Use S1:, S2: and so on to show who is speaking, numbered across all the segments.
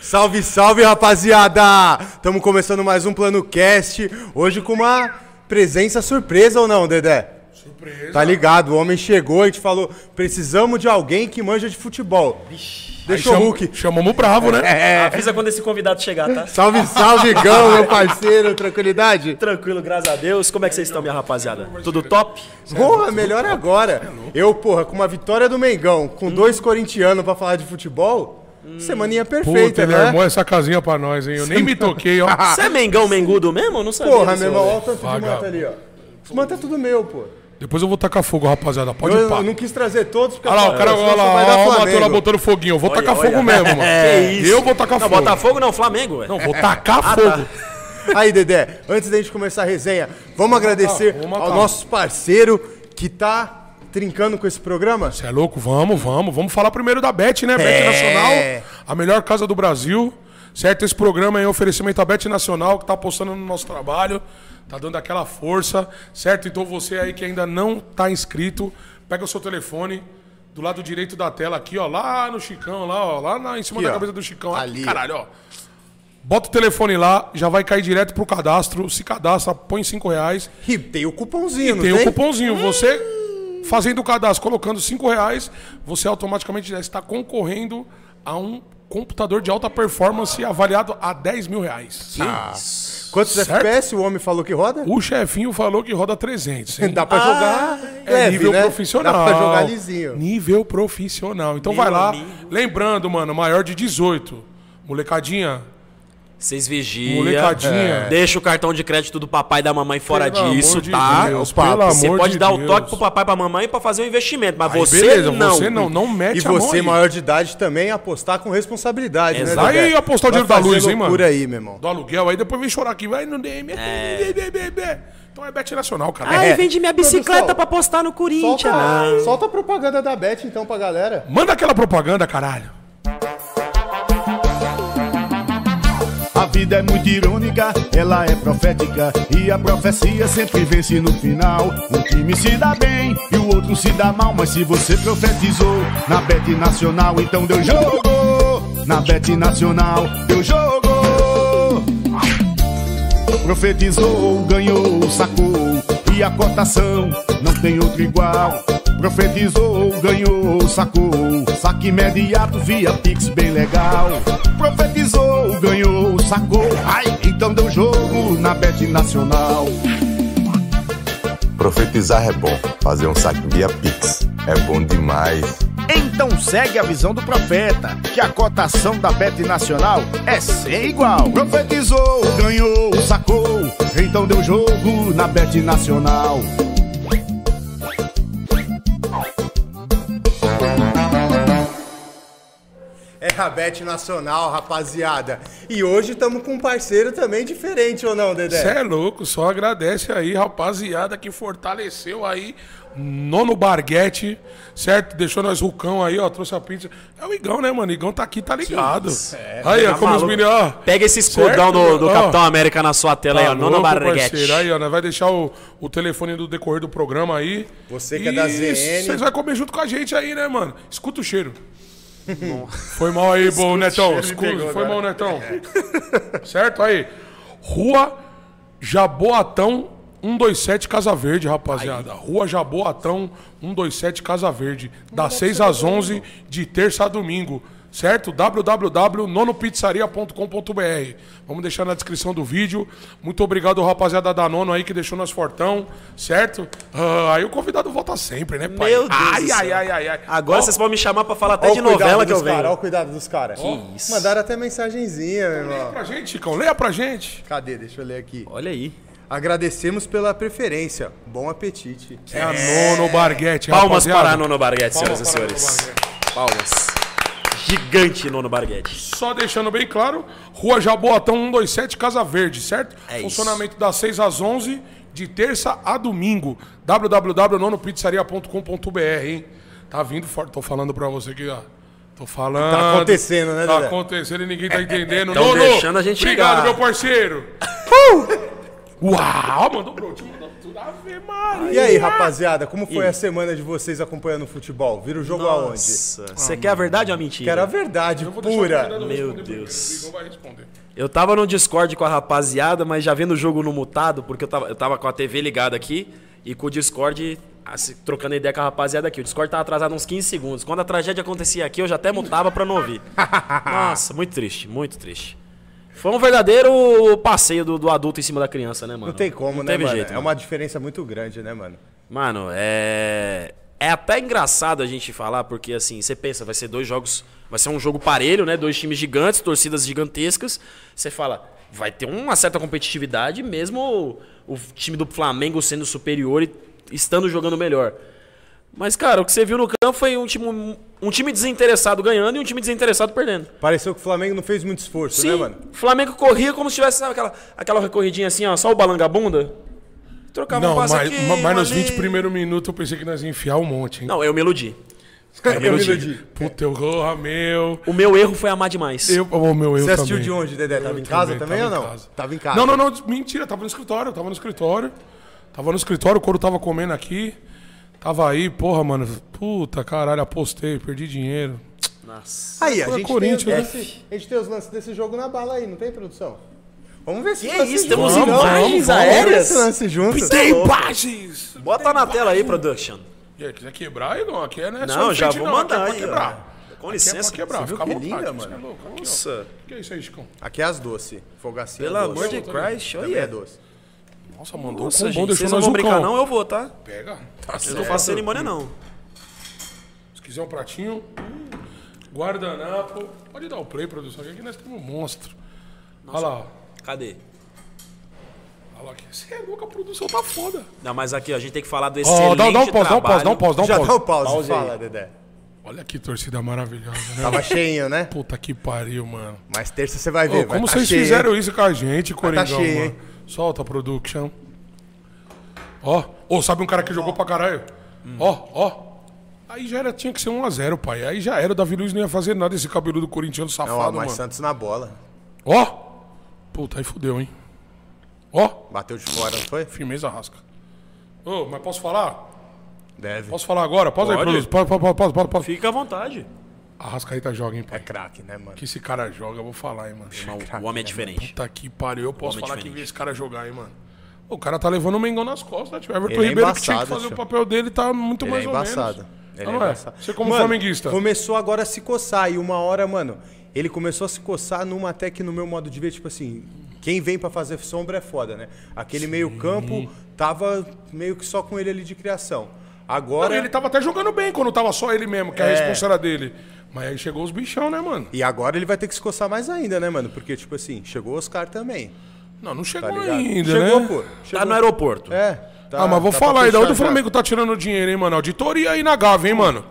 S1: Salve, salve, rapaziada! Estamos começando mais um Plano Cast, hoje com uma presença surpresa ou não, Dedé?
S2: Surpresa.
S1: Tá ligado, o homem chegou e te falou, precisamos de alguém que manja de futebol. Deixa o
S2: Cham-
S1: Hulk.
S2: Chamamos o bravo, né?
S1: É,
S3: Avisa quando esse convidado chegar, tá?
S1: salve, salve, Gão, meu parceiro, tranquilidade?
S3: Tranquilo, graças a Deus. Como é que vocês estão, minha rapaziada? Tudo top?
S2: é
S1: Porra, melhor agora. Eu, porra, com uma vitória do Mengão, com
S2: Hum.
S1: dois corintianos pra falar de futebol, semaninha
S2: Puta,
S1: perfeita,
S2: ele
S1: né?
S2: armou essa casinha pra nós, hein? Eu nem me toquei, ó.
S3: Você é Mengão Mengudo mesmo? Eu Não sabia.
S1: Porra,
S3: desse
S1: meu irmão,
S3: rolê.
S1: olha o tanto de
S2: Vagabundo.
S1: manta ali, ó. Os manta é tudo meu, pô.
S2: Depois eu vou tacar fogo, rapaziada. Pode
S1: Eu,
S2: ir pá.
S1: eu não quis trazer todos, porque
S2: Olha lá,
S1: eu
S2: o cara,
S1: falei,
S2: olha lá,
S1: senão só vai
S2: ó,
S1: dar
S2: o Matola
S1: Flamengo.
S2: botando foguinho. Eu vou tacar
S3: olha.
S2: fogo mesmo, mano.
S3: É isso.
S2: Eu vou tacar
S3: Não,
S2: fogo.
S3: Botafogo não, Flamengo, ué.
S2: Não, vou tacar
S1: Ah, tá.
S2: fogo.
S1: Aí, Dedé, antes da gente começar a resenha, vamos agradecer
S2: vamos
S1: ao
S2: matar.
S1: nosso parceiro que tá trincando com esse programa.
S2: Você é louco? Vamos, vamos. Vamos falar primeiro da Bet, né? Bet
S1: É.
S2: Nacional, a melhor casa do Brasil. Certo? Esse programa é um oferecimento à Bet Nacional, que tá apostando no nosso trabalho, tá dando aquela força, certo? Então você aí que ainda não tá inscrito, pega o seu telefone do lado direito da tela aqui, ó, lá no Chicão, lá, ó, lá na- em cima
S1: Aqui,
S2: da
S1: ó.
S2: cabeça do Chicão.
S1: Ali,
S2: Ali.
S1: ó.
S2: Caralho, ó. Bota o telefone lá, já vai cair direto pro cadastro, se cadastra, põe cinco reais
S1: E tem o cupomzinho, não
S2: tem
S1: tem? Hum.
S2: o cupomzinho. Você fazendo o cadastro, colocando 5 reais, você automaticamente já está concorrendo a um computador de alta performance avaliado a 10 mil reais.
S1: Ah. Quantos
S2: Certo.
S1: FPS o homem falou que roda?
S2: O chefinho falou que roda 300. hein?
S1: Dá pra jogar
S2: É
S1: leve,
S2: nível
S1: né?
S2: profissional.
S1: Dá pra jogar lisinho.
S2: Nível profissional. Então vai lá. Lembrando, mano, maior de 18. Molecadinha,
S3: Vocês vigiam.
S2: Molecadinha. É.
S3: Deixa o cartão de crédito do papai e da mamãe fora
S2: Pelo amor
S3: disso,
S2: de
S3: tá?
S2: Deus,
S3: Opa,
S2: pelo
S3: você
S2: amor
S3: pode
S2: de
S3: dar o
S2: Deus.
S3: toque pro papai e pra mamãe pra fazer o investimento, mas
S2: Aí,
S3: você,
S2: beleza,
S3: não.
S2: você não, não mete
S1: E
S2: a mão
S1: você,
S2: aí.
S1: maior de idade, também apostar com responsabilidade, né,
S3: Exato.
S1: Dedé?
S2: Aí, apostar o
S1: Vai
S2: dinheiro da
S1: fazer
S2: luz, hein,
S1: loucura
S2: mano?
S1: aí, meu irmão.
S2: do aluguel, aí depois vem chorar aqui, vai no DM, é. Então é Bet Nacional, cara.
S3: Ai,
S1: É.
S3: vende minha bicicleta
S1: Produção.
S3: pra postar no
S1: Solta,
S3: Corinthians.
S1: solta a propaganda da Bet, então, pra galera.
S2: Manda aquela propaganda, caralho.
S4: A vida é muito irônica, ela é profética e a profecia sempre vence no final. Um time se dá bem e o outro se dá mal, mas se você profetizou na Bet Nacional, então deu jogo. Na Bet Nacional, deu jogo. Profetizou, ganhou, sacou e a cotação não tem outro igual. Profetizou, ganhou, sacou, saque imediato via Pix bem legal. Profetizou, ganhou, sacou, ai, então deu jogo na Bet Nacional.
S5: Profetizar é bom, fazer um saque via Pix é bom demais.
S4: Então segue a visão do profeta, que a cotação da Bet Nacional é sem igual. Profetizou, ganhou, sacou, então deu jogo na Bet Nacional.
S1: É a Bet Nacional, rapaziada. E hoje estamos com um parceiro também diferente, ou não, Dedé?
S2: Você é louco, só agradece aí, rapaziada, que fortaleceu aí. Nono Barguete, certo? Deixou nós rucão aí, ó, trouxe a pizza. É o Igão, né, mano? Igão tá aqui, tá ligado. aí, ó,
S3: Tá
S2: como os
S3: maluco?
S2: meninos, ó.
S3: Pega esse
S2: Certo,
S3: escudão do, do
S2: ó.
S3: Capitão América na sua tela aí,
S2: Tá
S3: ó. Nono
S2: louco,
S3: Barguete.
S2: parceiro. Aí, ó, nós vai deixar o, o telefone do decorrer do programa aí.
S1: Você que é da ZN.
S2: Vocês vão comer junto com a gente aí, né, mano? Escuta o cheiro. Foi mal aí, bom, Netão. Escuta, foi mal, Netão.
S3: É.
S2: certo? Aí. Rua Jaboatão 127 Casa Verde, rapaziada. Rua Jaboatão 127 Casa Verde. Das 6 às 11 de terça a domingo. Certo? www.nonopizzaria.com.br Vamos deixar na descrição do vídeo. Muito obrigado, rapaziada da Nono aí que deixou nós fortão, certo? Ah, aí o convidado volta sempre, né, pai?
S3: Meu Deus
S2: ai,
S3: do céu.
S2: ai, ai, ai, ai.
S3: Agora
S2: Ó,
S3: vocês vão me chamar pra falar até
S1: Olha
S3: É de
S1: o cuidado
S3: novela que
S1: dos
S3: eu venho.
S1: cara, Olha o cuidado dos caras.
S3: Que isso.
S1: Mandaram até mensagenzinha, meu irmão.
S2: Pra gente, Chicão, leia pra gente.
S1: Cadê? Deixa eu ler aqui.
S3: Olha aí.
S1: Agradecemos pela preferência. Bom apetite.
S2: É a Nono Barguete,
S3: Palmas
S2: rapaziada.
S3: para Nono Barguete, senhoras
S2: Palmas
S3: e
S2: para Nono
S3: senhores.
S2: Barguete.
S3: Palmas. Gigante Nono Barguete.
S2: Só deixando bem claro, Rua Jaboatão 127, Casa Verde, certo?
S3: É isso.
S2: Funcionamento das 6 às 11, de terça a domingo. www.nonopizzaria.com.br, hein? Tá vindo forte, tô falando pra você aqui, ó. Tô falando.
S1: Tá acontecendo, né,
S2: Tá
S1: Dedé?
S2: acontecendo e ninguém tá entendendo.
S3: É, Tão
S2: Nono,
S3: deixando a gente
S2: Obrigado,
S3: chegar.
S2: meu parceiro. Uau, mandou bro, te mandou tudo a ver, Maria.
S1: Uh! E aí, rapaziada, como foi a semana de vocês acompanhando o futebol? Vira o jogo aonde?
S3: Nossa, você quer a verdade ou a mentira?
S1: Quero a verdade pura.
S3: Meu
S2: O
S3: Deus.
S2: Igor vai responder.
S3: Eu tava no Discord com a rapaziada, mas já vendo o jogo no mutado, porque eu tava, eu tava com a TV ligada aqui e com o Discord assim, trocando ideia com a rapaziada aqui. O Discord tava atrasado uns 15 segundos. Quando a tragédia acontecia aqui, eu já até mutava pra não ouvir. Nossa, muito triste, muito triste. Foi um verdadeiro passeio do, do adulto em cima da criança, né, mano?
S1: Não tem como,
S3: Não
S1: né,
S3: teve
S1: mano?
S3: jeito.
S1: é uma diferença muito grande, né, mano?
S3: Mano, é. É até engraçado a gente falar, porque assim, você pensa, vai ser dois jogos. Vai ser um jogo parelho, né? Dois times gigantes, torcidas gigantescas. Você fala, vai ter uma certa competitividade, mesmo o, o time do Flamengo sendo superior e estando jogando melhor. Mas, cara, o que você viu no campo foi um time, um time desinteressado ganhando e um time desinteressado perdendo.
S1: Pareceu que o Flamengo não fez muito esforço, né,
S3: Sim,
S1: mano?
S3: o Flamengo corria como se tivesse sabe, aquela, aquela recorridinha assim, ó, só o balangabunda.
S1: Então,
S3: Trocava
S2: Não,
S3: um
S2: mas,
S3: passe aqui,
S2: ma- mas
S3: um
S2: nos
S3: ali.
S2: 20 primeiros minutos eu pensei que nós ia enfiar um monte, hein?
S3: Não, eu me iludi.
S1: Camilo
S3: Elogio.
S1: de-
S2: Puta, eu oh, meu.
S3: O meu erro foi amar demais.
S2: Eu, oh, meu, eu
S1: Você assistiu
S2: também.
S1: de onde, Dedé? Tava em casa também, ou
S2: tava em
S1: não?
S2: casa.
S1: Tava em casa.
S2: Não, não, não, mentira, tava no escritório, tava no escritório. Tava no escritório, o couro tava comendo aqui. Tava aí, porra, mano. Puta, caralho, apostei, perdi dinheiro.
S1: Aí, a
S2: Foi
S1: gente,
S2: Corinthians,
S1: tem
S2: né?
S1: os lances- a gente tem os lances desse jogo na bala aí, não tem produção? Vamos ver se
S3: Que
S1: lances
S3: isso,
S1: juntos,
S3: temos
S1: então. Vamos
S3: imagens
S1: ver
S3: aéreas?
S1: esse lance
S3: é
S1: junto. Tá Ah,
S2: imagens!
S3: Bota na tela aí, production.
S2: E aí, quiser quebrar, aí não, aqui é, né?
S3: um Não, já vou
S2: aqui é
S3: mandar
S2: pra
S3: aí,
S2: quebrar.
S3: ó. Com
S2: Aqui é pra
S3: licença.
S2: quebrar,
S1: viu
S2: fica à
S1: que
S2: vontade.
S1: linda,
S2: isso é
S1: mano?
S2: louco. Aqui, ó.
S3: Nossa,
S2: O que é isso aí, Chicão?
S1: Aqui é as doce. Fogacinha
S3: pelo
S1: doce.
S3: amor de Christ,
S1: Também é
S3: olha.
S1: doce.
S2: Nossa, mandou
S3: Nossa,
S2: um combo,
S3: gente,
S2: deixou
S3: vocês não
S2: nós
S3: vão
S2: um
S3: brincar
S2: cão.
S3: não, eu vou, tá?
S2: Pega. Tá
S3: Eu não faço cerimônia não.
S2: Se quiser um pratinho, guardanapo. Pode dar o play, produção, que aqui nós temos um monstro. Olha lá, ó.
S3: Cadê?
S2: olha lá. aqui. Você é louco, a produção tá foda.
S3: Não, mas aqui ó, a gente tem que falar do
S2: Ó,
S3: excelente
S2: dá, dá um pause, dá um
S3: trabalho.
S2: pause, dá um pause, dá um
S1: Já dá o
S2: pause.
S1: pause,
S3: Pause aí.
S1: fala, Dedé.
S2: Olha que torcida maravilhosa, né?
S1: Tava cheinho, né?
S2: Puta que pariu, mano.
S1: Mas terça você vai
S2: Ô,
S1: ver, vai
S2: como
S1: tá
S2: vocês
S1: cheio, hein? tá
S2: fizeram isso com a gente, Coringão,
S1: cheio,
S2: mano?
S1: hein?
S2: Solta, production. Ó, ô, sabe um cara que jogou pra caralho?
S1: Hum.
S2: Ó, ó. Aí já era, tinha que ser 1x0, pai. Aí já era, o Davi Luiz não ia fazer nada, esse cabeludo corintiano
S1: Não,
S2: safado,
S1: ó,
S2: mano.
S1: mais Santos na bola.
S2: Ó! Puta, aí fudeu, hein? Ó,
S1: Bateu de fora, não foi?
S2: firmeza rasca. Ô, mas posso falar?
S1: Deve.
S2: Posso falar agora? Pausa aí,
S3: Pode.
S2: produção. Pode, pode, pode, pode, pode.
S3: Fica à vontade.
S2: A Rascaeta tá joga, hein,
S1: É
S2: pai?
S1: craque, né, mano?
S2: Que esse cara joga, eu vou falar, hein, mano.
S3: O homem é diferente.
S2: Puta que pariu, eu posso
S3: homem
S2: falar que
S3: diferente.
S2: vi esse cara jogar, hein, mano. O cara tá levando o Mengão nas costas, tio. Everton
S1: Ele é
S2: Ribeiro, que tinha que
S1: embaçado,
S2: fazer o
S1: tio.
S2: papel dele, tá muito
S1: Ele é
S2: mais ou
S1: embaçado.
S2: menos.
S1: Ele
S2: Ah,
S1: é
S2: não é?
S1: embaçado.
S2: Você como
S1: Mano,
S2: flamenguista.
S1: Começou agora a se coçar e uma hora, mano, ele começou a se coçar numa até que no meu modo de ver, tipo assim, quem vem pra fazer sombra é foda, né? Aquele meio-campo tava meio que só com ele ali de criação. Agora
S2: Não, Ele tá tava até jogando bem quando tava só ele mesmo,
S1: É.
S2: que é a responsa era dele. Mas aí chegou os bichão, né, mano?
S1: e agora ele vai ter que se coçar mais ainda, né, mano? Porque tipo assim, chegou o Oscar também,
S2: Não, não
S1: tá
S2: chegou
S1: ligado?
S2: ainda,
S1: chegou,
S2: né?
S1: pô.
S3: Tá
S1: Chegou.
S3: no aeroporto.
S1: É. tá-
S2: ah, mas vou
S1: tá pra
S2: falar aí, da
S1: fechar
S2: onde o
S1: já.
S2: Flamengo tá tirando dinheiro, hein, mano? Auditoria aí na Gávea, hein, mano?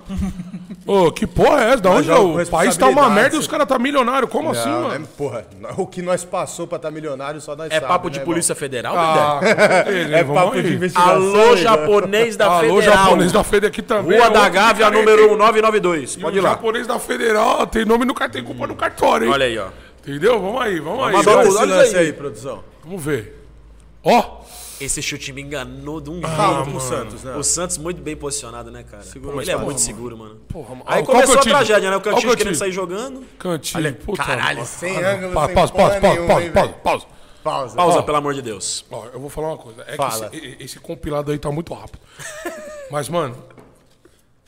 S2: Ô, que porra é essa? Da
S1: Mas
S2: onde?
S1: joga com
S2: O país tá uma
S1: responsabilidade,
S2: merda e os
S1: você-
S2: caras tá milionário. Como assim,
S1: Não,
S2: mano?
S1: né, porra, o que nós passou pra estar milionário só nós
S3: É
S1: sabe,
S3: papo de
S1: né,
S3: Polícia Federal,
S2: Ah,
S3: Dedé?
S2: com certeza,
S1: irmão?
S2: vamos
S1: É papo
S2: aí.
S1: de investigação.
S3: Alô,
S1: né?
S3: japonês da
S2: Alô,
S3: Federal.
S2: japonês da Fede aqui também.
S3: Rua
S2: é
S3: da
S2: outro
S3: Gávea,
S2: picareta,
S3: número
S1: um.
S2: hein?
S3: 1992.
S2: E
S3: Pode ir
S2: o
S3: lá.
S2: japonês da Federal tem nome no cartão, tem culpa no cartório, hein?
S3: Olha aí, ó.
S2: Entendeu? Vamos aí, vamos aí.
S3: adorar
S1: Solta
S2: Vamos,
S1: esse
S3: Olha
S1: lance
S3: aí.
S1: aí, produção.
S2: vamos ver. Ó,
S3: Esse chute me enganou de um
S1: Fala
S2: Ah,
S3: jeito.
S1: pro Santos, né?
S3: O Santos muito bem posicionado, né, cara? Pô, ele é muito seguro, mano.
S2: Porra, mano. Qual
S3: Aí
S2: que
S3: começou
S2: eu
S3: a
S2: tive?
S3: tragédia, né?
S2: Qual
S3: O
S2: que eu
S3: Cantinho querendo
S2: tive?
S3: sair jogando.
S2: cantinho, puta.
S1: caralho,
S2: mano.
S1: sem
S2: Ah, não.
S1: ângulo,
S2: Pa-
S1: sem
S2: Pausa,
S1: porra
S2: pausa, pausa,
S1: nenhuma,
S2: pausa,
S1: hein,
S2: pausa,
S1: velho?
S2: pausa.
S1: Pausa.
S3: Pausa,
S2: Ó.
S3: pelo amor de Deus.
S2: Ó, eu vou falar uma coisa. É
S1: Fala.
S2: que esse, e- esse compilado aí tá muito rápido. Mas, mano,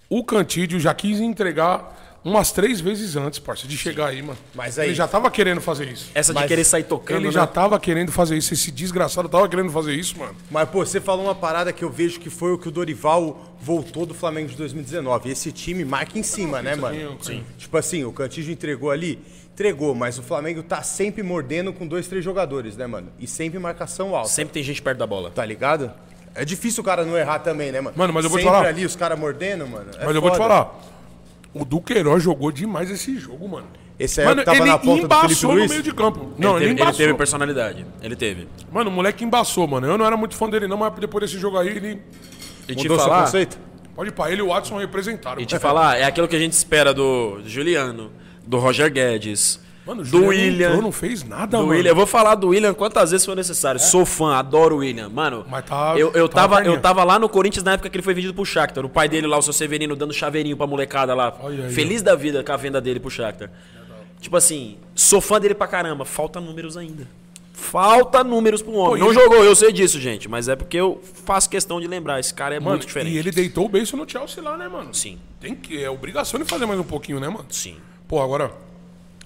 S2: o Cantídio já quis entregar umas três vezes antes, parça, de chegar aí, mano.
S1: Mas aí-
S2: Ele já tava querendo fazer isso.
S3: Essa de
S1: Mas
S3: querer sair tocando,
S2: Ele
S3: né?
S2: já tava querendo fazer isso. Esse desgraçado tava querendo fazer isso, mano.
S1: Mas, pô, você falou uma parada que eu vejo que foi o que o Dorival voltou do Flamengo de 2019. Esse time marca em cima, né, mano? Sim. Tipo assim, o Cantígio entregou ali, entregou, mas o Flamengo tá sempre mordendo com dois, três jogadores, né, mano? E sempre marcação alta,
S3: Sempre tem gente perto da bola.
S1: tá ligado? É difícil o cara não errar também, né, mano?
S2: Mano, mas eu vou te
S1: sempre
S2: falar.
S1: ali os caras mordendo, mano. é
S2: Mas eu vou te
S1: foda.
S2: falar. O Duqueiroz jogou demais esse jogo, mano.
S1: Esse aí é o que tava
S2: ele
S1: na ponta do
S2: embaçou
S1: Felipe
S2: no
S1: Luiz?
S2: meio de campo. Não, ele,
S3: ele, teve, ele
S2: embaçou.
S3: teve personalidade. Ele teve.
S2: Mano, o moleque embaçou, mano. Eu não era muito fã dele, não, mas depois desse jogo aí, ele.
S3: E te
S1: Mudou seu
S3: falar,
S1: conceito?
S2: Pode ir pra ele e o Watson representaram.
S3: e te falar, é aquilo que a gente espera do Juliano, do Roger Guedes,
S2: Mano, o
S3: do
S2: Julian
S3: William.
S2: não entrou, não fez nada,
S3: do
S2: mano. É?
S3: William. Eu vou falar do William quantas vezes for necessário. Sou fã, adoro o William. Mano,
S2: Mas tá-
S3: eu, eu,
S2: tá na
S3: tava,
S2: perninha.
S3: eu tava lá no Corinthians na época que ele foi vendido pro Shakhtar. O pai dele lá, o seu Severino, dando chaveirinho pra molecada lá.
S2: Olha aí,
S3: Feliz da vida com a venda dele pro Shakhtar. Tipo assim, sou fã dele pra caramba. Falta números ainda. Falta números pro homem.
S2: Pô,
S3: não
S2: e-
S3: jogou, eu sei disso, gente. Mas é porque eu faço questão de lembrar. Esse cara é
S2: Mano,
S3: muito diferente.
S2: E ele deitou o beijo no Chelsea lá, né, mano?
S3: Sim.
S2: Tem que, é obrigação de fazer mais um pouquinho, né, mano?
S3: Sim.
S2: Pô, agora.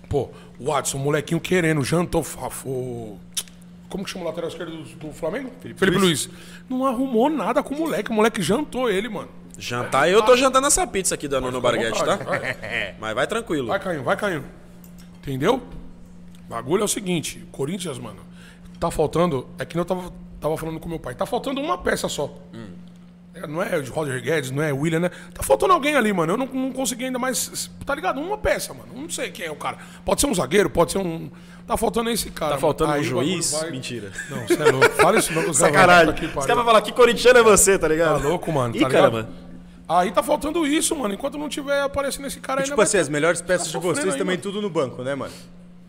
S2: Pô, o Watson, molequinho querendo, jantou. fa- fo- Como que chama o lateral esquerdo do, do Flamengo? Felipe, Luiz. Não arrumou nada com o moleque. O moleque jantou ele, mano.
S3: Jantar, eu tô jantando essa pizza aqui da Nono Barguete, tá?
S2: vontade, vai.
S3: Mas vai tranquilo.
S2: Vai caindo, vai caindo. Entendeu? O bagulho é o seguinte: Corinthians, mano, tá faltando. É que nem eu tava, tava falando com meu pai. Tá faltando uma peça só. É, Não é o Roger Guedes, não é o William, né? Tá faltando alguém ali, mano. Eu não, não consegui ainda mais. Tá ligado? Uma peça, mano. Não sei quem é o cara. Pode ser um zagueiro, pode ser um. Tá faltando esse cara.
S3: Tá faltando
S2: mano.
S3: um
S2: Aí o bagulho
S3: juiz?
S2: vai-
S3: Mentira.
S2: Não, você é louco. Fala isso não, que os caras
S3: Caralho,
S2: vão- Puta que
S3: os
S2: pariu.
S3: caras vão falar que corintiano é você, tá ligado?
S2: Tá louco, mano.
S3: Ih,
S2: tá ligado?
S3: caramba.
S2: Aí tá faltando isso, mano. Enquanto não tiver aparecendo esse cara
S1: E,
S2: aí,
S1: tipo assim, as melhores peças de
S2: tá sofrendo
S1: vocês
S2: aí,
S1: também
S2: mano.
S1: tudo no banco, né, mano?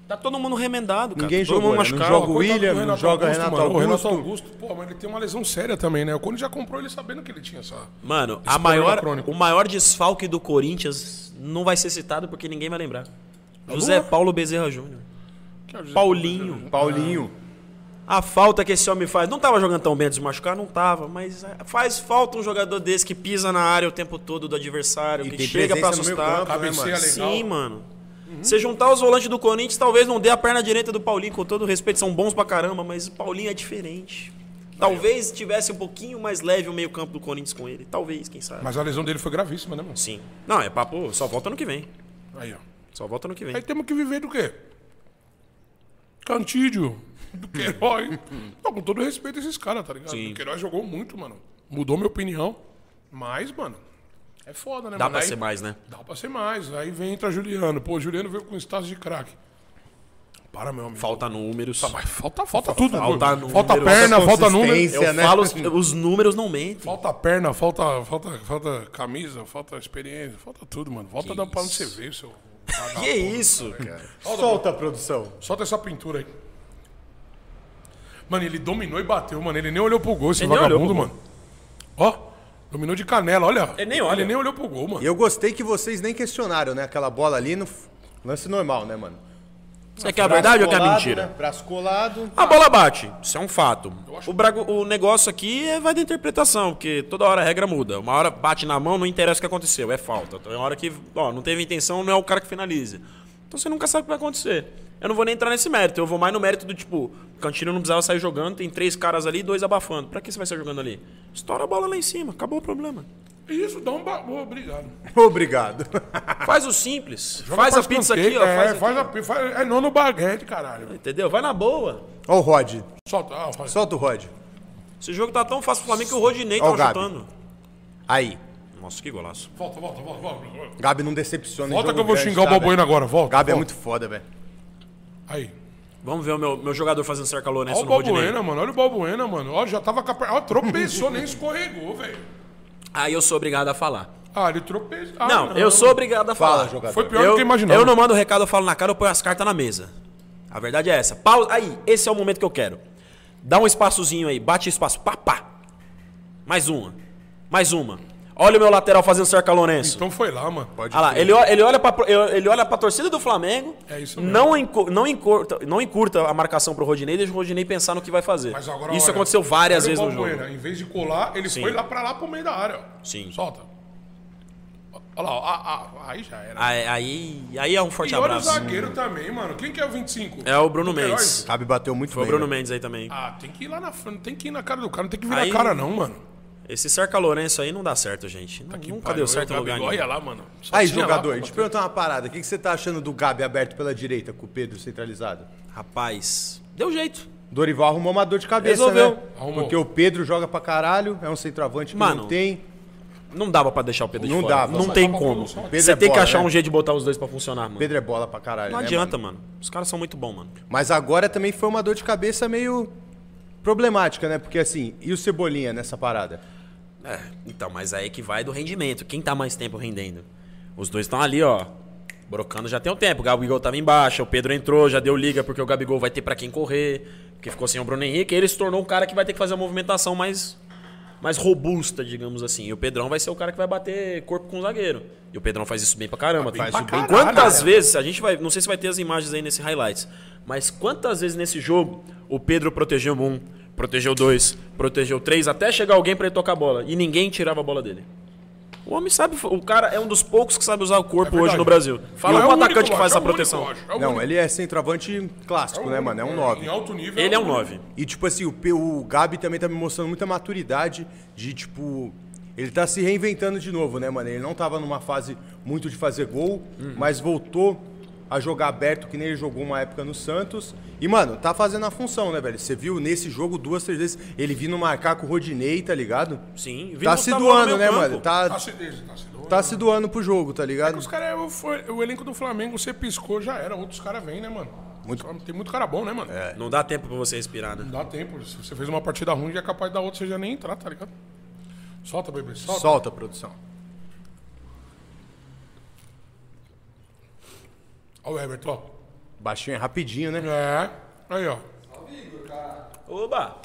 S3: Tá todo mundo remendado, cara.
S1: Ninguém
S3: todo
S1: jogou,
S3: mundo
S1: né? Não joga o
S2: Coitado do
S1: William, não joga
S2: Augusto,
S1: Renato
S2: mano. O Renato
S1: Augusto.
S2: Augusto, pô, mas ele tem uma lesão séria também, né? O Cone já comprou ele sabendo que ele tinha essa.
S3: Mano, a
S2: Esse
S3: maior,
S2: problema crônico.
S3: o maior desfalque do Corinthians não vai ser citado porque ninguém vai lembrar. José
S2: Lua?
S3: Paulo Bezerra Júnior.
S2: Que é o José Paulo,
S3: Paulinho.
S1: Paulinho.
S2: Ah,
S3: A falta que esse homem faz. Não tava jogando tão bem antes de machucar? Não tava. Mas faz falta um jogador desse que pisa na área o tempo todo do adversário,
S1: E
S3: que
S1: tem
S3: chega pra
S1: presença no meio
S3: assustar.
S1: campo, né,
S2: Cabeceia
S1: mano?
S2: legal. Uhum.
S3: Sim, mano. Você juntar os volantes do Corinthians, talvez não dê a perna direita do Paulinho, com todo o respeito, são bons pra caramba, mas o Paulinho é diferente. Talvez tivesse um pouquinho mais leve o meio-campo do Corinthians com ele. Talvez, quem sabe.
S2: Mas a lesão dele foi gravíssima, né, mano?
S3: Sim. Não, é papo, só volta ano que vem.
S2: Aí, ó.
S3: Só volta ano que vem.
S2: Aí temos que viver do quê? Cantídio, do Queiroz. Não, com todo respeito a esses caras, tá ligado?
S3: Sim.
S2: O Queiroz jogou muito, mano. Mudou minha opinião. Mas, mano, é foda, né,
S3: Dá
S2: mano?
S3: pra
S2: Aí-
S3: ser mais, né?
S2: Dá pra ser mais. Aí vem entra Juliano. Pô, Juliano veio com status de craque. Para, meu amigo.
S3: Falta números.
S2: Mas falta, falta tudo.
S3: falta
S2: pô.
S3: número,
S2: falta
S3: falta
S2: perna, falta
S1: consistência.
S2: número.
S3: Eu
S1: né?
S3: falo, os, os números não mentem.
S2: Falta perna, falta, falta, falta camisa, falta experiência, falta tudo, mano. Volta da pra onde você veio, seu.
S3: Que isso?
S2: né,
S1: Solta a produção.
S2: Solta essa pintura aí. Mano, ele dominou e bateu, mano. Ele nem olhou pro gol, esse
S3: Ele nem olhou
S2: vagabundo, mano. Ó, dominou de canela, olha.
S3: Ele nem olha.
S2: Ele nem olhou pro gol, mano.
S1: E eu gostei que vocês nem questionaram, né? Aquela bola ali no f- lance normal, né, mano?
S3: Você quer a É verdade ou quer a
S1: Colado,
S3: mentira?
S1: Né? Braço colado.
S3: A bola bate, isso é um fato.
S2: Ah. acho-
S3: O, brago- o negócio aqui é, vai da interpretação, porque toda hora a regra muda. Uma hora bate na mão, não interessa o que aconteceu, é falta. Então, é uma hora que ó, não teve intenção, não é o cara que finaliza. Então você nunca sabe o que vai acontecer. Eu não vou nem entrar nesse mérito, eu vou mais no mérito do tipo, o Cantino não precisava sair jogando, tem três caras ali, dois abafando. Pra que você vai sair jogando ali? Estoura a bola lá em cima, acabou o problema.
S2: Isso, dá um ba... Boa, obrigado.
S1: Ah, Obrigado.
S3: Faz o simples,
S2: Joga
S3: faz
S2: pra
S3: a pizza aqui,
S2: escanteio.
S3: ó.
S2: É,
S3: Faz
S2: faz, a pi- faz É nono baguete, caralho.
S3: Entendeu? Vai na boa.
S1: Ó o Rod.
S2: Solta, ah, faz.
S1: Solta o Rod.
S3: Esse jogo tá tão fácil pro Flamengo que o Rodinei
S1: Ó o
S3: tava
S1: Gabi.
S3: chutando.
S1: Aí.
S3: Nossa, que golaço.
S2: Volta, volta, volta, volta. volta.
S1: Gabi não decepciona. em
S2: Volta
S1: jogo
S2: que eu vou
S1: grande,
S2: xingar
S1: tá,
S2: o
S1: velho?
S2: Balbuena agora, volta.
S1: Gabi é
S2: volta.
S1: muito foda, velho.
S2: Aí.
S3: Vamos ver o meu, meu jogador fazendo cercalonense
S2: Olha o
S3: no Rodinei.
S2: Balbuena, mano. Olha o Balbuena, mano. Ó, já tava com a perna. Ó, tropeçou, nem escorregou, velho.
S3: Aí eu sou obrigado a falar.
S2: Ah, ele tropeçou. Ah,
S3: não, eu sou obrigado a falar.
S1: Fala, jogador.
S2: Foi pior do
S3: eu,
S2: que eu imaginava.
S3: eu não mando recado, eu falo na cara, eu ponho as cartas na mesa. A verdade é essa. Pausa. Aí, esse é o momento que eu quero. Dá um espaçozinho aí, bate espaço. Pá, pá. Mais uma. Mais uma. Olha o meu lateral fazendo cercalonense.
S2: Então foi lá, mano. Pode.
S3: Ah lá, ele, ol- ele olha pra, pro- ele olha pra torcida do Flamengo,
S2: É isso mesmo.
S3: não, encu- não, encurta, não encurta a marcação pro Rodinei, deixa o Rodinei pensar no que vai fazer.
S2: Mas agora,
S3: Isso
S2: olha,
S3: aconteceu várias
S2: olha o
S3: vezes no jogo.
S2: Balbuena, Em vez de colar, ele
S3: Sim.
S2: foi lá pra lá pro meio da área. ó.
S3: Sim.
S2: Solta. Ó, Olha lá, ó, ah, ah, aí já era.
S3: Aí, aí, aí é um forte
S2: e olha o
S3: abraço.
S2: zagueiro também, mano. Quem que é o 25?
S3: É o Bruno
S2: Queiroz?
S3: Mendes.
S1: Gabi bateu muito
S3: Foi o
S1: bem.
S3: Bruno
S1: né?
S3: Mendes aí também.
S2: Ah, tem que ir lá na frente, tem que ir na cara do cara, não tem que virar
S3: Aí-
S2: a cara não, mano.
S3: Esse Cerca Lourenço aí não dá certo, gente. Não-
S2: Que
S3: nunca
S2: pariu,
S3: deu certo
S2: o
S3: em lugar
S2: Gabigol,
S3: nenhum.
S2: Olha lá, mano. Só
S1: Aí,
S2: tinha lá
S1: jogador,
S2: pra
S1: deixa eu te
S2: bater.
S1: perguntar uma parada. O que que você tá achando do Gabi aberto pela direita com o Pedro centralizado?
S3: Rapaz, deu jeito.
S1: Dorival arrumou uma dor de cabeça,
S3: Resolveu.
S1: né?
S2: Arrumou.
S1: Porque o Pedro joga pra caralho, é um centroavante que
S3: Mano,
S1: não tem.
S3: Não dava pra deixar o Pedro
S1: Não
S3: de fora.
S1: dava.
S3: Não
S1: Só
S3: tem
S2: tava
S3: como.
S2: com-
S1: Pedro
S3: Você
S1: é
S3: tem que
S1: bola,
S3: achar
S1: né?
S3: um jeito de botar os dois pra funcionar, mano.
S1: Pedro é bola pra caralho,
S3: não
S1: né,
S3: adianta, mano. Os caras são muito bons, mano.
S1: Mas agora também foi uma dor de cabeça meio problemática, né? Porque assim, e o Cebolinha nessa parada?
S3: É, então, mas aí que vai do rendimento. Quem tá mais tempo rendendo? Os dois estão ali, ó. Brocando já tem um tempo. O Gabigol tava embaixo, o Pedro entrou, já deu liga porque o Gabigol vai ter pra quem correr, porque ficou sem o Bruno Henrique. Ele se tornou o cara que vai ter que fazer uma movimentação mais, mais robusta, digamos assim. E o Pedrão vai ser o cara que vai bater corpo com o zagueiro. E o Pedrão faz isso bem pra caramba. Faz
S1: pra
S3: isso bem.
S1: caralho,
S3: Quantas vezes, a gente vai, não sei se vai ter as imagens aí nesse highlights, mas quantas vezes nesse jogo o Pedro protegeu um, protegeu dois, protegeu três, até chegar alguém pra ele tocar a bola e ninguém tirava a bola dele. O homem sabe, o cara é um dos poucos que sabe usar o corpo hoje no Brasil. Fala
S2: É Não,
S3: um
S2: o único,
S3: atacante
S2: eu
S3: que faz
S2: acho,
S3: essa
S2: é o único,
S3: proteção.
S2: eu acho, é o
S1: Não,
S2: único.
S1: ele é centroavante clássico, né, mano? É um 9.
S2: Em alto nível.
S3: Ele é
S2: o
S3: um
S2: único.
S3: 9.
S1: E, tipo assim, o, P- o Gabi também tá me mostrando muita maturidade de, tipo. Ele tá se reinventando de novo, né, mano? Ele não tava numa fase muito de fazer gol, mas voltou a jogar aberto, que nem ele jogou uma época no Santos. E, mano, tá fazendo a função, né, velho? Você viu nesse jogo duas, três vezes ele vindo marcar com o Rodinei, tá ligado?
S3: Sim,
S1: Tá
S3: Vinícius
S1: se
S3: tá bola no
S1: doando, né,
S3: meio campo.
S1: mano? Tá,
S2: Tá se tá se doando.
S1: tá se doando pro jogo, tá
S3: É
S2: Os
S1: ligado?
S2: caras, o, foi- o elenco do Flamengo, você piscou, já era. Outros caras vêm, né, mano?
S1: Muito-
S2: Só- Tem muito cara bom, né, mano?
S3: Não dá tempo pra você respirar, né?
S2: Não dá tempo. Se você fez uma partida ruim, já é capaz da outra você já nem entrar, tá ligado? Solta, bebê, solta.
S1: Solta, produção.
S2: Ó o Everton, ó.
S1: Baixinho é rapidinho, né?
S2: É. Aí, ó.
S3: Oba!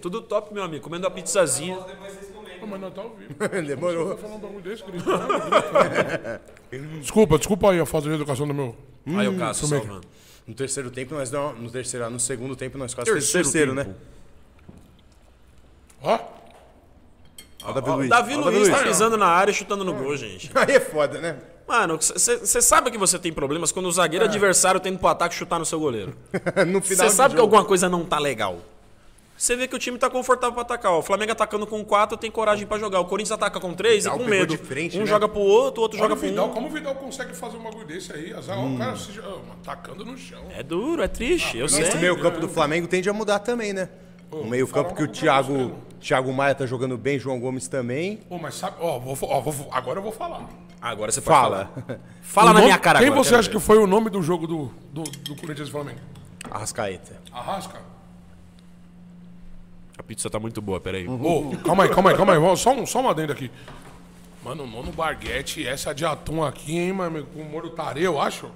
S3: Tudo top, meu amigo. Comendo uma pizzazinha.
S2: Pô, mas não tá ao vivo.
S1: Demorou.
S2: Falar um bagulho desse, querido. tá desculpa, desculpa aí a falta de educação do meu.
S3: Aí o Cássio
S2: é
S3: salvando.
S1: No terceiro tempo nós não, no terceiro, no segundo tempo nós quase fizemos
S3: Terceiro
S1: terceiro,
S3: tempo.
S1: né?
S2: Ó.
S1: Ó, Davi
S3: Ó,
S1: Luiz.
S3: Davi
S1: Ó,
S3: Luiz tá pisando na área e chutando no gol, gente.
S1: Aí é foda, né?
S3: Mano, você sabe que você tem problemas quando o
S2: É.
S3: zagueiro adversário tá indo pro ataque chutar no seu goleiro.
S1: No final
S2: um
S3: Você
S1: do
S3: sabe que
S1: jogo.
S3: alguma coisa não tá legal. Você vê que o time tá confortável pra atacar. ó. O Flamengo atacando com 4 tem coragem pra jogar. O Corinthians ataca com 3 e
S1: Vidal
S3: com
S1: pegou
S3: medo.
S1: de frente,
S3: um
S1: né?
S3: joga pro outro, o outro
S2: Olha
S3: joga
S2: o
S3: pro
S2: Vidal,
S3: um.
S2: como o Vidal consegue fazer um bagulho desse aí? Azar, ó, o cara se ó, mano, tacando no chão.
S3: É duro, é triste,
S2: Ah,
S3: eu sei.
S1: Esse meio campo do Flamengo tende a mudar também, né? O meio campo
S2: falar
S1: que o
S2: uma
S3: um
S2: coisa
S1: Thiago,
S2: mesmo.
S1: Thiago Maia tá jogando bem, João Gomes também.
S2: Pô, mas sabe, ó, vou, fa- ó, vou- agora eu vou falar.
S3: Agora você pode
S1: Fala.
S3: falar. Fala
S2: O
S3: na
S2: nome-
S3: minha cara
S2: Quem
S3: agora.
S2: você
S3: quero
S2: acha
S3: ver.
S2: que foi o nome do jogo do, do, do Corinthians e Flamengo?
S1: Arrascaeta.
S2: Arrasca.
S3: A pizza tá muito boa, peraí.
S2: Ô, calma aí, calma aí, calma aí. vamos- Só um, só um adendo aqui. Mano, o nono Barguete, essa de atum aqui, hein, meu amigo? Com o molho tare, eu acho.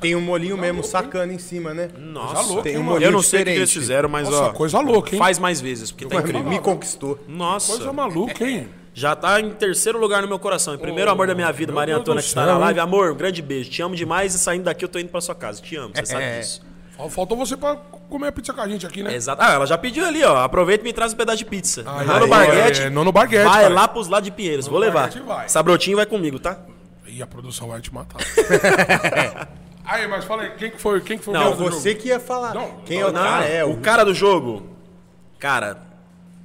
S1: Tem um
S3: Tá
S1: molinho mesmo sacana em cima, né?
S3: Nossa,
S2: louco,
S1: tem
S2: hein,
S1: um
S2: mano?
S1: molinho
S3: eu não sei o que
S1: diferente.
S3: eles fizeram, mas
S2: Nossa,
S3: ó.
S2: coisa louca, hein?
S3: Faz mais vezes, porque tá
S1: Mano,
S3: incrível.
S1: me conquistou.
S2: Coisa
S3: Nossa,
S2: maluca, hein?
S3: já tá em terceiro lugar no meu coração. Em primeiro amor da minha vida,
S2: meu
S3: Maria
S2: Deus
S3: Antônia
S2: do
S3: que está
S2: céu,
S3: na live.
S2: hein?
S3: Amor, um grande beijo. Te amo demais e saindo daqui eu tô indo pra sua casa. Te amo, você
S2: É.
S3: sabe disso.
S2: Fal- Faltou você pra comer a pizza com a gente aqui, né?
S3: Exato. Ah, ela já pediu ali, ó. Aproveita e me traz um pedaço de pizza.
S2: Aí,
S3: Nono
S2: aí,
S3: Barguete.
S2: é, Nono Barguete,
S3: Vai
S2: cara.
S3: lá pros lados de Pinheiros, vou levar.
S2: Barguete vai.
S3: Sabrotinho vai comigo, tá?
S2: Ih, a produção vai te matar. aí, mas fala aí, quem que foi, quem que foi
S3: Não,
S2: melhor do
S1: Você que ia falar.
S2: Não,
S1: Quem é o cara? É,
S3: o
S1: o...
S3: cara do jogo. Cara,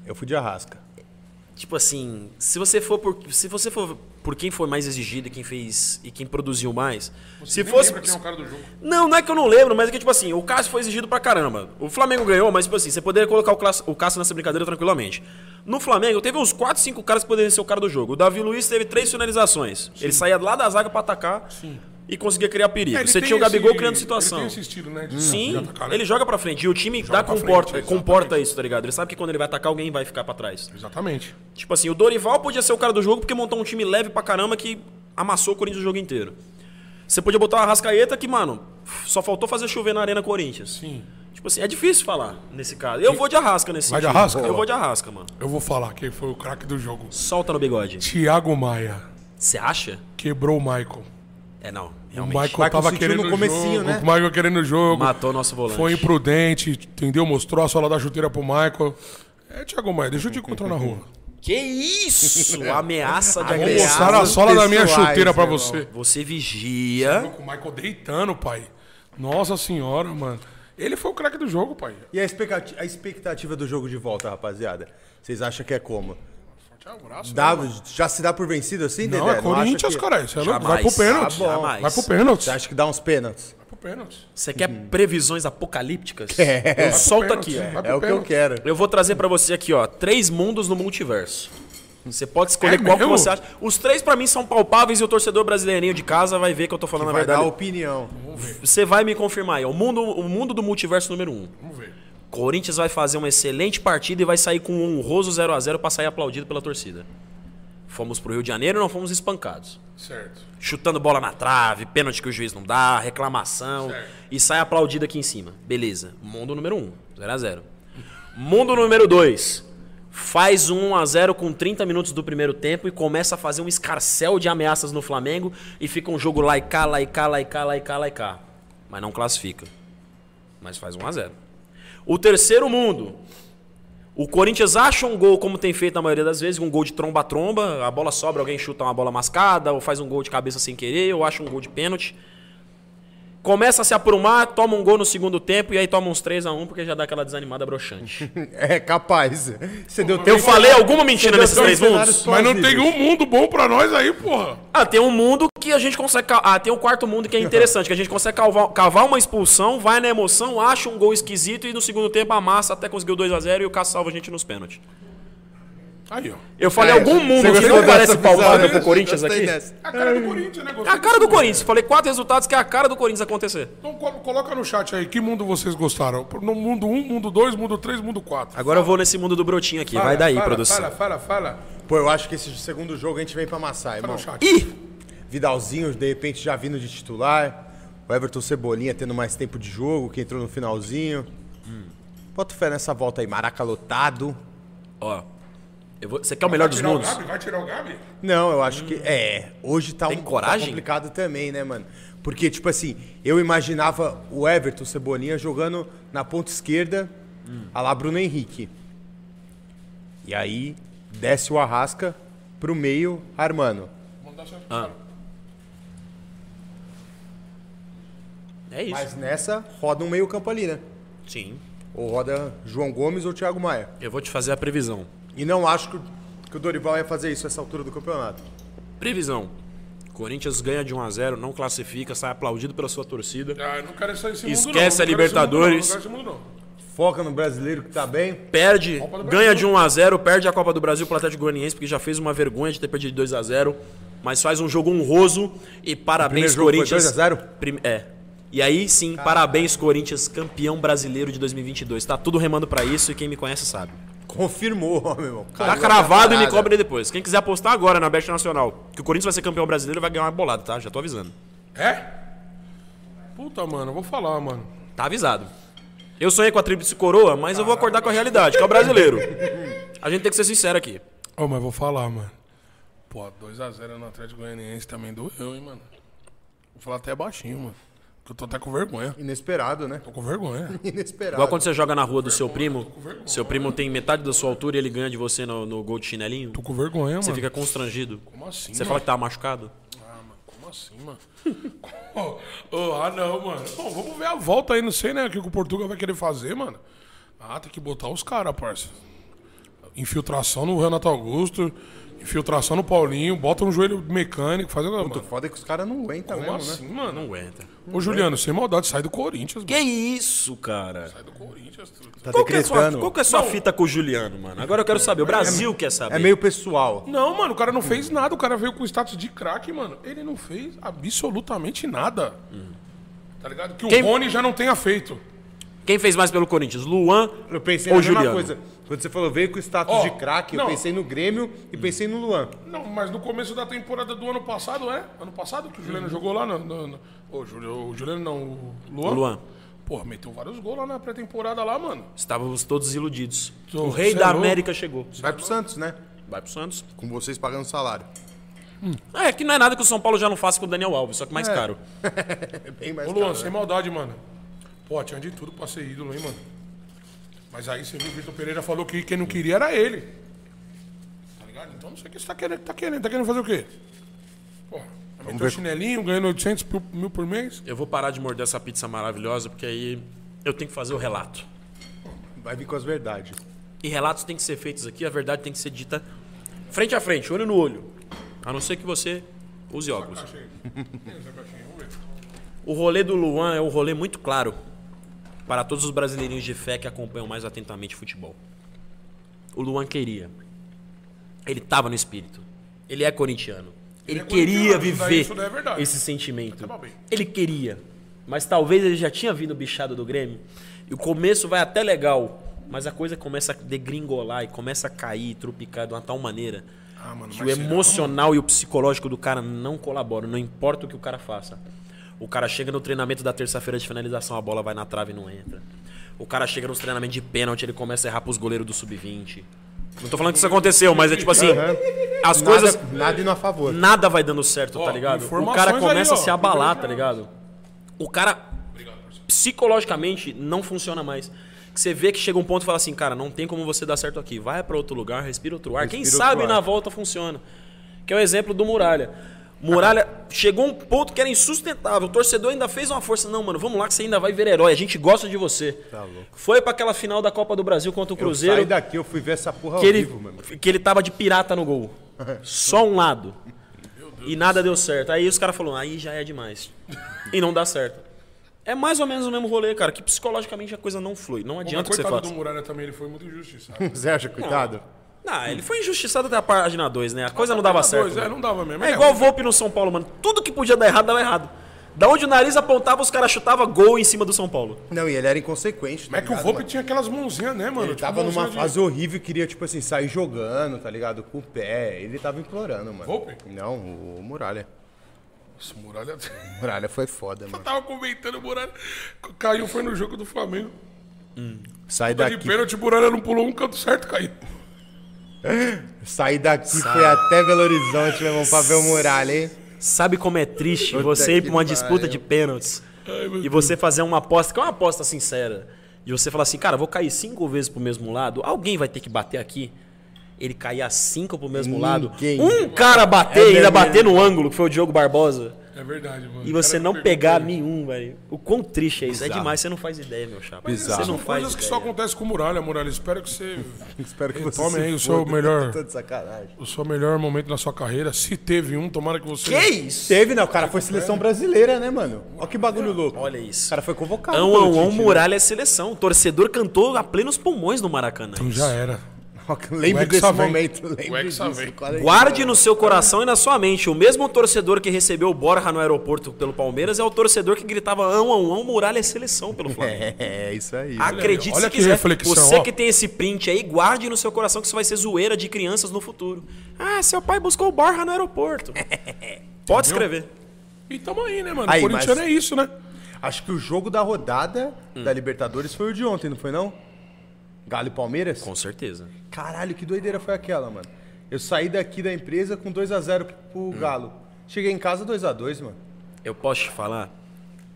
S1: Eu fui de Arrasca.
S3: tipo assim, se você for por se você for por quem foi mais exigido e quem fez e quem produziu mais, se
S2: Nem
S3: fosse
S2: lembra quem é o cara do jogo.
S3: Não, não é que eu não lembro, mas é que, tipo assim, o Cássio foi exigido pra caramba. O Flamengo ganhou, mas, tipo assim, você poderia colocar o, Clas- o Cássio nessa brincadeira tranquilamente. No Flamengo, teve uns 4, 5 caras que poderiam ser o cara do jogo. O Davi Luiz teve três finalizações. Ele saía lá da zaga pra atacar e conseguia criar perigo.
S2: É, ele
S3: você
S2: tem
S3: tinha o Gabigol
S2: esse-
S3: criando situação.
S2: Ele tem esse estilo, né? de- de
S3: Sim,
S2: atacar, né?
S3: ele joga pra frente. E o time dá
S2: pra
S3: comporta,
S2: frente,
S3: comporta isso, tá ligado? Ele sabe que quando ele vai atacar, alguém vai ficar pra trás.
S2: Exatamente.
S3: Tipo assim, o Dorival podia ser o cara do jogo porque montou um time leve pra caramba que amassou o Corinthians o jogo inteiro. Você podia botar o Arrascaeta que, mano, só faltou fazer chover na Arena Corinthians.
S2: Sim.
S3: Tipo assim, é difícil falar nesse caso. Eu vou de Arrasca nesse
S2: Vai de
S3: sentido.
S2: Arrasca?
S3: Eu vou de Arrasca, mano.
S2: Eu vou falar quem foi o craque do jogo.
S3: Solta no bigode.
S2: Thiago Maia
S3: Você acha?
S2: quebrou o Michael.
S3: É, não.
S2: O
S3: Realmente.
S2: Michael,
S1: Michael
S2: tava
S1: sentiu
S2: querendo
S1: no
S2: o
S1: comecinho,
S2: jogo,
S1: né?
S2: o Michael querendo o jogo.
S3: Matou nosso volante.
S2: Foi imprudente, entendeu? Mostrou a sola da chuteira pro Michael. É, Thiago Maia, deixa eu te encontrar na rua.
S3: Que isso? Ameaça
S1: Vou
S3: de
S2: Vou
S1: Ameaças
S2: mostrar
S3: agressão.
S2: a sola da minha
S1: pessoais,
S2: chuteira pra
S1: meu
S2: você.
S3: Você vigia.
S2: Com o Michael deitando, pai. Nossa senhora, mano. Ele foi o craque do jogo, pai.
S1: E a expectati- a expectativa do jogo de volta, rapaziada? Vocês acham que é como?
S2: Forte abraço.
S1: Dá, um, já se dá por vencido assim,
S2: Não,
S1: Dedé?
S2: é
S1: acha
S2: Corinthians,
S1: que-
S2: cara. Isso é louco. Vai pro
S3: Jamais,
S2: pênalti.
S1: tá bom.
S2: Vai pro pênalti.
S1: Você acha que dá uns pênaltis?
S2: Vai pro pênalti.
S3: Você quer previsões apocalípticas?
S1: É.
S3: Eu
S2: Tá
S3: solto
S2: pênalti,
S3: aqui, ó.
S2: vai pro
S1: É o que eu
S2: pênalti.
S1: quero.
S3: Eu vou trazer pra você aqui, ó, três mundos no multiverso. Você pode escolher
S2: É
S3: qual que
S2: mesmo?
S3: você acha. Os três pra mim são palpáveis e o torcedor brasileirinho de casa vai ver que eu tô falando a
S1: Vai dar
S3: verdade.
S1: opinião.
S3: Você vai me confirmar aí. ó. O mundo, o mundo do multiverso número um.
S2: Vamos ver.
S3: Corinthians vai fazer uma excelente partida e vai sair com um honroso 0 a 0 pra sair aplaudido pela torcida. Fomos pro Rio de Janeiro e não fomos espancados.
S2: Certo.
S3: Chutando bola na trave, pênalti que o juiz não dá, reclamação.
S2: Certo.
S3: E sai aplaudido aqui em cima. Beleza. Mundo número 1, um, 0 a 0 Mundo número 2. Faz um 1 a 0 com 30 minutos do primeiro tempo e começa a fazer um escarcel de ameaças no Flamengo e fica um jogo lá e cá, lá e cá, lá e cá, lá e cá, lá e cá. Mas não classifica. Mas faz 1 a 0. O terceiro mundo. O Corinthians acha um gol, como tem feito a maioria das vezes, um gol de tromba a tromba, a bola sobra, alguém chuta uma bola mascada, ou faz um gol de cabeça sem querer, ou acha um gol de pênalti. Começa a se aprumar, toma um gol no segundo tempo e aí toma uns 3 a 1 porque já dá aquela desanimada broxante.
S1: É capaz. Você deu
S3: Eu falei alguma mentira
S1: Você
S3: nesses
S1: deu dois
S3: três mundos?
S1: cenários
S2: Mas não tem
S1: plausíveis.
S2: um mundo bom pra nós aí, porra.
S3: Ah, tem um mundo que a gente consegue. cal- Ah, tem um quarto mundo que é interessante, que a gente consegue cavar, cavar uma expulsão, vai na emoção, acha um gol esquisito e no segundo tempo amassa até conseguir o 2 a 0 e o Cássio salva a gente nos pênaltis.
S2: Aí, ó.
S3: Eu falei algum mundo
S1: É, Você
S3: que
S1: gostou
S3: não parece
S1: dessa visão?
S3: palpável
S1: Eu
S3: pro Corinthians
S1: gostei
S3: aqui?
S1: dessa.
S2: É A cara do Corinthians, né? Gostei
S3: É A cara do Corinthians. Falei quatro resultados que é a cara do Corinthians acontecer.
S2: Então co- coloca no chat aí que mundo vocês gostaram. No mundo 1, mundo 2, mundo 3, mundo 4.
S3: Agora eu vou nesse mundo do brotinho aqui. Vai daí, produção.
S2: Fala, fala, fala. Tá
S1: Pô, eu acho que esse segundo jogo a gente vem pra amassar, irmão.
S2: No chat.
S3: Ih!
S1: Vidalzinho, de repente, já vindo de titular. O Everton Cebolinha tendo mais tempo de jogo, que entrou no finalzinho. Bota fé nessa volta aí, Maraca lotado.
S3: Ó. eu vou- Você quer o melhor dos
S2: Tirar o
S3: mundos?
S2: Gabi? Vai tirar o Gabi?
S1: Não, eu acho que. É, hoje tá,
S3: Tem
S1: um, tá
S3: coragem?
S1: complicado também, né, mano? Porque, tipo assim, eu imaginava o Everton Cebolinha jogando na ponta esquerda, a lá Bruno Henrique. E aí, desce o Arrasca pro meio, armando.
S3: É isso.
S1: Mas nessa, roda um meio-campo ali, né?
S3: Sim.
S1: Ou roda João Gomes ou Thiago Maia.
S3: Eu vou te fazer a previsão.
S1: E não acho que, o- que o Dorival ia fazer isso nessa altura do campeonato.
S3: Previsão. Corinthians ganha de 1 a 0 não classifica, sai aplaudido pela sua torcida.
S2: Ah, eu não quero esse, esse mundo, não.
S3: Esquece
S2: Não
S3: a
S2: quero esse
S3: Libertadores.
S2: mundo, não. Não quero esse mundo,
S1: Foca no brasileiro que tá bem.
S3: Perde,
S2: do
S3: ganha
S2: Brasil.
S3: de 1 a 0 perde a Copa do Brasil pro Atlético Goianiense, porque já fez uma vergonha de ter perdido de 2 a 0 mas faz um jogo honroso e parabéns,
S1: jogo foi
S3: Corinthians.
S1: 2 a 0?
S3: Prim- É. E aí sim, parabéns, Corinthians, campeão brasileiro de 2022. Tá tudo remando pra isso e quem me conhece sabe.
S1: Confirmou, ó, meu irmão.
S3: Tá cravado e me cobre depois. Quem quiser apostar agora na Bet Nacional, que o Corinthians vai ser campeão brasileiro, vai ganhar uma bolada, tá? Já tô avisando.
S2: não. É? Puta, mano, eu vou falar, mano.
S3: Tá avisado. Eu sonhei com a tríplice coroa, mas eu vou acordar com a realidade, que é o brasileiro. A gente tem que ser sincero aqui.
S2: Ô, mas vou falar, mano. Pô, 2x0 no Atlético Goianiense também doeu, hein, mano. Vou falar até baixinho, mano. Porque eu tô até com vergonha.
S1: Inesperado, né?
S2: Tô com vergonha.
S1: Inesperado.
S3: Igual quando você joga na rua do seu primo, seu primo tem metade da sua altura e ele ganha de você no, no gol de chinelinho.
S2: Tô com vergonha,
S3: Você
S2: mano.
S3: fica constrangido.
S2: Como assim,
S3: Você
S2: mano?
S3: fala que tá machucado.
S2: Ah, mano, como assim, mano? oh, oh, ah, não, mano. Bom, vamos ver a volta aí, não sei, né? O que que o Portugal vai querer fazer, mano. Ah, tem que botar os caras, parça. Infiltração no Renato Augusto, infiltração no Paulinho, bota um joelho mecânico, fazendo.
S1: O
S2: Mano,
S1: foda é que os caras não aguentam
S2: como
S1: mesmo,
S2: assim,
S1: né?
S2: mano?
S3: Não aguenta.
S2: Ô, Juliano, sem maldade, sai do Corinthians,
S3: Que isso, cara?
S2: mano. Sai do Corinthians, truta.
S1: Tá
S3: Qual que, é sua,
S1: decretando.
S3: qual que é sua fita com o Juliano, mano? Agora eu quero saber. O Brasil quer saber.
S1: É meio
S3: Hum.
S1: pessoal.
S2: Não, mano, o cara não fez nada. O cara veio com status de craque, mano. Ele não fez absolutamente nada. Tá ligado? Que
S3: Hum. Quem-
S2: o Rony já não tenha feito.
S3: Quem fez mais pelo Corinthians? Luan
S1: Eu pensei
S3: ou
S1: na mesma
S3: Juliano?
S1: coisa. Quando você falou, veio com status
S2: Ó,
S1: de craque, eu
S2: não.
S1: pensei no Grêmio e pensei no Luan.
S2: Não, mas no começo da temporada do ano passado, é? Ano passado que o Juliano
S3: Uhum.
S2: jogou lá no. no, no- Ô, Júlio- o Juliano não, o Luan.
S3: O Luan.
S2: Porra, meteu vários gols lá na pré-temporada lá, mano.
S3: Estávamos todos iludidos.
S2: Tô,
S3: o rei
S2: cê
S3: da
S2: é louco.
S3: América chegou.
S1: Vai pro Santos, né?
S3: Vai pro Santos.
S1: Com vocês pagando salário.
S3: É, que não é nada que o São Paulo já não faça com o Daniel Alves, só que mais caro.
S1: É bem mais
S2: Ô, Luan,
S1: caro, né?
S2: sem maldade, mano. Pô, tinha de tudo pra ser ídolo, hein, mano. Mas aí você viu o Vitor Pereira falou que quem não queria era ele. Tá ligado? Então não sei o que você tá querendo. Tá querendo, tá querendo fazer o quê? Porra, meteu chinelinho, ganhando 800 por- mil por mês.
S3: Eu vou parar de morder essa pizza maravilhosa, porque aí eu tenho que fazer o relato.
S1: Vai vir com as verdades.
S3: E relatos têm que ser feitos aqui, a verdade tem que ser dita frente a frente, olho no olho. A não ser que você use óculos.
S2: Achei. Tem essa caixinha, vamos ver.
S3: O rolê do Luan é um rolê muito claro para todos os brasileirinhos de fé que acompanham mais atentamente o futebol. O Luan queria. Ele estava no espírito. Ele é corintiano. Ele,
S2: é
S3: queria
S2: corintiano, isso daí-
S3: viver
S2: isso daí é verdade.
S3: esse sentimento.
S2: Até babei.
S3: Ele queria. Mas talvez ele já tinha vindo bichado do Grêmio. E o começo vai até legal. Mas a coisa começa a degringolar e começa a cair, trupicar de uma tal maneira
S2: Ah, mano,
S3: que
S2: mas
S3: o
S2: será?
S3: emocional e o psicológico do cara não colaboram, não importa o que o cara faça. O cara chega no treinamento da terça-feira de finalização, a bola vai na trave e não entra. O cara chega nos treinamentos de pênalti, ele começa a errar pros goleiros do sub-20. Não tô falando que isso aconteceu, mas é tipo assim,
S1: Aham.
S3: as
S1: Nada-
S3: coisas Hum.
S1: Nada indo a favor.
S3: nada vai dando certo,
S2: Ó,
S3: tá ligado? O
S2: informações
S3: cara começa
S2: aí, ó.
S3: a se abalar, tá ligado? O cara psicologicamente não funciona mais. Que Você vê que chega um ponto e fala assim, cara, não tem como você dar certo aqui. Vai pra outro lugar, respira outro ar. Quem
S1: Respira
S3: sabe
S1: outro ar.
S3: na volta funciona. Que é o exemplo do Muralha. Muralha chegou um ponto que era insustentável. O torcedor ainda fez uma força. Não, mano, vamos lá que você ainda vai ver herói. A gente gosta de você. Tá
S1: louco.
S3: Foi pra aquela final da Copa do Brasil contra o
S1: Eu
S3: Cruzeiro
S1: saí daqui, eu fui ver essa porra
S3: que
S1: ao
S3: ele,
S1: vivo, mano.
S3: que ele tava de pirata no gol. Só um lado. E nada deu certo. Aí os caras falaram, aí já é demais. e não dá certo. É mais ou menos o mesmo rolê, cara, que psicologicamente a coisa não flui.
S2: Pô,
S3: Não
S2: mas
S3: adianta que você assim.
S2: coitado
S3: faça.
S2: do Muralha também, ele foi muito injustiçado.
S1: Sérgio, coitado.
S3: Ah, ele foi injustiçado até a página 2, né? A coisa não dava certo.
S2: Pois é,
S3: né?
S2: não dava mesmo.
S3: É igual o Volpe no São Paulo, mano. Tudo que podia dar errado, dava errado. Da onde o nariz apontava, os caras chutavam gol em cima do São Paulo.
S1: Não, e ele era inconsequente. tá
S2: Mas é que o
S1: ligado,
S2: Volpe
S1: mano?
S2: tinha aquelas mãozinhas, né, mano?
S1: Ele
S2: Tipo,
S1: tava numa
S2: mãozinha de-
S1: fase horrível e queria, tipo assim, sair jogando, tá ligado? Com o pé. Ele tava implorando, mano.
S2: Volpe?
S1: Não, o Muralha.
S2: Nossa, o Muralha...
S1: O Muralha foi foda, mano.
S2: Tava comentando, o Muralha... Caiu, foi no jogo do Flamengo. Tá
S1: Sair
S2: De
S1: daqui,
S2: pênalti, o Muralha não pulou um canto certo, caiu.
S1: sair daqui foi até Belo Horizonte, meu irmão, pra ver o Muralha, hein?
S3: Sabe como é triste
S1: Puta
S3: você
S1: que
S3: ir pra uma
S1: pariu.
S3: disputa de pênaltis e você fazer uma aposta, que é uma aposta sincera, e você falar assim, cara, eu vou cair cinco vezes pro mesmo lado, alguém vai ter que bater aqui. Ele cair as cinco pro mesmo lado.
S1: Ninguém.
S3: Um cara
S1: É
S3: bater e ainda
S1: verdade.
S3: bater no ângulo, que foi o Diogo Barbosa.
S2: É verdade, mano.
S3: E
S2: O
S3: você
S2: cara
S3: não
S2: pegou
S3: pegar
S2: ele.
S3: nenhum, velho. O quão triste é isso. É
S1: Bizarro.
S3: demais, você não faz ideia, meu chapa.
S1: Bizarro.
S3: Você não
S2: São
S3: faz
S2: coisas
S3: ideia.
S2: que só acontecem com o Muralha, Muralha. Espero que você
S1: Espero que você
S2: Tome
S1: se
S2: aí o
S1: foda,
S2: seu melhor-
S1: Tô de sacanagem.
S2: o seu melhor momento na sua carreira. Se teve um, tomara que É. você.
S1: isso? Teve, não. O cara foi seleção brasileira, né, mano? Olha que bagulho louco.
S3: Olha isso.
S1: O cara foi convocado.
S3: Ão,
S1: pelo
S3: ão, ão,
S2: um
S1: Tite, né?
S3: Muralha é seleção. O torcedor cantou a plenos pulmões no Maracanã.
S2: Então já era. O
S1: Lembre
S2: Hexa
S1: né? desse
S2: vem.
S1: momento. Lembre
S2: Hexa vem.
S1: disso. Qual é?
S3: Guarde no seu coração e na sua mente. O mesmo torcedor que recebeu o Borja no aeroporto pelo Palmeiras é o torcedor que gritava ão, ão, ão, Muralha é seleção pelo Flamengo.
S1: É, isso aí.
S3: Acredite
S2: Olha
S3: se
S2: que
S3: quiser.
S2: reflexão,
S3: Você
S2: ó.
S3: que tem esse print aí, guarde no seu coração que isso vai ser zoeira de crianças no futuro. Ah, seu pai buscou o Borja no aeroporto. Pode escrever.
S2: E tamo aí, né, mano?
S1: Aí,
S2: o corintiano
S1: mas-
S2: é isso, né?
S1: Acho que o jogo da rodada da Libertadores foi o de ontem, não foi não? Galo e Palmeiras?
S3: Com certeza.
S1: Caralho, que doideira foi aquela, mano. Eu saí daqui da empresa com 2x0 pro Galo. Cheguei em casa 2x2, mano.
S3: Eu posso te falar?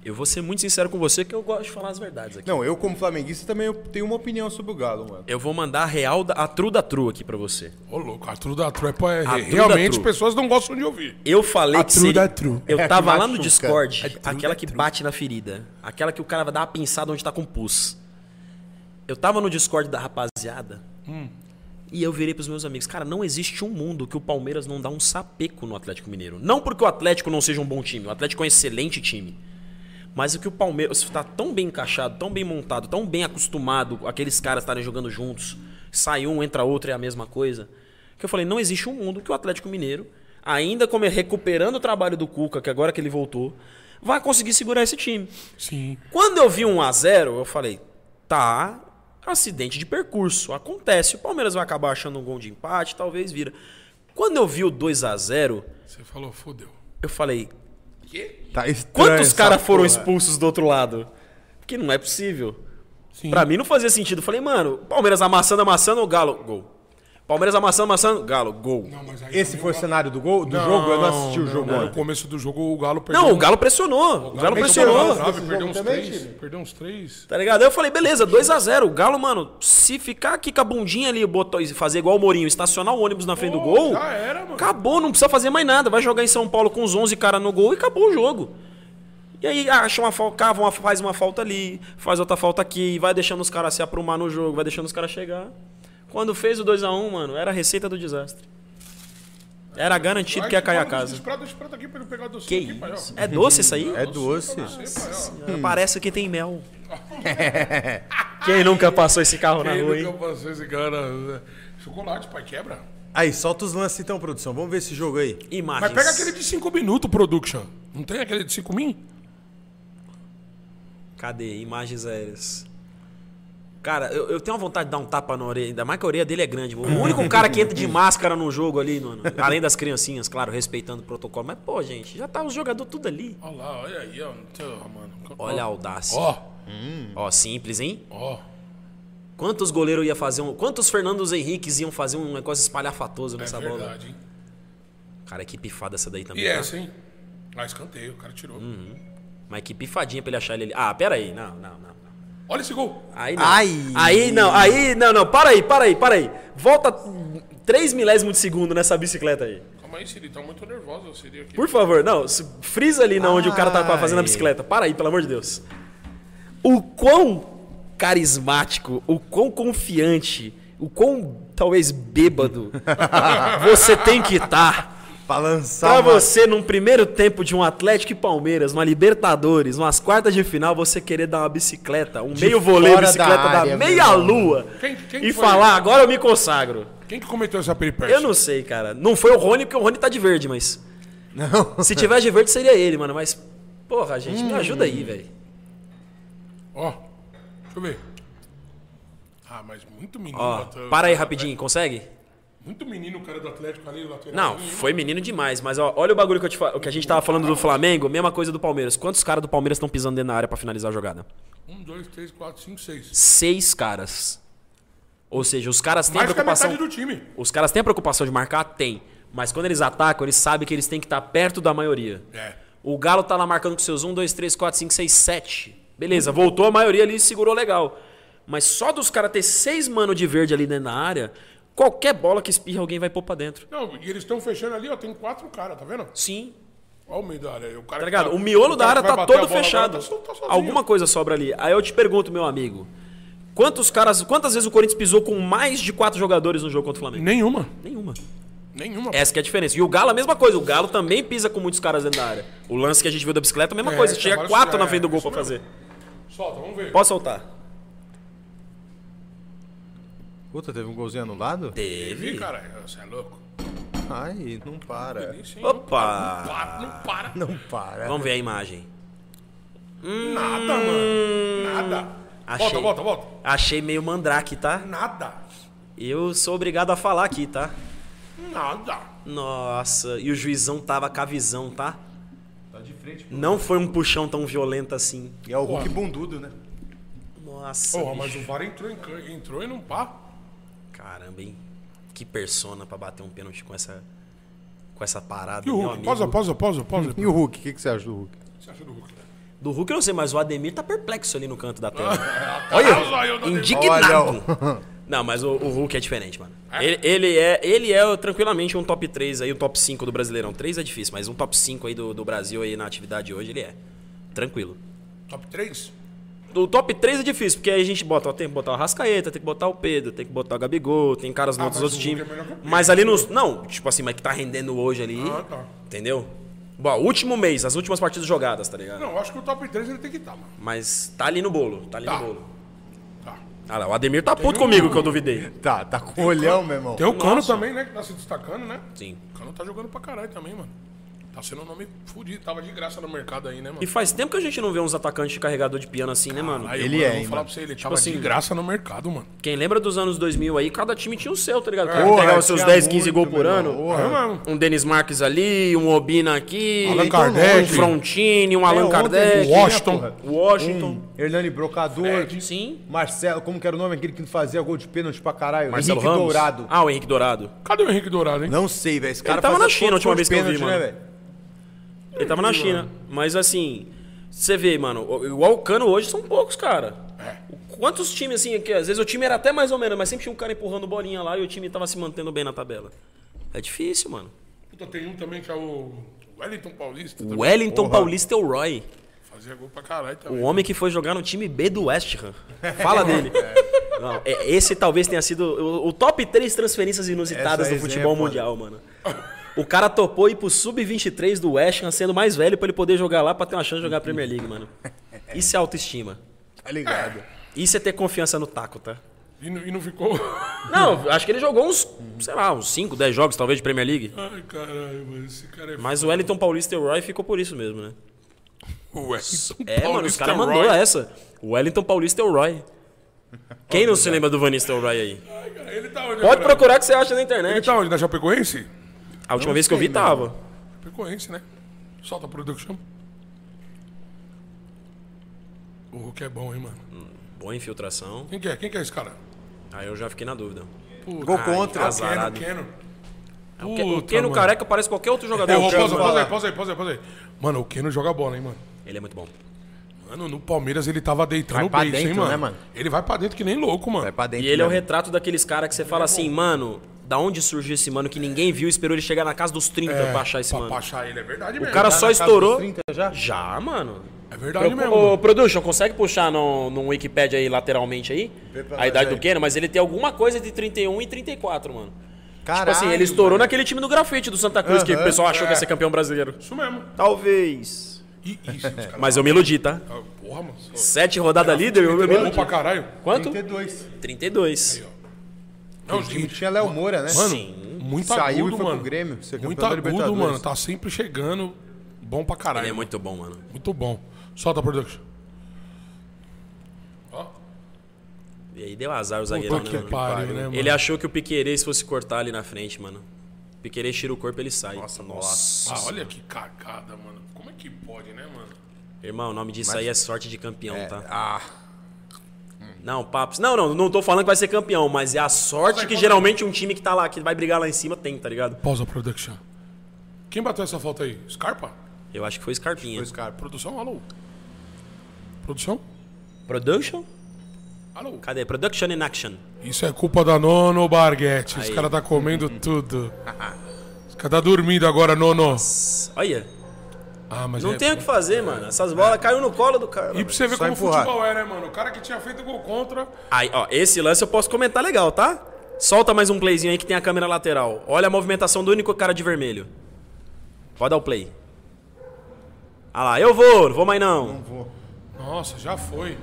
S3: Eu vou ser muito sincero com você que eu gosto de falar as verdades aqui.
S1: Não, eu como flamenguista também eu tenho uma opinião sobre o Galo, mano.
S3: Eu vou mandar a real, da, a tru da tru aqui pra você.
S2: Ô, louco, a Tru da Tru é pra...
S3: da
S2: Realmente,
S3: Tru.
S2: pessoas não gostam de ouvir.
S3: Eu falei
S2: A
S3: que
S2: true
S3: seria-
S2: da true.
S3: Eu
S1: É a que
S3: tava lá no
S1: machuca.
S3: Discord,
S1: A true
S3: aquela que bate na ferida. Aquela que o cara vai dar uma pinçada onde tá com pus. Eu tava no Discord da rapaziada. E eu virei pros meus amigos, cara, não existe um mundo que o Palmeiras não dá um sapeco no Atlético Mineiro. Não porque o Atlético não seja um bom time, o Atlético é um excelente time. Mas o que o Palmeiras está tão bem encaixado, tão bem montado, tão bem acostumado com aqueles caras estarem jogando juntos, sai um, entra outro, é a mesma coisa. Que eu falei, não existe um mundo que o Atlético Mineiro, ainda como é recuperando o trabalho do Cuca, que agora que ele voltou, vai conseguir segurar esse time.
S2: Sim.
S3: Quando eu vi um a 0 eu falei, tá, acidente de percurso, acontece. O Palmeiras vai acabar achando um gol de empate, talvez vira. Quando eu vi o 2 a 0
S2: Você falou, fodeu.
S3: eu falei,
S1: Tá estranho é.
S3: Quantos
S1: essa
S3: caras foram
S1: porra.
S3: expulsos do outro lado? Porque não é possível.
S2: Sim.
S3: Pra mim não fazia sentido. Falei, mano, Palmeiras amassando, amassando, o Galo, gol. Palmeiras amassando, amassando, Galo, gol. Não,
S2: mas aí
S1: Esse
S2: também
S1: foi o
S2: Galo-
S1: cenário do gol, do jogo? Eu não assisti o jogo
S2: não, No
S1: ontem.
S2: começo do jogo, o Galo perdeu...
S3: o Galo pressionou. O Galo
S1: Mas
S3: pressionou.
S1: o Galo-
S2: Sabe, perdeu
S1: jogo
S2: uns
S1: também,
S2: três.
S1: time?
S2: Perdeu uns três.
S3: Tá ligado? Aí eu falei, beleza, 2 a 0 O Galo, mano, se ficar aqui com a bundinha ali, botou, fazer igual o Mourinho, estacionar o ônibus na frente do gol.
S2: já era, mano.
S3: Acabou, não precisa fazer mais nada. Vai jogar em São Paulo com os 11 caras no gol e acabou o jogo. E aí acha uma falta, cava uma- faz uma falta ali, faz outra falta aqui, vai deixando os caras se aprumar no jogo, vai deixando os caras chegar. Quando fez o 2 a 1 mano, era a receita do desastre. Era garantido que ia cair a casa.
S2: Desprato aqui pra ele pegar doce
S3: Que
S2: aqui, pai, ó.
S3: isso? É doce isso aí?
S1: É doce.
S2: Você, pai, ó.
S3: Parece que tem mel. Quem nunca passou esse carro na
S2: Quem
S3: rua, hein?
S2: nunca passou esse cara? né? Chocolate, pai, quebra.
S1: Aí, solta os lances então, produção. Vamos ver esse jogo aí.
S3: Imagens.
S2: Mas pega aquele de 5 minutos, production. Não tem aquele de 5 min?
S3: Cadê? Imagens aéreas. Cara, eu, eu tenho uma vontade de dar um tapa na orelha, ainda mais que a orelha dele é grande. O único cara que entra de máscara no jogo ali, mano. Além das criancinhas, claro, respeitando o protocolo. Mas, pô, gente, já tá os jogadores tudo ali.
S2: Olha lá, olha aí, ó. não sei, ó, mano.
S3: Olha a audácia. Ó,
S2: Ó,
S3: simples, hein?
S2: ó.
S3: Quantos goleiros ia fazer um. Quantos Fernandos Henriques iam fazer um negócio espalhafatoso
S2: É
S3: nessa bola?
S2: verdade, hein?
S3: Cara, que pifada essa daí também.
S2: E
S3: tá?
S2: essa, hein? Ah, escanteio, o cara tirou.
S3: Mas que pifadinha pra ele achar ele ali. Ah, pera aí. Não, não, não. não.
S2: Olha esse gol.
S3: Aí não.
S1: Ai.
S3: Aí não, aí não, não. Para aí, para aí, para aí. Volta 3 milésimos de segundo nessa bicicleta aí.
S2: Calma aí, Siri, tá muito nervoso, Siri aqui.
S3: Por favor, não. se- Frisa ali na onde o cara tá fazendo a
S1: Ai.
S3: bicicleta. Para aí, pelo amor de Deus. O quão carismático, o quão confiante, o quão talvez bêbado você tem que tá estar.
S1: Pra
S3: Pra
S1: lançar uma-
S3: você, num primeiro tempo de um Atlético e Palmeiras, uma Libertadores, umas quartas de final, você querer dar uma bicicleta, um meio voleio
S1: fora da
S3: bicicleta da,
S1: área, meu irmão.
S3: meia-lua
S2: Quem- quem
S3: e
S2: foi?
S3: falar, agora eu me consagro.
S2: Quem que comentou essa peripécia?
S3: Eu não sei, cara. Não foi o Rony, porque o Rony tá de verde, mas. Não. Se tivesse de verde, seria ele, mano. Mas, porra, gente,
S1: Hum.
S3: me ajuda aí, velho.
S2: Ó, deixa eu ver. Ah, mas muito menino.
S3: Ó,
S2: bota-
S3: para aí rapidinho, consegue?
S2: Muito menino o cara do Atlético ali, lateral.
S3: Não, foi menino demais, mas ó, olha o bagulho que, eu te fa- o que a gente tava falando do Flamengo, mesma coisa do Palmeiras. Quantos caras do Palmeiras estão pisando dentro da área pra finalizar a jogada?
S2: Um, dois, três, quatro, cinco, seis.
S3: seis caras. Ou seja, os caras têm
S2: Mais que a
S3: preocupação.
S2: metade do time.
S3: Os caras têm a preocupação de marcar? Tem. Mas quando eles atacam, eles sabem que eles têm que estar perto da maioria.
S2: É.
S3: O Galo tá lá marcando com seus 1, 2, 3, 4, 5, 6, 7. Beleza, voltou a maioria ali e segurou legal. Mas só dos caras ter seis mano de verde ali dentro da área, qualquer bola que espirra, alguém vai pôr pra dentro.
S2: Não, e eles estão fechando ali, ó. Tem quatro caras, tá vendo?
S3: Sim.
S2: Olha o meio da área. aí, O cara
S3: Tá
S2: que
S3: ligado? O miolo da
S2: cara
S3: área
S2: que vai
S3: tá
S2: bater a
S3: todo
S2: bola
S3: fechado.
S2: agora tá so- tá sozinho.
S3: Alguma coisa sobra ali. Aí eu te pergunto, meu amigo. Quantos caras. Quantas vezes o Corinthians pisou com mais de quatro jogadores no jogo contra o Flamengo?
S2: Nenhuma.
S3: Nenhuma.
S2: Nenhuma.
S3: Essa que é a diferença. E o Galo, a mesma coisa. O Galo também pisa com muitos caras dentro da área. O lance que a gente viu da bicicleta, a mesma
S2: É,
S3: coisa.
S2: tem
S3: Chega
S2: vários-
S3: quatro na
S2: é,
S3: frente do gol
S2: isso
S3: pra fazer.
S2: Solta, vamos ver.
S3: Pode soltar.
S1: Puta, teve um golzinho anulado?
S3: Teve.
S2: Ih, cara, você é louco.
S1: Ai, não para.
S2: Isso, hein?
S3: Opa.
S2: Para, não para.
S3: Hum.
S1: Não para.
S3: Vamos ver a imagem.
S2: Nada, mano. Nada.
S3: Achei.
S2: Volta, volta, volta.
S3: Achei meio mandrake, tá?
S2: Nada.
S3: Eu sou obrigado a falar aqui, tá?
S2: Nada.
S3: Nossa. E o juizão tava com a visão, tá? Tá de frente. Não foi um puxão tão violento assim.
S1: E é o Hulk bundudo, né?
S3: Nossa.
S2: Porra, mas
S3: bicho.
S2: o VAR entrou, em can- entrou e não pá.
S3: Caramba, hein? Que persona pra bater um pênalti com essa... Com essa parada,
S2: E o
S3: meu
S2: Hulk?
S3: amigo.
S2: Pausa, pausa, pausa, pausa.
S1: E o Hulk? O que, que você acha do Hulk?
S2: O que você achou do Hulk?
S3: Do Hulk eu não sei, mas o Ademir tá perplexo ali no canto da
S2: o
S3: tela.
S2: zóio do
S3: Olha,
S1: Olha,
S3: indignado.
S1: ó.
S3: Não, mas o, o Hulk é diferente, mano. Ele, ele é, ele é tranquilamente um top 3 aí, um top 5 do Brasileirão. 3 é difícil, mas um top 5 aí do, do Brasil aí na atividade hoje, ele é. Tranquilo.
S2: Top 3?
S3: O top 3 é difícil, porque aí a gente bota, ó, tem que botar o Rascaeta, tem que botar o Pedro, tem que botar o Gabigol, tem caras nos
S2: mas
S3: outros
S2: o Hulk
S3: times.
S2: é melhor que o Pedro.
S3: mas ali nos. Não, tipo assim, mas que tá rendendo hoje ali.
S2: Ah, tá.
S3: Entendeu? Bom, último mês, as últimas partidas jogadas, tá ligado?
S2: Não, eu acho que o top 3 ele tem que estar, mano.
S3: Mas tá ali no bolo, tá ali
S2: Tá.
S3: no bolo.
S2: Tá.
S3: Ah lá, o Ademir tá puto comigo que eu duvidei.
S1: Tá, tá com o olhão, meu irmão.
S2: Tem o Cano também, né? Que tá se destacando, né?
S3: Sim.
S2: O Cano tá jogando pra caralho também, mano. Tá sendo um nome fudido. Tava de graça no mercado aí, né, mano?
S3: E faz tempo que a gente não vê uns atacantes de carregador de piano assim, né, mano?
S2: Aí,
S1: Ele
S2: mano,
S1: é,
S2: eu vou
S1: hein,
S2: falar
S1: mano.
S2: pra você, ele tava de
S3: assim-
S2: graça no mercado, mano.
S3: Quem lembra dos anos 2000 aí, cada time tinha o seu, tá ligado? Quem
S1: É, Porra,
S3: pegava seus
S1: tinha
S3: 10, 15 gols
S1: muito,
S3: por
S1: meu
S3: ano.
S1: irmão.
S2: É, mano.
S3: Um Denis Marques ali, um Obina aqui,
S2: Allan
S3: um
S2: Kardec.
S3: Frontini, um Allan
S1: É, ontem,
S3: Kardec,
S2: Washington.
S1: né, porra?
S3: Washington.
S1: Hernani Brocador.
S3: É, Sim.
S1: Marcelo, como que era o nome aquele que não fazia gol de pênalti pra caralho?
S3: Marcelo
S1: Henrique
S3: Ramos.
S1: Dourado.
S3: Ah, o Henrique Dourado.
S2: Cadê o Henrique Dourado, hein?
S1: Não sei, velho. Esse cara
S3: tava
S1: fazia
S3: na China a última
S1: todos os
S3: vez que eu vi,
S1: pênaltis,
S3: mano.
S1: né, velho?
S3: Ele tava na China. Mas assim, você vê, mano, o- igual o Cano hoje são poucos, cara.
S1: É.
S3: Quantos times, assim, que às vezes o time era até mais ou menos, mas sempre tinha um cara empurrando bolinha lá e o time tava se mantendo bem na tabela. É difícil, mano.
S2: Puta, tem um também que é o Wellington Paulista.
S3: O
S2: também.
S3: Wellington Paulista é o Roy,
S2: Fazia gol pra caralho
S3: o
S2: também.
S3: homem que foi jogar no time B do West Ham. Fala dele. Não, é- esse talvez tenha sido o, o top 3 transferências inusitadas
S1: Essa é
S3: do futebol
S1: exemplo,
S3: mundial, mano. O cara topou ir pro sub-23 do West Ham, sendo mais velho pra ele poder jogar lá pra ter uma chance de jogar a Premier League, mano. Isso é autoestima.
S1: Tá ligado.
S3: Isso é ter confiança no taco, tá?
S2: E, não- e não ficou...
S3: Não, acho que ele jogou uns, sei lá, uns 5, 10 jogos talvez de Premier League.
S2: Ai, caralho, mano. Esse cara é...
S3: Mas o Wellington Paulista e o Roy ficou por isso mesmo, né?
S2: O Wellington
S3: É, mano, os
S2: Paulista
S3: caras mandou
S2: Roy.
S3: essa. O Wellington Paulista e o Roy. Quem não se lembra do Van Nistelrooy aí?
S2: Ele tá onde
S3: é. Pode
S2: agora?
S3: procurar que você acha na
S2: Ele
S3: internet.
S2: tá onde? Na Chapecoense?
S3: A última vez que eu vi tava.
S2: Chapecoense, né? Solta a production. O Hulk é bom, hein, mano?
S3: Boa infiltração.
S2: Quem que é? Quem que é esse cara?
S3: Aí eu já fiquei na dúvida.
S1: Gol contra.
S3: azar. Azarado.
S2: Keno, Keno.
S3: Porque o
S2: é
S3: é
S2: Puta,
S3: Keno
S2: mano. É,
S3: Careca parece qualquer outro jogador.
S2: Ô, ô, pausa,
S3: Chama.
S2: pausa aí, pausa aí, pausa aí, pausa aí. Mano, o Keno joga bola, hein, mano?
S3: Ele é muito bom.
S2: Mano, no Palmeiras ele tava deitando
S1: Vai
S2: o
S1: pra
S2: beijo, hein,
S1: dentro,
S2: mano?
S1: né, mano?
S2: Ele vai pra dentro que nem louco, mano.
S1: Vai pra dentro. né?
S3: E ele é o
S1: mesmo.
S3: retrato daqueles caras que você fala assim, mano, da onde surgiu esse mano que ninguém viu, esperou ele chegar na casa dos 30 pra achar esse
S2: É, pra
S3: mano.
S2: pra achar ele, é verdade
S3: O
S2: mesmo.
S3: cara
S1: Tá
S3: só
S1: na casa
S3: estourou.
S1: dos 30 já?
S3: Já, mano.
S2: É verdade
S3: Procu-
S2: mesmo.
S3: Ô,
S2: mano.
S3: Production, consegue puxar no, no Wikipedia aí lateralmente aí?
S1: Vê pra
S3: A
S1: nós
S3: idade
S1: aí.
S3: do Keno, mas ele tem alguma coisa de 31 e 34, mano.
S1: Caralho,
S3: tipo assim, ele estourou naquele time do grafite do Santa Cruz, que o
S1: Aham.
S3: pessoal achou
S2: É.
S3: que ia ser campeão brasileiro.
S2: Isso mesmo.
S3: Talvez.
S2: E isso, os caras.
S3: Mas eu me iludi, tá?
S2: Ah, Porra, mano. é
S3: Sete rodadas líder, eu me
S2: Bom
S3: iludi.
S2: pra caralho.
S3: Quanto?
S1: 32.
S3: 32.
S2: Não,
S1: O time tinha Léo Moura, né?
S2: Mano,
S3: Sim.
S2: muito
S1: Saiu e
S2: agudo,
S1: foi pro
S2: mano.
S1: Grêmio, ser campeão
S2: muito
S1: da
S2: agudo,
S1: Libertadores.
S2: mano. Tá sempre chegando. Bom pra caralho.
S3: Ele é muito bom, mano.
S2: Muito bom. Solta, production.
S3: E aí deu azar o zagueiro,
S2: Puta
S3: né,
S2: que
S3: mano?
S2: pariu, né, mano?
S3: Ele achou que o Piquerez fosse cortar ali na frente, mano. O Piquerez tira o corpo ele sai. Nossa,
S2: Ah, olha que cagada, mano. Como é que pode, né, mano?
S3: Irmão, o nome disso aí é sorte de campeão, tá?
S1: Ah,
S3: Não, papos. Não, não, não tô falando que vai ser campeão, mas é a sorte que geralmente um time que tá lá, que vai brigar lá em cima, tem, tá ligado?
S2: Pausa, production. Quem bateu essa falta aí? Scarpa?
S3: Eu acho que foi Scarpinha.
S1: os caras.
S2: Produção, alô? Produção?
S3: Production?
S2: Alô?
S3: Cadê? Production in action.
S2: Isso é culpa da Nono Barguete. Os
S3: Aí.
S2: caras tá comendo tudo. Os caras tá dormindo agora, Nono.
S3: Olha,
S2: Ah, mas
S3: não
S2: é-
S3: tem o que fazer, mano. Essas bolas caiu no colo do cara.
S2: E pra você ver
S1: Só
S2: como o
S1: empurrar.
S2: futebol é, né, mano? O cara que tinha feito gol contra.
S3: Aí, ó, esse lance eu posso comentar legal, tá? Solta mais um playzinho aí que tem a câmera lateral. Olha a movimentação do único cara de vermelho. Pode dar o play. Ah lá, eu vou, não vou mais não.
S2: Nossa, já foi.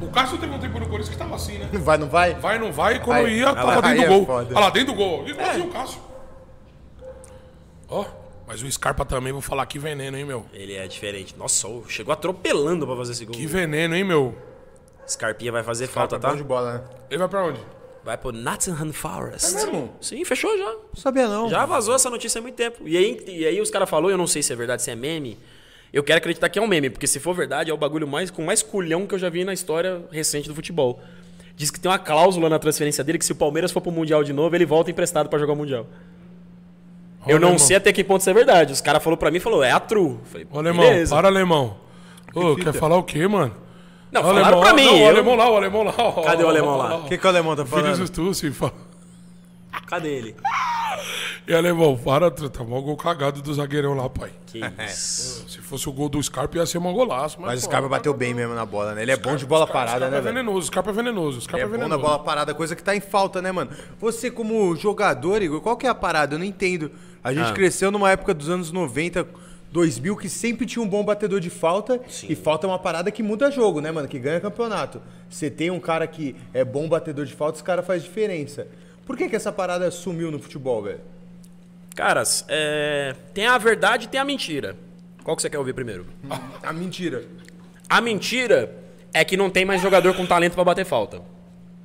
S2: O Cássio teve um tempo no Corinthians que tava assim, né?
S1: Não vai, não vai?
S2: Vai, não vai, e quando
S1: Aí,
S2: ia, tava
S1: aí
S2: dentro
S1: é
S2: do gol.
S1: foda. É.
S2: Olha lá, dentro do gol. Igualzinho o Cássio. Ó, mas o Scarpa também, vou falar que veneno, hein, meu?
S3: Ele é diferente. Nossa, ó, chegou atropelando pra fazer esse gol.
S2: Que veneno, hein, meu?
S3: Scarpinha vai fazer falta, tá?
S1: Bom de bola, né?
S2: Ele vai pra onde?
S3: Vai pro Nottingham Forest.
S1: É mesmo?
S3: Sim, fechou já.
S1: Não sabia não.
S3: Já vazou essa notícia há muito tempo. E aí, e aí os caras falaram, eu não sei se é verdade, se é meme. Eu quero acreditar que é um meme, porque se for verdade, é o bagulho mais com mais culhão que eu já vi na história recente do futebol. Diz que tem uma cláusula na transferência dele que se o Palmeiras for pro Mundial de novo, ele volta emprestado pra jogar o Mundial. eu
S2: Olha,
S3: não
S2: irmão.
S3: sei até que ponto isso é verdade. Os caras falaram pra mim, falou, é a true. Falei,
S2: Ô, alemão,
S3: beleza.
S2: para, alemão. Ô, quer falar o quê, mano?
S3: Não,
S2: Ó,
S3: falaram
S2: alemão,
S3: pra
S2: ó,
S3: mim.
S2: Não, o
S3: eu-
S2: alemão lá, o alemão lá. ó,
S3: Cadê o alemão
S2: ó,
S3: lá?
S2: ó, ó.
S1: O que, que o alemão tá
S2: Filhos
S1: falando?
S2: do Tussi, fala.
S3: Cadê ele?
S2: E alemão, para, tá mal gol cagado do zagueirão lá, pai.
S3: Que isso.
S2: Se fosse o gol do Scarpa, ia ser um golaço.
S1: Mas o
S2: pô,
S1: Scarpa bateu bem mesmo na bola, né? Ele é bom de bola parada,
S3: tá
S2: Scarpa
S1: né,
S2: é
S1: velho?
S2: venenoso, o Scarpa é venenoso, o Scarpa
S1: É
S2: é
S1: bom na
S2: venenoso.
S1: bola parada, coisa que tá em falta, né, mano? Você, como jogador, Igor, qual que é a parada? Eu não entendo. A
S3: Ah.
S1: gente cresceu numa época dos anos 90, 2000, que sempre tinha um bom batedor de falta. E falta é uma parada que muda jogo, né, mano? Que ganha campeonato. Você tem um cara que é bom batedor de falta, esse cara faz diferença. Por que, que essa parada sumiu no futebol, velho?
S3: Caras, é, tem a verdade e tem a mentira. Qual que você quer ouvir primeiro?
S1: A mentira.
S3: A mentira é que não tem mais jogador com talento pra bater falta.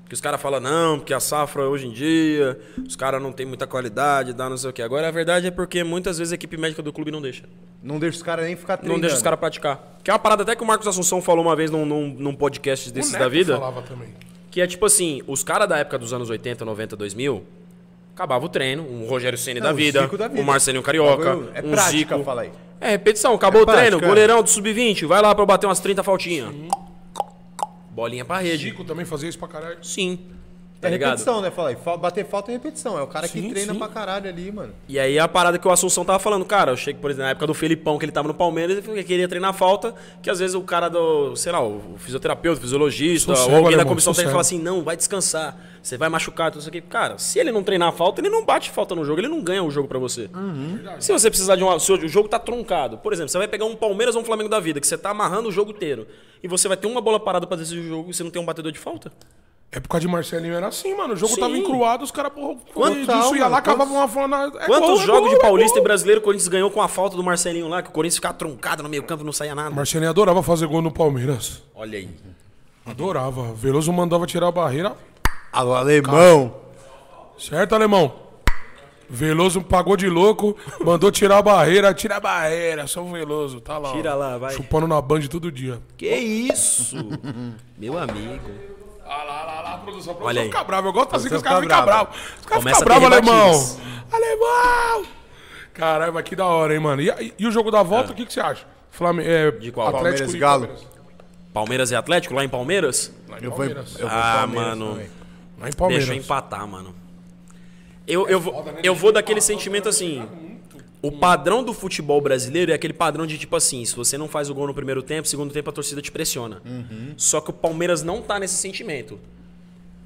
S3: Que os caras falam, não, porque a safra hoje em dia, os caras não tem muita qualidade, dá não sei o quê. Agora a verdade é porque muitas vezes a equipe médica do clube não deixa.
S1: Não deixa os caras nem ficar treinando.
S3: Não deixa os caras praticar. Que é uma parada até que o Marcos Assunção falou uma vez num, num, num podcast
S2: O
S3: desses
S2: Neto
S3: da vida.
S2: falava também.
S3: Que é tipo assim, os caras da época dos anos 80, 90, 2000, acabava o treino, um Rogério Ceni da,
S1: o
S3: vida,
S1: Zico da vida.
S3: um Marcelinho Carioca,
S1: Bagulho- é
S3: um
S1: prática,
S3: Zico.
S1: fala aí.
S3: É repetição, acabou o treino,
S1: prática, é.
S3: goleirão do sub-20, vai lá pra eu bater umas 30 faltinhas. Bolinha pra rede.
S2: Chico também fazia isso pra caralho.
S3: Sim. Tá
S1: É
S3: ligado?
S1: repetição, né? Fala aí. Fa- Bater falta é repetição. É o cara
S2: Sim,
S1: que treina
S2: sim.
S1: pra caralho ali, mano.
S3: E aí é a parada que o Assunção tava falando, cara, eu chego, por exemplo, na época do Felipão, que ele tava no Palmeiras, ele falou que queria treinar falta, que às vezes o cara do, sei lá, o fisioterapeuta, o fisiologista,
S2: Sossego,
S3: ou alguém da
S2: alemão,
S3: comissão
S2: sossego.
S3: técnica fala assim, não, vai descansar, você vai machucar, tudo isso aqui. Cara, se ele não treinar falta, ele não bate falta no jogo, ele não ganha o jogo pra você.
S2: Uhum.
S3: Se você precisar de um... Se o jogo tá truncado, por exemplo, você vai pegar um Palmeiras ou um Flamengo da vida, que você tá amarrando o jogo inteiro, e você vai ter uma bola parada pra decidir o jogo e você não tem um batedor de falta?
S2: É por causa de Marcelinho, era assim, mano. O jogo
S3: Sim.
S2: tava encruado, os caras, porra,
S1: Quanto-
S2: isso ia
S1: quantos-
S2: lá, acabava uma fona. É
S3: Quantos
S2: gol, é
S3: jogos
S2: gol,
S3: de
S2: é
S3: Paulista e
S2: gol.
S3: Brasileiro o Corinthians ganhou com a falta do Marcelinho lá, que o Corinthians ficava truncado no meio campo e não saía nada?
S2: Marcelinho adorava fazer gol no Palmeiras.
S3: Olha aí.
S2: Adorava. Veloso mandava tirar a barreira.
S1: Alô, alemão.
S2: Certo, alemão? Veloso pagou de louco, mandou tirar a barreira, tira a barreira, só o Veloso, tá lá. ó.
S3: Tira lá, vai.
S2: Chupando na band todo dia.
S3: Que isso? Meu amigo.
S2: Ah lá, lá, lá, produção,
S3: Olha
S2: produção
S3: aí.
S2: fica bravo. Eu gosto assim que os
S1: Produção fica
S2: caras ficam
S1: brava.
S2: bravos. Os caras
S3: Começa
S2: ficam
S3: a
S2: bravos,
S3: ter
S2: alemão.
S3: rebatidas.
S2: Alemão! Caralho, mas que da hora, hein, mano. E, e- e o jogo da volta, o que, que você acha? Flamengo, é,
S3: É. De qual?
S2: Atlético
S1: Palmeiras
S2: e
S1: e Galo.
S2: Palmeiras.
S3: Palmeiras e Atlético lá em Palmeiras?
S1: Eu vou, eu vou
S3: Ah,
S1: Palmeiras
S3: mano.
S1: também.
S2: Lá em
S3: Deixa eu
S2: Palmeiras.
S3: empatar, mano. Eu, eu, vou, eu vou daquele sentimento assim. O padrão do futebol brasileiro é aquele padrão de tipo assim: se você não faz o gol no primeiro tempo, segundo tempo a torcida te pressiona.
S1: Uhum.
S3: Só que o Palmeiras não tá nesse sentimento.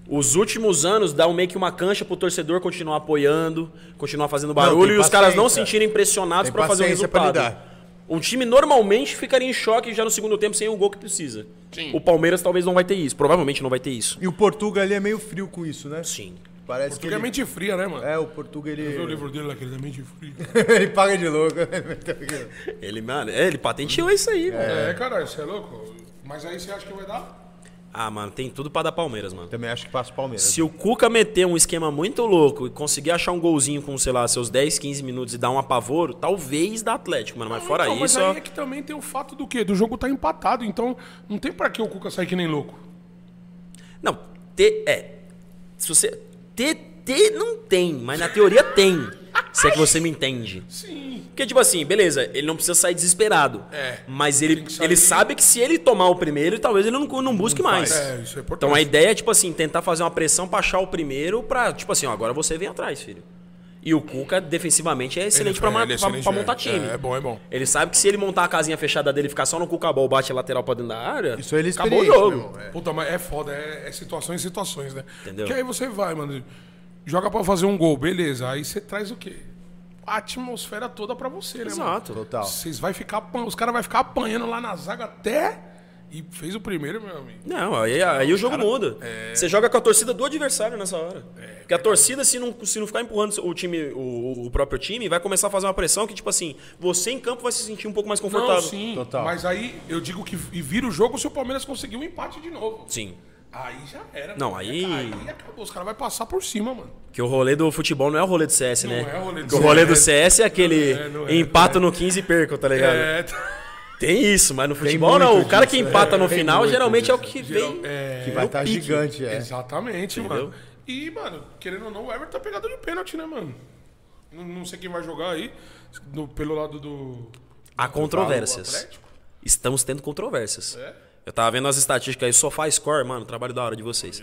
S3: Os últimos anos dá um- meio que uma cancha pro torcedor continuar apoiando, continuar fazendo barulho
S1: tem
S3: e os caras não se
S1: paciência.
S3: sentirem pressionados
S1: Tem
S3: pra fazer o
S1: paciência pra
S3: resultado.
S1: lidar.
S3: Um time normalmente ficaria em choque já no segundo tempo sem o gol que precisa. O Palmeiras talvez não vai ter isso, provavelmente não vai ter isso.
S1: E o Portuga ali é meio frio com isso, né?
S3: Sim.
S1: Parece
S2: Porque é
S1: que ele...
S2: mente fria, né, mano?
S1: É, o Portuga ele...
S2: Eu vi o livro dele lá, que ele é mente fria.
S1: ele paga de louco.
S3: Ele, mano, é, ele patenteou isso aí, mano.
S2: É, caralho, você é louco? Mas aí você acha que vai dar?
S3: Ah, mano, tem tudo pra dar Palmeiras, mano.
S1: Também acho que passa o Palmeiras.
S3: Se o Cuca meter um esquema muito louco e conseguir achar um golzinho com, sei lá, seus 10, 15 minutos e dar um apavoro, talvez dá Atlético, mano. Mas fora
S2: Então, mas
S3: isso,
S2: aí
S3: ó.
S2: é que também tem o fato do quê? Do jogo tá empatado, então não tem pra que o Cuca sair que nem louco.
S3: Não, ter. É. Se você. Ter, ter não tem, mas na teoria tem. se é que você me entende.
S2: Sim.
S3: Porque, tipo assim, beleza, ele não precisa sair desesperado.
S2: É.
S3: Mas ele,
S2: Tem que sair-
S3: ele sabe que se ele tomar o primeiro, talvez ele não, não busque mais.
S2: É, isso é importante.
S3: Então a ideia é, tipo assim, tentar fazer uma pressão pra achar o primeiro pra, tipo assim, ó, agora você vem atrás, filho. E o Cuca, defensivamente, é excelente pra, ma-
S2: ele é
S3: pra-
S2: excelente,
S3: pra
S2: é.
S3: montar time.
S2: É, é bom, é bom.
S3: Ele sabe que se ele montar a casinha fechada dele e ficar só no Cuca Ball, bate a lateral pra dentro da área,
S1: Isso ele é
S3: acabou o
S1: experiente,
S3: jogo.
S1: meu irmão, é.
S2: Puta, mas é foda, é, é situações e situações, né?
S3: Entendeu?
S2: Porque aí você vai, mano, joga pra fazer um gol, beleza. Aí você traz o quê? A atmosfera toda pra você, né, mano?
S3: Exato.
S1: Total.
S2: Vocês vai ficar, apan- os caras vão ficar apanhando lá na zaga até... E fez o primeiro, meu amigo.
S3: Não, aí, aí o jogo muda.
S2: é.
S3: Você joga com a torcida do adversário nessa hora. Porque a torcida, se não, se não ficar empurrando o time, o, o próprio time, vai começar a fazer uma pressão que, tipo assim, você em campo vai se sentir um pouco mais confortável.
S2: Não, sim.
S1: Total.
S2: Mas aí eu digo que e vira o jogo se o Palmeiras conseguir um empate de novo.
S3: Sim.
S2: Aí já era.
S3: Não,
S2: mano.
S3: aí-
S2: Aí acabou. Os caras vão passar por cima, mano.
S3: Que o rolê do futebol não é o rolê do CS, né?
S2: é o rolê do
S3: Porque o rolê
S2: CS.
S3: do CS é aquele
S2: Não é, não é,
S3: empato no 15 e perco, tá ligado? Tem isso, mas no futebol não. O
S1: muito
S3: cara que
S1: disso,
S3: empata
S1: é.
S3: no
S1: Tem
S3: final
S1: muito
S3: geralmente é o
S1: disso.
S3: que
S2: Geral-
S3: vem.
S2: é,
S1: Que vai estar gigante, é.
S2: Exatamente,
S3: Entendeu?
S2: mano. E, mano, querendo ou não, o Everton tá pegador de pênalti, né, mano? Não, não sei quem vai jogar aí. no- pelo lado do.
S3: Há
S2: do
S3: controvérsias.
S2: Atlético.
S3: Estamos tendo controvérsias.
S2: É?
S3: Eu tava vendo as estatísticas aí, Sofá Score, mano, trabalho da hora de vocês.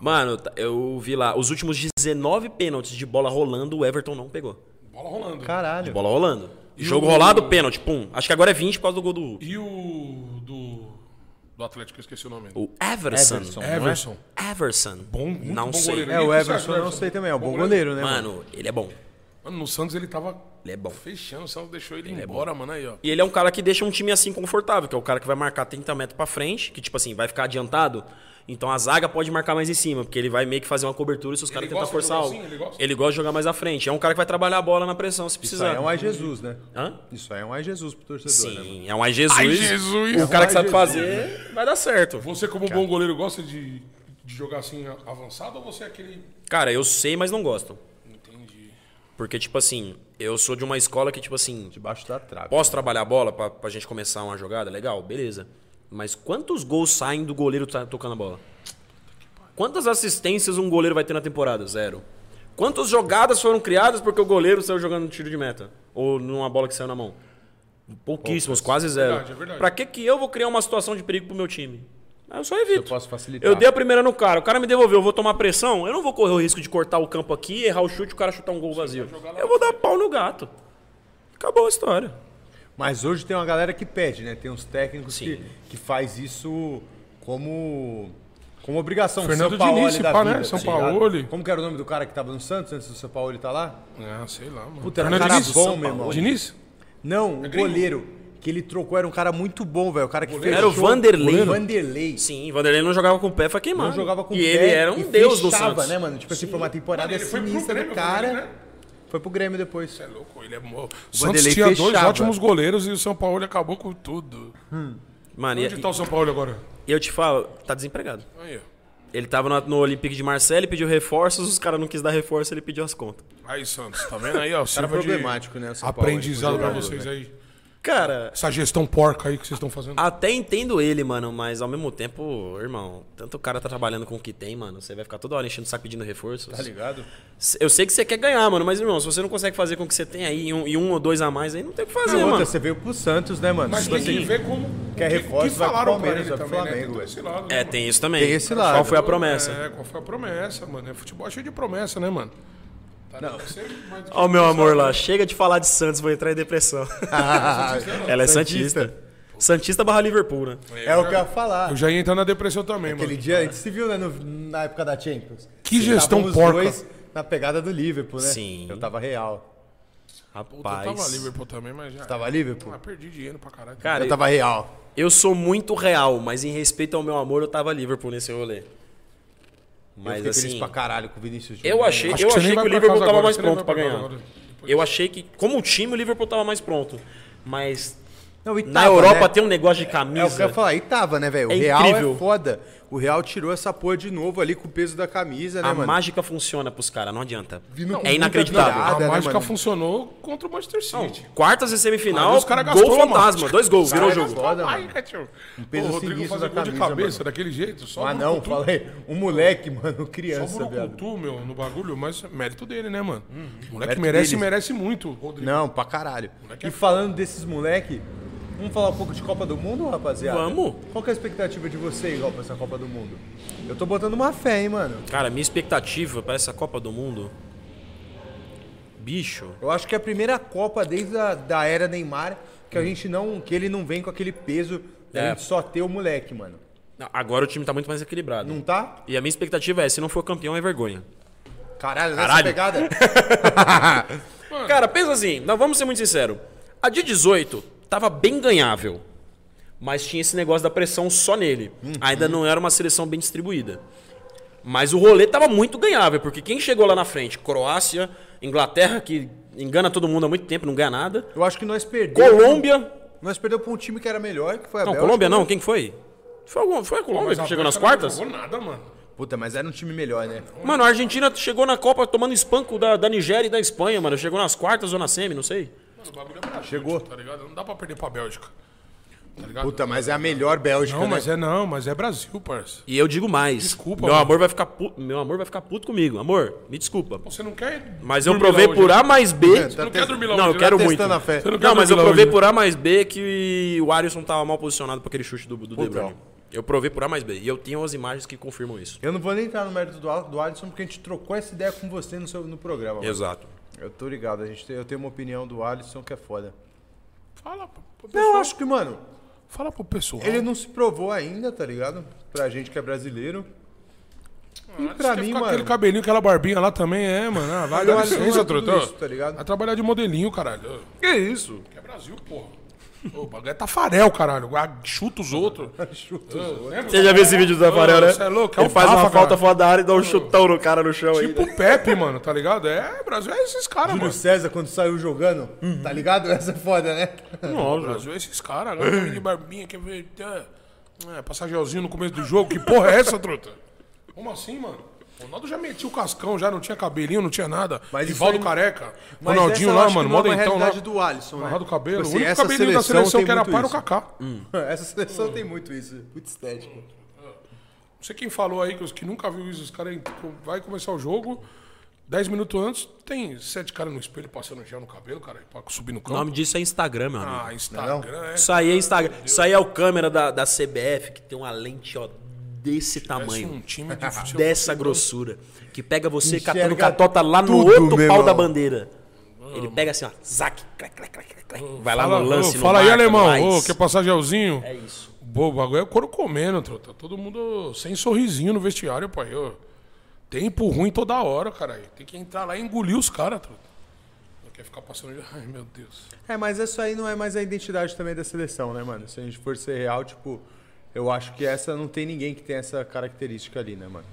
S3: Mano, t- eu vi lá, os últimos 19 pênaltis de bola rolando, o Everton não pegou.
S2: Bola rolando.
S3: De
S1: Caralho.
S3: bola rolando. Jogo rolado, pênalti, pum. Acho que agora é 20 por causa do gol do Hulk.
S2: E o. Do. Do Atlético, eu esqueci o nome.
S3: O Everson. Everson.
S2: Everson. Bom, muito
S3: não
S2: bom
S3: sei.
S2: goleiro.
S1: É, o
S2: E que você
S1: Everson
S2: acha,
S1: eu não
S2: Everson?
S1: sei também. É um
S2: Bom
S1: bom
S2: goleiro.
S1: goleiro, né, mano?
S3: Mano, ele é bom.
S2: Mano, no Santos ele tava
S3: Ele é bom.
S2: fechando, o Santos deixou ele, embora, mano. Aí, ó.
S3: E ele é um cara que deixa um time assim confortável, que é o cara que vai marcar 30 metros pra frente, que tipo assim, vai ficar adiantado. Então a zaga pode marcar mais em cima, porque ele vai meio que fazer uma cobertura se os caras tentar
S2: gosta de
S3: forçar
S2: jogar
S3: algo.
S2: assim? Ele gosta?
S3: de jogar mais à frente. É um cara que vai trabalhar a bola na pressão se
S1: Isso aí
S3: precisar.
S1: é um ai Jesus, né?
S3: Hã?
S1: Isso aí é um ai Jesus pro torcedor, né, mano?
S3: Sim, é um ai Jesus.
S2: Ai, Jesus!
S3: O cara que
S1: um Ai,
S3: sabe
S1: Jesus.
S3: fazer vai dar certo.
S2: Você, como bom goleiro, gosta de, de jogar assim a- avançado ou você é aquele.
S3: Cara, eu sei, mas não gosto.
S2: Entendi.
S3: Porque, tipo assim, eu sou de uma escola que, tipo assim,
S1: Debaixo da trave.
S3: Posso trabalhar a bola pra, pra gente começar uma jogada? Legal, beleza. Mas quantos gols saem do goleiro tá- tocando a bola? Quantas assistências um goleiro vai ter na temporada? Zero. Quantas jogadas foram criadas porque o goleiro saiu jogando um tiro de meta? Ou numa bola que saiu na mão? Pouquíssimos, quase zero.
S2: Verdade, é verdade.
S3: Pra que, que eu vou criar uma situação de perigo pro meu time? Ah, Eu só evito.
S1: Eu posso facilitar.
S3: Eu dei a primeira no cara, o cara me devolveu, eu vou tomar pressão, eu não vou correr o risco de cortar o campo aqui, errar o chute e o cara chutar um gol vazio. Eu vou dar pau no gato. Acabou a história.
S1: Mas hoje tem uma galera que pede, né? Tem uns técnicos que,
S3: Sim.
S1: que faz isso como, como obrigação.
S2: Fernando
S1: São Paulo
S2: Diniz,
S1: da
S2: pá, né?
S1: vida,
S2: São
S1: tá ligado?
S2: Paulo.
S1: Como que era o nome do cara que tava no Santos antes do São Paulo estar tá lá?
S2: Ah, sei lá, mano.
S1: Puta, era um
S2: Fernando
S1: cara
S2: Diniz?
S1: bom,
S2: São
S1: meu
S2: Paulo.
S1: irmão.
S2: Diniz? É
S1: Não, o
S2: gringo?
S1: goleiro que ele trocou era um cara muito bom, velho. O cara que fez.
S3: Era o Vanderlei.
S1: Vanderlei.
S3: Sim, Vanderlei não jogava com o pé, foi queimado.
S1: Não jogava com
S3: E
S1: o pé
S3: ele era um
S1: e
S3: deus do
S1: fechava,
S3: Santos.
S1: né, mano? Tipo assim, foi uma temporada
S2: Mano, ele foi pro
S1: sinistra do
S2: Grêmio, foi pro
S1: cara.
S2: Grêmio, né?
S1: Foi pro Grêmio depois.
S2: É louco, ele é bom. O Santos
S1: Vanderlei
S2: tinha dois
S1: fechava.
S2: ótimos goleiros e o São Paulo acabou com tudo.
S3: Mano, e,
S2: Onde tá o São Paulo agora?
S3: E eu te falo, tá desempregado.
S2: Aí, ó.
S3: Ele tava no, no Olympique de Marseille, ele pediu reforços, os caras não quis dar reforço, ele pediu as contas.
S2: Aí, Santos, tá vendo aí, ó?
S1: Era
S2: sirva de
S1: problemático, né? o São Paulo,
S2: Aprendizado
S1: né, com
S2: pra
S1: o jogador,
S2: vocês
S1: né?
S2: aí.
S3: Cara,
S2: Essa gestão porca aí que vocês estão
S1: Ah,
S2: fazendo.
S3: até entendo ele, mano, mas ao mesmo tempo, irmão, tanto o cara tá trabalhando com o que tem, mano, você vai ficar toda hora enchendo o saco pedindo reforços.
S1: Tá ligado?
S3: Eu sei que você quer ganhar, mano, mas, irmão, se você não consegue fazer com o que você tem aí, e um, e um ou dois a mais aí, não tem o que fazer,
S1: E outra,
S3: mano.
S1: você veio pro Santos, né, mano?
S2: Mas
S1: Tipo
S2: tem que
S1: assim,
S2: ver como.
S1: quer
S2: o que-
S1: reforço,
S2: que
S1: vai pro
S2: falaram pra
S1: Palmeiras,
S2: ele
S1: vai pro
S2: também, né?
S1: Flamengo,
S2: Tem
S1: velho.
S2: esse lado, né?
S3: É, tem isso também.
S1: Tem esse lado.
S3: Qual foi a promessa?
S2: É, qual foi a promessa, mano? É, futebol é cheio de promessa, né, mano? Tá não.
S3: Ó, o meu amor lá, chega de falar de Santos, vou entrar em depressão.
S1: assim,
S2: né?
S3: Ela é Santista. Santista, barra Liverpool, né?
S1: É o que eu ia falar.
S2: Eu já ia entrar na depressão também,
S1: Aquele
S2: mano.
S1: dia, a gente se viu, né, no- na época da Champions.
S2: Que
S1: Estavam
S2: gestão
S1: os
S2: porca.
S1: dois na pegada do Liverpool, né?
S3: Sim.
S1: Eu tava real.
S2: Puta, Eu tava
S3: Rapaz.
S2: Liverpool também, mas já.
S1: Tava Liverpool?
S2: Ah, perdi dinheiro pra caralho.
S3: Cara,
S1: Eu tava real.
S3: Eu sou muito real, mas em respeito ao meu amor, eu tava Liverpool nesse rolê.
S1: eu
S3: Mas
S1: fiquei feliz
S3: assim,
S1: pra caralho com o Vinícius Júnior.
S3: eu achei,
S2: Acho
S3: eu
S2: que você
S3: achei
S2: nem
S3: que
S2: vai pra
S3: o Liverpool
S2: casa
S3: tava
S2: agora,
S3: mais
S2: você nem
S3: pronto pra
S2: vai pra
S3: ganhar.
S2: casa agora, depois.
S3: Eu achei que, como time, o Liverpool tava mais pronto. Mas
S1: Não, e
S3: na
S1: tava,
S3: Europa
S1: né?
S3: tem um negócio de
S1: É o que eu ia
S3: camisa.
S1: falar, e tava, né, velho? O
S3: É
S1: Real
S3: incrível.
S1: é foda. O Real tirou essa porra de novo ali com o peso da camisa, né,
S3: a
S1: mano?
S3: mágica funciona pros caras, não adianta.
S1: Não,
S3: é
S1: muita
S3: inacreditável.
S1: virada,
S2: a
S1: né,
S2: mágica
S1: mano?
S2: funcionou contra o Manchester City.
S3: Quartas e semifinal,
S2: Mas os cara
S3: gol
S2: gastou, mano.
S3: fantasma. Dois gols, virou o
S1: cara
S3: jogo.
S1: gastou. Foda, é mano. Um
S2: Ai, tio.
S1: peso
S2: Pô, o Rodrigo
S1: sinistro
S2: fazer
S1: da
S2: gol de
S1: camisa,
S2: cabeça
S1: mano.
S2: daquele jeito. Só
S3: é
S1: Ah,
S2: no
S1: não,
S2: cutu.
S1: falei. Um moleque, mano,
S2: Só
S3: um
S1: criança,
S2: no
S1: velho. Uhum.
S2: cultu, meu, no bagulho, mas é mérito dele, né, mano? O moleque
S1: Mérito
S2: merece,
S1: dele.
S2: merece muito, Rodrigo.
S1: Não, pra caralho.
S2: Moleque é
S1: E falando desses moleque, vamos falar um pouco de Copa do Mundo, rapaziada?
S3: Vamos.
S1: Qual que é a expectativa de vocês, ó, pra essa Copa do Mundo? Eu tô botando uma fé, hein, mano.
S3: Cara, minha expectativa pra essa Copa do Mundo. Bicho.
S1: Eu acho que é a primeira Copa desde a da era Neymar que a gente não. que ele não vem com aquele peso da
S3: Hum. É.
S1: gente só ter o moleque, mano.
S3: Não, Agora o time tá muito mais equilibrado.
S1: Não tá?
S3: E a minha expectativa é, se não for campeão, é vergonha.
S1: Caralho, nessa
S3: Caralho.
S1: pegada.
S3: Cara, pensa assim, nós vamos ser muito sinceros. A de 18 tava bem ganhável, mas tinha esse negócio da pressão só nele. Ainda não era uma seleção bem distribuída. Mas o rolê tava muito ganhável, porque quem chegou lá na frente? Croácia, Inglaterra, que engana todo mundo há muito tempo, não ganha nada.
S1: Eu acho que nós perdemos.
S3: Colômbia.
S1: Nós perdemos pra um time que era melhor, que foi a
S3: Não,
S1: Bélgica.
S3: Colômbia não, quem que foi? Foi, algum- foi a Colômbia
S2: Mas
S3: que
S2: a
S3: chegou nas
S2: Bélgica
S3: quartas?
S2: Não jogou nada, mano.
S1: Puta, mas era um time melhor, né?
S3: Mano, a Argentina chegou na Copa tomando espanco da, da Nigéria e da Espanha, mano. Chegou nas quartas ou na semi, não sei.
S2: Mano, o bagulho é pra
S1: Chegou.
S2: Tá ligado? Não dá pra perder pra Bélgica. Tá ligado?
S1: Puta, mas é a melhor Bélgica,
S2: não,
S1: né?
S2: mas é não, mas é Brasil, parça.
S3: E eu digo mais.
S2: Desculpa,
S3: meu
S2: mano.
S3: amor vai ficar puto, meu amor vai ficar puto comigo. Amor, me desculpa.
S2: Você não quer.
S3: Mas eu
S2: dormir lá
S3: provei
S2: hoje,
S3: por
S2: né?
S3: A mais B.
S1: É,
S2: Você
S1: tá
S2: não quer dormir lá
S3: Não,
S2: hoje,
S3: eu quero
S2: né?
S3: muito.
S1: testando a fé.
S2: Você
S3: Não,
S2: quer
S3: mas
S2: dormir
S3: eu
S2: lá
S3: provei
S2: hoje,
S3: por A mais B que o Alisson tava mal posicionado pra aquele chute do, do De
S1: Puta.
S3: Bruyne. Eu provei por A mais B. E eu tenho as imagens que confirmam isso.
S1: Eu não vou nem entrar no mérito do, Al- do Alisson, porque a gente trocou essa ideia com você no, seu, no programa. mano.
S3: Exato.
S1: Eu tô ligado, a gente tem- eu tenho uma opinião do Alisson que é foda.
S2: Fala pro pro pessoal.
S1: Não, eu acho que, mano,
S2: Fala pro pessoal.
S1: ele não se provou ainda, tá ligado? Pra gente que é brasileiro. E
S2: Você
S1: pra
S2: quer
S1: mim,
S2: ficar com
S1: mano.
S2: Aquele cabelinho, aquela barbinha lá também é, mano. Ah, vai,
S1: Olha,
S2: dá
S1: olha,
S2: licença,
S1: olha tudo
S2: trotão.
S1: isso, tá ligado?
S2: Vai trabalhar de modelinho, caralho.
S3: Que isso?
S2: Que é Brasil, porra. Ô, O bagulho é tafarel, caralho. Ah, Chuta os outros. Ah,
S1: Chuta os outros.
S2: Lembra?
S3: Você já viu esse vídeo do Tafarel,
S2: Ô,
S3: né?
S2: Você é louco, é
S3: Ele
S2: um
S3: faz uma
S2: Tafa,
S3: falta
S2: cara.
S3: fora da área e dá um chutão no cara no chão aí.
S2: Tipo o Pepe, mano, tá ligado? É, Brasil é Uhum. esses caras,
S1: Júlio
S2: mano.
S1: César, quando saiu jogando, tá ligado? Essa é foda, né?
S2: Brasil é esses caras. Agora tá de barbinha, quer ver? tá? É, passar gelzinho no começo do jogo. Que porra é essa, truta? Como assim, mano? O Ronaldo já metia o cascão, já não tinha cabelinho, não tinha nada.
S1: Mas isso
S2: Rivaldo
S1: aí-
S2: Careca.
S1: Mas
S2: Ronaldinho
S1: essa eu
S2: lá,
S1: acho que
S2: mano.
S1: não é
S2: Moda
S1: uma
S2: então lá.
S1: realidade do Alisson, né?
S2: Amarrado o cabelo.
S1: Assim,
S2: o único
S1: essa
S2: cabelinho da seleção que era
S1: tem
S2: pai era o
S1: muito
S2: Kaká.
S1: isso. Essa seleção tem muito isso. Muito estético.
S2: Não sei quem falou aí, que os que nunca viu isso, os caras ent- vai começar o jogo, 10 minutos antes, tem sete caras no espelho passando gel no cabelo, cara, pra subir no
S3: O
S2: campo.
S3: nome disso é Instagram, meu amigo.
S2: Ah, Instagram, é.
S3: Isso aí é Instagram. Isso aí é o câmera da, da CBF, que tem uma lente, ó, desse
S2: Parece
S3: tamanho.
S2: um time de futebol.
S3: dessa grossura. Que pega você
S1: Enxerga
S3: catando catota lá no
S1: tudo,
S3: outro pau
S1: meu
S3: da
S1: irmão.
S3: bandeira. Ele pega assim, ó, zac, clac, clac, clac, clac, clac. vai lá
S2: Fala,
S3: Tá no lance,
S2: ô,
S3: no
S2: fala aí,
S3: marca, no
S2: alemão.
S3: ice.
S2: Ô, quer passar gelzinho?
S3: É isso.
S2: Boa, o bagulho é o couro comendo, trota. Todo mundo sem sorrisinho no vestiário, pai. Ô, tempo ruim toda hora, caralho. Tem que entrar lá e engolir os caras, trota. Não quer ficar passando gel. Ai, meu Deus.
S1: É, mas isso aí não é mais a identidade também da seleção, né, mano? Se a gente for ser real, tipo, eu acho que essa não tem ninguém que tem essa característica ali, né, mano?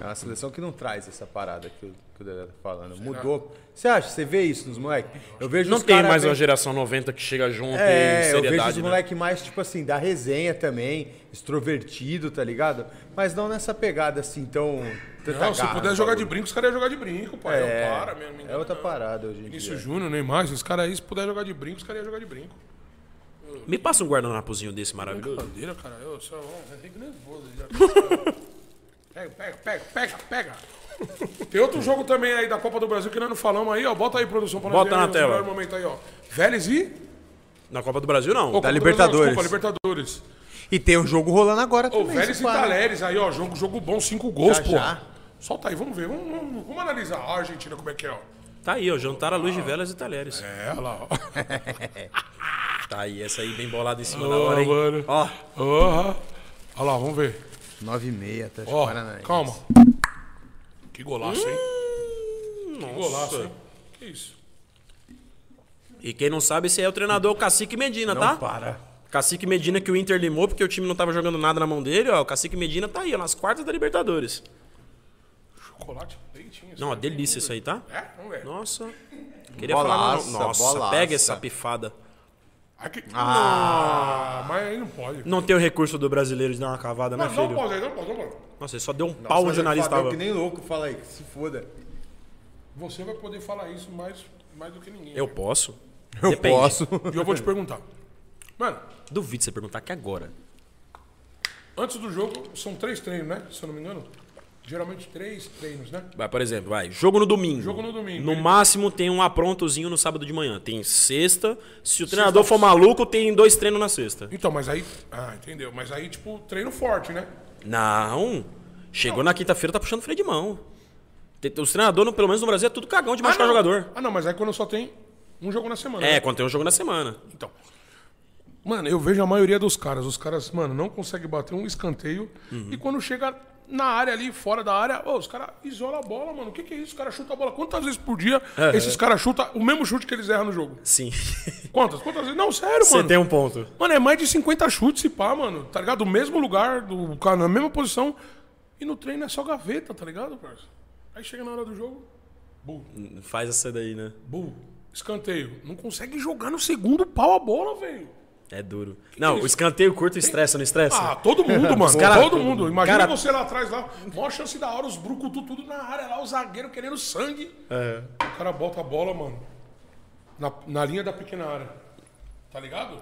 S1: É uma seleção que não traz essa parada que o, que o Dedé tá falando. Mudou. Você acha? Você vê isso nos moleques? Eu vejo
S3: Não
S1: os
S3: tem
S1: cara
S3: mais
S1: bem-
S3: uma geração 90 que chega junto e
S1: É, eu vejo os
S3: seriedade. né?
S1: moleque mais, tipo assim, da resenha também, extrovertido, tá ligado? Mas não nessa pegada assim tão.
S3: Tá
S1: tanta
S2: Não, se
S1: garra
S2: puder
S1: no
S2: jogar de
S1: bagulho.
S2: brinco, os caras iam jogar de brinco, pai.
S1: É,
S2: não para, meu, não
S1: é outra
S2: engana, não.
S1: parada hoje em
S2: Vinícius
S1: dia.
S2: Júnior, Neymar, se os caras aí, se puder jogar de brinco, os caras iam jogar de brinco.
S3: Me passa um guardanapozinho desse maravilhoso.
S2: Brincadeira, cara. Eu só eu fico nervoso. já. pega, pega, pega, pega, pega. Tem outro jogo também aí da Copa do Brasil que nós não falamos aí, ó. Bota aí, produção, pra nós
S3: Bota
S2: ver
S3: na
S2: o
S3: tela.
S2: melhor momento aí, ó. Vélez e...
S3: Na Copa do Brasil, não.
S2: Ô, Copa do Brasil,
S1: Libertadores.
S2: Desculpa, Libertadores.
S1: E tem um jogo rolando agora
S2: Ô,
S1: também.
S2: Vélez
S1: se
S2: e
S1: pá, né?
S2: Taleres aí, ó. Jogo, jogo bom, cinco gols,
S1: Já,
S2: pô.
S1: já.
S2: Solta aí, vamos ver. Vamos, vamos- vamos analisar a Argentina como é que é, ó.
S3: Tá aí, ó. Jantar à luz de velas e talheres.
S2: É, olha lá, ó.
S3: Tá aí, essa aí bem bolada em cima da hora, hein?
S2: mano.
S1: Ó,
S2: Aham. Olha lá, vamos ver.
S1: 9 e meia, tá
S2: Ó,
S1: Paranaense.
S2: calma. Que golaço, hein? que golaço, hein? Que isso?
S3: E quem não sabe, esse aí é o treinador o Cacique Medina, tá?
S1: para.
S3: Cacique Medina que o Inter limou porque o time não tava jogando nada na mão dele, ó. O Cacique Medina tá aí, ó, nas quartas da Libertadores.
S2: Chocolate leitinho.
S3: Não, ó, delícia isso aí, tá?
S2: É? Vamos ver.
S3: Nossa. Queria
S1: Bolaça,
S3: falar. não, não. Nossa,
S1: bolaça.
S3: pega essa pifada.
S2: Aqui. Ah, mas aí não pode.
S3: Não tem o recurso do brasileiro de dar uma cavada, né,
S2: Mas não
S3: filho?
S2: pode, aí não pode, não pode.
S3: Nossa, ele só deu um pau onde o nariz tava.
S1: Que nem louco, fala aí, que se foda.
S2: Você vai poder falar isso mais, mais do que ninguém.
S3: Eu posso?
S1: Eu
S3: Depende.
S1: posso.
S2: E eu vou te perguntar. Mano,
S3: Duvido você perguntar aqui agora.
S2: antes do jogo, são três treinos, né? Se eu não me engano. Geralmente três treinos, né?
S3: Vai, por exemplo, vai. Jogo no domingo.
S2: Jogo no domingo.
S3: No
S2: Ele-
S3: máximo tem um aprontozinho no sábado de manhã. Tem sexta. Se o treinador for maluco, tem dois treinos na sexta.
S2: Então, mas aí. Ah, entendeu. Mas aí, tipo, treino forte, né?
S3: Não. Chegou na quinta-feira, tá puxando freio de mão. Tem- Os treinadores, pelo menos no Brasil, é tudo cagão de machucar
S2: não.
S3: jogador.
S2: Ah, não, mas aí quando só tem um jogo na semana.
S3: É,
S2: né?
S3: quando tem um jogo na semana.
S2: Então. Mano, eu vejo a maioria dos caras. Os caras, mano, não conseguem bater um escanteio.
S3: Uhum.
S2: E quando chega na área ali, fora da área, ô, os caras isolam a bola, mano. O que, que é isso? Os caras chutam a bola. Quantas vezes por dia
S3: É,
S2: esses caras chutam o mesmo chute que eles erram no jogo?
S3: Sim.
S2: Quantas? Quantas vezes? Não, sério,
S3: Você
S2: mano.
S3: tem um ponto.
S2: Mano, é mais de 50 chutes e pá, mano. Tá ligado? Do mesmo lugar, do cara na mesma posição. E no treino é só gaveta, tá ligado, parceiro? Aí chega na hora do jogo, burro.
S3: Faz essa daí, né?
S2: Bu, escanteio. Não consegue jogar no segundo pau a bola, velho.
S3: É duro. Não, o escanteio curto estressa, não estressa?
S2: Ah, todo mundo, mano.
S3: cara-
S2: todo mundo. Imagina
S3: cara-
S2: você lá atrás, lá. Mó chance da hora, os brucutu tudo na área lá, o zagueiro querendo sangue.
S3: É.
S2: O cara bota a bola, mano, na, na linha da pequena área. Tá ligado?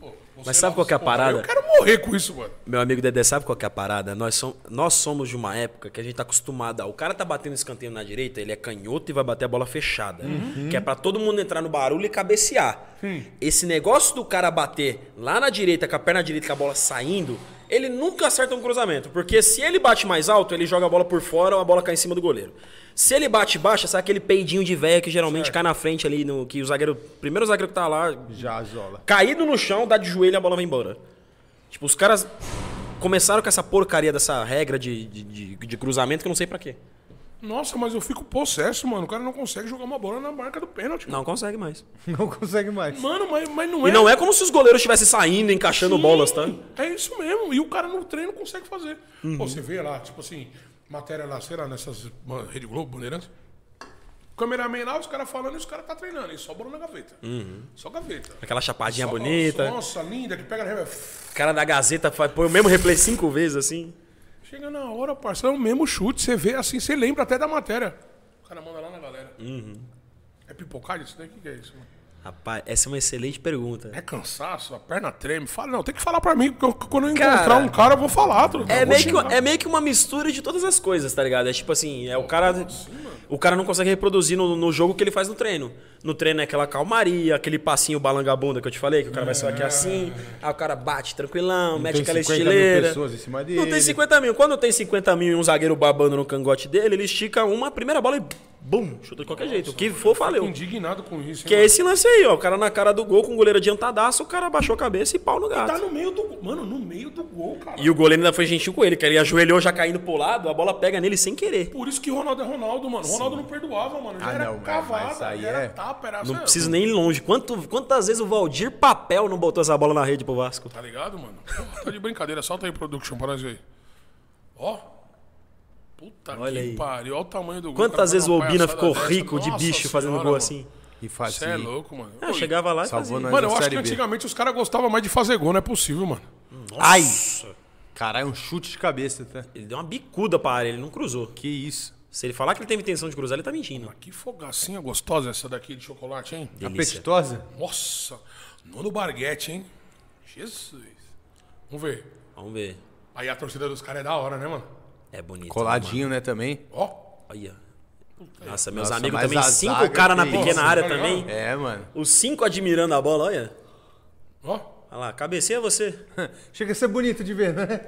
S2: Pô, você
S3: É. Mas sabe
S2: lá,
S3: qual que é a
S2: pô,
S3: parada?
S2: Eu quero morrer com isso, mano.
S3: Meu amigo Dedé, sabe qual que é a parada? Nós, som- nós somos de uma época que a gente tá acostumado. a- O cara tá batendo escanteio na direita, ele é canhoto e vai bater a bola fechada. Que é pra todo mundo entrar no barulho e cabecear. Esse negócio do cara bater lá na direita, com a perna direita, com a bola saindo, ele nunca acerta um cruzamento. Porque se ele bate mais alto, ele joga a bola por fora ou a bola cai em cima do goleiro. Se ele bate baixa, sai aquele peidinho de véia que geralmente cai na frente ali, no, que o zagueiro. Primeiro zagueiro que tá lá,
S1: Já, Zola.
S3: caído no chão, dá de joelho e a bola vai embora. Tipo, os caras começaram com essa porcaria dessa regra de, de, de- de cruzamento que eu não sei pra quê.
S2: Nossa, mas eu fico possesso, mano. O cara não consegue jogar uma bola na marca do pênalti.
S3: Não consegue mais.
S1: Não consegue mais.
S2: Mano, mas, mas não é.
S3: E não é como se os goleiros estivessem saindo, encaixando
S2: Sim,
S3: bolas, tá?
S2: É isso mesmo. E o cara no treino consegue fazer.
S3: Uhum.
S2: Pô, você vê lá, tipo assim, matéria lá, sei lá, nessas mano, Rede Globo, Bandeirantes. Cameraman lá, os caras falando e os caras tá treinando. E só bola na gaveta. Só gaveta.
S3: Aquela chapadinha
S2: Só-
S3: Uhum. bonita.
S2: Nossa, linda, que pega na revés.
S3: O cara da Gazeta faz- põe o mesmo replay cinco vezes, assim.
S2: Chega na hora, parceiro, é o mesmo chute. Você vê assim, você lembra até da matéria. O cara manda lá na galera.
S3: Uhum.
S2: É pipocalho isso daí? O que que é isso, mano?
S3: Rapaz, essa é uma excelente pergunta.
S2: É cansaço, a perna treme. Fala, não, tem que falar pra mim, porque eu- quando eu
S3: Cara,
S2: encontrar um cara, eu vou falar. truta.
S3: É
S2: Eu vou
S3: meio, que,
S2: xingar.
S3: é meio que uma mistura de todas as coisas, tá ligado? É tipo assim, é o cara. O cara não consegue reproduzir no, no jogo o que ele faz no treino. No treino é aquela calmaria, aquele passinho balangabunda que eu te falei, que o cara vai só aqui assim, aí o cara bate tranquilão,
S1: Ah.
S3: mete
S1: tem
S3: aquela
S1: 50 mil
S3: estileira.
S1: pessoas em cima
S3: Não tem
S1: dele.
S3: 50 mil. Quando tem 50 mil e um zagueiro babando no cangote dele, ele estica uma primeira bola e bum, chuta de qualquer jeito. O que for,
S2: Tô
S3: valeu.
S2: indignado com isso. hein,
S3: Que é esse lance aí, ó. O cara na cara do gol com o goleiro adiantadaço, o cara abaixou a cabeça e pau no gato.
S2: Tá no meio do. Mano, no meio do gol, cara.
S3: E o goleiro ainda foi gentil com ele, que ele ajoelhou já caindo pro lado, a bola pega nele sem querer.
S2: Por isso que Ronaldo é Ronaldo, mano. Ronaldo não perdoava, mano. Já
S1: Ah,
S2: era
S1: não, mas-
S2: cavada,
S1: mas aí
S2: já era
S1: é-
S2: tapa, era.
S3: Não
S2: sabe?
S3: preciso nem ir longe. Quanto- quantas vezes o Valdir Papel não botou essa bola na rede pro Vasco?
S2: Tá ligado, mano? Pô, tá de brincadeira. Solta aí, production, para nós ver. Ó. Puta
S3: Olha
S2: que
S3: aí.
S2: pariu. Olha o tamanho do gol. Cara,
S3: Quantas
S2: foi
S3: vezes o
S2: uma
S3: Albina
S2: palhaçada
S3: ficou
S2: dessa?
S3: rico de
S2: Nossa
S3: bicho fazendo
S2: senhora,
S3: gol
S2: mano.
S3: assim?
S1: E
S2: Você
S1: fazia.
S2: é louco, mano.
S3: É,
S2: Oi,
S3: chegava lá e
S1: Salvou
S3: fazia.
S1: nós.
S2: Mano,
S1: da
S2: eu acho que
S1: Série B.
S2: antigamente os caras gostavam mais de fazer gol, não é possível, mano.
S1: Ai! Caralho, um chute de cabeça, tá?
S3: Ele deu uma bicuda pra área, ele não cruzou.
S1: Que isso.
S3: Se ele falar que ele teve intenção de cruzar, ele tá mentindo.
S2: Que fogacinha gostosa essa daqui de chocolate, hein?
S3: Delícia.
S1: Apetitosa?
S2: Nossa, nono barguete, hein? Jesus. Vamos ver.
S3: Vamos ver.
S2: Aí a torcida dos caras é da hora, né, mano?
S3: É bonito.
S1: Coladinho, né, também?
S2: Ó,
S3: mano? Olha. Nossa, meus
S1: Nossa,
S3: amigos
S1: mas
S3: também,
S1: a
S3: cinco
S1: zaga,
S3: caras na
S1: que
S3: pequena
S2: isso,
S3: área
S2: tá ligado?
S3: também.
S1: É, mano.
S3: Os cinco admirando a bola, olha.
S2: ó.
S3: Olha lá, cabeceia você.
S1: Chega a ser bonito de ver, né?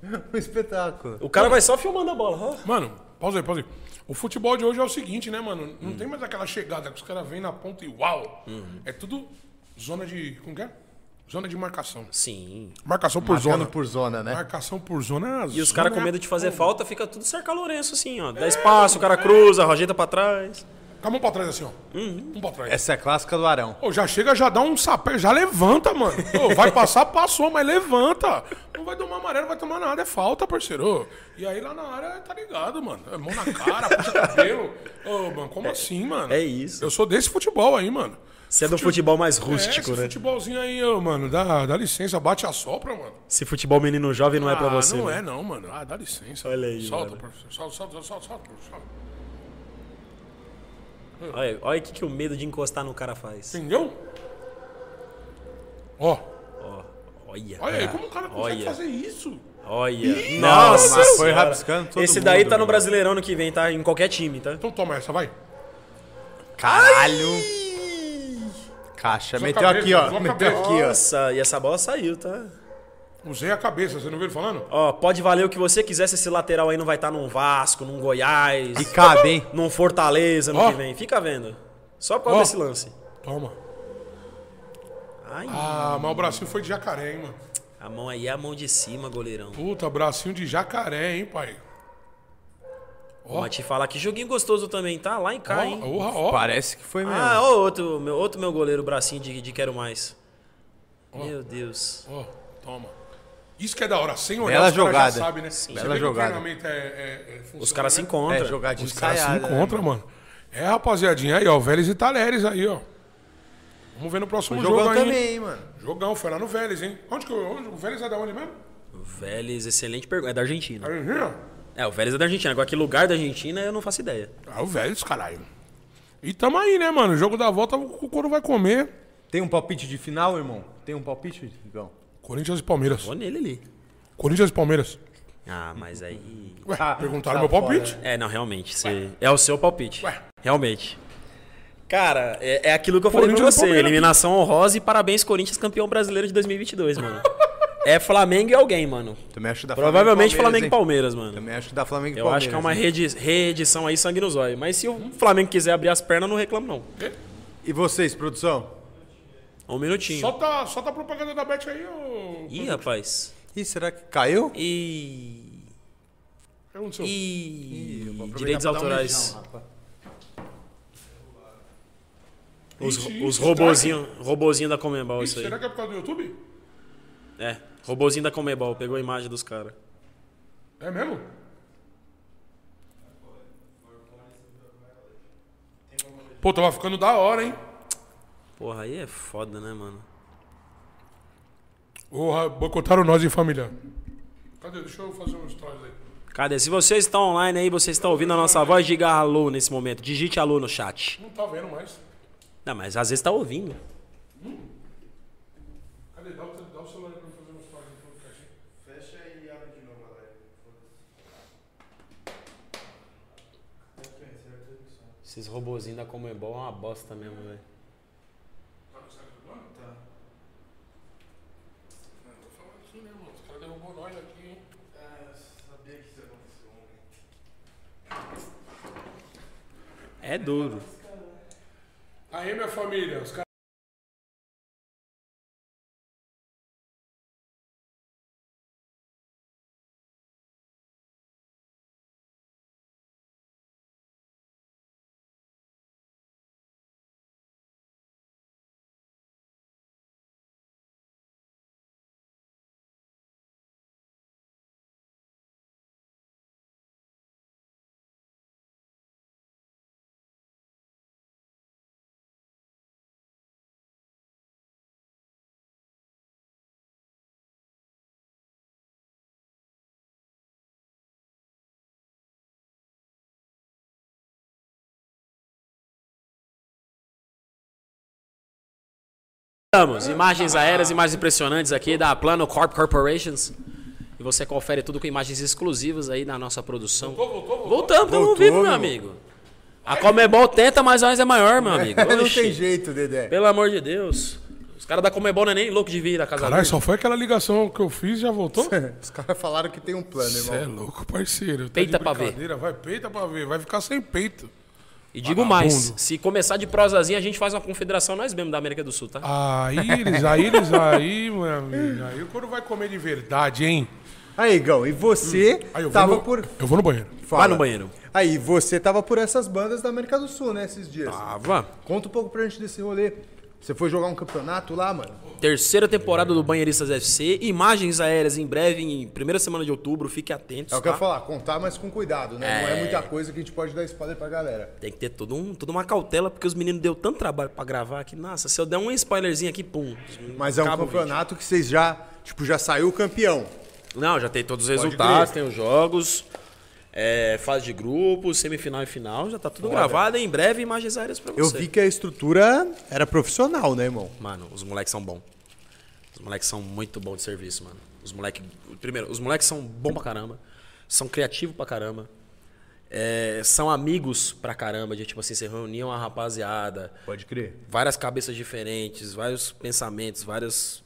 S1: Um espetáculo.
S3: O cara vai só filmando a bola, ó.
S2: Mano, pausa aí, pausa aí. O futebol de hoje é o seguinte, né, mano? Não tem mais aquela chegada que os caras vêm na ponta e uau.
S3: Uhum.
S2: É tudo zona de. Como que é? Zona de marcação.
S3: Sim.
S2: Marcação por
S4: Zona
S2: zona.
S4: por zona, né?
S2: Marcação por zona. é
S3: E os caras com medo de fazer falta, fica tudo cerca Lourenço, assim, ó. Dá espaço, o cara cruza, ajeita pra trás.
S2: Com a mão pra trás assim, ó.
S3: Uhum.
S2: Um pra trás.
S1: Essa é a clássica do Arão.
S2: Ô, já chega, já dá um sapé, já levanta, mano. Ô, vai passar, passou, mas levanta. Não vai tomar amarelo, não vai tomar nada, é falta, parceiro. Ô, E aí lá na área, tá ligado, mano. É mão na cara, puxa cabelo. Ô, mano, como assim, mano?
S3: é isso.
S2: Eu sou desse futebol aí, mano.
S3: Você é do futebol mais
S2: é,
S3: rústico,
S2: esse
S3: né?
S2: futebolzinho aí, ô, mano, dá, dá licença, bate a sopra, mano.
S3: Esse futebol menino jovem não é pra
S2: ah,
S3: você.
S2: não
S3: né?
S2: é não, mano. Ah, dá licença.
S3: Olha aí,
S2: Solta,
S3: mano.
S2: professor. Solta, solta, solta, solta, solta.
S3: Olha, olha o que, que o medo de encostar no cara faz.
S2: Entendeu? Ó,
S3: Olha.
S2: olha aí, como o cara consegue
S3: É. Olha.
S2: fazer isso?
S3: Olha.
S1: Nossa,
S3: Nossa!
S1: foi
S3: senhora.
S1: rabiscando todo
S3: Esse daí
S1: mundo,
S3: tá no
S1: mano.
S3: Brasileirão no que vem, tá? Em qualquer time, tá?
S2: Então toma essa, vai.
S1: Caralho! Caixa.
S2: Só
S1: Meteu
S2: cabeça,
S1: aqui, ó.
S2: só
S1: Meteu
S2: cabeça.
S1: aqui, ó.
S3: Nossa, e essa bola saiu, tá?
S2: Usei a cabeça, você não viu ele falando?
S3: Ó, pode valer o que você quiser se esse lateral aí não vai estar num Vasco, num Goiás,
S1: E cabe, hein?
S3: num Fortaleza no
S2: Ó.
S3: que vem. Fica vendo. Só por causa
S2: Ó.
S3: desse lance.
S2: Toma.
S3: Ai,
S2: Ah, mas o bracinho foi de jacaré, hein, mano.
S3: a mão aí é a mão de cima, goleirão.
S2: Puta, bracinho de jacaré, hein, pai.
S3: Ó. Mas te falar que joguinho gostoso também, tá? Lá em cá, hein?
S2: Ó, ó, ó.
S1: Parece que foi mesmo.
S3: Ah, ó, outro, meu, outro meu goleiro, bracinho de, de quero mais. Meu Deus.
S2: Ó, toma. Isso que é da hora, sem olhar,
S1: Bela
S2: os caras
S1: jogada.
S2: já sabem, né?
S1: Sim.
S2: Você
S1: Bela
S2: vê que o
S1: jogada.
S2: treinamento é- é- é funciona,
S3: Os caras se
S1: é,
S2: né?
S3: encontram.
S1: jogar de
S2: Os caras se
S1: ensaiada, né,
S2: encontram, mano. É, rapaziadinha, aí, ó, Vélez e Talheres aí, ó. Vamos ver no próximo jogo
S1: Jogão
S2: aí.
S1: também, hein, mano.
S2: Jogão, foi lá no Vélez, hein? Onde que eu- onde- o Vélez é da onde mesmo?
S3: Vélez, excelente pergunta. É da Argentina.
S2: Argentina?
S3: É, o Vélez é da Argentina. Agora, que lugar da Argentina, eu não faço ideia.
S2: Ah, o Vélez, caralho. E tamo aí, né, mano? O jogo da volta, o couro vai comer.
S1: Tem um palpite de final, irmão? Tem um palpite, Igão?
S2: Corinthians e Palmeiras.
S3: Vou nele ali.
S2: Corinthians e Palmeiras.
S3: Ah, mas aí...
S2: Ué,
S1: Tá,
S2: perguntaram
S1: tá
S2: meu palpite.
S3: É, não, realmente. você- É o seu palpite.
S2: Ué.
S3: Realmente. Cara, é, é aquilo que eu falei pra
S2: Corinthians e
S3: você.
S2: Palmeiras.
S3: Eliminação honrosa e parabéns, Corinthians, campeão brasileiro de 2022, mano. é Flamengo e alguém, mano.
S1: Também acho da
S3: Provavelmente Flamengo e
S1: hein?
S3: Palmeiras, mano.
S1: Também acho da Flamengo e
S3: Eu
S1: Palmeiras.
S3: acho que é uma
S1: hein?
S3: reedi- reedição aí sangue nos olhos. Mas se o Flamengo quiser abrir as pernas, eu não reclamo, não.
S1: E vocês, produção?
S3: Um minutinho.
S2: Solta, solta a tá, propaganda da Bet aí, ô.
S3: Ih, rapaz.
S1: Ih, será que caiu?
S3: Ih.
S2: É um seu.
S3: Ih. Direitos
S4: um
S3: autorais. Os,
S2: Ixi,
S3: os
S2: strike.
S3: robozinho, robozinho da Comebol, isso aí.
S2: Será que é por causa do YouTube?
S3: É, robozinho da Comebol, pegou a imagem dos caras.
S2: É mesmo? Pô, tava ficando da hora, hein?
S3: Porra, aí é foda, né, mano?
S2: Porra, boicotaram nós em família. Cadê? Deixa eu fazer um stories aí.
S3: Cadê? Se vocês estão online aí, vocês estão ouvindo a nossa voz, diga alô nesse momento. Digite alô no chat.
S2: Não tá vendo mais.
S3: Não, mas às vezes tá ouvindo.
S2: Cadê? Dá o, dá o celular pra eu fazer um stories no podcast.
S3: Esses robozinhos da Comebol é uma bosta mesmo, velho.
S2: Tá com o site do banco? Tá. Tô falando aqui, né, mano? Os caras derrubou nós aqui, hein?
S3: É duro.
S2: Aí, minha família, os caras.
S3: Estamos, imagens aéreas, imagens impressionantes aqui da Plano Corp Corporations. E você confere tudo com imagens exclusivas aí na nossa produção. Voltou, voltou, Voltamos, tamo ao
S1: Voltou,
S3: vivo, meu
S1: meu.
S3: amigo. A Comebol tenta, mas nós é maior, meu amigo.
S1: Não
S3: Oxi,
S1: tem jeito, Dedé.
S3: Pelo amor de Deus. Os caras da Comebol não é nem louco de vir da casa
S2: Caralho,
S3: Verde.
S2: só foi aquela ligação que eu fiz e já voltou?
S1: Os caras falaram que tem um plano,
S2: Você
S1: irmão.
S2: é louco, parceiro. Tá
S3: Peita
S2: de
S3: pra ver.
S2: brincadeira. Vai, peita pra ver. Vai ficar sem peito.
S3: E digo mais,
S2: vagabundo.
S3: se começar de prosazinha, a gente faz uma confederação nós mesmos da América do Sul, tá?
S1: Ah,
S2: Aí eles, aí eles, ah, aí, meu amigo. Aí quando vai comer de verdade, hein?
S1: Aí, Igão, e você
S2: Aí eu vou,
S1: tava
S2: no,
S1: por.
S2: eu vou no banheiro.
S1: Fala.
S3: no banheiro.
S1: Aí, você tava por essas bandas da América do Sul, né, esses dias.
S3: Tá. Tava.
S1: Conta um pouco pra gente desse rolê. Você foi jogar um campeonato lá, mano?
S3: Terceira temporada do Banheiristas FC. Imagens aéreas em breve, em primeira semana de outubro. Fiquem atentos,
S1: É o que eu
S3: tá?
S1: ia falar, contar, mas com cuidado, né? Não é muita coisa que a gente pode dar spoiler pra galera.
S3: Tem que ter todo um, toda uma cautela, porque os meninos deu tanto trabalho pra gravar que, nossa, se eu der um spoilerzinho aqui, pum.
S1: Mas é um
S3: acaba o vídeo.
S1: campeonato que vocês já, tipo, já saiu campeão.
S3: Não, já tem todos os resultados, tem os jogos, é, fase de grupo, semifinal e final, já tá tudo gravado. Em breve, imagens aéreas pra você.
S1: Eu vi que a estrutura era profissional, né, irmão?
S3: Mano, os moleques são bons. Os moleques são muito bons de serviço, mano. Os moleques. Primeiro, os moleques são bons pra caramba. São criativos pra caramba. é, são amigos pra caramba. De tipo assim, se reuniam a rapaziada.
S1: Pode crer.
S3: Várias cabeças diferentes, vários pensamentos, vários.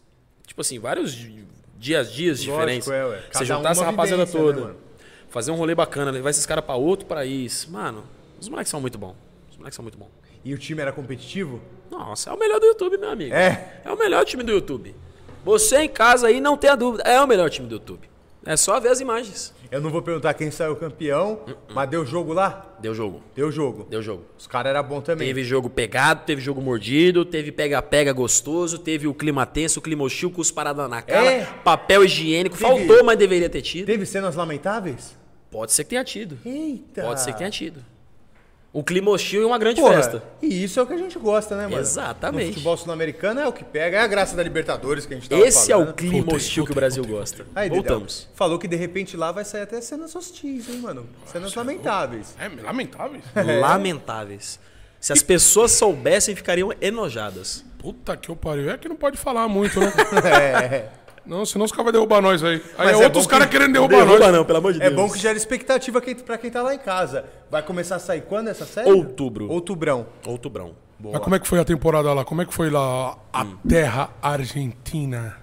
S3: Tipo assim, vários di- dias, dias
S1: Lógico,
S3: diferentes.
S1: é, ué. Cada
S3: Você
S1: um
S3: juntar essa
S1: uma
S3: rapaziada
S1: vivência, né,
S3: toda.
S1: mano?
S3: fazer um rolê bacana, levar esses caras pra outro país. Mano, os moleques são muito bons. Os moleques são muito bons.
S1: E o time era competitivo?
S3: Nossa, é o melhor do YouTube, meu amigo.
S1: É?
S3: É o melhor time do YouTube. Você em casa aí, não tenha dúvida, é o melhor time do YouTube. É só ver as imagens.
S1: Eu não vou perguntar quem saiu campeão, mas deu jogo lá?
S3: Deu jogo,
S1: Deu jogo.
S3: deu jogo.
S1: Os caras eram bons também.
S3: Teve jogo pegado, teve jogo mordido, teve pega-pega gostoso, teve o clima tenso, o clima hostil, cusparada na cara,
S1: É?
S3: papel higiênico.
S1: Teve-
S3: Faltou, mas deveria ter tido.
S1: Teve cenas lamentáveis?
S3: Pode ser que tenha tido.
S1: Eita!
S3: Pode ser que tenha tido. O clima hostil e uma grande
S1: Porra,
S3: festa.
S1: E isso é o que a gente gosta, né, mano?
S3: Exatamente.
S1: No futebol sul-americano é o que pega, é a graça da Libertadores que a gente tava
S3: Esse é
S1: falando.
S3: o clima
S2: Voltei,
S3: hostil que o
S2: voltei,
S3: Brasil
S2: voltei,
S3: gosta.
S1: Aí, Dedel,
S3: Voltamos.
S1: falou que de repente lá vai sair até cenas hostis, hein, mano? Cenas lamentáveis.
S2: É lamentável.
S3: lamentáveis. Se as pessoas soubessem, ficariam enojadas.
S2: Puta que eu pariu. É que não pode falar muito, né?
S1: É,
S2: não, senão os caras vão derrubar nós aí. Aí
S1: Mas
S2: é
S1: é
S2: outros
S1: bom
S2: caras
S1: que-
S2: querendo derrubar nós.
S3: não, pelo amor de
S1: é bom que gera expectativa quem- pra quem tá lá em casa. Vai começar a sair quando essa série?
S3: Outubro.
S1: Outubrão.
S3: Outubrão.
S2: Mas como é que foi a temporada lá? Como é que foi lá a terra argentina?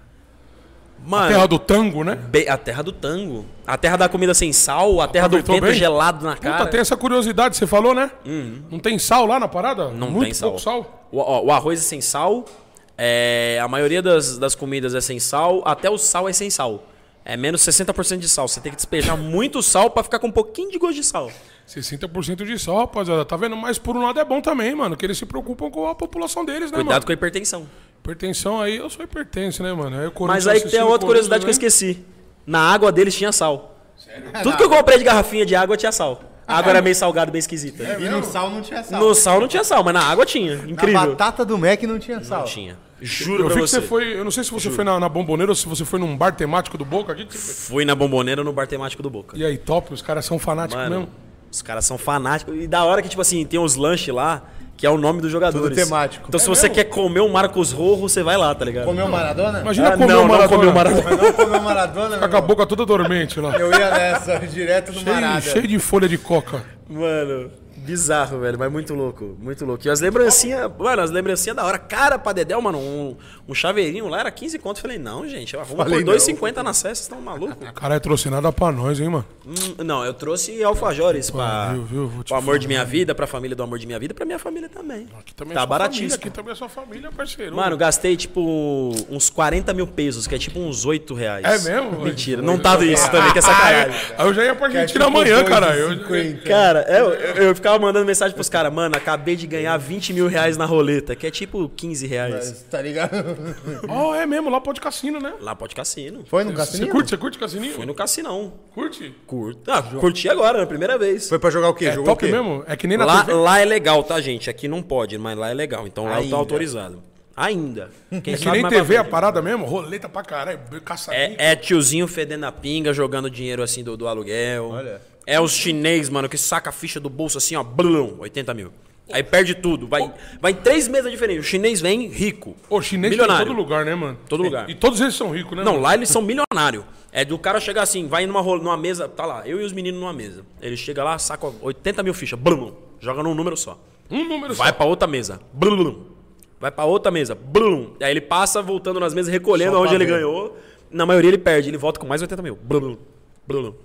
S3: Mano,
S2: Terra do tango, né?
S3: be- a terra do tango. A terra da comida sem sal, a terra do
S2: Aproveitou
S3: vento
S2: bem?
S3: gelado na cara. Uhum.
S2: Puta, tem essa curiosidade, você falou, né? Não tem sal lá na parada?
S3: Não
S2: Muito
S3: tem sal.
S2: pouco sal.
S3: O, ó, o arroz é sem sal, é, a maioria das, das comidas é sem sal, até o sal é sem sal. É menos 60% de sal. Você tem que despejar muito sal pra ficar com um pouquinho de gosto de sal.
S2: 60% de sal, rapaziada. Tá vendo? Mas por um lado é bom também, mano. Que eles se preocupam com a população deles, né,
S3: Cuidado
S2: mano?
S3: com a hipertensão.
S2: Hipertensão aí, eu sou hipertenso, né, mano? Aí o Corinthians
S3: Mas aí tem
S2: assistindo o
S3: outra curiosidade que eu
S2: Corinthians,
S3: esqueci. Na água deles tinha sal. Tudo que eu comprei de garrafinha de água tinha sal. A água era meio salgada, meio esquisita.
S1: E no sal não tinha sal.
S3: No sal não tinha sal, mas na água tinha.
S1: É, Na
S3: Incrível.
S1: batata do Mac não tinha sal.
S3: Não tinha. Juro
S2: Eu
S3: pra
S2: vi que
S3: você.
S2: você foi. Eu não sei se você foi na, na bomboneira ou se você foi num bar temático do Boca. Que que você foi?
S3: Fui na bomboneira no bar temático do Boca.
S2: E aí, top, os caras são fanáticos
S3: Mano,
S2: mesmo.
S3: os caras são fanáticos. E da hora que, tipo assim, tem uns lanches lá, que é o nome dos jogadores.
S1: temático.
S3: Então, se
S2: É
S3: você quer comer um Marcos Rojo, você vai lá, tá ligado?
S1: Comeu Maradona?
S2: Imagina
S3: Ah,
S2: comer
S3: não,
S2: o
S3: não
S2: Maradona.
S3: comeu o Maradona.
S1: Mas não comeu Maradona, meu
S2: Tá com a
S1: irmão.
S2: boca toda dormente lá.
S1: Eu ia nessa, direto do
S2: Cheio,
S1: Marada.
S2: cheio de folha de coca.
S3: Mano, bizarro, velho, mas muito louco, muito louco. E as lembrancinhas, mano, as lembrancinhas da hora. Cara, pra Dedéu, mano, um, um chaveirinho lá era 15 conto. Eu falei, não, gente, eu arrumo por
S1: Falei,
S3: 2,50 na cesta, vocês estão malucos?
S2: Caralho, trouxe nada pra nós, hein, mano?
S3: Hum, não, eu trouxe alfajores pra,
S2: viu, viu? Vou te
S3: pro amor
S2: falar,
S3: de minha vida, pra família do amor de minha vida, pra minha família também.
S2: Aqui também é
S3: tá
S2: sua
S3: baratinho.
S2: família, Aqui também é sua família, parceiro.
S3: Mano, gastei tipo uns 40 mil pesos, que é tipo uns 8 reais.
S2: É mesmo?
S3: Mentira, não tava isso também, que é sacanagem.
S2: Aí eu já ia pra Argentina
S1: tipo
S2: amanhã,
S1: dois e
S2: cara. Eu-
S1: cinquenta.
S3: Cara, é, eu, eu ficava mandando mensagem pros caras, mano, acabei de ganhar 20 mil reais na roleta, que é tipo 15 reais.
S1: Mas, Tá ligado?
S2: Ó, é mesmo, lá pode cassino, né?
S3: Lá pode cassino.
S1: Foi no
S2: Você
S1: cassino?
S2: curte, você curte cassininho?
S3: Fui no cassinão.
S2: Curte?
S3: Curto. Ah, curti agora, na primeira vez.
S1: Foi pra jogar o quê?
S2: É
S1: Jogou
S2: top
S1: o quê?
S2: mesmo? É que nem na
S3: Lá,
S2: TV.
S3: lá é legal, tá, gente? Aqui não pode, mas lá é legal. Então lá eu
S1: Ainda.
S3: tô autorizado. Ainda. Quem
S2: É que
S3: sabe
S2: nem
S3: mais
S2: TV
S3: pra
S2: a
S3: frente.
S2: parada mesmo? Roleta pra caralho, caçadinho.
S3: É, é tiozinho fedendo a pinga, jogando dinheiro assim do, do aluguel.
S1: Olha.
S3: É os chinês, mano, que saca a ficha do bolso assim, ó, blum, 80 mil. Aí perde tudo. Vai, vai em três meses diferentes. O chinês vem rico.
S2: O chinês tem em
S3: milionário.
S2: todo lugar, né, mano?
S3: Todo lugar.
S2: E todos eles são ricos, né?
S3: Não,
S2: mano?
S3: lá eles são milionários. É do cara chegar assim, vai numa, rola- numa mesa, tá lá, eu e os meninos numa mesa. Ele chega lá, saca 80 mil fichas, blum, joga num número só.
S2: Um número
S3: Vai
S2: só.
S3: pra outra mesa, blum, vai pra outra mesa, blum. Aí ele passa voltando nas mesas, recolhendo
S1: Só pra
S3: onde ele
S1: ver.
S3: ganhou. Na maioria ele perde, ele volta com mais 80 mil, blum, blum.
S2: assim,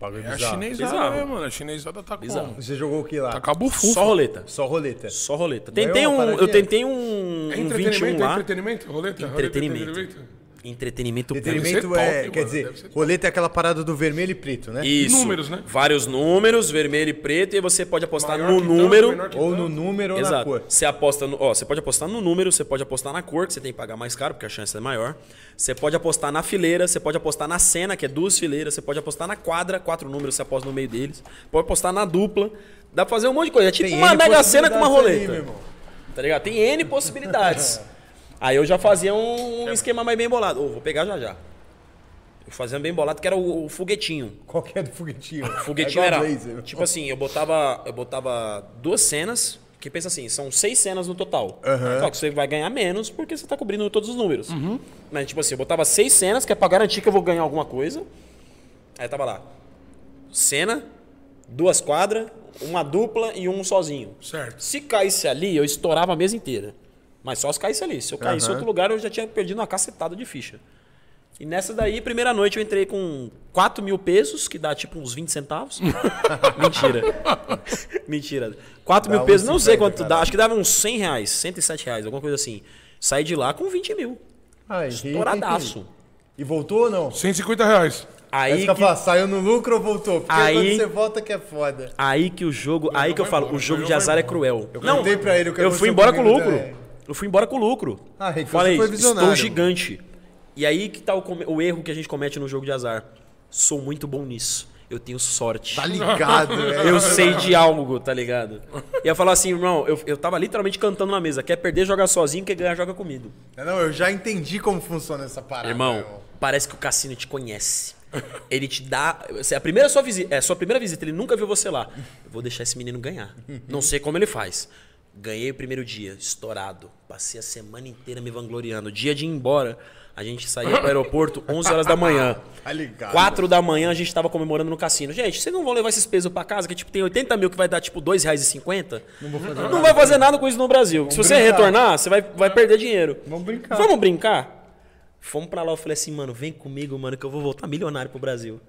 S1: Bagulho
S6: É a
S1: bizarro.
S6: chinesada,
S3: Bizarro.
S6: né,
S2: É
S6: mano? A chinesada tá
S3: Bizarro.
S6: como?
S1: Você jogou o que lá?
S6: Tá cabufunfa.
S3: Só roleta,
S1: Só roleta.
S3: só roleta.
S1: Ganhou
S3: Tentei
S1: uma
S3: um, eu
S1: paradinha?
S3: tentei um,
S2: É
S3: um
S2: entretenimento,
S3: 21
S2: é
S3: lá.
S2: entretenimento, roleta? Roleta é
S3: Entretenimento. Entretenimento, puro.
S1: Entretenimento
S6: Deve ser
S1: é.
S6: top,
S1: quer
S6: mano,
S1: dizer,
S6: deve ser top.
S1: roleta é aquela parada do vermelho e preto, né?
S3: Isso.
S2: Números, né?
S3: Vários números, vermelho e preto, e aí você pode apostar
S2: Maior
S3: no
S2: que tanto,
S3: número.
S2: menor que
S1: Ou no número ou na
S3: Exato.
S1: cor.
S3: Você aposta no, ó, você pode apostar no número, você pode apostar na cor, que você tem que pagar mais caro, porque a chance é maior. Você pode apostar na fileira, você pode apostar na cena, que é duas fileiras, você pode apostar na quadra, quatro números você aposta no meio deles. Pode apostar na dupla. Dá pra fazer um monte de coisa. É tipo
S1: Tem
S3: uma
S1: N
S3: mega cena com uma
S1: possibilidades ali,
S3: roleta.
S1: meu irmão.
S3: tá ligado? Tem N possibilidades. Aí eu já fazia um
S1: É.
S3: esquema mais bem bolado. Ô, vou pegar já já. Eu fazia um bem bolado, que era o- o foguetinho.
S1: Qual que é do foguetinho?
S3: Foguetinho
S1: É
S3: era.
S1: igual Blazer.
S3: Tipo assim, eu botava, eu botava duas cenas, que pensa assim, são seis cenas no total. Só que você vai ganhar menos porque você tá cobrindo todos os números.
S1: Uhum.
S3: Mas, tipo assim, eu botava seis cenas, que é pra garantir que eu vou ganhar alguma coisa. Aí tava lá. Cena, duas quadras, uma dupla e um sozinho.
S2: Certo.
S3: Se caísse ali, eu estourava a mesa inteira. Mas só se caísse ali. Se eu caísse em outro lugar, eu já tinha perdido uma cacetada de ficha. E nessa daí, primeira noite, eu entrei com 4 mil pesos, que dá tipo uns 20 centavos. Mentira. Mentira. 4 mil
S1: uns
S3: pesos, não sei
S1: 50,
S3: quanto dá. Acho que dava uns 100 reais, 107 reais, alguma coisa assim. Saí de lá com 20 mil.
S1: Ai, rico, hein,
S3: Estouradaço.
S1: filho? E voltou ou não?
S2: 150 reais.
S1: Aí
S3: Aí
S1: que...
S3: que,
S1: falar, saiu no lucro ou voltou? Porque
S3: Aí-
S1: quando você volta que é foda.
S3: aí que o jogo. Aí que eu
S2: vai
S3: falo,
S2: embora,
S3: o jogo
S2: ganhou,
S3: de
S2: vai
S3: azar é cruel. Eu não,
S1: perguntei pra ele o que
S3: eu fui
S1: aconteceu
S3: embora com
S1: comigo
S3: lucro.
S1: também.
S3: Eu fui embora com lucro.
S1: Ah, Rico, você
S3: Falei,
S1: foi visionário.
S3: estou gigante. E aí que tá o, come- o erro que a gente comete no jogo de azar. Sou muito bom nisso. Eu tenho sorte.
S1: Tá ligado, velho.
S3: Eu sei de algo, tá ligado? E eu falo assim, irmão, eu, eu tava literalmente cantando na mesa. Quer perder, joga sozinho, quer ganhar, joga comigo.
S1: Não, eu já entendi como funciona essa parada.
S3: Irmão, parece que o cassino te conhece. Ele te dá. É a primeira sua visita, é a sua primeira visita, ele nunca viu você lá. Eu vou deixar esse menino ganhar. Não sei como ele faz. Ganhei o primeiro dia, estourado. Passei a semana inteira me vangloriando. Dia de ir embora, a gente saía pro aeroporto 11 horas da manhã.
S1: Tá ligado.
S3: 4 da manhã a gente tava comemorando no cassino. Gente, vocês não vão levar esses pesos pra casa, que tipo, tem 80 mil que vai dar tipo R$ 2,50? Não, vou fazer não vai fazer nada com isso no Brasil. Se você
S1: brincar.
S3: retornar, você vai, vai perder dinheiro.
S1: Vamos brincar.
S3: Vamos brincar? Fomos pra lá, eu falei assim, mano, vem comigo, mano, que eu vou voltar milionário pro Brasil.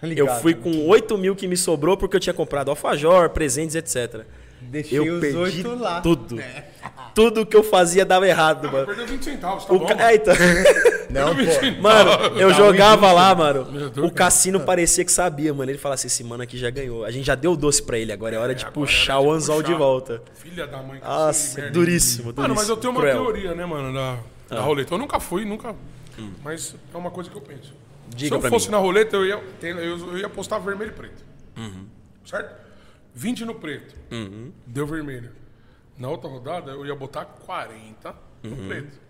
S1: Tá ligado.
S3: eu
S2: né?
S3: fui com 8 mil que me sobrou porque eu tinha comprado alfajor, presentes, etc.
S1: Deixei
S3: eu
S1: os
S3: perdi
S1: oito lá.
S3: tudo. Tudo que eu fazia dava errado, mano.
S2: Perdeu 20 centavos, É. tá
S3: O
S2: bom. Tá
S3: ca... é, então.
S1: Não, pô.
S3: Mano, eu jogava lá, mano. O cassino parecia que sabia, mano. Ele falava assim: esse mano aqui já ganhou. A gente já deu o doce pra ele, agora é hora de
S2: agora
S3: puxar
S2: é hora
S3: o
S2: de
S3: anzol
S2: puxar.
S3: de volta.
S2: Filha da mãe. que se
S3: Nossa,
S2: merda.
S3: duríssimo, duríssimo.
S2: Mano, mas eu tenho uma
S3: cruel. Ah.
S2: teoria, né, mano, da, da roleta. Eu nunca fui, nunca... Mas é uma coisa que eu penso.
S3: Diga
S2: Se eu
S3: pra
S2: fosse
S3: mim.
S2: na roleta, eu ia, ter- eu, eu ia apostar vermelho e preto.
S3: Uhum.
S2: Certo? 20 no preto. Deu vermelho. Na outra rodada, eu ia botar 40
S3: Uhum.
S2: no preto.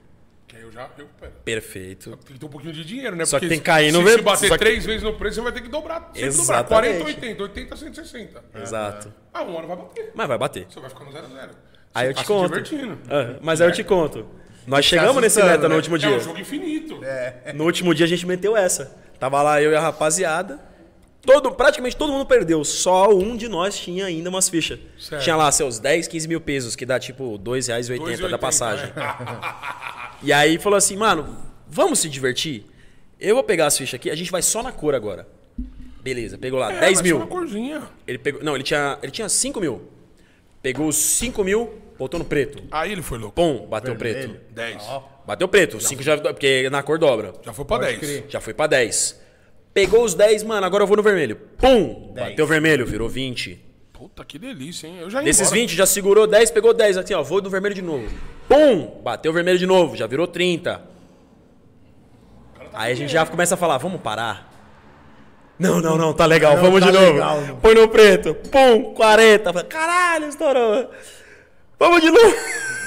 S2: Que aí eu já recupero.
S3: Perfeito.
S2: Tem que ter um pouquinho de dinheiro, né?
S3: Só que
S2: Porque
S3: tem que cair no
S2: se,
S3: ver-
S2: se bater
S3: só que-
S2: três vezes no preço, você vai ter que dobrar. Sempre dobrar.
S3: Exatamente.
S2: 40, 80, 80, 160.
S3: Exato.
S2: Ah, uma hora vai bater.
S3: Mas vai bater.
S2: Você vai ficar no 0 a 0.
S3: Aí
S2: Você
S3: eu
S2: tá
S3: te conto.
S2: Se divertindo. tá
S3: Ah, mas aí eu te conto. Nós chegamos nesse
S1: assustando,
S3: meta
S1: né?
S3: no último
S2: É
S3: dia. É,
S2: um jogo infinito.
S3: No último dia a gente meteu essa. Tava lá eu e a rapaziada. Todo, praticamente todo mundo perdeu. Só um de nós tinha ainda umas fichas.
S2: Certo.
S3: Tinha lá seus 10, 15 mil pesos, que dá tipo R$2,80 da
S2: 2,80,
S3: passagem.
S2: né? Ah.
S3: Ah, E aí falou assim, mano, vamos se divertir? Eu vou pegar as fichas aqui, a gente vai só na cor agora. Beleza, pegou lá
S2: É,
S3: 10
S2: mas
S3: mil.
S2: só Uma corzinha.
S3: Ele pegou, não, ele tinha, ele tinha 5 mil. Pegou os 5 mil, botou no preto.
S2: Aí ele foi louco.
S3: Pum, bateu preto.
S2: 10.
S3: Bateu preto, 5 já, porque na cor dobra.
S2: Já foi pra 10.
S3: Já foi pra 10. Pegou os 10, mano, agora eu vou no vermelho. Pum! Bateu vermelho, virou 20.
S2: Puta, que delícia, hein? Eu já ia
S3: Desses
S2: embora.
S3: 20, já segurou 10, pegou 10. Assim, ó, vou no vermelho de novo. Pum! Bateu vermelho de novo, já virou 30. Aí a gente já começa a falar, vamos parar? Não, não, não, tá legal,
S1: Não,
S3: vamos
S1: tá
S3: de novo.
S1: legal.
S3: Põe no preto, pum, 40. Fala, Caralho, estourou. Vamos de novo.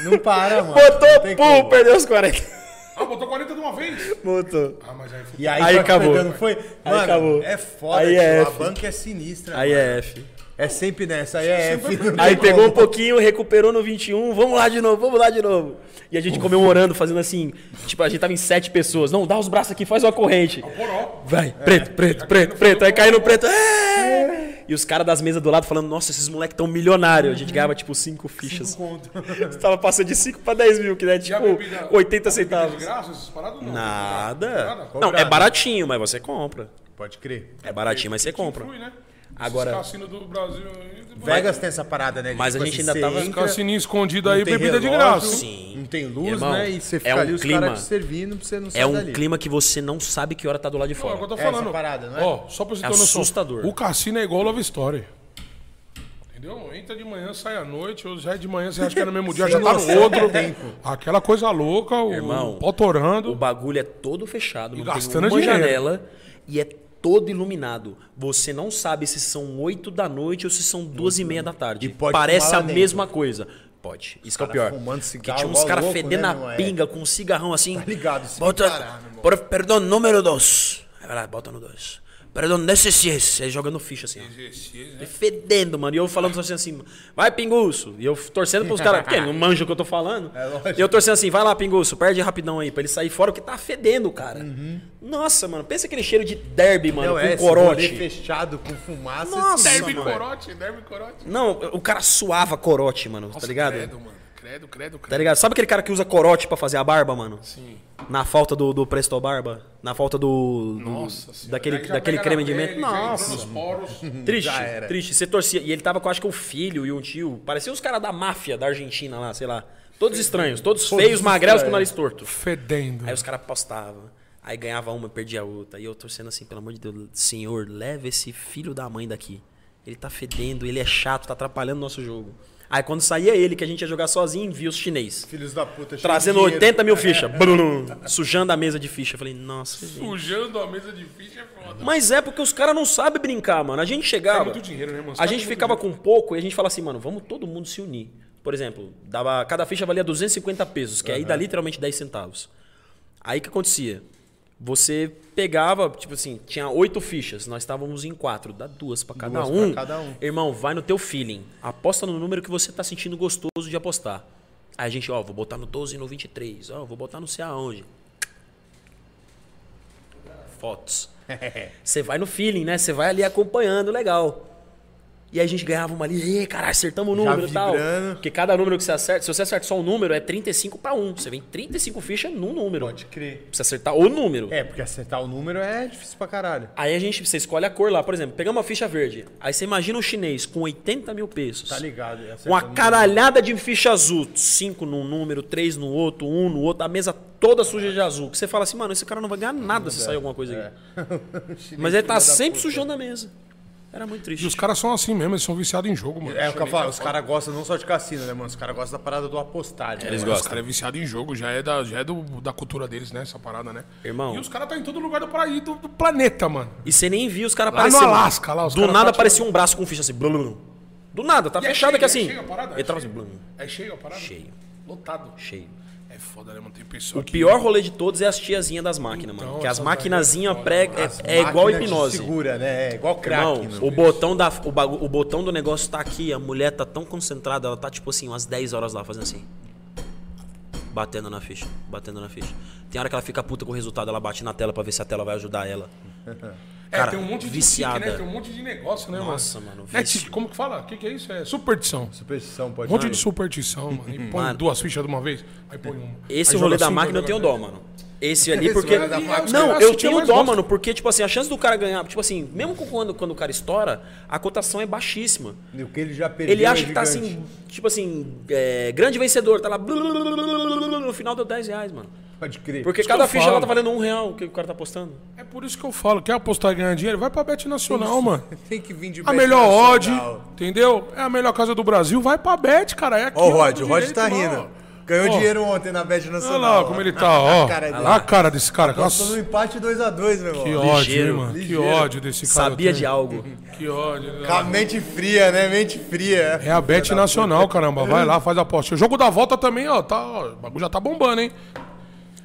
S1: Não para, mano.
S3: Botou,
S1: Não tem
S3: pum,
S1: como.
S3: perdeu os 40.
S2: Ah, botou 40 de uma vez?
S3: Botou.
S2: Ah, mas aí foi.
S1: E aí,
S3: Aí
S1: vai
S3: acabou.
S1: pegando, foi?
S3: Aí
S1: Mano,
S3: acabou.
S1: é foda,
S3: Aí
S1: tio,
S3: é
S1: a
S3: F.
S1: banca é sinistra.
S3: Aí
S1: mano.
S3: é F.
S1: É sempre nessa, aí é F. não tem
S3: Aí pegou um
S1: como.
S3: pouquinho, recuperou no 21, vamos lá de novo, vamos lá de novo. E a gente comemorando, fazendo assim, tipo, a gente tava em sete pessoas. Não, dá os braços aqui, faz uma corrente.
S2: Poró.
S3: Vai, preto, preto, preto, preto. Aí caiu no preto. é! E os caras das mesas do lado falando, nossa, esses moleques tão milionários. A gente ganhava, tipo, cinco fichas.
S2: Conto.
S3: Tava passando de 5 pra 10 mil, que é
S2: E a
S3: tipo
S2: bebida?
S3: 80
S2: De
S3: centavos.
S2: graça, essas paradas não.
S3: Nada.
S7: Não, é baratinho, mas você compra.
S1: Pode crer.
S7: É baratinho, mas você compra.
S2: Fui, né?
S3: Agora-
S2: Esses cassino do Brasil.
S1: Vegas tem essa parada, né? de,
S3: Mas a gente ainda
S1: você
S3: tava-
S1: entra,
S2: Cassino escondido
S1: não
S2: aí,
S1: tem
S2: bebida de
S1: relógio,
S2: graça.
S7: Sim.
S1: Não tem luz,
S3: Irmão,
S1: né? E você
S3: é
S1: fica
S3: um
S1: ali os
S3: clima-
S1: caras te servindo pra você não sair
S3: É um
S1: dali.
S3: clima que você não sabe que hora tá do lado de
S2: Pô, agora
S3: fora.
S2: eu tô
S1: Essa
S2: falando.
S1: parada, não é?
S2: Ó, só pra você
S3: É
S2: ter uma noção.
S3: assustador.
S2: O cassino é igual Love Story. Entendeu? Entra de manhã, sai à noite, ou já é de manhã, você acha que é no mesmo dia, já tá
S1: noção
S2: no
S1: do
S2: outro.
S1: tempo.
S2: Aquela coisa louca, o
S3: Irmão,
S2: pau torando.
S3: O bagulho é todo fechado, não
S2: gastando
S3: tem uma
S2: dinheiro.
S3: janela e é todo iluminado. Você não sabe se são 8 da noite ou se são duas e meia da tarde.
S1: E pode
S3: Parece
S1: fumar
S3: a
S1: lá dentro.
S3: mesma coisa. Pode. Isso que é o
S1: cara
S3: pior.
S1: fumando
S3: que
S1: cigarro
S3: tinha uns
S1: igual
S3: caras
S1: louco,
S3: fedendo
S1: né,
S3: a
S1: meu? É.
S3: pinga com um cigarrão assim. Tá
S1: ligado, isso
S3: Bota,
S1: não parar, meu irmão.
S3: bota, perdão, número 2. Aí vai lá, bota no 2. Perdão, necessias. Aí jogando ficha assim. ó. E fedendo, mano. E eu falando assim, assim, vai, pinguço. E eu torcendo pros caras, porque não manjo o que eu tô falando.
S1: É lógico.
S3: e eu torcendo assim, vai lá, pinguço, perde rapidão aí, pra ele sair fora, porque tá fedendo, cara. Nossa, mano, pensa aquele cheiro de derby, mano,
S1: Uhum. Não,
S3: com
S1: é, esse rolê
S3: corote.
S1: fechado, com fumaça. assim,
S3: Nossa,
S1: esse-
S2: Derby
S3: mano.
S2: corote, derby corote.
S3: Não, o cara suava corote, mano, tá ligado?
S2: Credo, mano. Credo, credo,
S3: Tá
S2: credo.
S3: ligado? Sabe aquele cara que usa corote pra fazer a barba, mano?
S2: Sim.
S3: Na falta do, do Presto Barba? Na falta do. do-
S2: Nossa senhora.
S3: Daquele,
S2: Aí já
S3: daquele
S2: pega
S3: creme
S2: na
S3: de
S2: pele,
S3: menta.
S2: já entrou
S3: Nossa.
S2: nos poros.
S3: Triste,
S1: Já era.
S3: triste. Você torcia. E ele tava com, acho que um filho e um tio. Parecia os caras da máfia da Argentina lá, sei lá. Todos estranhos, todos, feios, magrelos com o nariz torto.
S2: Fedendo.
S3: Aí os caras postavam. Aí ganhava uma, perdia a outra. E eu torcendo assim, pelo amor de Deus, senhor, leva esse filho da mãe daqui. Ele tá fedendo, ele é chato, tá atrapalhando o nosso jogo. Aí quando saía ele, que a gente ia jogar sozinho, via os chinês.
S1: Filhos da puta. cheio
S3: Trazendo
S1: de dinheiro. É.
S3: 80 mil fichas. Brum, sujando a mesa de ficha. Eu falei, nossa, gente.
S2: Sujando a mesa de ficha é foda.
S3: Mas é porque os caras não sabem brincar, mano. A gente chegava.
S2: muito dinheiro, né, mano? Os
S3: A
S2: caras
S3: gente
S2: têm muito
S3: ficava com pouco e a gente falava assim, mano, vamos todo mundo se unir. Por exemplo, dava, cada ficha valia 250 pesos, que aí dá literalmente 10 centavos. Aí o que acontecia? Você pegava, tipo assim, tinha oito fichas, nós estávamos em quatro, dá duas pra cada
S1: Duas pra
S3: um.
S1: cada um.
S3: Irmão, vai no teu feeling. Aposta no número que você tá sentindo gostoso de apostar. Aí a gente, ó, vou botar no 12 e no 23, ó, vou botar não sei aonde. Fotos. Você vai no feeling, né? Você vai ali acompanhando, legal. E aí a gente ganhava uma ali, "Ê, caralho, acertamos o número e tal.
S1: vibrando.
S3: Porque cada número que você acerta, se você acerta só um número, é 35 pra 1. Você vem 35 fichas num número.
S1: Pode crer.
S3: Precisa acertar o número.
S1: É, porque acertar o número é difícil pra caralho.
S3: Aí a gente, você escolhe a cor lá, por exemplo, pegamos uma ficha verde. Aí você imagina um chinês com 80 mil pesos.
S1: Tá ligado? é acertar
S3: Com a
S1: o número.
S3: caralhada de ficha azul. Cinco num número, três no outro, um no outro, a mesa toda suja de azul. Que você fala assim, mano, esse cara não vai ganhar nada se sair alguma coisa
S2: É.
S3: aqui. Mas ele tá sempre sujando a mesa. Era muito
S2: E
S3: triste.
S2: os caras são assim mesmo, eles são viciados em jogo, mano.
S1: É o que eu falo, os caras gostam não só de cassino, né, mano? Os caras gostam da parada do apostar. Né?
S7: Eles
S2: Os
S7: gostam.
S2: caras é viciado em jogo, já é, da, já é do, da cultura deles, né? Essa parada, né?
S3: Irmão.
S2: E os caras tá em todo lugar do, paraí- do, do planeta, mano.
S3: E você nem viu os caras
S2: Lá no
S3: aparecendo.
S2: Alasca, lá, os
S3: Do
S2: cara
S3: nada
S2: tá
S3: aparecia um braço com ficha assim. blum, blum. Do nada, tá
S2: E é
S3: fechado
S2: cheio,
S3: aqui
S2: é
S3: assim.
S2: cheio a parada, é
S3: Ele tava assim,
S2: cheio.
S3: blum,
S2: É cheio a parada?
S3: Cheio.
S2: Lotado.
S3: cheio.
S2: É foda, né, mano? Tem pessoa
S3: O pior rolê de todos é as tiazinhas das máquinas, mano.
S2: Então,
S3: que as
S2: essa
S3: maquinazinhas
S2: daí é
S3: pré-
S2: foda.
S3: é, é igual
S1: Máquina te
S3: hipnose.
S1: Segura, né? É igual
S3: Irmão,
S1: crack.
S3: o botão, da, o, bagu- o botão do negócio tá aqui, a mulher tá tão concentrada, ela tá tipo assim, umas 10 horas lá fazendo assim. Batendo na ficha, batendo na ficha. Tem hora que ela fica puta com o resultado, ela bate na tela pra ver se a tela vai ajudar ela.
S2: é,
S3: cara,
S2: tem um monte de
S3: viciada.
S2: tique, né? Tem um monte de negócio, né, mano?
S3: Nossa, mano,
S2: Não É
S3: vício.
S2: tique, como que fala? O que, que é isso? É superstição.
S1: Superstição, pode
S2: Um monte
S1: ser.
S2: de superstição, mano. E põe
S3: Mano.
S2: duas fichas de uma vez, aí põe uma.
S3: Esse
S2: Aí
S3: rolê
S2: joga
S3: da
S2: cinco,
S3: máquina eu
S2: joga
S3: tenho
S2: dez.
S3: dó, mano. Esse ali,
S1: Esse
S3: porque.
S1: rolê da máquina,
S2: os
S3: Não,
S2: caras
S3: eu
S2: assistem,
S3: tenho
S2: mas
S3: dó,
S2: gostam.
S3: mano, porque, tipo assim, a chance do cara ganhar. Tipo assim, mesmo com quando, quando o cara estoura, a cotação é baixíssima.
S1: O que ele já perdeu
S3: Ele acha
S1: é
S3: que tá
S1: gigante.
S3: assim, tipo assim, é, grande vencedor, tá lá. blu, blu, blu, blu, blu, blu, blu, No final deu 10 reais, mano.
S1: Pode crer.
S3: Porque
S2: que eu
S3: cada ficha
S2: falo.
S3: lá tá valendo um real que o cara tá apostando.
S2: É por isso que eu falo, quer apostar e ganhar dinheiro? Vai pra Bet Nacional, mano.
S1: Tem que vir de
S2: A
S1: Bet
S2: melhor odd,
S1: Nacional.
S2: entendeu? É a melhor casa do Brasil, vai pra Bet, cara. É aqui,
S1: Ó, o
S2: ó,
S1: Rod,
S2: do
S1: o Rod
S2: direito,
S1: tá
S2: ó.
S1: rindo. Ganhou
S2: Ó.
S1: dinheiro ontem na Bet
S2: Olha
S1: Nacional.
S2: lá como ele tá, ó.
S1: A cara dele.
S2: Olha a cara desse cara.
S1: Nossa, no
S2: Nossa,
S1: empate 2x2, meu irmão.
S2: que ódio, hein,
S3: ligeiro,
S2: mano. Que
S1: ligeiro.
S2: ódio desse cara.
S3: Sabia
S2: eu
S3: de
S2: tenho.
S3: algo.
S2: Que ódio. né?
S1: Com a mente fria, né? Mente fria.
S2: É a Bet Nacional, caramba. Vai lá, faz a aposta. O jogo da volta também, ó. Tá, ó, o bagulho já tá bombando, hein?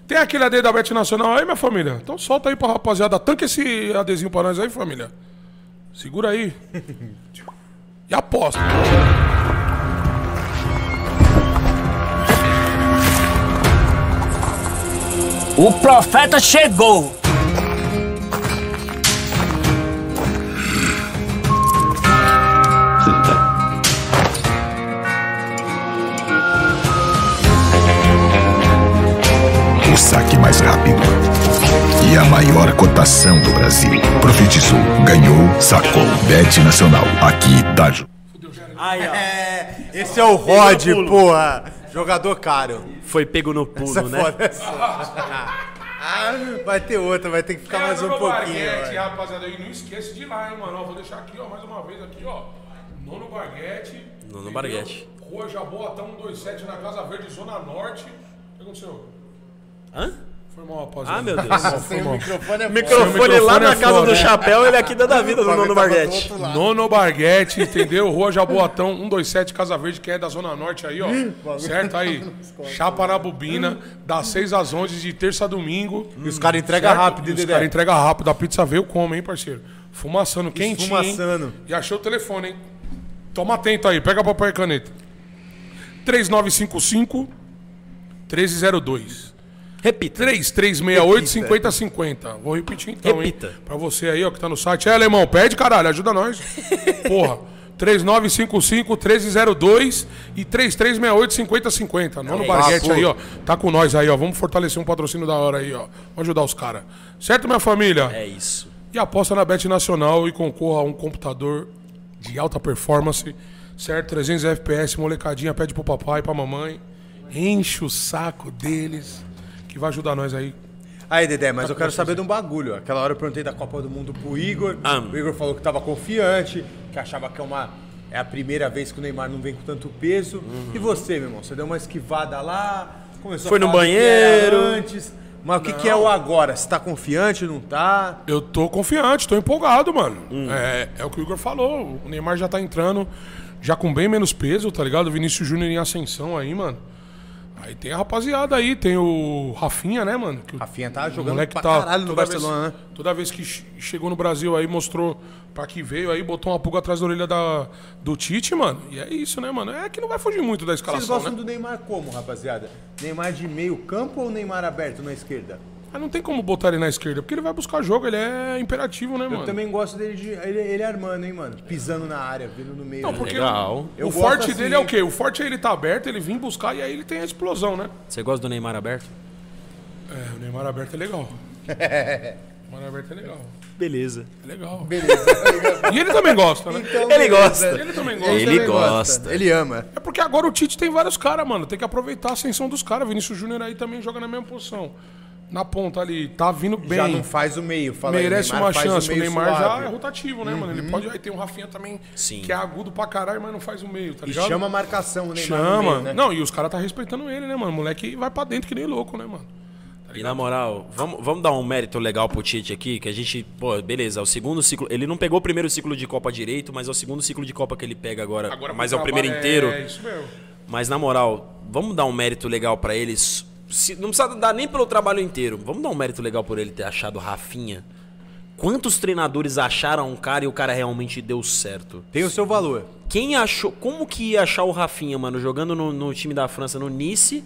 S2: Tem aquele AD da Bet Nacional aí, minha família? Então solta aí pra rapaziada. Tanca esse adesivo pra nós aí, família. Segura aí. E aposta.
S8: O profeta chegou.
S4: O saque mais rápido. E a maior cotação do Brasil. Profetizou, ganhou, sacou. Bet Nacional. Aqui, tá Itágio.
S3: Aí, ó.
S1: É, esse é o Rod, porra. Jogador caro.
S3: Foi pego no pulo,
S1: Essa
S3: né?
S1: foda é sua. Ah, vai ter outra, vai ter que ficar mais um pouquinho.
S2: Barguete,
S1: vai.
S2: rapaziada. E não esquece de ir lá, hein, mano. Ó, vou deixar aqui, ó, mais uma vez aqui, ó. Nono Barguete.
S3: Nono
S2: entendeu?
S3: Barguete.
S2: Rua tá Jaboatão 127, na Casa Verde, Zona Norte. O que aconteceu?
S3: Hã?
S2: Foi mal, rapaziada.
S3: Ah, meu Deus.
S1: Sem o microfone é
S3: microfone,
S2: microfone
S3: lá
S2: é
S3: na casa
S2: foda,
S3: do
S2: né?
S3: chapéu, ele é aqui dando a vida do
S1: tá
S3: Nono Marguete.
S2: Nono Barguete, entendeu? Rua Jaboatão, 127, Casa Verde, que é da Zona Norte aí, ó. Certo? Aí, Chaparabubina, das 6 às 11 de terça a domingo.
S1: E os caras entregam
S2: Certo?
S1: rápido, hein,
S2: Os
S1: Dedé?
S2: caras entregam rápido. A pizza veio como, hein, parceiro? Fumaçando, quentinho,
S1: Esfumaçando.
S2: hein? E achou o telefone, hein? Toma atento aí. Pega papai e caneta. 3955 1302.
S3: Repita.
S2: 3368-5050. Vou repetir então,
S3: Repita.
S2: hein? Pra você aí, ó, que tá no site. É, alemão, pede, caralho, ajuda nós. Porra. 3955-1302 e 3368-5050.
S3: É
S2: Nono Barguete aí, ó. Tá com nós aí, ó. Vamos fortalecer um patrocínio da hora aí, ó. Vamos ajudar os caras. Certo, minha família?
S3: É isso.
S2: E aposta na Bet Nacional e concorra a um computador de alta performance, certo? 300 FPS, molecadinha, pede pro papai e pra mamãe. Enche o saco deles, que vai ajudar nós aí.
S1: Aí, Dedé,
S2: Tá
S1: mas eu quero saber de um bagulho. Aquela hora eu perguntei da Copa do Mundo pro Igor.
S2: Ah.
S3: Amo.
S1: O Igor falou que tava confiante, que achava que é uma. É a primeira vez que o Neymar não vem com tanto peso.
S2: Uhum.
S1: E você, meu irmão? Você deu uma esquivada lá, começou
S3: Foi
S1: a
S3: no
S1: falar do que era
S3: banheiro.
S1: antes. Mas o que, que é o agora? Você tá confiante, não tá?
S2: Eu tô confiante, tô empolgado, mano.
S1: Hum.
S2: É, é o que o Igor falou. O Neymar já tá entrando, já com bem menos peso, tá ligado? O Vinícius Júnior em ascensão aí, mano. Aí tem a rapaziada aí, tem o Rafinha, né, mano? Que o
S1: Rafinha tá jogando
S2: moleque
S1: pra
S2: tá
S1: caralho no
S2: toda
S1: Barcelona,
S2: vez,
S1: né?
S2: Toda vez que che- chegou no Brasil aí, mostrou pra que veio aí, botou uma pulga atrás da orelha da, do Tite, mano. E é isso, né, mano? É que não vai fugir muito da
S1: Vocês
S2: escalação, né?
S1: gostam do Neymar como, rapaziada? Neymar de meio campo ou Neymar aberto na esquerda?
S2: Mas não tem como botar ele na esquerda, porque ele vai buscar jogo, ele é imperativo, né, mano?
S1: Eu também gosto dele de. Ele, ele é armando, hein, mano? Pisando na área, vindo no meio.
S2: Não, porque
S3: Legal.
S1: Eu
S2: o
S1: gosto
S2: forte
S1: assim,
S2: dele é o
S1: hein?
S2: quê? O forte é ele tá aberto, ele vem buscar e aí ele tem a explosão, né?
S3: Você gosta do Neymar aberto?
S2: É, o Neymar aberto é legal. o Neymar aberto é legal.
S3: Beleza.
S2: É legal. Beleza. e ele também gosta, né?
S3: Ele gosta.
S2: Ele também gosta.
S3: Ele gosta.
S1: Então, Ele ama.
S2: É porque agora o Tite tem vários caras, mano. Tem que aproveitar a ascensão dos caras. Vinícius Júnior aí também joga na mesma posição. Na ponta ali, tá vindo bem.
S1: Já não faz o meio. Fala aí,
S2: merece
S1: Neymar
S2: uma
S1: faz
S2: chance. O,
S1: meio
S2: Neymar
S1: suave.
S2: já é rotativo, né, mano? Ele pode. Aí tem o Rafinha também,
S3: Sim.
S2: que é agudo pra caralho, mas não faz o meio, tá
S1: E
S2: ligado?
S1: chama a marcação, o Neymar. no
S2: Chama.
S1: meio, né?
S2: Não, e os caras tá respeitando ele, né, mano? O moleque vai pra dentro que nem louco, né, mano?
S3: E na moral, vamos, vamos dar um mérito legal pro Tite aqui, que a gente, pô, beleza, é o segundo ciclo. Ele não pegou o primeiro ciclo de Copa direito, mas é o segundo ciclo de Copa que ele pega agora.
S2: Agora
S3: mas é
S2: pro
S3: o primeiro
S2: trabalho-
S3: inteiro.
S2: É isso mesmo.
S3: Mas na moral, vamos dar um mérito legal pra eles. Se- não precisa dar nem pelo trabalho inteiro. Vamos dar um mérito legal por ele ter achado o Rafinha. Quantos treinadores acharam um cara e o cara realmente deu certo?
S1: Tem o seu valor.
S3: Quem achou. Como que ia achar o Rafinha, mano, jogando no, no time da França no Nice?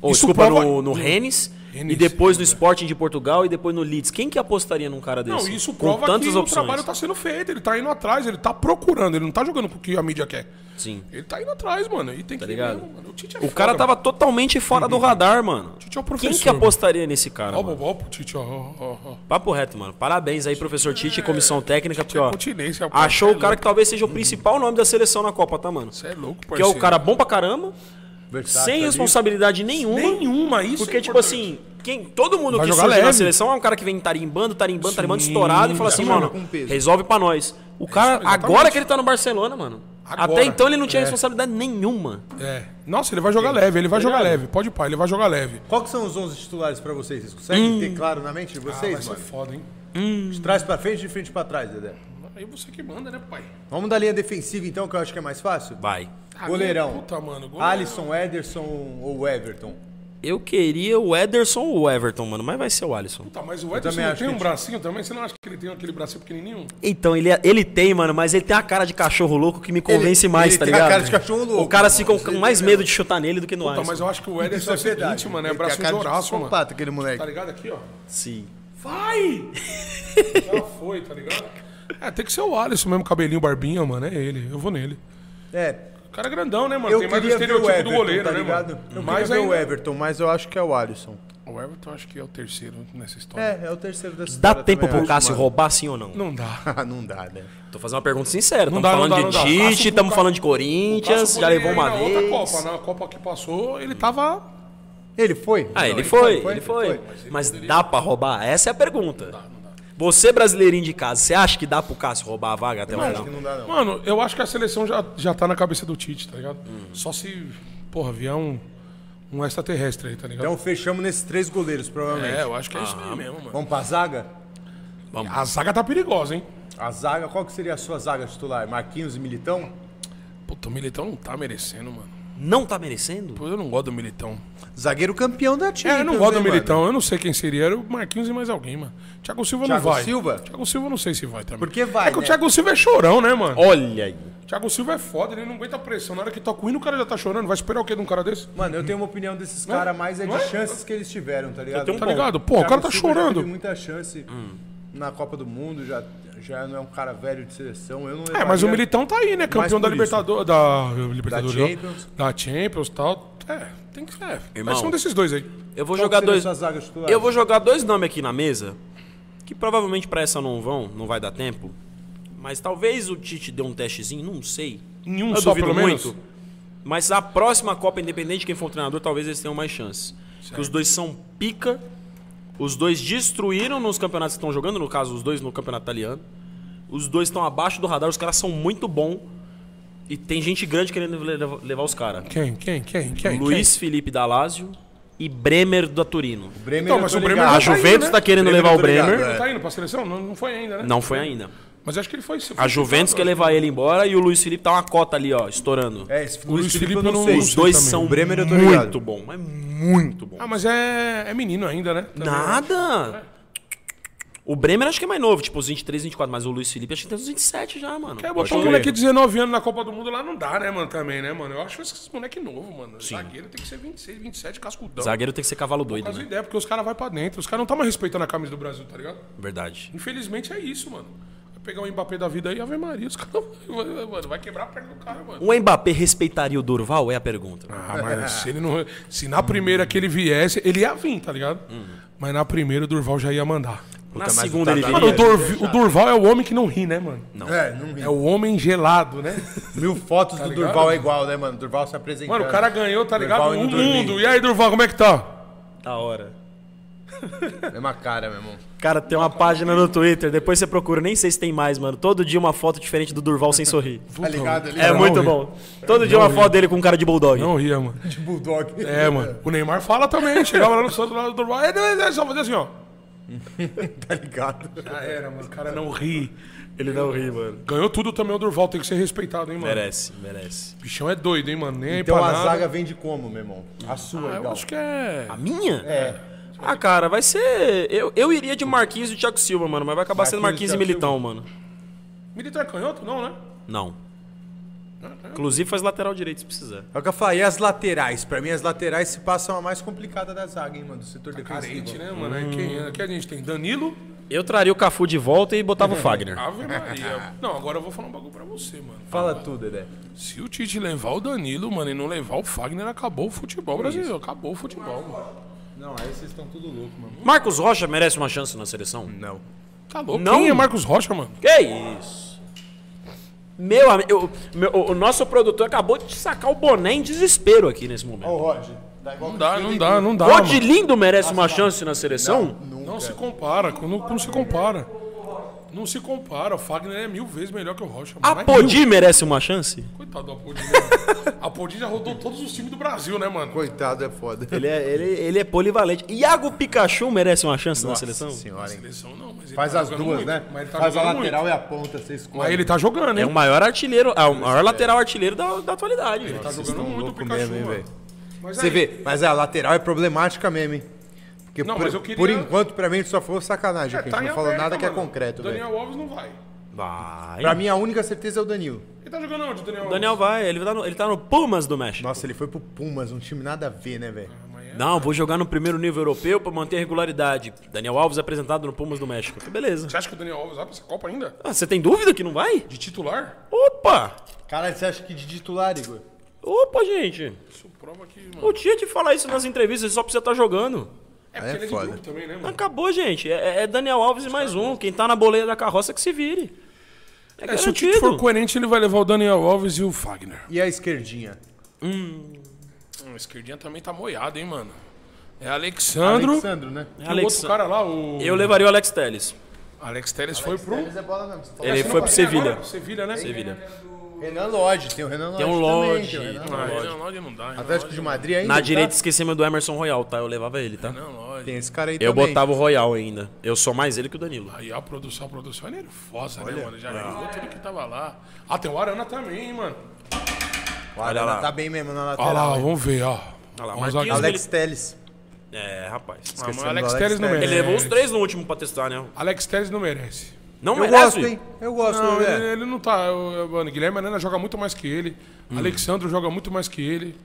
S3: Ou
S2: Isso
S3: desculpa,
S2: prova- Hum.
S3: no, no Rennes,
S2: Rennes, né?
S3: E depois no Sporting de Portugal e depois no Leeds. Quem que apostaria num cara desse?
S2: Não, isso prova que o trabalho tá sendo feito, ele tá indo atrás, ele tá procurando, ele não tá jogando com o que a mídia quer.
S3: Sim.
S2: Ele tá indo atrás, mano. E tem que ir
S3: ligado?
S2: mesmo, mano. O Tite é
S3: O cara
S2: foda,
S3: tava totalmente fora
S2: Uhum.
S3: do radar, mano.
S2: Tite é o
S3: Quem que
S2: professor.
S3: apostaria nesse cara?
S2: mano. Ó,
S3: mano?
S2: ó, ó, pro Tite, ó, ó, ó, ó.
S3: Papo reto, mano. Parabéns aí, professor Tite e comissão técnica, porque, ó,
S2: É, continência, rapaz.
S3: achou
S2: Cê
S3: o cara
S2: é
S3: que talvez seja o principal nome da seleção na Copa, tá, mano?
S2: Você é louco,
S3: Que é
S2: parceiro.
S3: o cara bom pra caramba,
S1: Versátil
S3: sem
S1: ali.
S3: responsabilidade nenhuma.
S2: Nenhuma, isso
S3: Porque,
S2: é
S3: tipo
S2: importante.
S3: assim, quem, todo mundo
S2: Vai
S3: que
S2: jogar
S3: surgiu na
S2: leve.
S3: seleção é um cara que vem tarimbando, tarimbando, tarimbando,
S2: Sim,
S3: estourado e fala
S2: já
S3: assim,
S1: joga
S3: mano,
S1: com peso.
S3: resolve pra nós. O cara,
S2: É exatamente.
S3: agora que ele tá no Barcelona, mano.
S2: Agora.
S3: Até então ele não tinha
S2: É.
S3: responsabilidade nenhuma.
S2: É. Nossa, ele vai jogar leve,
S3: Tá
S2: ele vai jogar leve. Pode pá, ele vai jogar leve.
S1: Qual que são os 11 titulares pra vocês? Vocês conseguem ter claro na mente de
S2: Hum. Ah, vai
S1: vocês,
S2: ser
S1: mano?
S2: é foda, hein?
S1: De trás pra frente e de frente pra trás, Dedé.
S2: Aí você que manda, né, pai?
S1: Vamos da linha defensiva, então, que eu acho que é mais fácil?
S3: Vai.
S1: Goleirão.
S2: Puta, mano. goleirão.
S1: Alisson, Ederson ou Everton?
S6: Eu queria o Ederson ou o Everton, mano, mas vai ser o Alisson.
S2: Tá, mas o Edson
S1: também
S2: não
S1: acho
S2: tem
S1: que
S2: um
S1: a gente-
S2: bracinho também? Você não acha que ele tem aquele bracinho pequenininho?
S6: Então, ele, ele tem, mano, mas ele tem a cara de cachorro louco que me convence
S1: Ele-
S6: mais,
S1: ele
S6: tá
S1: tem a
S6: ligado?
S1: cara de cachorro louco,
S6: O cara fica
S1: mano,
S6: com
S1: isso aí
S6: mais
S1: tem
S6: medo de chutar nele do que no
S2: Tá,
S6: Ederson.
S2: mas eu acho que o Ederson é o
S1: verdade.
S2: seguinte, mano, é
S1: Ele tem a
S2: bracinho de
S1: cara
S2: oraço, mano.
S1: psicopata, aquele moleque.
S2: Tá ligado aqui, ó?
S6: Sim.
S2: Vai! Já foi, tá ligado? É, tem que ser o Alisson mesmo, cabelinho, barbinha, mano. É ele, eu vou nele.
S1: É,
S2: O cara é grandão, né, mano?
S1: eu
S2: tem mais o
S1: queria ver
S2: estereotipo
S1: o Everton,
S2: do goleiro,
S1: tá
S2: né,
S1: ligado?
S2: mano?
S1: Eu
S2: Mas
S1: queria ver o
S2: ainda-
S1: Everton, mas eu acho que é o Alisson.
S2: O Everton acho que é o terceiro nessa história.
S1: É, é o terceiro da história
S6: Dá tempo
S1: também,
S6: pro
S1: acho,
S6: Cássio
S1: mano.
S6: roubar sim ou não?
S2: Não dá.
S1: Ah, não dá, né?
S6: Tô fazendo uma pergunta sincera.
S2: Não
S6: Tamo
S2: dá, não
S6: falando
S2: dá, não dá.
S6: de Tite,
S2: Cássio-
S6: tamo
S2: o
S6: falando de
S2: Cássio-
S6: Corinthians, já levou uma
S2: na
S6: vez.
S2: outra Copa, né? na Copa que passou, ele tava.
S1: Ele foi?
S6: Ah,
S1: Não,
S6: ele foi, ele foi. Mas dá pra roubar? Essa é a pergunta. Você, brasileirinho de casa, você acha que dá pro Cássio roubar a vaga até o
S1: Acho
S6: final?
S1: que não dá, não.
S2: Mano, eu acho que a seleção já, já tá na cabeça do Tite, tá ligado?
S1: Hum.
S2: Só se, porra, vier um, um extraterrestre aí, tá ligado?
S1: Então fechamos nesses três goleiros, provavelmente.
S2: é, eu acho que é isso aí mesmo, mano.
S1: Vamos pra zaga?
S2: A zaga tá perigosa, hein?
S1: A zaga, qual que seria a sua zaga titular? Marquinhos e Militão?
S2: Puta, o Militão não tá merecendo, mano.
S6: Não tá merecendo?
S2: Pô, eu não gosto do Militão.
S1: Zagueiro campeão da Champions.
S2: É, eu não gosto do
S1: hein, mano?
S2: Militão. Eu não sei quem seria. Era o Marquinhos e mais alguém, mano. Thiago Silva
S1: Thiago
S2: não vai.
S1: Silva?
S2: Thiago Silva eu não sei se vai também.
S1: Porque vai,
S2: É que o
S1: né?
S2: Thiago Silva é chorão, né, mano?
S6: Olha aí.
S2: Thiago Silva é foda, ele não aguenta a pressão. Na hora que toca o hino, o cara já tá chorando. Vai esperar o quê de um cara desse?
S1: Mano, eu tenho uma opinião desses caras, mas é de
S2: não é?
S1: chances que eles tiveram, tá ligado?
S2: Tá ligado? Pô, o cara tá
S1: Thiago Silva já
S2: chorando. Hum.
S1: Teve muita chance na Copa do Mundo, já, já não é um cara velho de seleção. Eu não
S2: É, mas o
S1: levaria-
S2: Militão tá aí, né? Campeão
S1: por
S2: da
S1: isso.
S2: Libertadores. Da Libertadores.
S1: Da
S2: ó.
S1: Champions.
S2: Da Champions e tal. É, tem que ser. É,
S6: Irmão.
S2: mas são desses dois aí.
S6: Eu vou
S1: Qual que
S6: jogar
S2: é
S1: seria
S6: dois.
S1: sua zaga titular?
S6: Eu vou jogar dois nomes aqui na mesa, que provavelmente pra essa não vão, não vai dar tempo. Mas talvez o Tite dê um testezinho, não sei.
S2: Em um
S6: Eu
S2: só,
S6: duvido
S2: pelo menos?
S6: muito. Mas a próxima Copa, independente de quem for o treinador, talvez eles tenham mais chance. Porque os dois são pica, os dois destruíram nos campeonatos que estão jogando, no caso, os dois no campeonato italiano. Os dois estão abaixo do radar, os caras são muito bons. E tem gente grande querendo le- levar os caras.
S2: Quem, quem, quem, quem?
S6: Luiz Felipe da Lazio e Bremer da Turino.
S1: Bremer,
S2: Então,
S1: eu
S2: mas
S1: tô
S2: o Bremer
S1: ligado.
S2: já
S6: A
S2: tá indo,
S6: Juventus
S2: né?
S6: tá querendo
S1: Bremer
S6: levar o
S1: eu tô ligado, é.
S6: Bremer.
S2: Quem? Tá indo pra seleção? Não, não foi ainda, né?
S6: Não foi ainda.
S2: Mas acho que ele foi. se foi
S6: A Juventus quer levar ele embora e o Luiz Felipe tá uma cota ali, ó, estourando.
S1: É, esse
S2: Luiz
S1: Luiz Felipe,
S2: Felipe
S1: eu não
S2: não-
S1: sei.
S6: Os dois
S2: também.
S6: são
S1: O Bremer eu tô
S6: muito
S1: ligado.
S6: bom, mas muito bom.
S2: Ah, mas é, é menino ainda, né? Também.
S6: Nada! O Bremer acho que é mais novo, tipo uns 23, 24, mas o Luiz Felipe acho que tem uns 27 já, mano.
S2: Quer botar um moleque de 19 anos na Copa do Mundo lá não dá, né, mano? Também, né, mano? Eu acho esses moleque novo, mano. Zagueiro tem que ser 26, 27, cascudão. Zagueiro.
S6: Zagueiro tem que ser cavalo doido,
S2: Caso
S6: né?
S2: ideia, porque os caras vão pra dentro. Os caras não tá mais respeitando a camisa do Brasil, tá ligado?
S6: Verdade.
S2: Infelizmente é isso, mano. Vai pegar o Mbappé da vida aí, Ave Maria, os caras. vai- vai- Mano, vai quebrar a perna do cara, mano.
S6: O Mbappé respeitaria o Durval? É a pergunta.
S2: Ah, mas se ele não. Se na primeira que ele viesse, ele ia vir, tá ligado? Mas na primeira o Durval já ia mandar.
S6: Na
S1: Uhum. mas
S6: segunda
S1: o
S6: ele
S1: Tata-
S2: Mano, o,
S6: viria.
S2: Dorvi- o Durval é o homem que não ri, né, mano?
S1: É, não ri.
S2: É o homem gelado, né?
S1: Mil fotos do Durval é igual, né, mano? Durval se apresentando.
S2: Mano, o cara ganhou, tá ligado?
S1: Durval
S2: O
S1: indo dormir.
S2: mundo. E aí, Durval, como é que tá?
S6: Da hora.
S1: Mesma É cara, meu irmão.
S6: Cara, tem uma página no Twitter, depois você procura, nem sei se tem mais, mano. Todo dia uma foto diferente do Durval sem sorrir.
S1: Tá ligado ali?
S6: É
S2: Não,
S6: muito
S2: eu-
S6: bom. Todo dia uma foto dele com um cara de bulldog.
S2: Não ria, mano.
S1: De Bulldog.
S2: É, mano. O Neymar fala também. Chegava lá no Santos, lá do Durval. É, é, é, só fazer assim, ó.
S1: Tá ligado?
S2: Já era, mano. O cara não ri.
S6: Ele não ri, mano.
S2: Ganhou tudo também o Durval. Tem que ser respeitado, hein, mano.
S6: Merece, merece.
S2: O bichão é doido, hein, mano. Nem aí
S1: Então
S2: pra
S1: a
S2: nada.
S1: zaga vem de como, meu irmão? A sua,
S2: Eu
S1: igual.
S2: acho que é...
S6: A minha?
S1: É.
S6: Ah, cara, vai ser. Eu, eu iria de Marquinhos e Thiago Silva, mano, mas vai acabar sendo
S1: Marquinhos
S6: Marquinhos
S1: e
S6: e
S1: Thiago
S6: Militão, mano.
S2: Militar é canhoto? Não, né?
S6: Não. Inclusive faz lateral direito se precisar.
S1: É o que eu falei, e as laterais? Pra mim, as laterais se passam a mais complicada da zaga, hein, mano? Do setor defensivo.
S2: Carente, né, mano? Aí quem- Aqui a gente tem Danilo,
S6: Eu traria o Cafu de volta e botava o Fagner.
S2: Ave Maria. Não, agora eu vou falar um bagulho pra você, mano.
S1: Fala tudo, Edé.
S2: Se o Tite levar o Danilo, mano, e não levar o Fagner, acabou o futebol brasileiro. Acabou o futebol, mano.
S1: Não, aí vocês estão tudo louco, mano.
S6: Marcos Rocha merece uma chance na seleção?
S1: Não.
S2: Tá louco.
S6: Não.
S2: Quem é Marcos Rocha, mano?
S6: Que isso? Meu amigo, o nosso produtor acabou de sacar o boné em desespero aqui nesse momento.
S1: Ô, Rod, dá igual
S2: Não dá, não dá, não dá. mano.
S6: Rodilindo merece uma chance na seleção?
S2: Não se compara, não, não se compara. Não se compara. O Fagner é mil vezes melhor que o Rocha. mano. Mas mil.
S6: Apodi merece uma chance?
S2: Coitado do Apodi. né? Apodi já rodou todos os times do Brasil, né, mano?
S1: Coitado, é foda.
S6: Ele é, ele, ele é polivalente. Iago Pikachu merece uma chance
S1: Nossa
S6: na seleção?
S1: senhora, hein?
S2: Seleção não, mas ele
S1: Faz
S2: tá
S1: as
S2: jogando
S1: duas,
S2: muito,
S1: né?
S2: Mas ele tá
S1: Faz a
S2: jogando muito.
S1: lateral e a ponta, você escolhe.
S2: Mas ele tá jogando, hein?
S6: É o maior artilheiro, é o maior lateral artilheiro da, da atualidade. velho.
S2: Tá jogando muito o é Pikachu,
S1: mesmo, hein,
S2: mano.
S1: velho? Você vê, mas a lateral é problemática mesmo, hein? Porque
S2: Não,
S1: por,
S2: mas eu queria-
S1: por enquanto, pra mim, só foi sacanagem.
S2: É,
S1: aqui.
S2: tá
S1: a gente
S2: em
S1: não falou
S2: aberto,
S1: nada que é
S2: mano.
S1: concreto, velho.
S2: Daniel Alves não vai.
S6: Vai.
S1: Pra mim, a única certeza é o Danilo.
S2: Ele tá jogando onde, Daniel Alves?
S6: Daniel vai, ele tá, no, ele tá no Pumas do México.
S1: Nossa, ele foi pro Pumas, um time nada a ver, né, velho?
S6: Não, vou jogar no primeiro nível europeu pra manter a regularidade. Daniel Alves apresentado no Pumas do México. Que beleza.
S2: Você acha que o Daniel Alves vai pra essa Copa ainda?
S6: Ah, você tem dúvida que não vai?
S2: De titular?
S6: Opa!
S1: Caralho, você acha que de titular, Igor?
S6: Opa, gente.
S2: Isso prova que, mano.
S6: O Tite fala isso nas entrevistas, ele só precisa estar jogando.
S2: É porque ele é de
S1: foda.
S2: grupo também, né, mano?
S6: Acabou, gente. É, é Daniel Alves e mais um. Quem tá na boleia da carroça que se vire. É,
S2: É,
S6: garantido.
S2: se o Tite for coerente, ele vai levar o Daniel Alves e o Fagner.
S1: E a esquerdinha?
S2: Hum, a esquerdinha também tá moiado, hein, mano. É Alexandro.
S1: Alexandro, né?
S2: E o
S6: Alex-
S2: outro cara lá, o.
S6: Eu levaria o Alex Telles.
S2: Alex Telles foi pro.
S1: Mas é bola mesmo. Você tá
S6: Ele
S1: falando.
S6: foi pro Sevilha.
S2: Sevilha, né?
S6: Sevilha.
S1: Renan Lodge, tem o Renan Lodge.
S6: Tem um
S1: também,
S6: Lodge.
S1: tem o Renan
S6: Tem
S1: Lodge.
S6: um
S2: Ah, Renan Lodge não dá. Renan
S1: Atlético de Madrid ainda.
S6: Na
S1: tá?
S6: direita esquecemos do Emerson Royal, tá? Eu levava ele, tá?
S2: Renan Lodge.
S1: Tem esse cara aí
S6: Eu
S1: também.
S6: botava o Royal ainda. Eu sou mais ele que o Danilo.
S2: Aí a produção, a produção é nervosa, né, mano? Já jogou tudo que tava lá. Ah, tem o Arana também, hein, mano.
S1: Olha lá. Tá bem mesmo na
S2: Olha lá,
S1: lateral. hein?
S2: vamos ver, ó.
S6: Olha lá,
S2: Vamos
S6: Marquinhos,
S2: Alex,
S1: Alex Telles.
S6: É, rapaz.
S2: ah, mas
S1: esquecendo
S2: o Alex
S1: do Alex
S2: Telles não
S1: Telles.
S2: merece.
S6: Ele levou os três no último pra testar, né?
S2: Alex Telles não merece.
S6: Não
S1: Eu
S6: merece.
S1: gosto, hein? é Eu gosto,
S2: Não,
S6: É.
S1: né?
S2: ele, ele não tá. eu- eu- mano, Guilherme Arana joga muito mais que ele.
S6: Hum.
S2: Alexandro joga muito mais que ele.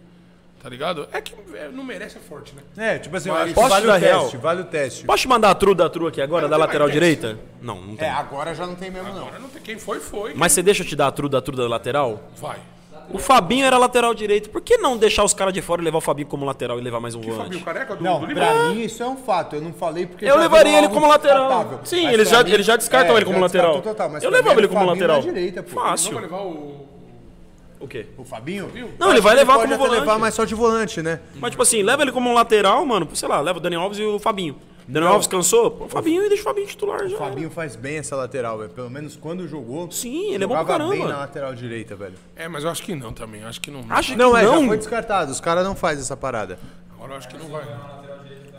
S2: Tá ligado? É que é, não merece é forte, né?
S1: É, tipo assim,
S2: Mas
S1: isso
S6: posso
S1: vale
S6: dar
S1: o teste,
S6: real?
S1: vale o teste.
S6: Posso te mandar a tru da tru aqui agora,
S2: Não
S6: da
S2: tem
S6: lateral
S2: mais teste.
S6: direita? Não, não tem.
S1: É, agora já não tem mesmo, não.
S2: Agora não tem quem foi, foi.
S6: Mas você deixa eu te dar a tru da tru da lateral?
S2: Vai.
S6: O Fabinho era lateral direito. Por que não deixar os caras de fora e levar o Fabinho como lateral e levar mais um volante?
S2: Fabinho Careca do, do
S1: Não,
S2: Liverpool?
S1: pra mim isso é um fato. Eu não falei porque.
S6: Eu
S1: já
S6: levaria
S1: virou
S6: ele
S1: algo
S6: como lateral.
S1: descartável.
S6: Sim,
S1: Mas
S6: eles
S1: pra é,
S6: já- eles já descartam ele como
S1: já descartou
S6: lateral.
S1: total, mas
S6: Eu
S1: pra
S6: levava
S1: mim
S6: ele como
S1: o Fabinho na
S6: lateral.
S1: direita, pô.
S2: Não vai
S6: Fácil.
S2: levar o.
S6: O quê?
S1: O Fabinho?
S6: Não, ele vai levar
S1: pode
S6: como
S1: até
S6: volante.
S1: levar, mas só de volante, né?
S6: Mas, tipo assim, leva ele como um lateral, mano. Sei lá, leva o Daniel Alves e o Fabinho. Daniel Alves cansou? Pô, o Fabinho e deixa o Fabinho titular já.
S1: O Fabinho faz bem essa lateral, velho. Pelo menos quando jogou.
S6: Sim, ele é bom pra
S1: jogava
S6: caramba.
S1: bem na lateral direita, velho.
S2: É, mas eu acho que não também. eu Acho que não.
S6: Acho que
S1: Não, é,
S6: não.
S1: já foi descartado. Os caras não fazem essa parada.
S2: Agora eu acho que não vai.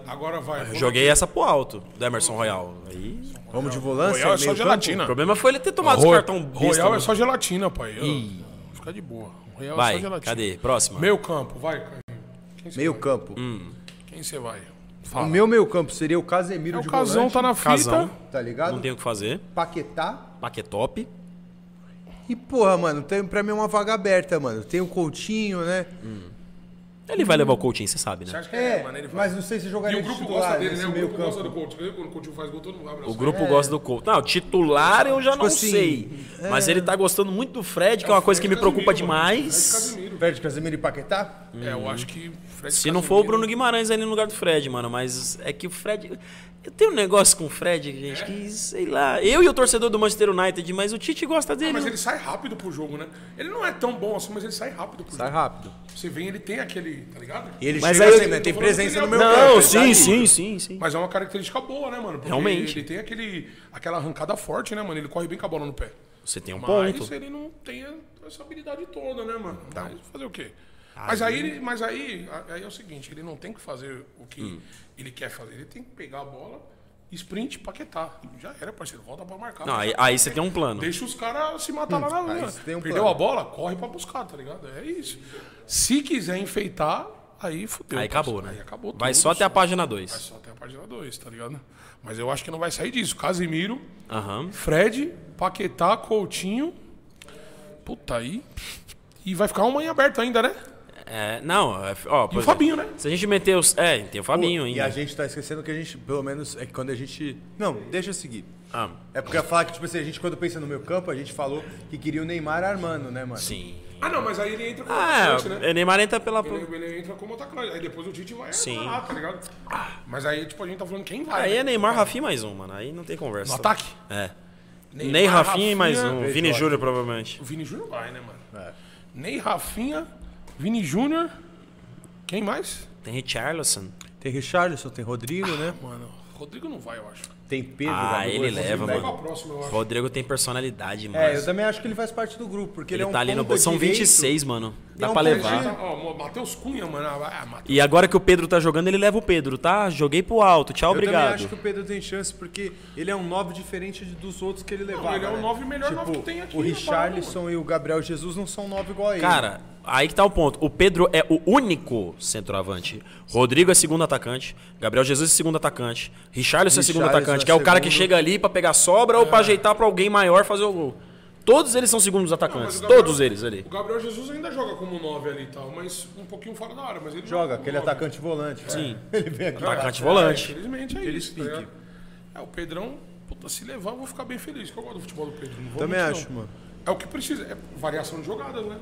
S2: Agora vai.
S6: Eu Joguei essa pro alto do Emerson Royal. Aí...
S1: Vamos de volância?
S2: Royal é só
S1: meio
S2: gelatina.
S6: O problema foi ele ter tomado os
S2: Roy-
S6: cartão besta.
S2: Royal é
S6: mano.
S2: só gelatina, pai. Eu- Fica de boa. Royal é
S6: Vai,
S2: só gelatina.
S6: cadê? Próxima.
S2: Meio campo, vai, Caio.
S1: campo? Meio campo.
S2: Quem você vai?
S1: O meu meio campo seria o Casemiro
S2: É
S1: de
S2: o Casão
S1: volante,
S2: tá na fita.
S6: Casão.
S1: tá ligado?
S6: Não tem o que fazer.
S1: Paquetá.
S6: Paquetop.
S1: E porra, mano, tem pra mim é uma vaga aberta, mano. Tem o Coutinho, né?
S6: Ele
S2: Uhum.
S6: vai levar o Coutinho, você sabe, né?
S2: Acho que
S1: É,
S2: mano, ele vai.
S1: mas não sei se
S2: E
S1: jogaria
S2: o grupo
S1: titular
S2: gosta dele,
S1: nesse
S2: né? O
S1: meio
S2: grupo
S1: campo.
S2: gosta do Coutinho. Quando o Coutinho faz gol, todo mundo abre
S6: O grupo gosta do Couto. Não, titular eu já não
S1: assim,
S6: sei. Mas ele tá gostando muito do Fred, que é uma coisa que me preocupa demais.
S1: Perde Casemiro e Paquetá?
S2: É, eu acho que.
S1: Hum.
S2: Fred tá
S6: Se não for o Bruno Guimarães ali no lugar do Fred, mano, mas é que o Fred. Eu tenho um negócio com o Fred, gente, que sei lá. Eu e o torcedor do Manchester United, mas o Tite gosta
S2: Ah,
S6: dele.
S2: Mas
S6: né?
S2: ele sai rápido pro jogo, né? Ele não é tão bom assim, mas ele sai rápido pro
S1: Sai
S2: jogo.
S1: rápido.
S2: Você vem, ele tem aquele. Tá ligado?
S1: E ele
S6: Mas
S1: chega
S6: aí-
S1: assim, né? Tem presença no meu
S2: Não,
S1: campo.
S6: Não,
S1: ele tá
S6: sim,
S1: ali.
S6: sim, sim, sim.
S2: Mas é uma característica boa, né, mano? Porque
S6: Realmente.
S2: Ele tem aquele, aquela arrancada forte, né, mano? Ele corre bem com a bola no pé.
S6: Você tem um
S2: Mas
S6: ponto. Tá.
S2: ele não tem essa habilidade toda, né, mano? Mas fazer o quê? Mas aí, ele- mas aí, aí é o seguinte, ele não tem que fazer o que
S6: Hum.
S2: ele quer fazer. Ele tem que pegar a bola, sprint, paquetar. Já era, parceiro. Volta pra marcar.
S6: Não, aí, Hum, aí você tem um plano.
S2: Deixa os caras se matar lá na
S1: aí
S2: linha.
S1: você tem um
S2: Perdeu
S1: plano.
S2: a bola, corre pra buscar, tá ligado? É isso. Se quiser enfeitar, aí fudeu.
S6: Aí acabou,
S2: parceiro.
S6: né?
S2: Aí acabou
S6: Vai
S2: tudo,
S6: só até a
S2: só-
S6: página
S2: Vai
S6: 2.
S2: só até a página 2, tá ligado? Mas eu acho que não vai sair disso. Casimiro,
S6: Aham.
S2: Fred, Paquetá, Coutinho. Puta aí. E vai ficar uma em aberto ainda, né?
S6: É, não, é, ó, por
S2: E o
S6: exemplo,
S2: Fabinho, né?
S6: Se a gente meter os. É, tem o Fabinho
S1: E a
S6: ainda.
S1: gente tá esquecendo que a gente, pelo menos, é que quando a gente. Não, deixa eu seguir.
S6: Ah.
S1: É porque eu ia falar que, tipo assim, a gente, quando pensa no meu campo, a gente falou que queria o Neymar armando, né, mano?
S6: Sim.
S2: Ah, não, mas aí ele entra como
S6: Ah,
S2: atacante, né?
S6: é, Neymar entra pela.
S2: Ele, ele entra como atacante. Aí depois o Tite vai
S6: Sim.
S2: lá, tá ligado? Mas aí, tipo, a gente tá falando quem vai.
S6: Aí
S2: né?
S6: é Neymar, Rafinha e mais um, mano. Aí não tem conversa.
S2: No ataque?
S6: É.
S2: Neymar,
S6: Nem Rafinha e
S2: Rafinha,
S6: mais um. É. Vini
S1: Jorge.
S6: Júnior, provavelmente.
S2: O Vini Júnior vai, né, mano? Ney Rafinha, Vini Júnior. Quem mais?
S6: Tem Richarlison.
S1: Tem Richarlison, tem Rodrigo, né?
S2: Mano, Rodrigo não vai, eu acho.
S1: Tem Pedro.
S6: Ah,
S1: Gabigol,
S6: ele
S1: esses
S6: leva,
S1: moleque.
S2: Qual a
S6: mano.
S2: próxima, eu acho?
S6: Rodrigo tem personalidade, mano.
S1: É, eu também acho que ele faz parte do grupo, porque ele,
S6: ele
S1: é um
S6: tá ali no
S1: ponta
S6: bolso. São
S1: direito.
S6: 26, mano. Dá
S1: é um ponta
S6: pra levar.
S1: direita.
S2: Ó, Matheus Cunha, mano. Ah, Matheus
S6: E agora que o Pedro tá jogando, ele leva o Pedro, tá? Joguei pro alto. Tchau,
S1: Eu também acho
S6: obrigado.
S1: que o Pedro tem chance, porque ele é um 9 diferente de- dos outros que ele levava.
S2: ele é o
S1: né?
S2: nove melhor nove que tem aqui
S1: O
S2: na parada,
S1: Richarlison e o Gabriel Jesus não são 9 igual a ele.
S6: Cara, Aí que tá o ponto. O Pedro é o único centroavante. Rodrigo é segundo atacante. Gabriel Jesus é segundo atacante. Richarlison é segundo
S1: Richarlison
S6: atacante,
S1: é
S6: que é o cara que
S1: segundo. É.
S6: chega ali pra pegar sobra ou pra ajeitar pra alguém maior fazer o gol. Todos eles são segundos atacantes. Todos eles ali.
S2: O Gabriel Jesus ainda joga como 9 ali e tal, mas um pouquinho fora da área. Mas ele
S1: Joga, é aquele
S2: como é nove.
S1: atacante volante.
S6: Sim.
S1: Ele vem aqui.
S6: Atacante
S2: É,
S6: volante.
S2: Infelizmente é isso. tá ligado? é, o Pedrão, puta, se levar, eu vou ficar bem feliz. Que eu gosto do futebol do Pedro. não vou
S1: Também
S2: mentir,
S1: acho,
S2: não.
S1: mano.
S2: É o que precisa. É variação de jogadas, né?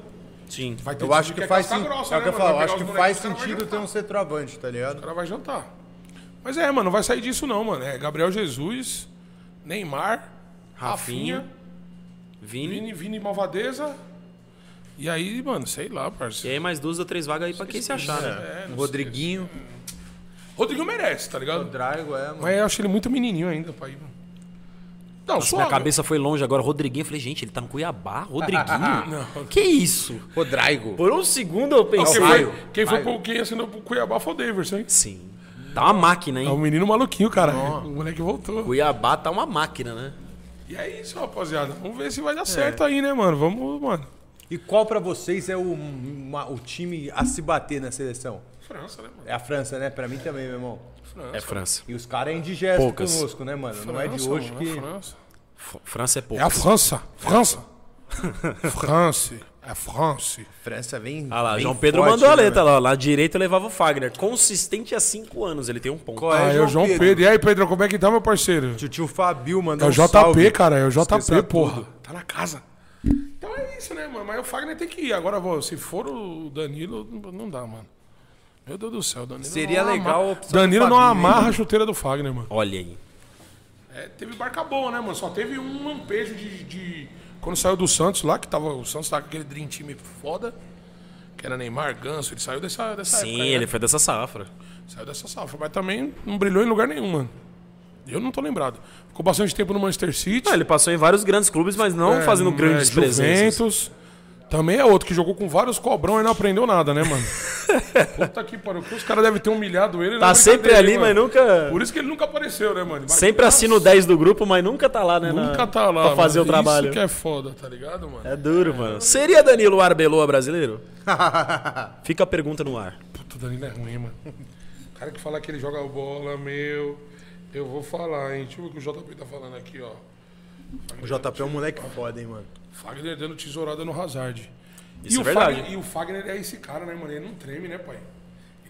S6: Sim.
S2: Vai ter
S1: Eu
S2: time
S1: acho que
S2: é
S1: faz
S2: casca
S1: sentido.
S2: grossa,
S1: É o que
S2: né,
S1: eu
S2: mano?
S1: falo,
S2: Vai
S1: acho que
S2: pegar os
S1: faz
S2: moleques, o cara vai
S1: sentido ter
S2: jantar.
S1: um centroavante, tá
S2: O
S1: ligado?
S2: cara vai jantar. Mas é, mano, não vai sair disso não, mano. É Gabriel Jesus, Neymar,
S6: Rafinha,
S2: Rafinha,
S6: Vini.
S2: Vini, Vini Malvadeza. E aí, mano, sei lá,
S6: E
S2: parceiro.
S6: aí mais duas ou três vagas aí pra quem se achar, né?
S1: Um Rodriguinho,
S2: Rodrigo merece, tá
S1: o
S2: ligado?
S1: Drago, é, mano.
S2: Mas eu acho ele muito menininho ainda pra ir, mano. Não, só.
S6: Minha cabeça foi longe agora. Rodriguinho, eu falei, gente, ele tá no Cuiabá? Rodriguinho? Que isso?
S1: O Draigo.
S6: Por um segundo eu
S2: Quem
S6: pensei.
S2: foi, quem, foi pro, quem assinou pro Cuiabá foi o Daverson, hein?
S6: Sim. Tá uma máquina, hein?
S2: É um menino maluquinho, cara. O moleque voltou.
S6: Cuiabá tá uma máquina, né?
S2: E é isso, rapaziada. Vamos ver se vai dar certo aí, né, mano? Vamos, mano.
S1: E qual pra vocês é o, uma- o time a se bater na seleção?
S2: França, né, mano?
S1: É a França, né? Pra mim também, meu irmão.
S6: É França.
S1: E os caras é indigesto
S6: Poucas.
S1: conosco, né, mano? Não é de hoje
S2: mano,
S1: que.
S2: É França.
S6: F- França é
S2: É
S6: pouco.
S2: a França. França. France. É France.
S1: França vem.
S6: Ah lá,
S1: vem
S6: João Pedro
S1: forte,
S6: mandou a
S1: né,
S6: letra
S1: velho?
S6: lá. ó. Lá direito eu levava o Fagner. Consistente há cinco anos, ele tem um ponto.
S1: Qual é,
S2: Aí é o João Pedro. E aí, Pedro, como é que tá, meu parceiro?
S1: Tio, tio Fabio mandou
S2: É o
S1: um
S2: JP,
S1: salve.
S2: cara. É o
S1: Esqueça
S2: JP, porra. Tá na casa. Então é isso, né, mano? Mas o Fagner tem que ir. Agora, vô, se for o Danilo, não não dá, mano. Meu Deus do céu, Danilo.
S1: Seria
S2: não
S1: legal
S2: ama-
S1: a opção do
S2: Danilo não
S1: Fabinho,
S2: amarra a chuteira do Fagner, mano.
S6: Ah, Olha aí.
S2: É, teve barca boa, né, mano? Só teve um lampejo de, de- Quando saiu do Santos lá, que tava. O Santos tava com aquele Dream Time foda. Que era Neymar, Ganso, ele saiu dessa, dessa
S6: Sim,
S2: época aí,
S6: ele
S2: né?
S6: foi dessa safra.
S2: Saiu dessa safra, mas também não brilhou em lugar nenhum, mano. Eu não tô lembrado. Ficou bastante tempo no Manchester City.
S6: Ah, ele passou em vários grandes clubes, mas não
S2: É,
S6: fazendo grandes
S2: é,
S6: presenças.
S2: Juventus. Também é outro que jogou com vários cobrão e não aprendeu nada, né, mano? Puta que pariu. que Os caras devem ter humilhado ele.
S6: Tá
S2: na
S6: sempre
S2: brincadeira,
S6: ali,
S2: hein,
S6: mas
S2: mano?
S6: nunca.
S2: Por isso que ele nunca apareceu, né, mano? Imagina-
S6: Sempre assina o 10 do grupo, mas nunca tá lá, né? na-
S2: Nunca tá lá.
S6: Pra fazer
S2: mano.
S6: o trabalho.
S2: Isso que é foda, tá ligado, mano?
S6: É duro, mano. Seria Danilo Arbeloa brasileiro? Fica a pergunta no ar.
S2: Puta, o Danilo é ruim, mano. O cara que fala que ele joga bola, meu. Eu vou falar, hein? Deixa eu ver o que o JP tá falando aqui, ó.
S1: O JP é um moleque foda, hein, mano.
S2: Fagner dando tesourada no Hazard.
S6: Isso
S2: e,
S6: é
S2: o
S6: verdade.
S2: Fagner, e o Fagner é esse cara, né, mano? Ele não treme, né, pai?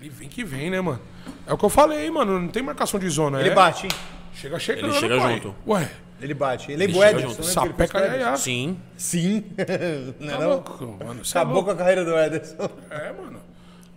S2: Ele vem que vem, né, mano? É o que eu falei, mano. Não tem marcação de zona.
S1: Ele
S2: é.
S1: bate, hein?
S2: Chega chegando,
S6: Ele chega
S2: pai.
S6: junto.
S2: Ué,
S1: Ele bate. Ele é igual
S6: chega
S1: Ederson,
S6: junto.
S1: né? que ele fez
S2: sapeca
S1: com o
S2: aí,
S1: Ederson.
S2: aí.
S6: Sim.
S1: Sim. não, é
S2: Tá
S1: não?
S2: louco, mano. Cê é
S1: Acabou
S2: louco.
S1: com a carreira do Ederson.
S2: É, mano.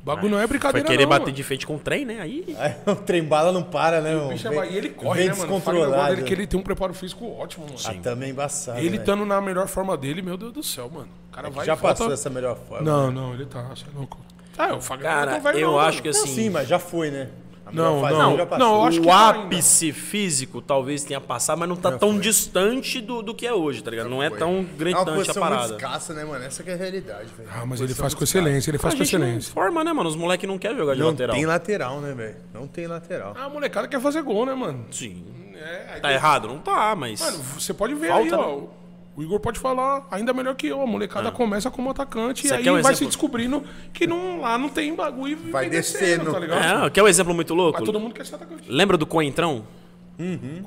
S2: O bagulho não é
S6: Foi
S2: brincadeira,
S6: querer
S2: não,
S6: bater
S2: mano.
S6: de frente com o trem, né? Aí.
S1: Aí o trem bala não para, né, mano?
S2: Bicho, é ba- E ele corre,
S1: vem
S2: né, mano? O Fagner, eu gosto
S1: descontrolado.
S2: dele, que ele tem um preparo físico ótimo, mano.
S1: Ah, também embaçado,
S2: Ele
S1: né?
S2: estando na melhor forma dele, meu Deus do céu, mano. O cara vai
S1: É Já
S2: e volta-
S1: passou dessa melhor forma.
S2: Não, não, ele tá, você é louco. Ah, o Fagner não
S6: Cara,
S2: é tão velho,
S6: eu
S2: não,
S6: acho
S2: mano.
S6: que
S1: Não,
S6: assim.
S1: sim, mas já foi, né? A melhor
S2: Não,
S1: fase
S2: não,
S1: já passou.
S2: não, eu acho que
S6: o
S2: tá
S6: ápice físico talvez tenha passado, mas não tá tão distante do, do que é hoje, tá ligado? Não é tão
S1: É uma
S6: gritante a
S1: posição muito
S6: parada.
S1: escassa, né, mano? Essa que é a realidade, velho.
S2: Ah, mas ele faz com excelência, ele faz
S6: a
S2: com
S6: gente não
S2: excelência.
S6: forma, né, mano? Os moleques não querem jogar de
S1: Não
S6: lateral.
S1: tem lateral, né, velho? Não tem lateral.
S2: Ah, a molecada quer fazer gol, né, mano?
S6: Sim.
S2: É, aí
S6: Tá
S2: tem-
S6: errado? Não tá, mas.
S2: Mano, você pode ver
S6: Falta,
S2: aí,
S6: né? Ah.
S2: ó. O Igor pode falar ainda melhor que eu. A molecada começa como atacante
S6: Você
S2: e aí
S6: quer um
S2: vai
S6: exemplo?
S2: se descobrindo que não, lá não tem bagulho e
S1: Vai
S2: vem
S1: descendo.
S2: tá ligado?
S6: é, quer um exemplo muito louco?
S2: Mas todo mundo quer ser atacante.
S6: Lembra do Coentrão?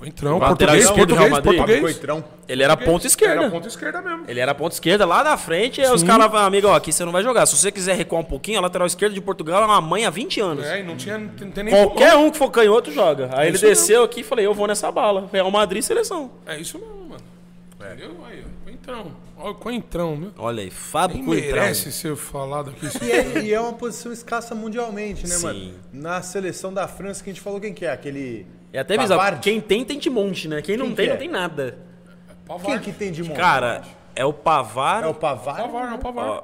S2: Entrão,
S6: Lateral
S2: português,
S6: esquerdo do Real
S2: português,
S6: Madrid.
S2: português.
S1: Coitrão.
S6: Ele era ponta esquerda. É
S2: Era ponta esquerda mesmo.
S6: Ele era ponta esquerda lá na frente, e aí os caras falaram, amigo, ó, aqui você não vai jogar. Se você quiser recuar um pouquinho, a lateral esquerda de Portugal é uma mãe há 20 anos.
S2: É, e não tinha, não tem nem
S6: Qualquer um que for canhoto joga. Aí ele
S2: isso mesmo.
S6: desceu aqui e falei, eu vou nessa bala. Real Madrid seleção.
S2: É isso mesmo, mano.
S6: É.
S2: Entendeu? Aí, ó. Coentrão. Olha o Coentrão, meu.
S6: Olha aí, Fábio
S2: Nem
S6: Coentrão.
S2: merece ser falado aqui. esse
S1: E é, e é uma posição escassa mundialmente, né,
S6: Sim.
S1: mano? Na seleção da França que a gente falou quem que é, aquele.
S6: É até bizarro.
S1: Pavard?
S6: Quem tem, tem de monte, né? Quem não
S1: Quem
S6: tem,
S1: que é?
S6: não tem nada.
S1: Quem que tem de monte?
S6: é Cara, é o Pavar.
S1: É o Pavar?
S2: Pavar, é o Pavar.
S6: Ó,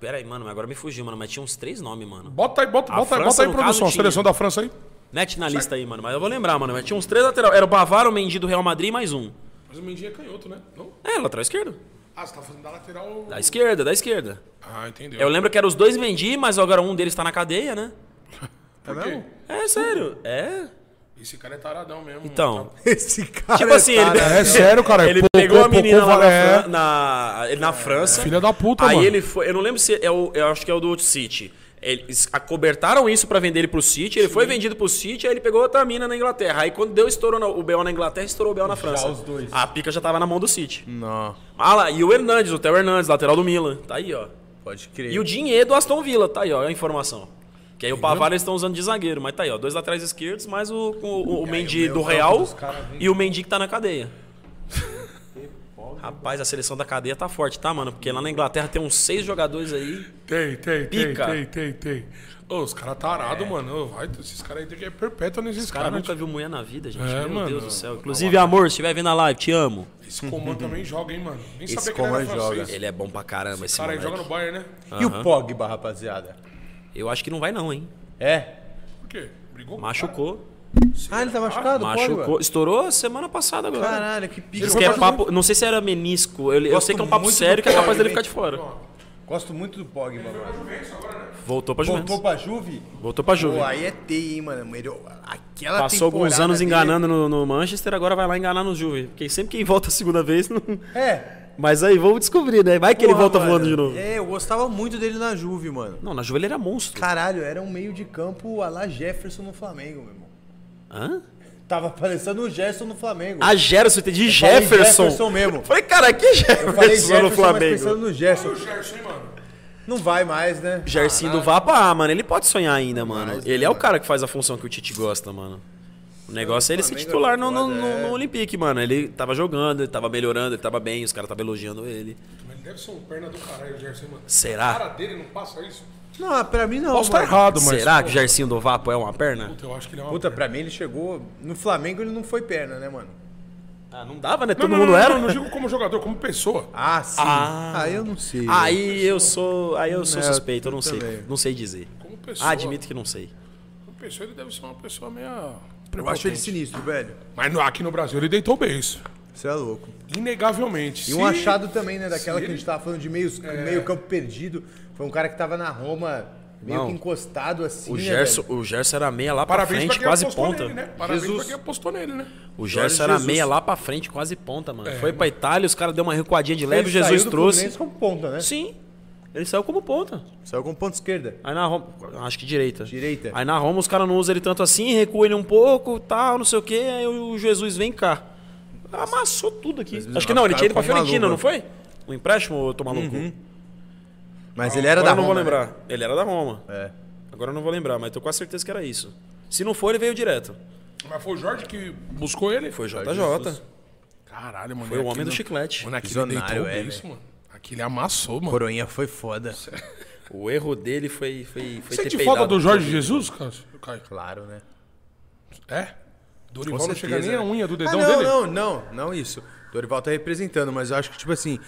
S6: Pera aí, mano, mas agora me fugiu, mano. Mas tinha uns três nomes, mano.
S2: Bota aí, bota,
S6: A
S2: bota, aí,
S6: França,
S2: bota aí,
S6: no
S2: produção.
S6: caso, tinha.
S2: Seleção da França aí.
S6: Mete na lista aí, mano. Mas eu vou lembrar, mano. Mas tinha uns três lateral. Era o Bavar, o Mendy do Real Madrid e mais um.
S2: Mas o Mendy é canhoto, né? Não?
S6: É, lateral esquerdo.
S2: Ah, você tá fazendo da lateral.
S6: Da esquerda, da esquerda.
S2: Ah, entendeu.
S6: Eu lembro que eram os dois Mendy, mas agora um deles tá na cadeia, né?
S1: Tá mesmo?
S6: É sério. É.
S2: Esse cara é taradão mesmo.
S6: Então,
S1: Esse cara.
S6: tipo assim, ele,
S2: É sério, cara.
S6: ele
S2: Pô,
S6: pegou
S2: pô,
S6: a menina
S2: pô,
S6: lá na,
S2: é.
S6: Fran- na, ele na França.
S2: Filha da puta,
S6: Aí
S2: mano.
S6: ele foi. Eu não lembro se é o. Eu acho que é o do City. Eles acobertaram isso pra vender ele pro City. Ele foi vendido pro City. Aí ele pegou outra mina na Inglaterra. Aí quando deu estourou na- o BO na Inglaterra, estourou o BO na França.
S1: os dois.
S6: A pica já tava na mão do City.
S1: Não,
S6: Ah lá, e o Hernandes, o Theo Hernandes, lateral do Milan. Tá aí, ó.
S1: pode crer.
S6: E o dinheiro do Aston Villa, tá aí, ó, a informação. Que aí o Pavar eles estão usando de zagueiro, mas tá aí, ó, dois laterais esquerdos, mais o, o, o, o Mendy do Real e o Mendy que tá na cadeia. Rapaz, a seleção da cadeia tá forte, tá, mano? Porque lá na Inglaterra tem uns seis jogadores aí.
S2: Tem, tem, tem,
S6: Pica. É.
S2: tem, tem, tem. Ô, os caras tarados, mano. Ô, vai, esses caras aí tem que é perpétua nesses
S6: Os caras
S2: caras.
S6: nunca
S2: Cara
S6: viu mulher na vida, gente.
S2: É,
S6: Meu
S2: mano.
S6: Deus do céu. Inclusive, amor, se estiver vendo a live, te amo.
S2: né? Esse comando também joga, hein, mano. Nem
S1: Esse
S2: sabia que ele era
S1: Coman joga.
S2: francês.
S6: Ele é bom pra caramba esse,
S2: Cara, ele joga
S6: moleque.
S2: no Bayern, né?
S1: E o Pogba, rapaziada?
S6: Eu acho que não vai não, hein?
S1: É?
S2: Por quê? Brigou? com o
S6: Machucou.
S1: Ah, ele tá machucado,
S6: Machucou.
S1: Pogba?
S6: Estourou semana passada agora.
S1: Caralho, que pica.
S6: Diz que é papo, não sei se era menisco, eu, eu
S1: Gosto
S6: sei que é um papo
S1: muito
S6: sério
S1: do
S6: que é capaz
S1: Pogba,
S6: dele ficar de fora.
S1: Gosto muito do Pogba, mano.
S6: Voltou pra Juventus.
S1: Voltou pra Juve?
S6: Voltou pra Juve.
S1: Pô, aí é teia, hein, mano. Melhor- Aquela
S6: Passou alguns
S1: temporada
S6: anos
S1: dele-
S6: enganando no, no Manchester, agora vai lá enganar no Juve. Porque sempre quem volta a segunda vez... Não...
S1: É.
S6: Mas aí vamos descobrir, né? Vai que ele
S1: Porra,
S6: volta
S1: mano.
S6: voando de novo.
S1: É, eu gostava muito dele na Juve, mano.
S6: Não, na Juve ele era monstro.
S1: Caralho, era um meio de campo a la Jefferson no Flamengo, meu irmão.
S6: Hã?
S1: Tava parecendo o Gerson no Flamengo.
S6: A Gerson, de
S1: falei
S6: Jefferson.
S1: Jefferson mesmo.
S6: Falei, cara, que Jefferson,
S1: Eu falei Jefferson,
S6: no
S1: mas
S6: Flamengo?
S1: pensando no Gerson.
S2: Gerson, hein, mano.
S1: Não vai mais, né?
S6: Gersinho do Vapa, ah, mano, ele pode sonhar ainda, mano. ele é o cara que faz a função que o Tite gosta, mano. O negócio é ele ser titular no, no,
S1: é.
S6: no, no Olympique, mano. Ele tava jogando, ele tava melhorando, ele tava bem, os caras estavam elogiando ele.
S2: Mas ele deve ser um perna do caralho, o Gerson, hein, mano. A cara
S6: Será?
S2: dele não passa isso?
S1: Não, pra mim não.
S2: Posso estar
S1: mano.
S2: errado, mas.
S6: Será que o Gersinho do Vapo é uma perna?
S2: Eu acho que ele é uma.
S1: Puta, pra mim ele chegou. No Flamengo ele não foi perna, né, mano?
S6: Ah, não dava, né?
S2: Não,
S6: Todo
S2: não,
S6: mundo
S2: não,
S6: era?
S2: Não, não digo como jogador, como pessoa.
S1: Ah, sim. Ah, eu não sei.
S6: Aí eu sou. Aí eu sou
S1: É,
S6: suspeito, eu não
S1: eu
S6: sei.
S1: também.
S6: Não sei dizer.
S2: Como pessoa.
S6: Ah, admito que não sei.
S2: Como pessoa, ele deve ser uma pessoa meia.
S6: é
S1: Eu acho ele
S2: prepotente.
S1: sinistro, velho.
S2: Mas no- aqui no Brasil ele deitou bem isso.
S1: Você é louco.
S2: Inegavelmente.
S1: E um achado também, né? Daquela
S2: se
S1: que a
S2: ele-
S1: gente tava falando de meio, meio campo perdido. Foi um cara que tava na Roma, meio
S6: Não.
S1: que encostado assim.
S6: O
S1: né,
S6: Gerson,
S1: velho?
S6: o Gerson era meia lá pra
S2: Parabéns pra
S6: frente,
S2: quem
S6: quase
S2: apostou
S6: ponta.
S2: nele, né? Parabéns
S1: Jesus.
S2: pra quem apostou nele, né?
S6: O Gerson
S1: Jorge
S6: era
S1: Jesus.
S6: meia lá pra frente, quase ponta, mano.
S2: É.
S6: Foi pra Itália, os caras deu uma recuadinha de leve, o
S1: Ele
S6: Jesus
S1: saiu do
S6: trouxe.
S1: Fluminense como ponta, né?
S6: Sim. Ele saiu como ponta.
S1: Saiu com ponta esquerda.
S6: Aí na Roma. Acho que direita.
S1: Direita.
S6: Aí na Roma os caras não usam ele tanto assim, recua ele um pouco, tal, não sei o quê. Aí o Jesus vem cá. Amassou tudo aqui. Acho que não, ele tinha ido pra
S1: Caiu como uma
S6: Fiorentina, não
S1: luva.
S6: foi? Um empréstimo, ô, tô maluco?
S2: Uhum.
S1: Mas ele era
S6: Agora
S1: da
S6: eu não vou
S1: Roma, né?
S6: lembrar. Ele era da Roma.
S1: É.
S6: Agora eu não vou lembrar, mas tô com a certeza que era isso. Se não for, ele veio direto.
S2: Mas foi o Jorge que buscou ele.
S6: Foi o JJ.
S2: Caralho, mano.
S6: Foi
S1: É
S6: o
S2: aquele-
S6: homem do chiclete.
S2: Mano, aquele
S1: Visionário,
S2: deitou
S1: é,
S2: bem
S1: né?
S2: isso, mano. Aquele amassou, mano.
S1: Coroinha foi foda.
S6: O erro dele foi, foi, foi
S2: Você
S6: ter
S2: te falta
S6: peidado.
S2: do Jorge Jesus, Cássio? Caio?
S1: Claro, né?
S2: É? Dorival
S1: Com
S2: não chega nem
S1: certeza,
S2: a
S1: né?
S2: unha do
S1: Ah,
S2: dedão
S1: não,
S2: dele?
S1: Não, não, não isso. Dorival tá representando, mas eu acho que, tipo assim,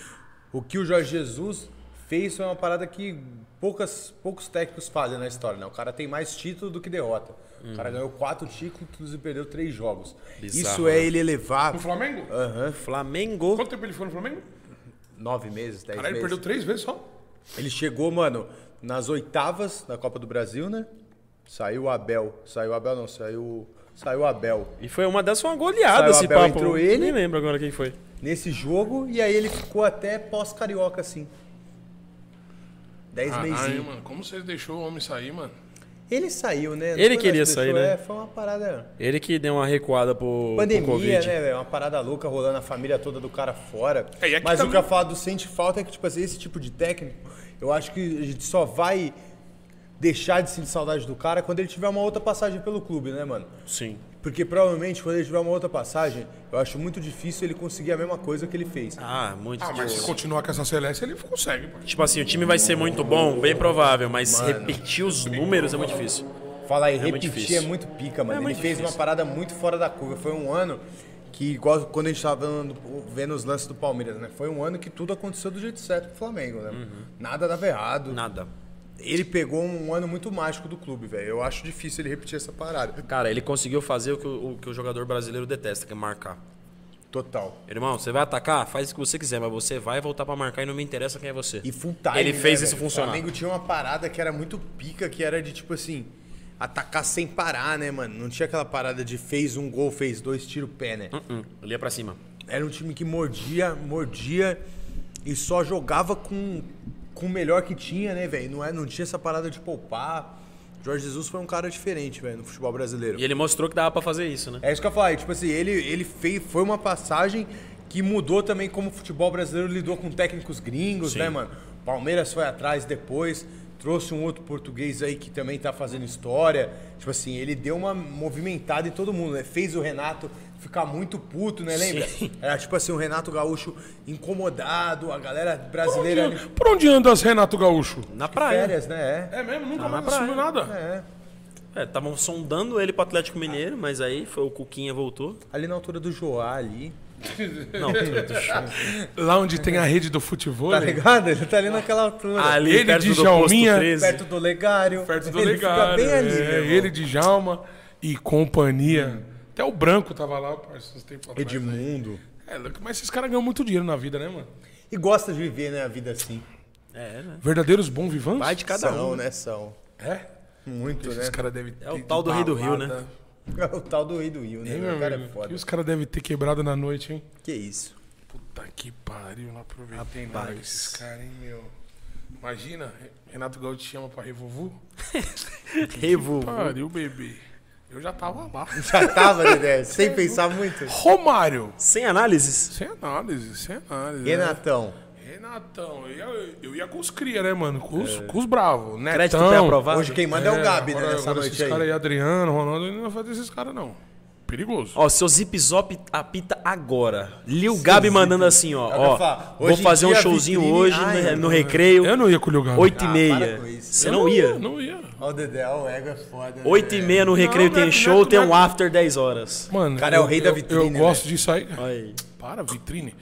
S1: o que o Jorge Jesus fez foi uma parada que poucas, poucos técnicos fazem na história, né? O cara tem mais título do que derrota. O cara ganhou quatro títulos e perdeu três jogos.
S6: Bizarro,
S1: isso é ele elevar
S2: No Flamengo?
S6: Flamengo.
S2: Quanto tempo ele foi no Flamengo?
S1: nove meses, dez
S2: Caralho, ele
S1: meses.
S2: perdeu três vezes só.
S1: Ele chegou, mano, nas oitavas da Copa do Brasil, né? Saiu o Abel. Saiu o Abel, não, saiu. Saiu o Abel.
S6: E foi uma dessas, foi uma
S1: Saiu
S6: goleada esse
S1: Abel,
S6: papo.
S1: entrou ele.
S6: Nem lembro agora quem foi.
S1: nesse jogo e aí ele ficou até pós-carioca, assim. Dez
S2: Ah, Ai,
S1: meizinhos.
S2: mano, como vocês deixou o homem sair, mano?
S1: Ele saiu, né? Não
S6: Ele
S1: foi
S6: queria
S1: nós que
S6: sair,
S1: deixou,
S6: né?
S1: é, foi uma parada.
S6: Ele que deu uma recuada pro, pro
S1: Pandemia,
S6: Covid.
S1: né, velho? Uma parada louca rolando a família toda do cara fora.
S2: É, e aqui
S1: Mas o que
S2: também-
S1: eu falo do sente falta é que, tipo assim, esse tipo de técnico, eu acho que a gente só vai deixar de sentir saudade do cara quando ele tiver uma outra passagem pelo clube, né, mano?
S6: Sim.
S1: Porque provavelmente quando ele tiver uma outra passagem, eu acho muito difícil ele conseguir a mesma coisa que ele fez.
S6: Ah, muito
S2: Ah, mas se
S6: difícil.
S2: continuar com essa Celeste, ele consegue, mano.
S6: Tipo assim, o time vai ser muito bom, bem provável, mas repetir os números é muito difícil.
S1: Falar e
S6: muito
S1: repetir
S6: difícil.
S1: é muito pica, mano.
S6: É
S1: ele
S6: muito
S1: fez uma
S6: difícil.
S1: parada muito fora da curva. Foi um ano que, igual quando a gente tava vendo, vendo os lances do Palmeiras, né? Foi um ano que tudo aconteceu do jeito certo pro Flamengo, né? Nada dava errado.
S6: Uhum. Nada.
S1: Ele pegou um ano muito mágico do clube, velho. Eu acho difícil ele repetir essa parada.
S6: Cara, ele conseguiu fazer o que o, o que o jogador brasileiro detesta, que é marcar.
S1: Total.
S6: Irmão, você vai atacar? Faz o que você quiser, mas você vai voltar pra marcar e não me interessa quem é você.
S1: E full time.
S6: Ele
S1: né,
S6: fez
S1: velho?
S6: isso funcionar.
S1: O Flamengo tinha uma parada que era muito pica, que era de tipo assim. atacar sem parar, né, mano? Não tinha aquela parada de fez um gol, fez dois, tira o pé, né?
S6: Hum, olha pra cima.
S1: Era um time que mordia, mordia e só jogava com, com o melhor que tinha, né, velho? Não, é, não tinha essa parada de poupar. Jorge Jesus foi um cara diferente, velho, no futebol brasileiro.
S6: E ele mostrou que dava pra fazer isso, né?
S1: É isso que eu falei, tipo assim, ele, ele fez, foi uma passagem que mudou também como o futebol brasileiro lidou com técnicos gringos, né, mano? Palmeiras foi atrás depois, trouxe um outro português aí que também tá fazendo história. Tipo assim, ele deu uma movimentada em todo mundo, né? Fez o Renato ficar muito puto, né, lembra? Era tipo assim, o Renato Gaúcho incomodado, a galera brasileira ali,
S2: Por onde andas, Renato Gaúcho?
S6: Na praia.
S1: férias, né? É.
S2: É mesmo? Nunca
S6: Tá
S2: mais assumiu nada.
S6: É, estavam sondando ele pro Atlético Mineiro, mas aí foi o Cuquinha voltou.
S1: Ali na altura do Joá ali. tá
S6: Não,
S2: É. Lá onde tem a rede do futebol. né?
S1: Tá ligado? Ele tá ali naquela altura.
S6: ali
S2: Ele
S6: perto
S2: de
S6: do posto
S2: Jalminha,
S6: 13.
S1: Perto do Legário.
S2: Ah, Perto do
S1: ele
S2: Olegário,
S1: Fica bem ali,
S2: é, Hum.
S1: meu irmão.
S2: Ele de Jalma e companhia. Até o Branco tava lá, parceiro, uns tempos atrás.
S1: Edmundo.
S2: É, louco, mas esses caras ganham muito dinheiro na vida, né, mano?
S1: E gosta de viver, né, a vida assim.
S2: Verdadeiros bom vivantes?
S6: Vai de cada
S1: São,
S6: um.
S1: né? São.
S2: É?
S1: Muito, né?
S2: Esses caras devem ter
S6: É o tal do Rei do Rio, né?
S2: balada.
S1: É o tal do rei do Rio, né?
S2: Hein,
S1: meu?
S2: meu
S1: o cara é
S2: amigo?
S1: foda.
S2: E os caras devem ter quebrado na noite, hein?
S1: Que isso?
S2: Puta que pariu, não aproveitei nada com esses caras, hein, meu. Imagina, Renato Gaúcho te chama pra Revovu.
S6: Revo.
S2: Pariu, bebê. Eu já tava lá.
S1: Já tava, né, Dedé, sem pensar muito.
S2: Romário.
S6: Sem análises.
S2: Sem análise, sem análise. né?
S1: Renatão.
S2: Renatão, eu ia, eu ia com os cria, né, mano? Com
S1: É.
S2: os, com os bravos. Netão.
S6: Crédito pré-aprovado.
S1: Hoje quem manda é, o Gabi, né,
S2: agora-
S1: nessa
S2: agora
S1: noite
S2: esses
S1: aí.
S2: caras aí, Adriano, Ronaldo, ele não vai fazer esses caras, não. Perigoso.
S6: Ó, seu Zip Zop apita agora. Lil Gabi mandando assim, ó.
S1: É o que eu
S6: ó
S1: falo.
S6: vou
S1: Hoje em
S6: fazer um
S1: dia,
S6: showzinho
S1: vitrine-
S6: hoje
S1: Ai,
S6: no, no
S1: não,
S6: recreio.
S2: Eu não ia com o Lil Gabi.
S6: 8 e
S1: para
S6: meia.
S1: com isso.
S6: Você
S2: Eu
S6: não ia?
S2: Não ia.
S1: Ó, o Dedé, ó, o ego é foda. né,
S6: 8 e
S1: velho?
S6: meia no recreio
S2: Não,
S6: tem
S2: não é-
S6: show,
S2: não é-
S6: tem
S2: não é-
S6: um after 10 horas.
S2: Mano,
S1: Cara, é o
S2: eu-
S1: rei da
S2: eu- Eu,
S1: vitrine, né,
S2: gosto disso aí.
S6: Aí.
S2: Para, vitrine.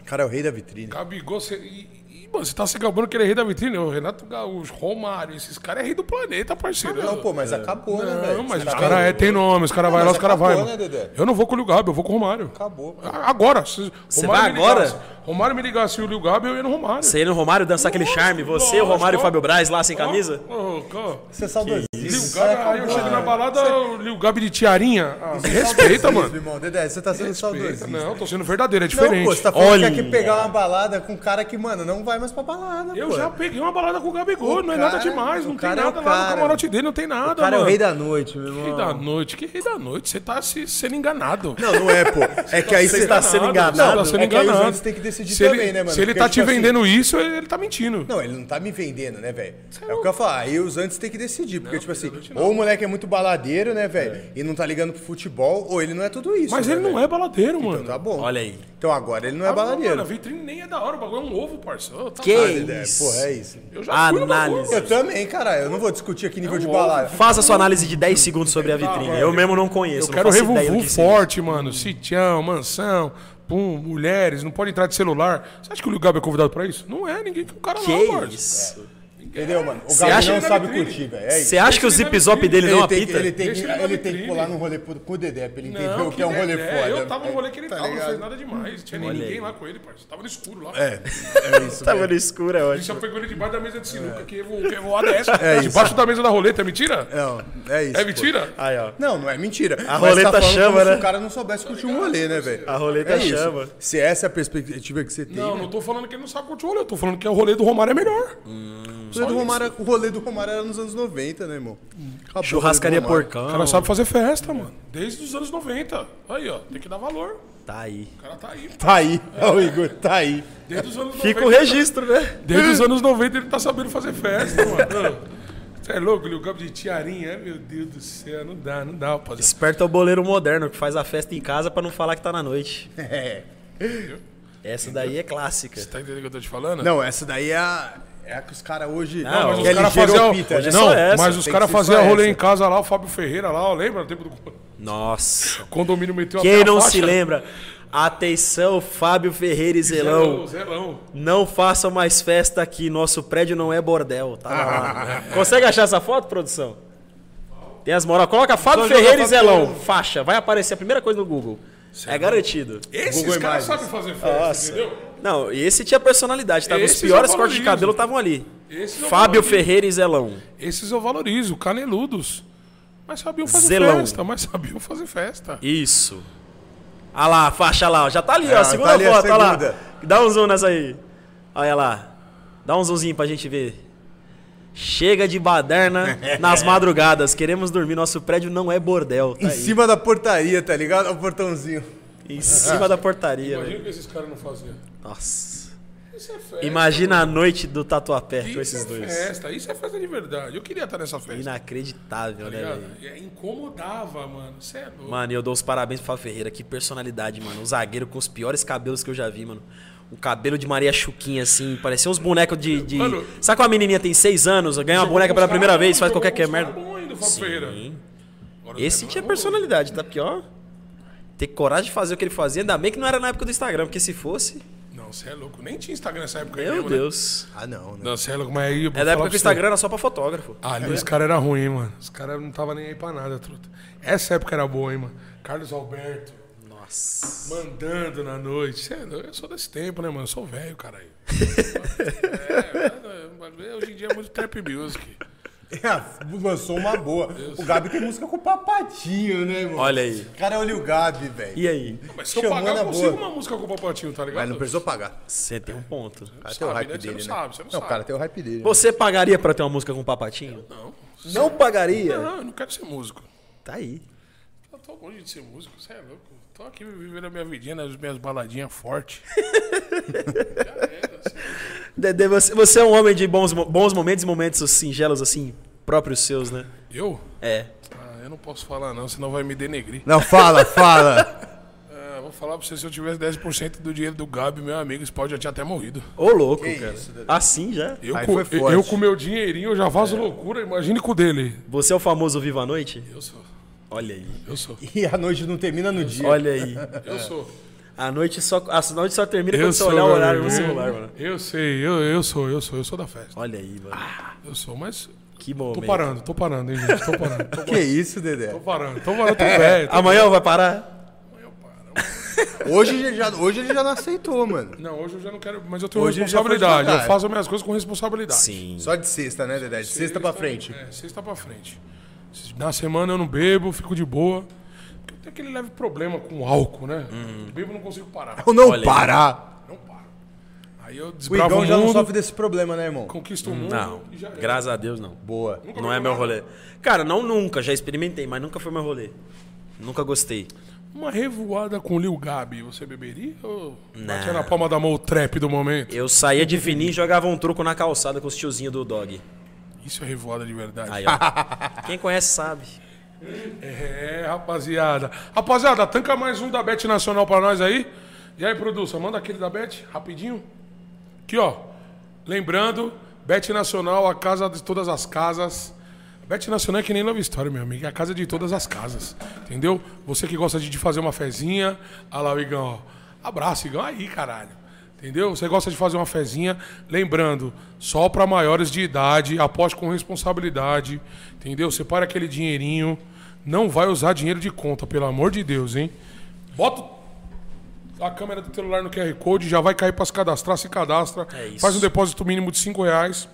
S1: O cara é o rei da vitrine.
S2: Gabigol, você. E, e, mano, você tá se gabando que ele é rei da vitrine? O Renato Gaúcho, Romário, esses caras é rei do planeta, parceiro.
S1: Ah, Não, pô, mas acabou, né, velho?
S2: É. Não, mas
S1: Você
S2: os
S1: tá
S2: caras
S1: vendo?
S2: é, tem nome, os caras
S1: Não,
S2: vai lá,
S1: mas
S2: os caras vai.
S1: acabou,
S2: mano.
S1: né, Dedé?
S2: eu não vou com o Lil Gabi, eu vou com o Romário.
S1: Acabou.
S2: A- Agora. Se
S6: Você
S2: Romário
S6: vai
S2: me
S6: agora?
S2: ligasse- Romário me ligasse e o Lil Gabi, eu ia no Romário.
S6: Você ia no Romário dançar aquele charme, você, o Romário e o Fábio Braz lá sem camisa?
S2: Ô, ô,
S1: Você é né? saudosíssimo.
S2: Lil Gabi, aí eu chego na balada, o Lil Gabi de tiarinha. Ah,
S1: é
S2: me respeita, mano.
S1: Irmão, Dedé, você tá sendo saudosíssimo.
S2: Não, tô sendo verdadeiro,
S1: Não,
S2: é diferente.
S1: pô, você tá falando
S6: Olha.
S1: que quer que pegar uma balada com um cara que, mano, não vai mais pra balada,
S2: Eu
S1: pô.
S2: já peguei uma balada com o Gabigol,
S1: O
S2: não é
S1: cara-
S2: nada demais, não
S1: o
S2: tem
S1: cara é
S2: nada
S1: o
S2: lá
S1: cara.
S2: no camarote dele, não tem nada,
S1: O cara é o
S2: mano.
S1: rei da noite, meu irmão.
S2: Rei da noite, que rei da noite? Você tá se, sendo enganado.
S1: Não, não é, pô. É que aí você tá sendo enganado.
S2: Você tá sendo
S1: é que aí os
S2: enganado.
S1: outros têm que decidir
S2: se
S1: também,
S2: ele,
S1: né, mano?
S2: Se ele
S1: Porque,
S2: tá te
S1: tipo assim,
S2: vendendo isso, ele tá mentindo.
S1: Não, ele não tá me vendendo, né, velho? É o que eu falo.
S2: né?
S1: Aí os antes têm que decidir. Porque, tipo assim, ou o moleque é muito baladeiro, né, velho? E não tá ligando pro futebol, ou ele não é tudo isso.
S2: É. Mas
S1: né,
S2: ele não
S1: velho?
S2: é baladeiro, mano.
S1: Tá bom.
S6: Olha aí.
S1: Então agora ele não é
S2: Ah,
S1: baladeiro.
S2: Mano, a vitrine nem é da hora, o bagulho é um ovo, parceiro. Tá
S6: Que
S2: doido.
S1: É,
S6: isso?
S1: porra, é isso.
S2: Eu já fui no bagulho,
S6: Análise.
S1: Eu também, cara. Eu não vou discutir aqui nível de
S2: É um ovo.
S1: balada.
S6: Faça sua análise de 10 segundos sobre a vitrine. Eu mesmo não
S2: Eu
S6: conheço. não
S2: quero
S6: faço ideia do
S2: revolvu
S6: que seja.
S2: forte, mano. Sitião, mansão, pum, mulheres, não pode entrar de celular. Você acha que o Lil Gabi é convidado pra isso? Não é, ninguém que o cara não,
S6: Que
S2: parceiro.
S6: isso?
S1: Entendeu, mano? O
S6: Você
S1: Gabi
S6: acha
S1: não
S2: ele na
S1: sabe
S2: vitrine?
S1: curtir, velho. É isso.
S6: Você acha que o zip zop dele não
S1: Ele tem, que,
S6: apita?
S1: ele, tem que,
S2: Deixa ele na
S1: ele tem que
S2: vitrine.
S1: colar num rolê pro, pro Dedé, pra ele entender
S2: Não,
S1: o que é um rolê
S2: é,
S1: foda.
S2: Eu tava no rolê que ele
S1: Tá
S2: tava, não
S1: ligado?
S2: fez nada demais. Tinha nem
S6: Olha
S2: ninguém
S6: aí.
S2: lá com ele, parceiro. Tava no escuro lá.
S1: É, é isso.
S6: Tava
S1: velho.
S6: no escuro, é ótimo.
S2: Ele só pegou ele debaixo da mesa de sinuca, que evo- que evoada é essa? debaixo da mesa da roleta, é mentira?
S1: Não, é isso.
S2: É
S1: pô.
S2: mentira?
S6: Aí, ó.
S1: Não, não é mentira. A
S6: roleta chama, né?
S1: Se o cara não soubesse curtir um rolê, né, velho?
S6: A roleta
S1: É isso.
S6: chama.
S1: Se essa é a perspectiva que você tem.
S2: Não,
S1: né?
S2: não tô falando que ele não sabe curtir o rolê, eu tô falando que o rolê do Romário é melhor.
S1: o, rolê do Romário, o rolê do Romário era nos anos 90, né, irmão? Acabou
S6: Churrascaria
S1: o rolê do Romário.
S2: O
S6: porcão.
S2: cara sabe fazer festa, mano. Desde os anos 90. Aí, ó, tem que dar valor.
S6: Tá aí.
S2: O cara tá aí. pô.
S1: Tá aí, ó, o Igor, tá aí.
S2: Desde os anos 90.
S6: Fica o registro, né?
S2: Desde os anos 90 ele tá sabendo fazer festa, mano. Você é louco, Lil Gabi de tiarinha? É, Meu Deus do céu, não dá, não dá, rapaziada.
S6: Esperto é o boleiro moderno que faz a festa em casa pra não falar que tá na noite.
S1: É.
S6: Essa daí é clássica.
S2: Tá entendendo o que eu tô te falando?
S1: Não, essa daí é a, é a que os caras hoje.
S6: Não, mas
S1: que
S6: os
S1: é
S2: Os cara
S1: ligeiro
S2: fazia-
S1: opita,
S6: hoje é
S1: né?
S2: Não,
S6: só essa,
S2: mas os
S1: tem
S2: caras
S1: que ser só
S2: faziam rolê
S1: essa.
S2: em casa lá, o Fábio Ferreira lá, ó, lembra? No tempo do
S6: Nossa.
S2: condomínio meteu
S6: Quem
S2: até a
S6: não
S2: faixa.
S6: se lembra? Atenção, Fábio Ferreira e Zelão.
S2: Zelão.
S6: Não façam mais festa aqui, nosso prédio não é bordel. Tá lá. Consegue achar essa foto, produção? Tem as moral. Coloca Fábio
S1: jogar
S6: Ferreira e
S1: Fábio
S6: Zelão.
S1: Ferreira.
S6: Faixa. Vai aparecer a primeira coisa no Google. É garantido.
S2: Esses
S1: Google
S2: caras
S1: Imagens.
S2: sabem fazer festa, entendeu?
S6: Não, e esse tinha personalidade, tá? Os
S2: Esse
S6: piores
S2: já
S6: cortes de
S2: valoriza.
S6: cabelo estavam ali.
S2: Esses eu
S6: Fábio
S2: valorizo.
S6: Ferreira e Zelão.
S2: Esses eu valorizo, caneludos. Mas sabiam fazer
S6: Zelão.
S2: festa, mas sabiam fazer festa.
S6: Isso. Ah lá, a faixa lá, ó. já tá ali, ó.
S1: Ah,
S6: a Segunda
S1: tá ali a
S6: foto, ó lá.
S1: segunda.
S6: Dá um zoom nessa aí. Olha lá. Dá um zoomzinho pra gente ver. Chega de baderna nas madrugadas. Queremos dormir. Nosso prédio não é bordel. Tá
S1: Em
S6: aí.
S1: cima da portaria, tá ligado? Olha o portãozinho.
S6: Em cima da portaria, velho.
S2: Imagina o que esses caras não faziam.
S6: Nossa.
S2: Isso é festa.
S6: Imagina a noite do tatuapé
S2: isso
S6: com esses
S2: é
S6: dois.
S2: festa, isso é festa de verdade. Eu queria estar nessa festa.
S6: Inacreditável,
S1: Tá
S6: né,
S2: ligado?
S6: velho?
S2: É, incomodava, mano. Você é louco.
S6: Mano, e eu dou os parabéns pro Fábio Ferreira. Que personalidade, mano. O zagueiro com os piores cabelos que eu já vi, mano. O cabelo de Maria Chuquinha, assim. Parecia uns bonecos de. de...
S2: Mano-
S6: Sabe quando a menininha tem seis anos, ganha uma
S2: Jogou
S6: boneca
S2: com
S6: pela
S2: os
S6: primeira
S2: caras um
S6: vez,
S2: bons,
S6: faz
S2: jogou
S6: qualquer
S2: com
S6: é
S2: os
S6: merda.
S2: caras bons ainda, o Fábio Ferreira. Agora o
S6: Esse
S2: Zé
S6: tinha
S2: Mauro,
S6: personalidade, tá? Porque, ó. Ter coragem de fazer o que ele fazia, ainda bem que não era na época do Instagram, porque se fosse.
S2: Não, você é louco. Nem tinha Instagram nessa época. aí
S6: Meu
S2: mesmo, né?
S6: Deus.
S1: Ah, não, né?
S2: Não, você é louco, mas aí... eu vou
S6: É
S2: falar
S6: da época
S2: pra
S6: que o
S2: você.
S6: Instagram era só pra fotógrafo.
S2: Ali os caras eram ruins, hein, mano. Os caras não tava nem aí pra nada, truta. Essa época era boa, hein, mano. Carlos Alberto. Nossa. Mandando na noite. Cê é louco, eu sou desse tempo, né, mano? Eu sou velho, caralho. é, é, hoje em dia é muito trap music.
S1: Lançou uma boa. O Gabi tem música com o papatinho, né, mano?
S6: Olha aí.
S1: Cara, olha o Gabi, velho.
S6: E aí?
S2: Mas se eu
S1: Chamou
S2: pagar,
S1: na
S2: eu consigo
S1: boa.
S2: uma música com o Papatinho, tá ligado?
S1: Mas não precisou pagar.
S6: Você tem um ponto.
S1: O cara
S2: Sabe,
S1: tem o hype
S2: né? Você
S1: dele,
S2: não
S1: né?
S2: sabe, você não
S1: o
S2: sabe.
S1: cara tem o hype dele. né?
S6: Você pagaria pra ter uma música com o papatinho?
S2: Não.
S6: Não pagaria?
S2: Não, eu não quero ser músico.
S6: Tá aí.
S2: Eu tô longe de ser músico, você é louco. Tô aqui vivendo a minha vidinha, nas minhas baladinhas fortes.
S6: Dedê, você, você é um homem de bons, mo- bons momentos e momentos singelos, assim, próprios seus, né?
S2: Eu?
S6: É.
S2: Ah, eu não posso falar não, senão vai me denegrir.
S1: Não, fala, fala.
S2: Ah, vou falar pra você, se eu tivesse 10% do dinheiro do Gabi, meu amigo, esse pau já tinha até morrido.
S6: Ô, louco, cara. assim já?
S2: Eu,
S1: Aí
S2: com,
S1: foi
S2: eu,
S1: forte.
S2: eu com meu dinheirinho, eu já vazo loucura, imagine com o dele.
S6: Você é o famoso Viva a Noite?
S2: Eu sou,
S6: Olha aí.
S2: eu sou,
S1: e a noite não termina no dia.
S6: Olha aí.
S2: eu sou.
S6: A noite só, a noite só termina
S2: Eu
S6: quando você
S2: sou, né?
S6: olhar o
S2: meu
S6: horário no
S2: amigo.
S6: celular, mano.
S2: Eu sei, eu, eu sou, eu sou, eu sou da festa.
S6: Olha aí, mano.
S2: Eu sou, mas
S6: Que bom.
S2: tô parando, tô parando, hein, gente, tô parando. Tô,
S1: Que isso, Dedé?
S2: tô parando, tô parando, tô velho. tô-
S6: Amanhã vai parar?
S1: Hoje ele já, hoje ele já não aceitou, mano.
S2: Não, hoje eu já não quero, mas eu tenho
S1: Hoje já foi
S2: responsabilidade, eu
S1: devagar.
S2: faço as minhas coisas com responsabilidade.
S6: Sim.
S1: Só de sexta, né, Dedé? De sexta pra frente.
S2: É, sexta pra frente. Na semana eu não bebo, fico de boa. Porque eu tenho aquele leve problema com álcool, né?
S1: Hum.
S2: Bebo eu não consigo parar.
S1: Ou não
S6: Olha aí.
S1: parar.
S2: Não paro. Aí eu
S1: O
S2: desbravo
S1: É Igão
S2: o
S1: já não
S2: mundo,
S1: sofre desse problema, né, irmão?
S2: conquisto o mundo
S6: Não,
S2: e já era.
S6: graças a Deus não.
S1: Boa.
S6: Não é meu rolê. Cara, não nunca, já experimentei, mas nunca foi meu rolê. Nunca gostei.
S2: Uma revoada com o Lil Gabi, você beberia ou batia
S6: Não.
S2: na palma da mão o trap do momento?
S6: Eu saía de fininho e jogava um truco na calçada com os tiozinhos do dog.
S2: Isso é revoada de verdade.
S6: Aí, ó. Quem conhece sabe.
S2: É, rapaziada. Rapaziada, tanca mais um da Bet Nacional pra nós aí. E aí, produção, manda aquele da Bet, rapidinho. Aqui, ó. Lembrando, Bet Nacional, a casa de todas as casas. Bet Nacional é que nem Love Story, meu amigo. É a casa de todas as casas. Entendeu? Você que gosta de, de fazer uma fezinha. Olha lá o Igão, ó. Abraço, Igão. Aí, caralho. Entendeu? Você gosta de fazer uma fezinha, lembrando, só para maiores de idade, aposte com responsabilidade, entendeu? Separe aquele dinheirinho, não vai usar dinheiro de conta, pelo amor de Deus, hein? Bota a câmera do celular no QR Code, já vai cair para se cadastrar, se cadastra,
S6: É isso.
S2: faz um depósito mínimo de 5 reais,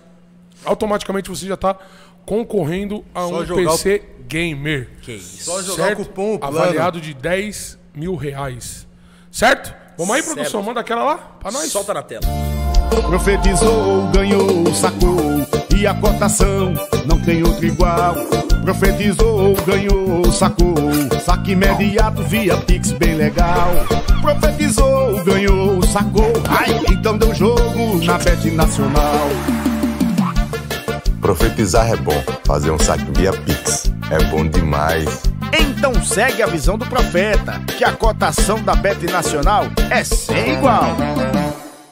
S2: automaticamente você já tá concorrendo a
S1: Só
S2: um
S1: jogar o-
S2: PC Gamer
S6: Que isso.
S1: Só jogar
S2: certo?
S1: o cupom, o plano.
S2: avaliado de 10 mil reais. Certo? Vamos aí, produção, manda aquela lá pra nós.
S6: é Solta na tela.
S4: Profetizou, ganhou, sacou, e a cotação não tem outro igual. Profetizou, ganhou, sacou, saque imediato via Pix, bem legal. Profetizou, ganhou, sacou, ai, então deu jogo na Bet Nacional.
S5: Profetizar é bom, fazer um saque via Pix é bom demais.
S4: Então segue a visão do profeta, que a cotação da Bet Nacional é sem igual.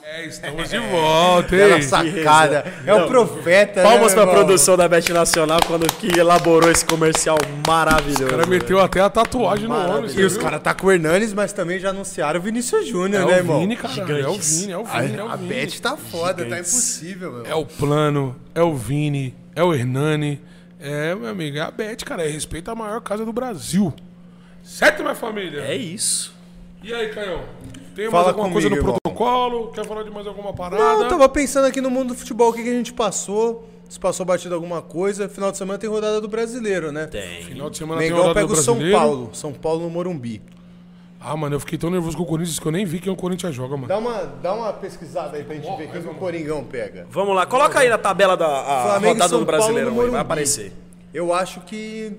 S2: É, estamos de volta,
S1: Bela
S2: hein?
S1: Tá sacada. É o profeta, né,
S6: Palmas pra
S1: irmão?
S6: produção da Bet Nacional quando que elaborou esse comercial maravilhoso.
S2: O cara meteu até a tatuagem no ônibus.
S1: E os caras tá com o Hernanes, mas também já anunciaram o Vinícius
S2: É
S1: Júnior, né,
S2: o
S1: irmão?
S2: Vini, cara. É o
S6: Gigantes.
S2: Vini, é o Vini, é
S1: A, a
S2: o Vini.
S1: Bet tá foda, tá impossível, meu.
S2: É o Plano, é o Vini, é o Hernani. É, meu amigo, é a Bet, cara. É respeito à maior casa do Brasil. Certo, minha família?
S6: É isso.
S2: E aí, Caio? Tem mais
S1: Fala
S2: alguma coisa no
S1: comigo, irmão.
S2: Colo-Colo, quer falar de mais alguma parada?
S1: Não, eu tava pensando aqui no mundo do futebol, o que, que a gente passou. Se passou batido alguma coisa. Final de semana tem rodada do brasileiro, né?
S6: Tem.
S2: Final de semana tem
S1: Mengão
S2: rodada
S1: pega
S2: do
S1: o São
S2: Brasileiro.
S1: Paulo. São Paulo no Morumbi.
S2: Ah, mano, eu fiquei tão nervoso com o Corinthians que eu nem vi quem o Corinthians joga, mano.
S1: Dá uma, dá uma pesquisada aí pra gente ver quem que o Coringão pega.
S6: Vamos lá, coloca aí na tabela da a
S1: Flamengo e
S6: rodada
S1: São Paulo
S6: do Brasileirão
S1: no
S6: aí, vai
S1: Morumbi.
S6: aparecer.
S1: Eu acho que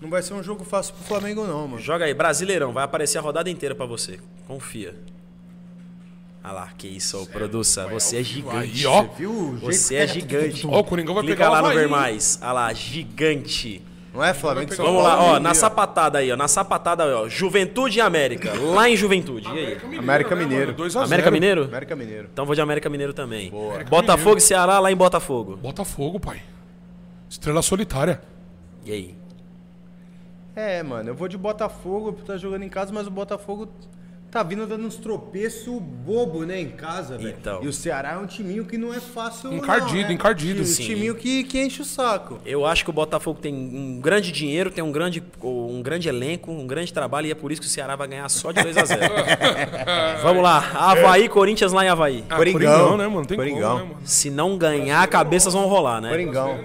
S1: não vai ser um jogo fácil pro Flamengo, não, mano.
S6: Joga aí, Brasileirão, vai aparecer a rodada inteira pra você. Confia. Ah lá, que isso, ô, produça, você é gigante.
S1: um
S2: Aí, ó.
S1: Viu? o jeito que
S6: Você
S1: tá pega
S6: é
S1: tudo,
S6: gigante.
S1: tudo,
S2: Ó, o Coringão vai
S6: Clica
S2: pegar
S6: lá
S2: o
S6: no
S2: Havaí.
S6: ver mais. Ah lá, gigante.
S1: tudo. Não é Flamengo e São
S6: Vamos
S1: Paulo?
S6: lá, ó,
S1: ali,
S6: na sapatada aí, ó, na sapatada, ó, Juventude e América, lá em Juventude. E aí?
S1: América Mineiro.
S2: 2 né, a 0.
S6: América Mineiro?
S1: América Mineiro.
S6: Então vou de América Mineiro também. Botafogo e Ceará, lá em Botafogo.
S2: Botafogo, pai. Estrela solitária.
S6: E aí?
S1: É, mano, eu vou de Botafogo, porque tá jogando em casa, mas o Botafogo tá vindo dando uns tropeços bobo, né, em casa, velho.
S6: Então.
S1: E o Ceará é um timinho que não é fácil
S2: Encardido,
S1: não, né?
S2: encardido,
S1: Um
S2: sim.
S1: timinho que, que enche o saco.
S6: Eu acho que o Botafogo tem um grande dinheiro, tem um grande, um grande elenco, um grande trabalho e é por isso que o Ceará vai ganhar só de 2 a 0 Vamos lá, Havaí,
S1: É.
S6: Corinthians lá em Havaí.
S2: Ah,
S1: Coringão.
S2: né, mano? Tem
S1: Coringão.
S2: como, né, mano?
S6: Se não ganhar, cabeças vão rolar, né?
S1: Coringão.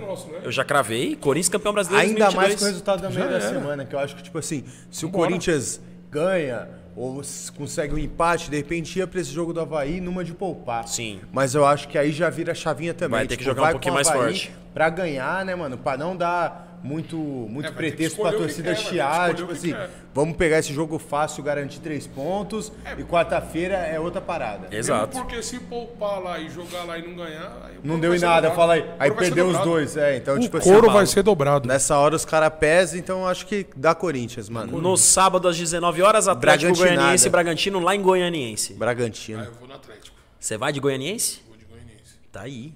S6: Eu já cravei, Corinthians campeão brasileiro
S1: Ainda
S6: 2022.
S1: mais com o resultado da meia da semana, que eu acho que, tipo assim, se o Corinthians ganha ou s- consegue um empate, de repente ia pra esse jogo do Havaí numa de poupar.
S6: Sim.
S1: Mas eu acho que aí já vira chavinha também. tipo,
S6: Vai ter que jogar um
S1: com
S6: pouquinho
S1: o
S6: mais
S1: Avaí
S6: forte.
S1: Pra ganhar, né, mano? Pra não dar muito, muito
S2: É, vai ter que
S1: pretexto
S2: escolher
S1: pra
S2: o que
S1: torcida
S2: quer, vai ter que
S1: chiar.
S2: escolher o
S1: Tipo
S2: que
S1: assim,
S2: quer.
S1: vamos pegar esse jogo fácil, garantir três pontos. E quarta-feira é outra parada.
S6: Exato.
S2: Porque se poupar lá e jogar lá e não ganhar... aí o
S1: Não
S2: couro
S1: deu
S2: vai
S1: em
S2: ser
S1: nada,
S2: dobrado.
S1: fala aí.
S2: O couro
S1: Aí
S2: vai ser
S1: perdeu os
S2: dobrado. Né?
S1: dois, é. Então, tipo
S2: O
S1: assim.
S2: couro vai
S1: abalo.
S2: ser dobrado.
S1: Nessa hora os caras pesam, então eu acho que dá Corinthians, mano.
S6: No sábado às 19 horas, Atlético
S1: Bragantinada.
S6: Goianiense e Bragantino lá em Goianiense.
S1: Bragantino.
S2: Eu vou no Atlético.
S6: Você vai de Goianiense? Vou de Goianiense. Tá aí.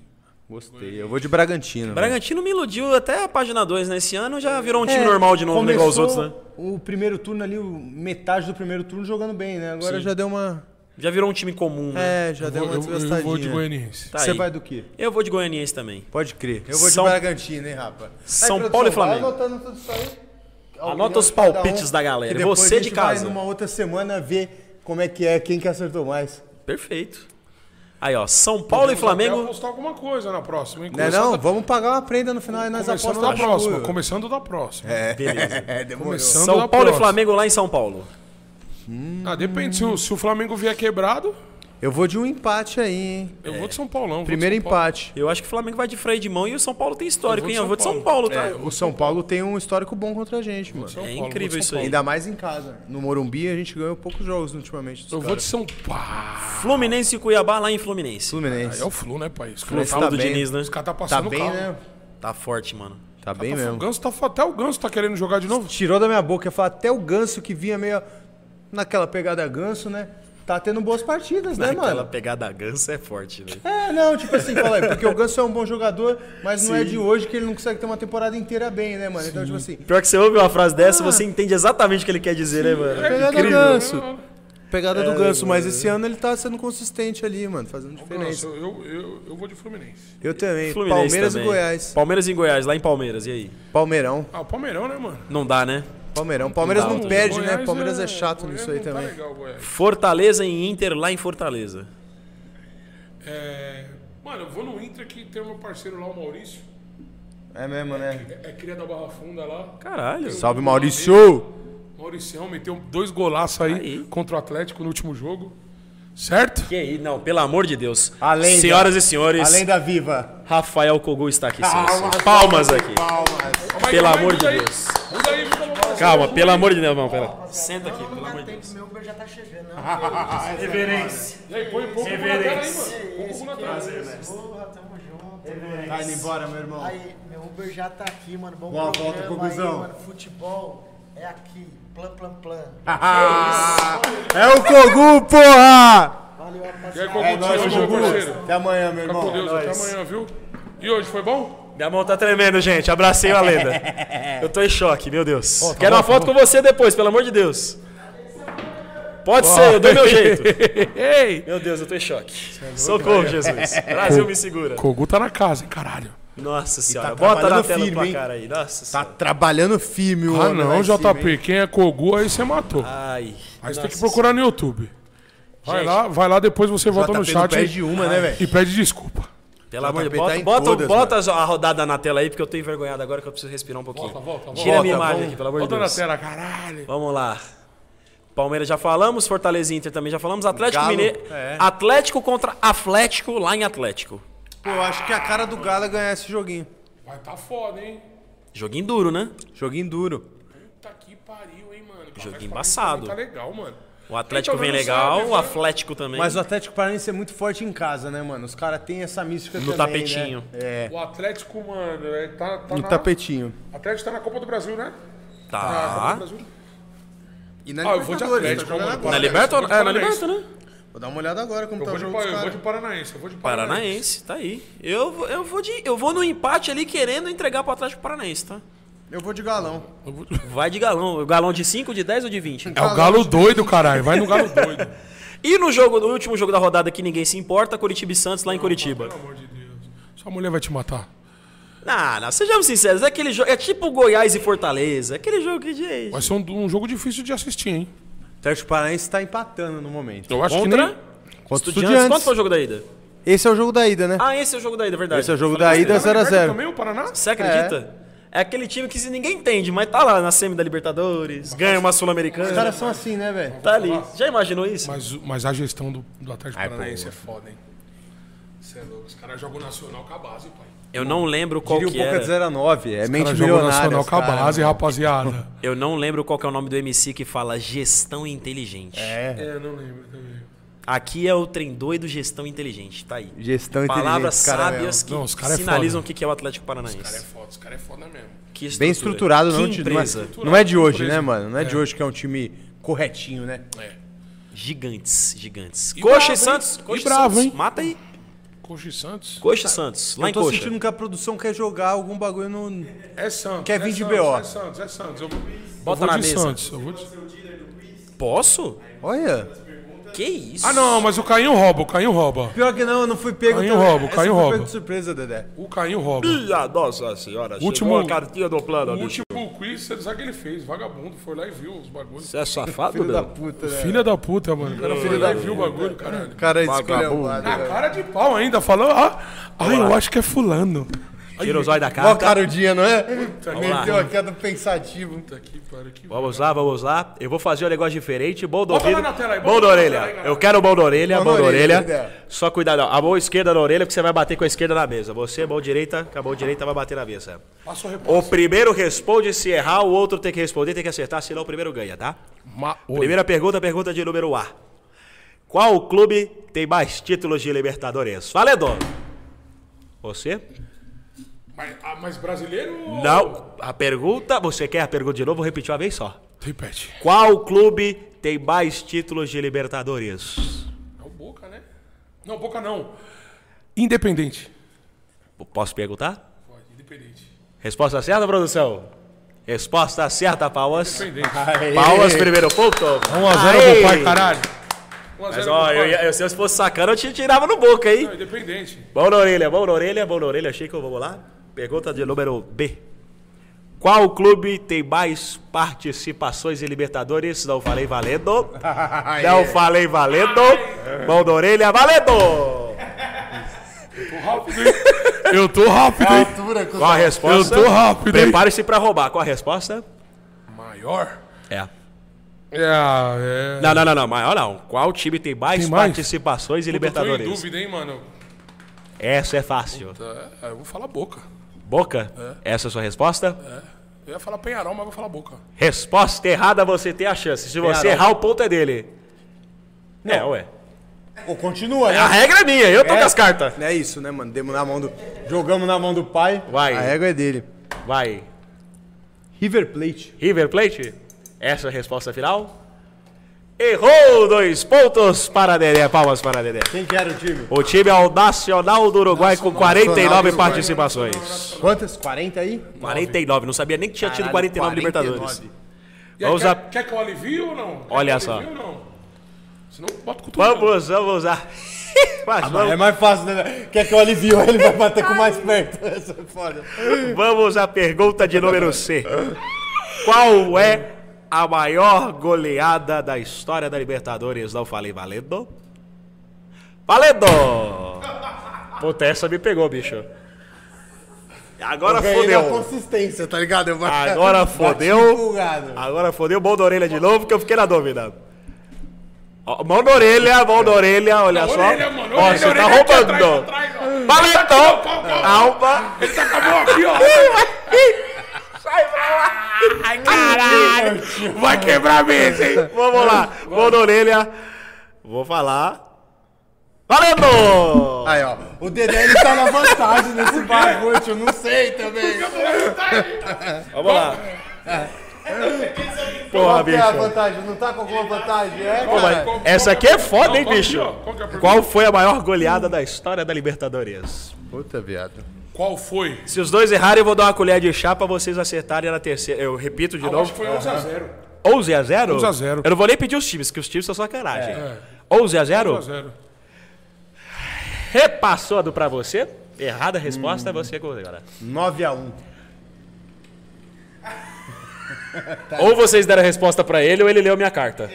S1: Gostei. Eu vou de Bragantino.
S6: Bragantino me iludiu até a página 2 nesse ano, já virou um
S1: É,
S6: time normal de novo, né, igual os outros, né?
S1: O primeiro turno ali, o- metade do primeiro turno jogando bem, né? Agora já deu uma.
S6: Já virou um time comum, né?
S1: É, já deu
S2: Eu,
S1: uma
S2: eu,
S1: desgastadinha.
S2: vou de Goianiense.
S6: Tá
S1: Você
S6: aí.
S1: vai do quê?
S6: Eu vou de Goianiense também.
S1: Pode crer. Eu vou
S6: São-
S1: de Bragantino, hein, rapaz?
S6: São Paulo e Flamengo.
S1: anotando tudo isso aí. A
S6: Anota
S1: opinião
S6: os
S1: de cada um
S6: palpites da galera.
S1: que depois
S6: Você
S1: a gente
S6: de
S1: Vai
S6: casa.
S1: numa outra semana ver como é que é, quem que acertou mais.
S6: Perfeito. Aí, ó, São Paulo e
S2: Vou
S6: Flamengo.
S2: apostar alguma coisa na próxima, hein?
S1: Não é
S2: Começando
S1: não?
S2: da-
S1: Vamos pagar uma prenda no final e nós
S2: Começando
S1: apostamos
S2: da
S1: no
S2: próxima.
S1: bagulho.
S2: Começando da próxima.
S1: É, demorou.
S2: Começando da
S6: São Paulo e
S2: próxima.
S6: Flamengo lá em São Paulo.
S2: Ah, depende. Se o, se o Flamengo vier quebrado,
S1: Eu vou de um empate aí, hein?
S2: eu vou de São Paulão. vou de
S1: Primeiro
S2: São Paulo.
S1: empate.
S6: Eu acho que o Flamengo vai de freio de mão e o São Paulo tem histórico, hein? Eu vou de São
S2: Paulo.
S6: Paulo, tá?
S1: É, O São Paulo tem um histórico bom contra a gente, mano.
S2: São
S6: É
S2: Paulo,
S6: incrível
S2: vou de
S6: isso
S2: São
S6: aí.
S1: Ainda mais em casa. No Morumbi a gente ganhou poucos jogos ultimamente. dos
S2: Eu vou
S1: caras.
S2: de São
S6: É.
S2: Paulo.
S6: Fluminense e Cuiabá lá em Fluminense.
S2: Aí
S1: Fluminense.
S2: é o Flu, né, pai? Os
S1: Fluminense
S2: caras
S1: tá
S6: do
S1: bem.
S6: Diniz, né?
S2: os cara tá
S1: Tá
S2: passando o
S1: bem,
S2: carro.
S1: né?
S6: Tá forte, mano.
S1: Tá bem
S2: O
S1: mesmo.
S2: Ganso tá fa- até o Ganso tá querendo jogar de novo.
S1: Tirou da minha boca. Eu falo, até o Ganso que vinha meio naquela pegada Ganso, né? Tá tendo boas partidas, né,
S6: Aquela
S1: mano?
S6: pegada gança é forte, velho.
S1: É, não, tipo assim, fala aí, porque o Ganso é um bom jogador, mas não é de hoje que ele não consegue ter uma temporada inteira bem, né, mano? Então, tipo assim,
S6: Pior que você ouve uma frase dessa, você entende exatamente o que ele quer dizer, né, mano?
S1: pegada do Ganso. Pegada do Ganso, mas esse ano ele tá sendo consistente ali, mano, fazendo diferença.
S2: Nossa, eu, eu, eu vou de Fluminense.
S1: Eu também.
S6: Fluminense
S1: Palmeiras
S6: também.
S1: e Goiás.
S6: Palmeiras e Goiás, lá em Palmeiras, e aí?
S1: Palmeirão.
S2: Ah, o Palmeirão, né, mano?
S6: Não dá, né?
S1: Palmeirão. Palmeiras não,
S6: dá, não
S1: perde,
S2: Goiás
S1: né? Palmeiras é, chato nisso aí
S2: não
S1: também.
S2: Tá legal, Goiás.
S6: Fortaleza e Inter lá em Fortaleza.
S2: É, Mano, eu vou no Inter que tem o meu parceiro lá, o Maurício.
S1: é mesmo, né?
S2: É cria da Barra Funda lá.
S6: Caralho.
S1: Salve, Maurício!
S2: Mauricião meteu dois golaços aí, contra o Atlético no último jogo. Certo?
S6: Que aí, não, pelo amor de Deus.
S1: A lenda.
S6: Senhoras e senhores,
S1: Além da viva.
S6: Rafael Kogu está aqui. senhores. Palmas aqui. Pelo amor de Deus.
S2: Muda aí, muda aí,
S6: Calma, pelo amor de Deus, não, pera. Senta aqui, pelo amor de Deus.
S9: Meu Uber já tá chegando.
S2: muda aí. E aí, põe um pouco na tela aí, mano. Põe um pouco na tela.
S9: Porra, tamo junto.
S1: Tá indo embora, meu irmão.
S9: Aí, meu Uber já tá aqui, mano. Bom
S1: Boa
S9: programa
S1: volta,
S9: aí,
S1: Coguzão.
S9: mano. Futebol é aqui. Plan, plan, plan.
S1: É o Cogu, porra!
S9: Valeu,
S2: E aí,
S9: rapaziada.
S2: Cogu, te amo, meu parceiro.
S1: É Até amanhã, meu
S2: Fica
S1: irmão. É
S2: com Deus, até amanhã, viu? E hoje, foi bom?
S6: Minha mão tá tremendo, gente. Abracei a lenda. Eu tô em choque, meu Deus. Quero uma foto com você depois, pelo amor de Deus. Pode ser, eu dou meu jeito.
S2: Ei!
S6: Meu Deus, eu tô em choque. Socorro, Jesus. Brasil me segura.
S2: Cogu tá na casa, hein, caralho.
S6: Nossa senhora,
S1: tá
S6: bota na
S1: trabalhando
S6: tela
S1: firme,
S6: pra
S1: hein?
S6: cara aí. Nossa
S1: Tá
S6: senhora.
S1: trabalhando firme o
S2: Ah,
S1: homem lá
S2: não,
S1: em cima, hein?
S2: JP. Quem é Cogu, aí você matou.
S6: Ai.
S2: Aí você tem que procurar no YouTube. Vai lá, vai lá, depois você volta no
S1: JP não
S2: chat
S1: perde uma, né, velho?
S2: e pede desculpa.
S6: Pelo amor de
S1: JP
S6: Deus,
S1: tá
S6: bota,
S1: em
S6: bota,
S1: todas,
S6: bota a rodada na tela aí, porque eu tô envergonhado agora que eu preciso respirar um pouquinho. Tira a
S1: Tá, Volta,
S6: minha imagem
S1: vamos-
S6: aqui, pelo amor de
S2: Volta na
S6: Deus.
S2: tela, caralho.
S6: Vamos lá. Palmeiras já falamos, Fortaleza e Inter também já falamos, Atlético
S1: Galo,
S6: Mineiro.
S1: é.
S6: Atlético contra Atlético lá em Atlético.
S1: Pô, eu acho que a cara do Galo é ganhar esse joguinho.
S2: Vai tá foda, hein?
S6: Joguinho duro, né?
S1: Joguinho duro.
S2: Puta que pariu, hein, mano.
S6: Joguinho embaçado.
S2: Tá legal, mano.
S6: O Atlético
S2: Então,
S6: vem
S2: não
S6: legal,
S2: sabe,
S6: o
S2: né?
S6: Atlético também.
S1: Mas o Atlético Paranaense é muito forte em casa, né, mano? Os caras têm essa mística
S6: No
S1: também,
S6: tapetinho.
S1: Né? É.
S2: O Atlético, mano, é, tá, tá
S1: No
S2: na...
S1: tapetinho.
S2: O Atlético tá na Copa do Brasil, né? Na Copa do
S6: Tá.
S2: Brasil.
S1: E na
S2: Ah, eu vou de
S1: Libertadores,
S2: Atlético,
S1: tá jogando
S2: mano.
S1: agora.
S6: Na Liberta? É, na Liberta, né?
S1: Vou dar uma olhada agora como
S2: Eu
S1: tá o
S2: vou, de,
S1: jogo
S2: Pa-
S1: dos
S2: eu vou
S1: caras.
S2: de Paranaense, eu vou de Paranaense.
S6: Paranaense, tá aí. Eu, vou- eu vou de, eu vou no empate ali querendo entregar pro Atlético Paranaense, tá?
S1: Eu vou de galão.
S6: Vai de galão. Galão de 5, de 10 ou de 20?
S2: É o galo doido, caralho. Vai no galo doido.
S6: E no jogo, no último jogo da rodada que ninguém se importa, Curitiba e Santos lá em Curitiba.
S2: Pelo amor de Deus. Sua mulher vai te matar.
S6: Não, não, sejamos sinceros, é aquele jogo. É tipo Goiás e Fortaleza. É aquele jogo que. gente,
S2: Vai ser um, um jogo difícil de assistir, hein?
S1: O Atlético Paranaense tá empatando no momento.
S2: Eu acho
S6: Contra?
S2: que nem...
S1: Contra o
S6: Estudiantes,
S1: Estudiantes.
S6: quanto foi o jogo da ida?
S1: Esse é o jogo da ida, né?
S6: Ah, esse é o jogo da ida, verdade.
S1: Esse é o jogo da ida,
S2: Perde
S1: 0x0.
S2: também o Paraná?
S6: Você acredita? É. aquele time que se ninguém entende, mas tá lá na semi da Libertadores, ganha uma
S1: Os
S6: Sul-Americana,
S1: caras são assim, né, velho?
S6: tá ali. Já imaginou isso?
S2: Mas, o- mas a gestão do, do Atlético
S1: Ai,
S2: Paranaense
S1: pô.
S2: é foda, hein? Você é louco. Os caras jogam Nacional com a base, pai.
S6: Eu não lembro qual
S1: Diria um
S6: que
S1: pouco é de
S6: era.
S1: 0 a 9. É
S2: Os
S1: mente
S2: caras jogam
S1: milionária.
S2: Nacional
S1: os
S2: com a
S1: caras,
S2: base,
S1: mano.
S2: rapaziada.
S6: Eu não lembro qual que é o nome do MC que fala gestão inteligente.
S2: É, eu não lembro também.
S6: Aqui é o trem doido gestão inteligente, tá aí.
S1: Gestão
S6: Palavras
S1: inteligente, cara
S6: sábias
S1: mesmo.
S6: que
S2: Não, os cara é
S6: sinalizam
S2: foda.
S6: o que que é o Atlético Paranaense.
S2: Cara é foda, os caras é foda mesmo.
S6: Que estrutura.
S1: Bem estruturado, não,
S6: que
S1: te- não,
S6: empresa.
S1: é, não é de hoje,
S2: Empresa.
S1: né, mano? Não é de hoje que é um time corretinho, né?
S2: É.
S6: Gigantes, gigantes. Coxa
S2: bravo,
S6: e
S2: hein?
S6: Santos.
S2: E
S6: Coxa
S2: bravo,
S6: Santos.
S2: hein?
S6: Mata aí.
S2: Coxa e Santos.
S6: Coxa e Santos. Lá
S1: Eu
S6: em
S1: tô
S6: Coxa.
S1: sentindo que a produção quer jogar algum bagulho no.
S2: É Santos.
S1: Quer
S2: é
S1: vir de
S2: Santos,
S1: BO.
S2: É Santos, é Santos. Eu vou,
S6: Bota
S2: eu vou
S6: na
S2: de
S6: mesa.
S2: Santos. eu vou de-
S6: Posso?
S1: Olha.
S6: Que isso?
S2: Ah, não, mas o Caio rouba, o Caio rouba.
S1: Pior que não, eu não fui pego.
S2: Caiu
S1: também.
S2: roubo,
S1: Essa
S2: caiu
S1: eu fui
S2: roubo.
S1: pego de surpresa, Dedé.
S2: O Caio rouba.
S3: Ah, nossa senhora,
S2: Último-
S3: chegou a cartinha do plano.
S2: O
S3: bicho.
S2: último quiz, você não sabe o que ele fez. Vagabundo, foi lá e viu os bagulhos.
S3: Você é safado,
S1: Filho
S3: meu?
S1: da puta, né?
S2: Filha da puta, mano. O cara foi lá e viu o bagulho, caralho.
S1: Cara
S2: Na
S1: escolheu.
S2: cara
S6: é.
S2: de pau ainda, falou. Ah, ai, eu acho que é fulano.
S6: Tira o zóio da
S1: Ó,
S10: Então,
S6: carta.
S1: carudinha, não é?
S6: lá.
S1: Meteu a queda pensativo.
S2: Puta que pariu, que
S6: Vamos lá, vamos lá. Eu vou fazer um negócio diferente. Bom do
S2: Bota lá
S6: ouvido,
S2: na tela aí, bota
S6: bom
S2: lá
S6: da
S2: na
S6: orelha.
S2: tela aí, galera.
S6: Eu quero bom da orelha,
S1: Bom
S6: bom,
S1: na
S6: da
S1: orelha,
S6: orelha.
S1: ideia.
S6: Só cuidado, ó. a mão esquerda na orelha, porque você vai bater com a esquerda na mesa. Você, mão direita, com a mão direita vai bater na mesa.
S2: Passa o
S6: O
S2: repórter.
S6: primeiro responde, se errar, o outro tem que responder, tem que acertar, senão o primeiro ganha, tá?
S2: Ma... Primeiro...
S6: Primeira pergunta, pergunta de número A. Qual clube tem mais títulos de Libertadores? Fala, Edom. Você?
S2: Mas, ah, mas brasileiro? ou-
S6: Não. A pergunta, você quer a pergunta de novo? Vou repetir uma vez só.
S2: Repete.
S6: Qual clube tem mais títulos de Libertadores?
S2: É o Boca, né? Não, Boca não. Independente.
S6: Posso perguntar?
S2: Pode, independente.
S6: Resposta certa, produção? Resposta certa, Palmas.
S2: Independente.
S6: Palmas, primeiro ponto.
S2: 1x0 pro pai, caralho. 1 a 0
S6: Mas,
S2: pro
S6: ó, eu,
S2: pai.
S6: ia- eu- se eu fosse sacana, eu te tirava no boca, hein?
S2: Não, independente.
S6: Mão na orelha, mão na orelha, mão na orelha, Chico, vamos lá. Pergunta de número B. Qual clube tem mais participações em Libertadores? Não falei valendo. Não falei valendo. Mão na orelha, valendo!
S2: Eu tô rápido, hein?
S6: Qual a resposta?
S2: Eu tô rápido, hein?
S6: Prepare-se pra roubar. Qual a resposta?
S2: Maior?
S6: É.
S2: É, é.
S6: Não, não, não, não. Maior não. Qual time tem mais,
S2: Tem mais?
S6: participações
S2: Eu tô
S6: em
S2: em
S6: Libertadores?
S2: dúvida, hein, mano?
S6: Essa é fácil.
S2: Tá, eu vou falar boca.
S6: Boca? Essa é a sua resposta?
S2: Eu ia falar Penharol, mas vou falar boca.
S6: Resposta errada, você tem a chance. Se você
S1: Penharol.
S6: errar, o ponto é dele. É, ué.
S1: Pô, continua,
S6: A
S1: né?
S6: regra é minha, eu tô com as cartas.
S1: É isso, né, mano? Demos na mão do... Jogamos na mão do pai.
S6: Vai.
S1: A régua é dele.
S6: Vai.
S1: River Plate.
S6: River Plate? Essa é a resposta final? Errou! Dois pontos para Dedé. Palmas para Dedé.
S1: Quem que era o time?
S6: O time é o Nacional do Uruguai com 49
S1: Nacional do
S6: participações.
S1: Quantas? 40 aí?
S6: 49, não sabia nem que tinha tido
S1: Caralho,
S6: 49 Libertadores.
S1: 49.
S2: E aí,
S6: Vamos
S2: quer,
S6: a-
S2: quer que eu alivie ou não? Quer
S6: Olha
S2: que eu
S6: só.
S2: alivie ou não? Senão eu boto com tudo.
S6: Vamos, vamos lá. Mas
S1: É
S6: vamos,
S1: mais fácil, né? Quer que eu alivie, ele vai bater com mais perto. Essa é foda.
S6: vamos à pergunta de número C. Qual é
S3: a maior goleada da história da Libertadores. Não falei valendo? Valendo! Puta, essa me pegou, bicho. Agora
S10: na
S3: fodeu.
S10: consistência, tá ligado? Eu bati-
S3: Agora
S10: bati
S3: fodeu.
S10: empolgado.
S3: Agora fodeu. Mão da orelha de novo, que eu fiquei na dúvida. Ó, Mão da orelha, mão da orelha, olha só.
S2: orelha, mano,
S3: Ó,
S2: orelha,
S3: você tá
S2: é orelha, aqui atrás,
S3: roubando.
S2: atrás, é ó.
S3: Valentão,
S2: Pau, pau, pau.
S3: alma.
S2: Ele tá com a mão aqui, ó.
S3: Caralho.
S2: Vai quebrar a mesa, hein?
S3: Vamos lá. Mão da orelha. Vou falar. Valendo!
S10: Aí, ó. O Dedé, ele tá na vantagem nesse bagulho, eu não sei também.
S6: Vamos lá.
S3: Porra,
S10: Qual que é a
S3: bicho.
S10: vantagem? Não tá com alguma vantagem? É,
S2: Ó, mas-
S10: cara.
S2: qual-
S3: Essa
S2: qual-
S3: aqui é foda, hein,
S2: qual que-
S3: bicho?
S2: ó, Qual, que é a pergunta?
S3: Qual foi a maior goleada da história da Libertadores?
S10: Puta, viado.
S2: Qual foi?
S3: Se os dois errarem, eu vou dar uma colher de chá pra vocês acertarem na terceira. Eu repito de
S2: Ah, Eu acho
S3: novo.
S2: que foi 11x0.
S3: 11 a 0?
S2: 11 a 0.
S3: Eu não vou nem pedir os times, que os times são
S2: É.
S3: sacanagem. 11 a 0?
S2: 0
S3: Repassando pra você. Errada a
S2: Hum.
S3: resposta, você goleou, galera.
S10: 9x1.
S2: Tá.
S3: Ou vocês deram a resposta pra ele, ou ele leu minha carta.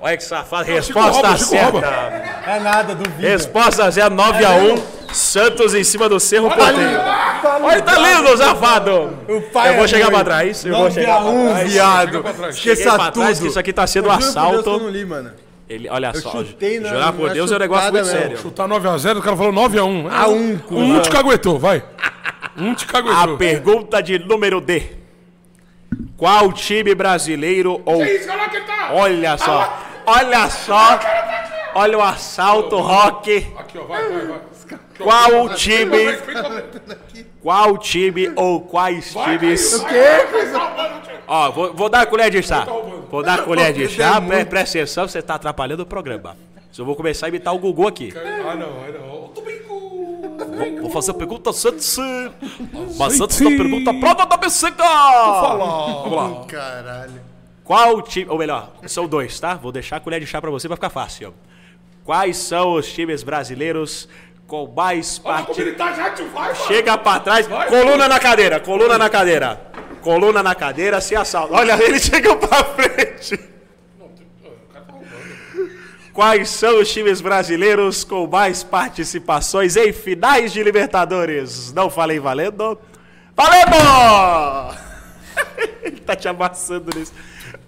S3: Olha que safado. Resposta
S2: rouba, tá Chico rouba. É
S3: certa.
S10: É nada, duvido.
S3: Resposta zero, 9 a 1. Santos em cima do Cerro
S2: tá
S10: Tá
S3: Porteiro. Olha, tá lindo, safado.
S10: O pai
S3: eu vou
S10: é
S3: chegar
S10: doido.
S3: pra trás. Eu vou chegar pra
S10: 9x1,
S3: trás.
S10: viado.
S2: pra trás.
S3: Cheguei pra
S10: Esqueça
S3: trás, que
S10: tudo.
S3: isso aqui tá sendo um
S10: Eu juro por Deus que eu
S3: assalto.
S10: não li, mano.
S3: Ele, olha
S10: Eu
S3: só,
S10: chutei na-
S3: jurar por
S10: na
S3: Deus é um negócio
S10: chutada
S3: muito
S10: mesmo.
S3: sério.
S2: Chutar 9x0, o cara falou 9x1.
S10: A um, cu.
S2: Um te caguetou, vai. Um te
S3: A
S10: É.
S2: caguetou.
S3: pergunta de número D. Qual time brasileiro ou...
S2: olha que tá.
S3: Olha só, olha só, olha o assalto, Rock.
S2: Aqui, ó, vai, vai, vai.
S3: Qual o time,
S2: Vai,
S3: qual time ou quais times...
S2: quê?
S3: Ó, vou, vou dar a colher de chá.
S2: Tá roubando.
S3: Vou dar a colher de chá,
S2: é
S3: pre- presta atenção, você tá atrapalhando o programa. Eu vou começar a imitar o Gugu aqui.
S2: Ah, não, ah, não. Tô brincando.
S3: Vou- Vou fazer a pergunta Santos. Mas antes da pergunta, prova da bexiga! Vamos lá.
S10: Caralho.
S3: Qual time. Ou melhor, são dois, tá? Vou deixar a colher de chá pra você pra ficar fácil. Quais são os times brasileiros com mais
S2: Olha como
S3: partidas.
S2: ele tá já, tio, vai, mano.
S3: Chega pra trás,
S2: Vai,
S3: coluna na cadeira, coluna na cadeira. Coluna na cadeira, se assalta. Olha, ele chegou pra frente. Quais são os times brasileiros com mais participações em finais de Libertadores? Não falei valendo? Valendo! ele tá te amassando nisso.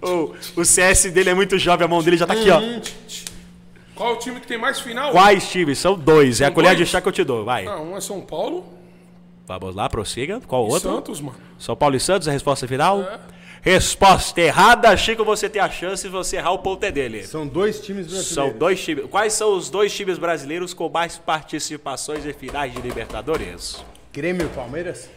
S3: Ô, o CS dele é muito jovem, a mão dele já tá aqui, ó.
S2: Qual o time que tem mais final?
S3: Quais times? São dois. É a colher de
S2: dois?
S3: chá que eu te dou, vai.
S2: Ah, um é São Paulo
S3: Vamos lá, prossiga. Qual
S2: e
S3: outro?
S2: Santos, mano.
S3: São Paulo e Santos, a resposta é final? Resposta errada, Chico, você tem a chance de você errar o ponto é dele.
S10: São dois times brasileiros.
S3: São dois times. Quais são os dois times brasileiros com mais participações em finais de Libertadores?
S10: Grêmio e Palmeiras?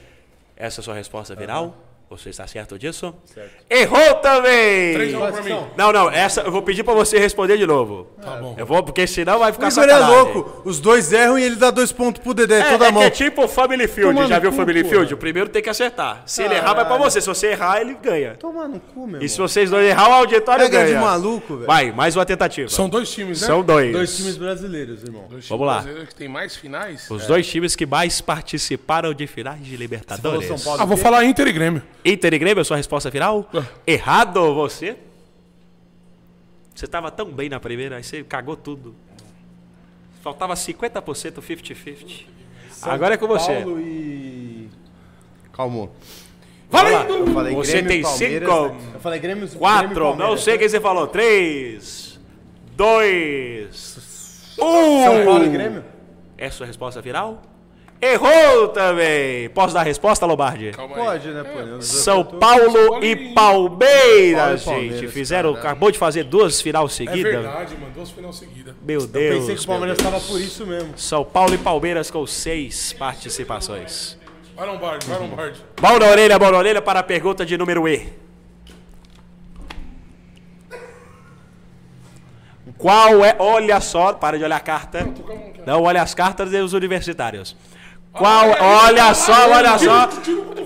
S3: Essa é a sua resposta final? Você está certo disso? Certo. Errou também!
S2: Três a um pra mim.
S3: Não, não, essa eu vou pedir pra você responder de novo. Tá
S2: bom.
S3: Eu vou, porque senão vai
S10: O
S3: ficar
S10: Igor é
S3: sacanagem.
S10: louco. Os dois erram e ele dá dois pontos pro Dedé
S3: É,
S10: toda
S3: é
S10: mão.
S3: que é tipo o Family Field,
S10: Tomando
S3: já viu o
S10: cu,
S3: Family
S10: porra.
S3: Field? O primeiro tem que acertar. Se ele errar, vai pra você. Se você errar, ele ganha.
S10: Toma no cu, meu.
S3: E se vocês dois errar, o auditório
S10: Regra de
S3: ganha.
S10: maluco, velho.
S3: Vai, mais uma tentativa.
S2: São dois times, né?
S3: São dois.
S10: Dois times brasileiros, irmão.
S2: Dois times
S3: Vamos lá.
S2: brasileiros Que tem mais finais?
S3: Os dois times que mais participaram de finais de Libertadores.
S10: São Paulo.
S2: Ah, vou falar Inter e Grêmio.
S3: Inter e Grêmio, sua resposta final?
S10: Ah.
S3: Errado você. Você tava tão bem na primeira, aí você cagou tudo. Faltava 50% 50-50. Agora é com você.
S10: Paulo e. Calmou.
S3: Valendo!
S10: Eu falei
S3: Você
S10: Grêmio e
S3: tem
S10: Palmeiras,
S3: cinco,
S10: né? Eu falei Grêmio Grêmio e
S3: Quatro,
S10: Palmeiras,
S3: não sei
S10: né?
S3: quem você falou. Três, dois,
S10: São Paulo e
S3: um.
S10: Grêmio?
S3: É sua resposta final? Errou também! Posso dar a resposta, Lombardi?
S2: Calma aí. É.
S10: Pode, né, pô?
S3: São Paulo e Palmeiras,
S10: Paulo e
S3: gente.
S10: Palmeiras,
S3: Fizeram, acabou de fazer duas final
S2: É
S3: seguidas.
S2: verdade, mano. Duas finais seguidas.
S3: Meu
S10: Eu
S3: Deus.
S10: pensei que o
S3: meu
S10: Palmeiras
S3: Deus.
S10: tava por isso mesmo.
S3: São Paulo e Palmeiras com seis participações.
S2: Vai, Lombardi, vai, Lombardi.
S3: Mão na orelha, mão na orelha para a pergunta de número E. Qual é. Olha só, para de olhar a carta. Não olha as cartas dos universitários. Qual. Olha só, olha só.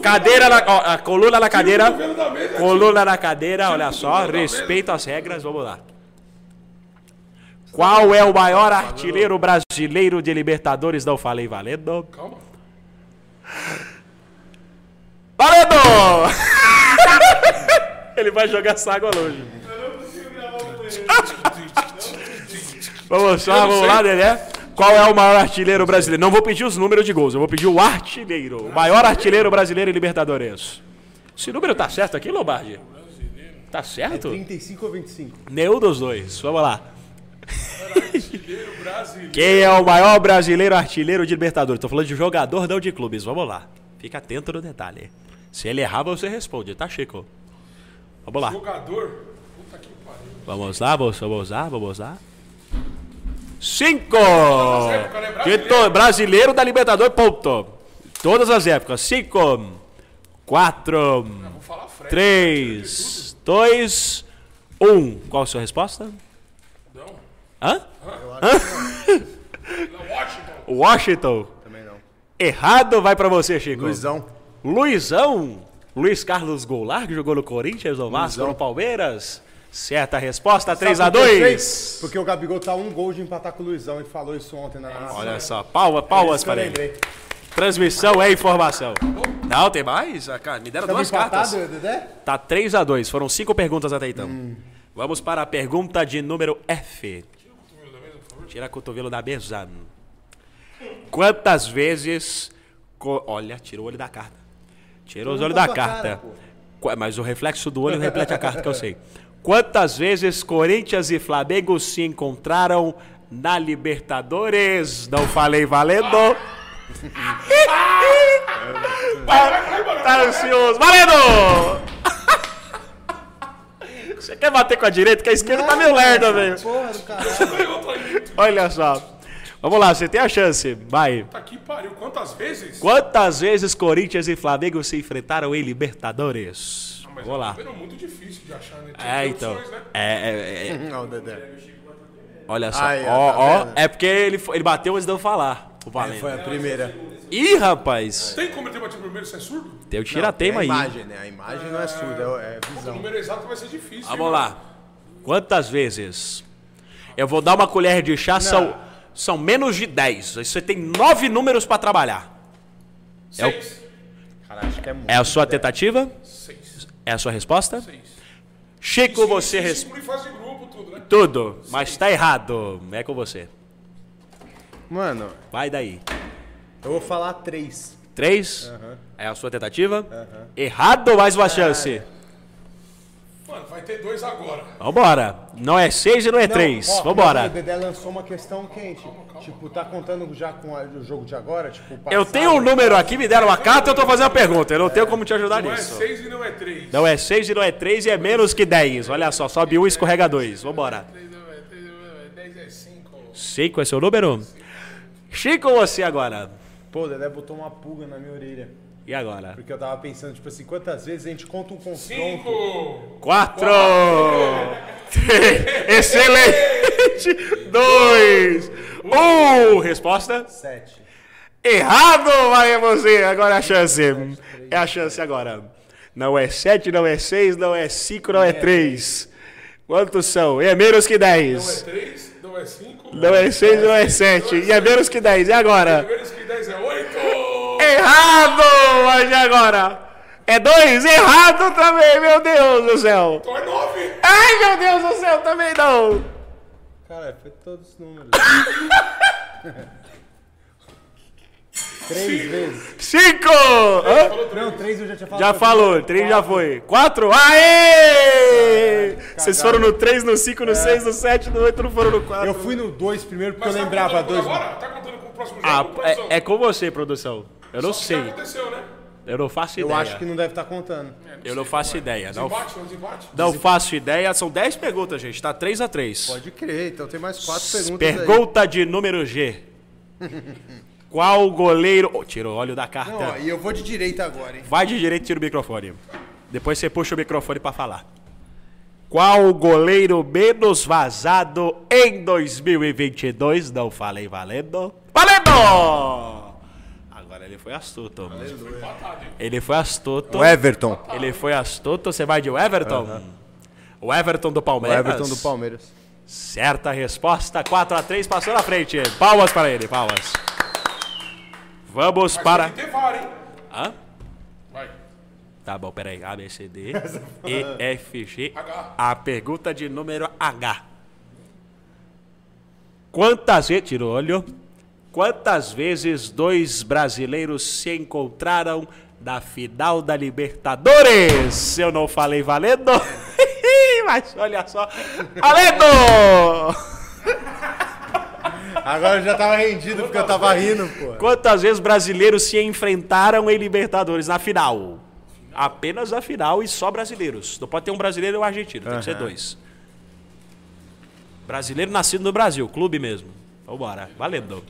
S3: Cadeira na. ó, a coluna na cadeira. Coluna na cadeira, olha só. Respeito às regras, vamos lá. Qual é o maior artilheiro brasileiro de Libertadores? Não falei valendo.
S2: Calma.
S3: Valendo!
S6: Ele vai jogar essa água longe. Vamos só, vamos lá, Dedé. Qual é o maior artilheiro brasileiro? Não vou pedir os números de gols, eu vou pedir o artilheiro. O maior artilheiro brasileiro em Libertadores. Esse número tá certo aqui, Lombardi? Tá certo?
S1: 35 ou 25?
S6: Nenhum dos dois. Vamos lá. Quem é o maior brasileiro artilheiro de Libertadores? Tô falando de jogador, não de clubes. Vamos lá. Fica atento no detalhe. Se ele errar, você responde, tá, Chico? Vamos lá.
S2: Jogador? Puta que pariu.
S6: Vamos lá, vamos, vamos lá, vamos lá. Cinco!
S2: épocas, né?
S6: Que
S2: Brasileiro.
S6: to- Brasileiro da Libertadores, ponto. Todas as épocas. Cinco, quatro,
S2: Fala Fred.
S6: três, dois, um. Qual a sua resposta?
S2: Não.
S6: Hã?
S2: Washington.
S6: Washington.
S1: Também não.
S6: Errado vai pra você, Chico.
S1: Luizão.
S6: Luizão. Luiz Carlos Goulart, que jogou no Corinthians, no Vasco,
S1: Luizão.
S6: no Palmeiras. Certa resposta, 3 a
S1: Sabe por que eu
S6: 2
S1: sei? Porque o Gabigol tá um gol de empatar com o Luizão e falou isso ontem na narração.
S6: Olha só, palma, palmas
S1: Isso que eu
S6: para ele.
S1: lembrei.
S6: Transmissão é informação. Não, tem mais? Ah, cara, me deram
S1: Tamo
S6: duas cartas.
S1: empatado, Dedé?
S6: Tá 3 a 2 Foram cinco perguntas até então. Vamos para a pergunta de número F. Tira o cotovelo da mesa. Quantas vezes. co- Olha, tirou o olho da carta. Tirou os olhos da
S1: sua cara,
S6: carta.
S1: pô.
S6: Qua- Mas o reflexo do olho reflete a carta que eu sei. Quantas vezes Corinthians e Flamengo se encontraram na Libertadores? Não falei valendo. Tá ansioso. Valendo! Você quer bater com a direita? Que a esquerda tá meio lerda, velho.
S1: Porra do cara.
S6: Olha só. Vamos lá, você tem a chance. Vai.
S2: Puta tá que pariu. Quantas vezes?
S6: Quantas vezes Corinthians e Flamengo se enfrentaram em Libertadores? Vamos lá.
S2: Número muito difícil de achar, né? Tinha
S6: É,
S2: que ter
S6: então.
S2: opções, né?
S6: É, é, é.
S1: Não, Dedé.
S6: Olha só.
S1: Aí, ó, tá
S6: Ó, ó.
S1: vendo? É,
S6: É porque ele, foi- ele bateu antes de eu falar. O
S1: Foi
S6: Valendo.
S1: a primeira.
S6: Ih, rapaz.
S2: Tem como ele ter batido primeiro? Você é surdo?
S6: Tem o
S1: Não,
S6: tiratema
S1: é
S6: aí.
S1: a imagem, né? A imagem não é surda, é é
S2: O
S1: visão.
S2: número exato vai ser difícil.
S6: Vamos lá. Quantas vezes? Eu vou dar uma colher de chá, são, são menos de 10. Aí Você tem nove números pra trabalhar. É, o-
S2: Seis.
S1: Cara, acho que é muito.
S6: é a sua tentativa?
S2: Seis.
S6: É a sua resposta?
S2: Seis.
S6: Chico, você
S2: Isso
S6: responde
S2: inclui fase de grupo, tudo, né?
S6: tudo, mas tá errado. É com você.
S1: Mano,
S6: Vai daí.
S1: eu vou falar três. Então,
S6: Três? É a sua tentativa? Errado, mais uma chance.
S1: É,
S2: Mano, vai ter dois agora.
S6: Vambora. Não é seis e não é
S1: Não,
S6: três.
S1: ó,
S6: Vambora.
S1: O Dedé lançou uma questão quente. Tipo, tá contando já com a- o jogo de agora? Tipo, passado.
S6: Eu tenho um número aqui, me deram uma carta, eu tô fazendo a pergunta. Eu não tenho como te ajudar
S2: Não é
S6: nisso.
S2: seis e não é três.
S6: Não é 6 e não é 3 e é menos que 10. Olha só, sobe 1 um, escorrega 2. Vambora.
S2: Três não é três, não é dez, é cinco.
S6: 5 é seu número? Chico, você agora.
S1: Pô, o Dedé botou uma pulga na minha orelha.
S6: E agora?
S1: Porque eu tava pensando, tipo assim, quantas vezes a gente conta um confronto.
S2: Cinco.
S6: 4! Excelente! 2! 1! Resposta?
S1: Sete.
S6: Errado, vai você! Agora é a chance. É a chance agora. Não é 7, não é 6, não é 5, não é 3. Quantos são? É menos que
S2: Não é
S6: 10.
S2: três, não é cinco.
S6: Não é 6, não é 7. E é menos que 10. E agora?
S2: Menos que dez é oito.
S6: Errado! Mas e agora? É dois? Errado também, meu Deus do céu!
S2: Então é nove.
S6: Ai, meu Deus do céu, também não!
S1: Cara, foi todos os números.
S6: Cinco! Hã?
S1: Não, três eu já tinha falado.
S6: Já falou, três já foi. Quatro? Aê! Vocês foram no três, no cinco, no seis, no sete, no oito, não foram no quatro.
S1: Eu fui no dois primeiro porque
S2: Mas
S1: eu
S2: tá
S1: lembrava
S2: contando
S1: dois.
S2: com Agora? Tá contando com o próximo jogo?
S6: Ah,
S2: produção?
S6: é, é com você, produção. Eu não
S2: Só que Já
S6: sei.
S2: aconteceu, né?
S6: Eu não faço
S1: Eu
S6: ideia.
S1: acho que não deve estar contando.
S6: Eu não faço ideia. Não,
S2: Desempate, um desempate.
S6: não faço ideia. São dez perguntas, gente. Tá três a três.
S1: Pode crer, então tem mais quatro perguntas aí.
S6: Pergunta de número G. Qual goleiro. Oh, tirou o óleo da carta.
S1: Não, ó, e eu vou de direita agora, hein?
S6: Vai de direito e tira o microfone. Depois você puxa o microfone pra falar. Qual goleiro menos vazado em 2022? Não falei valendo. Valendo! Agora ele foi astuto. Ele foi astuto.
S1: Everton.
S6: Ele foi astuto. Você vai de Everton? O Everton do Palmeiras.
S1: Palmeiras.
S6: Certa resposta, 4x3, passou na frente. Palmas para ele, palmas. Vamos para.
S2: Tem que ter VAR, hein?
S6: Hã?
S2: Vai.
S3: Tá bom, peraí. A, B, C, D, E, F, G. A pergunta de número H. Quantas vezes. Tira o olho. Quantas vezes dois brasileiros se encontraram na final da Libertadores? Eu não falei valendo. Mas olha só. Valendo!
S1: Agora eu já tava rendido porque eu tava rindo, pô.
S3: Quantas vezes brasileiros se enfrentaram em Libertadores na final? Apenas na final e só brasileiros. Não pode ter um brasileiro e um argentino, tem que ser dois. Brasileiro nascido no Brasil, clube mesmo. Vambora, valendo.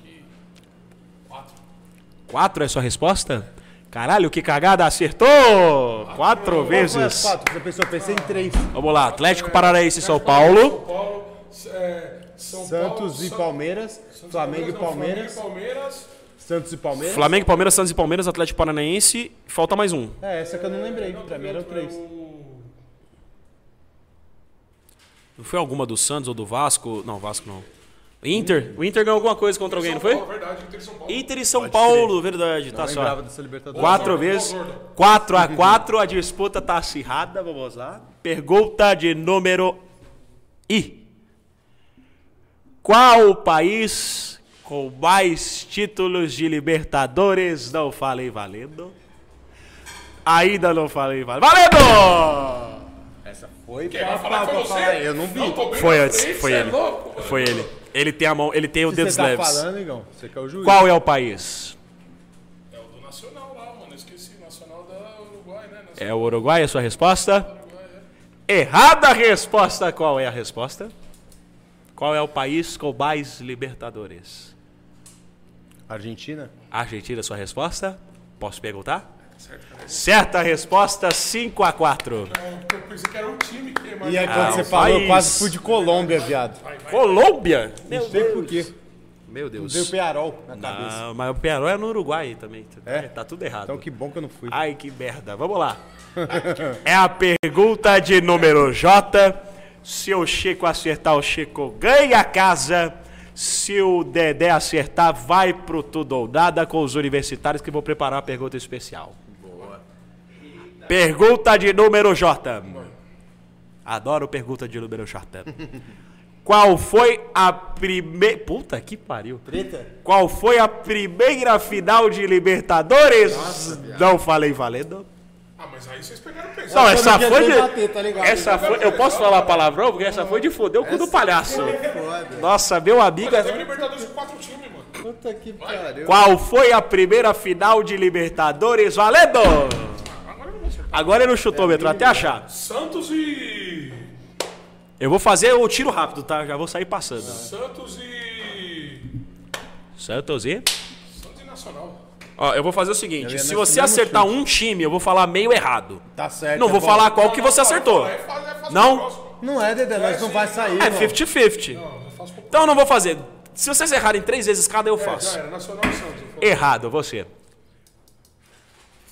S3: Quatro é sua resposta? Caralho, que cagada, acertou! Quatro
S1: Foi as
S3: vezes.
S1: quatro, você pensou, eu pensei em três.
S3: Vamos lá, Atlético Paranaense e São Paulo.
S2: São Paulo, é, São
S1: Santos e
S2: São-
S1: Palmeiras,
S2: Santos
S1: Flamengo e Palmeiras,
S2: Flamengo e Palmeiras.
S1: Santos e Palmeiras.
S3: Flamengo, Palmeiras, Santos e Palmeiras, Atlético Paranaense. Falta mais um.
S1: É, essa que eu não lembrei, pra mim eram três.
S3: Não foi alguma do Santos ou do Vasco? Não, Vasco não. Inter? O Inter ganhou alguma coisa contra alguém, não foi?
S2: É verdade, Inter e São Paulo.
S3: Inter e São Paulo, verdade, tá
S1: Lembrava
S3: só.
S1: dessa Libertadores.
S3: Quatro vezes. 4 a 4 a disputa tá acirrada, vamos lá. Pergunta de número I. Qual o país com mais títulos de Libertadores? Não falei valendo. Ainda não falei valendo. Valendo!
S1: Foi,
S2: Vai falar que foi você?
S1: eu não vi.
S2: tô bem
S3: Foi
S2: na
S3: antes,
S2: frente,
S3: foi
S2: cê é
S3: ele.
S2: louco.
S3: Foi ele. Ele tem a mão, ele tem o
S1: Você
S3: dedo
S1: tá
S3: leves.
S1: falando, Igão? Você que é o juiz.
S3: Qual é o país?
S2: É o do Nacional lá, mano. Eu esqueci. Nacional da Uruguai, né? Nacional.
S3: É o Uruguai a sua resposta? Errada a resposta. Qual é a resposta? Qual é o país com mais Libertadores?
S1: Argentina?
S3: Argentina, sua resposta? Posso perguntar? Certa resposta, 5 a 4
S2: Eu pensei que era um time que é mais.
S1: E aí, quando você
S3: Ah, o
S1: falou, eu
S3: país.
S1: quase fui de Colômbia, viado.
S3: Colômbia? Meu
S1: Não sei por quê.
S3: Meu
S1: Veio o
S3: Deus.
S1: Pearol na cabeça.
S3: Ah, mas o Peru é no Uruguai também. Tá,
S1: É?
S3: tá tudo errado.
S1: Então que bom que eu não fui.
S3: Ai, que merda. Vamos lá. É a pergunta de número J. Se o Chico acertar, o Chico ganha a casa. Se o Dedé acertar, vai pro tudo ou nada com os universitários que vão preparar uma pergunta especial. Boa. Pergunta de número J. Adoro pergunta de número J. Qual foi a primeira. Puta que pariu.
S1: Treta?
S3: Qual foi a primeira final de Libertadores? não falei valendo.
S2: Ah, mas aí vocês pegaram pesado.
S3: Não,
S1: tô
S3: essa
S1: no dia
S3: foi
S1: de
S3: de.
S1: bater, tá ligado?
S3: essa foi. Eu posso falar palavrão? Porque essa foi de foder o cu do palhaço. Nossa, meu amigo.
S2: Mas teve um Libertadores com quatro times, mano.
S1: Puta que pariu.
S3: Qual foi a primeira final de Libertadores? Valendo!
S2: Agora eu não vou acertar.
S3: Agora ele não chutou, Metro, até achar.
S2: Santos e.
S3: Eu vou fazer o tiro rápido, tá? Já vou sair passando.
S2: Santos e.
S3: Santos e.
S2: Santos e Nacional.
S3: Ó, eu vou fazer o seguinte:
S1: ia
S3: se
S1: nesse
S3: você
S1: mesmo
S3: acertar um time, eu vou falar meio errado.
S1: Tá certo.
S3: Não
S1: é
S3: vou
S1: bom.
S3: falar qual que você acertou.
S2: É fácil, é fácil
S3: Não?
S2: pro próximo.
S1: Não é, Dedé, nós não vai sair.
S3: É
S1: irmão.
S3: 50-50. Então eu não vou fazer. Se vocês errarem três vezes cada, eu
S2: Já é,
S3: faço.
S2: era, Nacional e Santos. eu falo.
S3: Errado, você.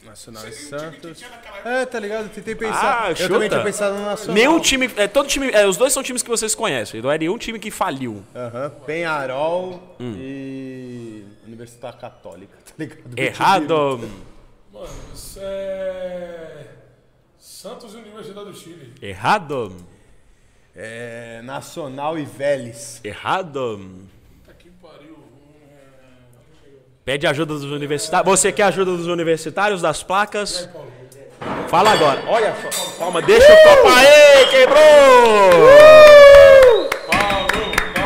S1: Nacional e
S2: Seria um time que
S1: é Santos.
S2: tinha naquela época.
S1: É, tá ligado? Eu tentei pensar.
S3: Ah,
S1: eu
S3: chuta.
S1: também tinha pensado no Nacional.
S3: Nenhum time. É, todo time é, os dois são times que vocês conhecem. Não é nenhum time que faliu.
S1: Aham, Penharol
S3: Hum.
S1: e Universidade Católica, tá ligado?
S3: Errado.
S2: Mano, isso é. Santos e Universidade do Chile.
S3: Errado.
S1: É, Nacional e Vélez.
S3: Errado.
S2: Puta que pariu. Hum,
S3: Pede ajuda dos universitários. Você quer ajuda dos universitários, das placas? Fala agora. Olha só. Calma, deixa o copo aí. Quebrou.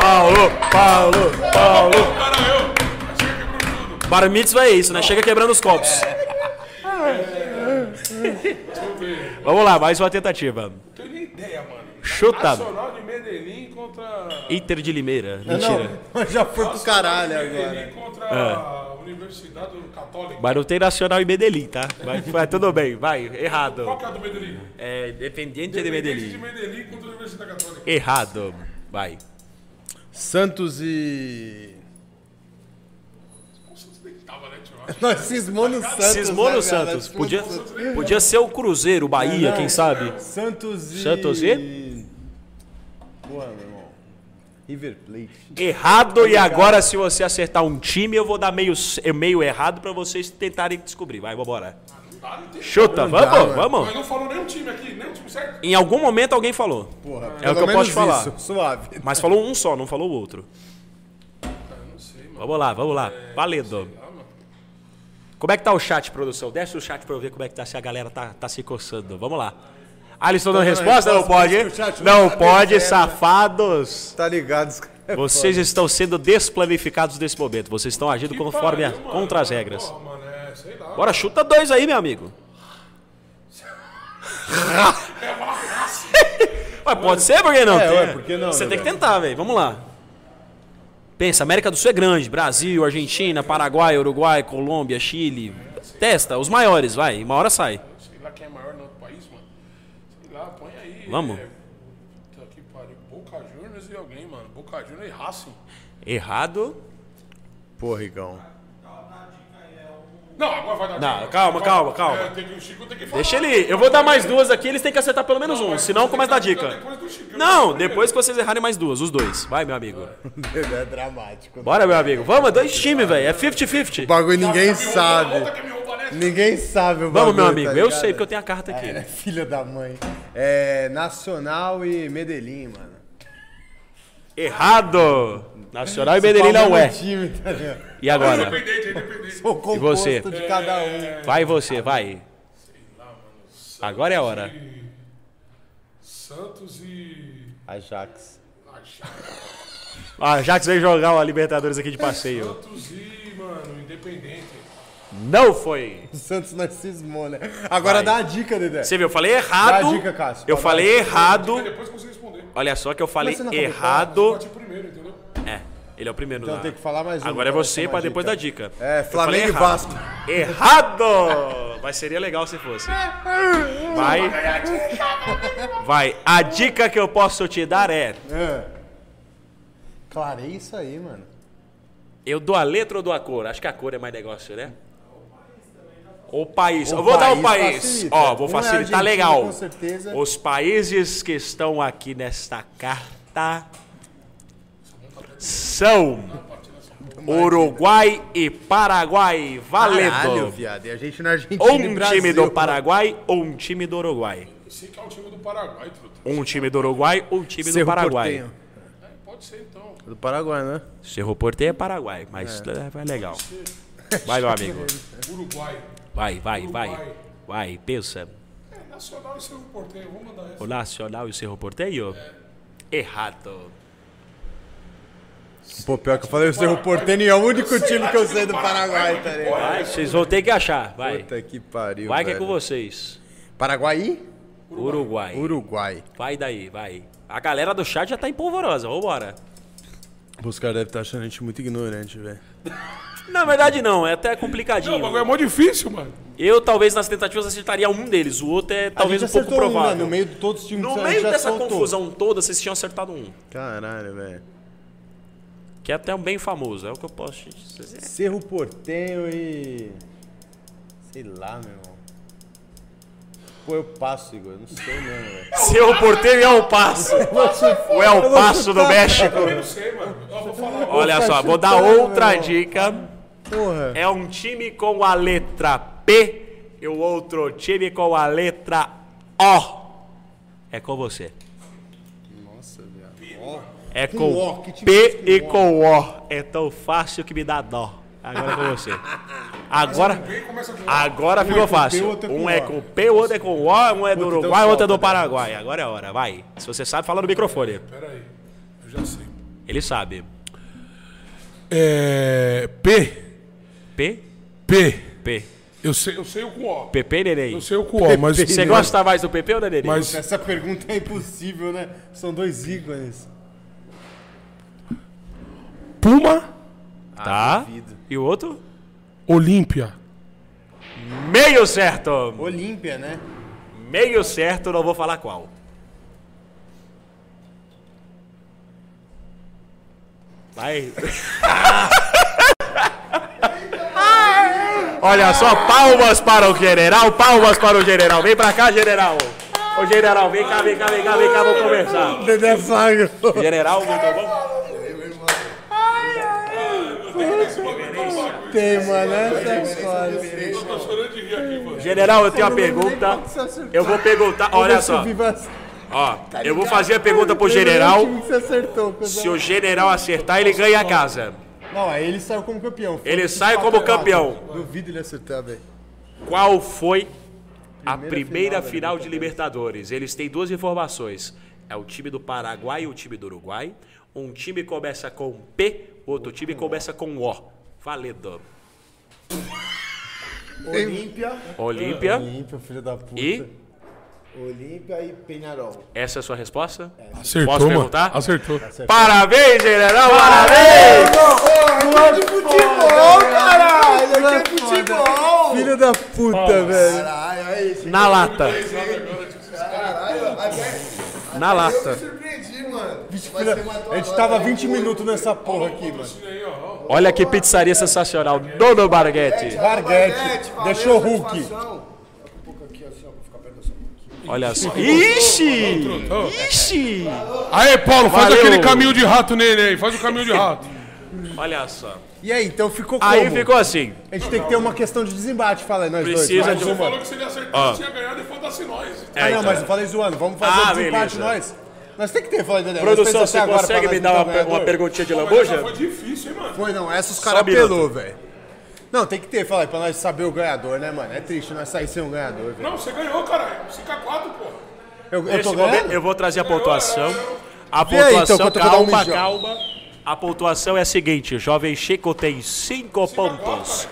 S3: Paulo, Paulo, Paulo.
S2: Cara, eu! Achei que quebrou tudo.
S3: Bar mitzvah é isso, né? Chega quebrando os copos. Vamos lá, mais uma tentativa.
S2: Não tenho nem ideia, mano.
S3: Chuta.
S2: Nacional de Medellín contra.
S3: Inter de Limeira.
S1: Ah,
S3: Mentira.
S1: Não, já foi pro caralho
S2: Medellín
S1: agora.
S2: contra
S3: É.
S2: a Universidade Católica.
S3: Mas não tem Nacional e Medellín, tá? Mas, mas tudo bem, vai.
S2: Qual
S3: Errado.
S2: que é a do Medellín?
S3: É, Independiente
S2: Independente
S3: de
S2: de
S3: Medellín.
S2: Medellín contra a Universidade Católica.
S3: Errado. Vai.
S1: Santos e.
S3: É.
S2: O Santos nem tava, né, tio? Acho
S1: Nós cismou no Santos.
S3: Cismou
S1: né,
S3: no
S1: viado?
S3: Santos.
S1: Tipo,
S3: Podia, podia ser o Cruzeiro, o Bahia, quem sabe?
S1: Santos e.
S3: Santos e?
S1: Porra, meu irmão. River Plate.
S3: Errado, e agora se você acertar um time, eu vou dar meio, meio errado pra vocês tentarem descobrir. Vai, vambora.
S2: que
S1: dá,
S3: Chuta, vamos,
S1: mano.
S3: vamos.
S2: Mas não falou nenhum time aqui, nenhum time certo.
S3: Em algum momento alguém falou.
S1: Porra,
S3: é o
S1: pelo
S3: que eu
S1: menos
S3: posso falar.
S1: isso, Suave.
S3: Mas falou um só, não falou o outro. Ah, Vamos lá, vamos É, lá. Valedo. Como é que tá o chat, produção? Desce o chat pra eu ver como é que tá, se a galera tá, tá se coçando. Vamos lá. Alisson dando resposta? Não
S1: resposta,
S3: pode.
S1: diz
S3: hein?
S1: que o chat não
S3: Não tá
S1: sabe
S3: pode,
S1: o que é, né?
S3: safados.
S1: Tá ligado? os caras é
S3: Vocês estão sendo desplanificados nesse momento. Vocês estão agindo conforme a- contra as regras.
S2: Porra, mano, é, sei lá.
S3: Bora, chuta dois aí, meu amigo. Ué, pode ser, por que não?
S1: É,
S3: Tem-
S1: ué, por que não,
S3: Você
S1: né,
S3: tem que tentar, velho. Vamos lá. Pensa, América do Sul é grande. Brasil, Argentina, Paraguai, Uruguai, Colômbia, Chile. Testa, os maiores, vai. Uma hora sai.
S2: Sei lá quem é maior no outro país, mano. Sei lá, põe aí.
S3: Vamos.
S2: É, puta que pariu. Boca Juniors e alguém, mano. Boca Juniors e Racing.
S3: Errado.
S1: Porra, Igão.
S2: Não, agora vai dar
S3: Não,
S2: dica.
S3: calma, calma, calma.
S2: É, tem que- o Chico tem que falar.
S3: Deixa ele. Eu vou dar mais duas aqui, eles têm que acertar pelo menos um. Senão começa a dar dica.
S2: Depois do Chico.
S3: Não, depois que vocês errarem mais duas, os dois. Vai, meu amigo.
S1: é dramático. O
S3: Bora, meu amigo. Vamos, dois times, velho. É 50-50.
S1: bagulho ninguém sabe.
S2: Outra que me né? rouba nessa.
S1: Ninguém sabe o bagulho.
S3: Vamos, meu
S1: tá
S3: amigo. Eu
S1: ligado?
S3: sei porque eu tenho a carta aqui.
S1: É, filha da mãe. É Nacional e Medellín, mano.
S3: Errado! Nacional e Medellín não é.
S1: Palmeiras time, tá ligado?
S3: E agora?
S2: Independente, independente.
S1: O composto
S3: você?
S1: de cada um.
S3: Vai você, vai. Agora é a hora.
S2: Santos e.
S1: Ajax.
S3: Ah, já que veio jogar o Libertadores aqui de passeio.
S2: Santos e, mano, Independente.
S3: Não foi.
S1: O Santos não cismou, né? Agora dá a dica, Dedé.
S3: Você viu, eu falei
S1: Dá
S3: errado.
S1: a dica, Cássio.
S3: Eu
S1: Pode
S3: falei errado.
S2: Depois que você responder.
S3: Olha só que eu falei
S1: Mas você não tá acabou de falar,
S3: errado.
S2: Bate primeiro, entendeu?
S3: É, ele é o primeiro
S1: Então
S3: lá.
S1: tem que falar mais um.
S3: Agora é você pra
S1: mais
S3: depois
S1: dica.
S3: da dica.
S1: É,
S3: Eu
S1: Flamengo
S3: falei
S1: e
S3: errado.
S1: Vasco.
S3: Errado! Mas seria legal se fosse. Vai. Vai. A dica que eu posso te dar é:
S1: É. Clarei é isso aí, mano.
S3: eu dou a letra ou dou a cor? Acho que a cor é mais negócio, né? O país.
S1: O
S3: eu vou dar o
S1: país
S3: país.
S1: facilita.
S3: Ó, vou
S1: Um é
S3: facilitar
S1: Argentina,
S3: legal.
S1: com certeza.
S3: Os países que estão aqui nesta carta são Uruguai e Paraguai. Valendo.
S1: Caralho, viado. E a gente na Argentina
S3: Ou
S1: e
S3: um
S1: Brasil.
S3: time do Paraguai ou um time do Uruguai.
S2: Sei que é o time do Paraguai, truta.
S3: Um time do Uruguai ou um time do
S1: Cerro
S3: Paraguai.
S1: Porteño.
S2: Pode ser então.
S1: Do Paraguai, né?
S3: Cerro Porteiro é Paraguai, mas é, é legal. Vai, meu amigo.
S2: Uruguai.
S3: Vai, vai, vai. Vai, pensa.
S2: É, Nacional e Cerro Porteiro. Vou mandar essa.
S3: O Nacional e o Cerro Porteio? É. Errado.
S1: Pô, pior que eu falei o Cerro Porteño e é o único time que eu sei do Paraguai, tá ligado?
S3: Vai, vocês vão ter que achar. Vai.
S1: Puta que pariu,
S3: Vai que é
S1: velho.
S3: com vocês.
S1: Paraguai?
S3: Uruguai.
S1: Uruguai.
S3: Vai daí, vai. A galera do chat já tá em polvorosa, vambora.
S1: Os caras devem estar achando a gente muito ignorante, velho.
S3: Na verdade não, é até
S2: Não, o
S3: complicadinho.
S2: bagulho é mó difícil, mano.
S3: Eu talvez nas tentativas acertaria um deles, o outro é talvez um pouco provável.
S1: né? no meio de todos os times
S3: No
S1: que a gente
S3: meio
S1: já
S3: dessa
S1: soltou.
S3: confusão toda, vocês tinham acertado um.
S1: Caralho, velho.
S3: Que é até um bem famoso, é o que eu posso te dizer.
S1: Cerro Portenho e. Sei lá, meu irmão. Pô, eu passo, Igor. Eu não sei mesmo, velho.
S3: Seu porteiro é o passo. O El Passo do México. Olha só, vou dar outra dica.
S1: Porra.
S3: É um time com a letra P e o outro time com a letra O. É com você.
S1: Nossa, viado.
S3: É
S1: Com
S3: com,
S1: O, que time
S3: P
S1: que
S3: e
S1: com
S3: com O. É tão fácil que me dá dó. Agora é com você. Agora, agora ficou
S1: P,
S3: fácil.
S1: outro é com
S3: Um é
S1: O.
S3: com P, outro é com O, um é do
S1: Puta, então
S3: Uruguai, outro é do
S1: solta, cara.
S3: Paraguai. Agora é a hora, vai. Se você sabe, fala no microfone.
S2: Pera aí. Eu já sei.
S3: Ele sabe.
S2: É. P.
S3: P,
S2: P.
S3: P.
S2: Eu sei, eu sei o com O.
S3: PP, neném.
S2: Eu sei o com O, mas.
S3: Você gosta mais do PP ou da neném?
S2: né? Mas.
S1: Essa pergunta é impossível, né? São dois ícones.
S2: Puma,
S3: Tá. E o outro?
S2: Olímpia.
S3: Meio certo.
S1: Olímpia, né?
S3: Meio certo, não vou falar qual. Vai. Olha só, palmas para o general, palmas para o general. Vem pra cá, general. Ô, general, vem cá, vem cá, vem cá, vem cá, vamos conversar.
S1: Dedé Fagner.
S3: General, muito bom.
S10: Tema, né? Sacola.
S3: General, eu tenho uma pergunta. Eu vou perguntar, olha só.
S1: assim.
S3: Ó, eu vou fazer a pergunta pro general.
S10: Você acertou, coisa-
S3: Se o general acertar, ele ganha a casa.
S10: Não, aí ele saiu como campeão. Foi
S3: Ele
S10: um
S3: sai como
S10: papelado.
S3: campeão.
S10: Duvido ele acertar, velho.
S3: Qual foi a primeira final de Libertadores? Eles têm duas informações. É o time do Paraguai e o time do Uruguai. Um time começa com P, outro time começa com O. Valendo.
S6: Olímpia.
S3: Olímpia
S10: Olímpia, filho da puta.
S3: e
S6: Olímpia e Penharol.
S3: essa é a sua resposta?
S2: Acertou,
S3: Posso
S2: mano.
S3: perguntar?
S2: Acertou.
S3: Parabéns, general! Parabéns!
S6: Futebol, caralho! Aqui é futebol!
S10: Filho da puta, velho.
S6: Caralho, olha isso.
S3: Na lata.
S6: Caralho, até
S3: Na
S6: eu me
S3: lata.
S6: surpreendi, mano.
S10: A gente tava 20 minutos nessa porra aqui, mano.
S3: Olha que pizzaria sensacional. Dono Barguete.
S10: Barguete, deixou o Hulk.
S3: Olha só. Ixi! Ixi!
S2: Aí, Paulo, faz
S3: Valeu.
S2: aquele caminho de rato nele aí. Faz o caminho de rato.
S3: Olha só.
S10: E aí, então ficou como?
S3: Aí ficou assim.
S10: A gente tem que ter uma questão de desembate, fala aí, nós dois.
S3: Precisa
S10: Mais
S3: de
S10: uma.
S3: um.
S2: se ele acertasse, tinha ganhado e foda-se nós.
S10: Ah, não,
S3: então.
S10: mas eu falei zoando. Vamos fazer
S3: Ah,
S10: um desempate
S3: beleza.
S10: nós. Nós tem que ter, falei, Dedé.
S3: Produção,
S10: Nós fez
S3: você
S10: até agora
S3: consegue
S10: pra
S3: me
S10: nós
S3: dar
S10: botar
S3: uma,
S10: o
S3: per- uma
S10: ganhador.
S3: perguntinha de lambuja?
S2: Foi difícil, hein, mano?
S10: Foi não, essa os caras
S3: um minuto.
S10: pelou, velho. Não, tem que ter, fala aí, pra nós saber o ganhador, né, mano? É triste nós sair sem um ganhador, velho.
S2: Não, você ganhou, caralho. 5x4, pô.
S10: Eu, eu
S3: Nesse
S10: tô
S3: momento,
S10: ganhando?
S3: eu vou trazer a pontuação. A
S10: Vê aí, então,
S3: pontuação,
S10: quanto que eu vou dar um
S3: calma,
S10: mijão.
S3: calma. A pontuação é a seguinte, o jovem Chico tem 5
S10: né?
S3: pontos.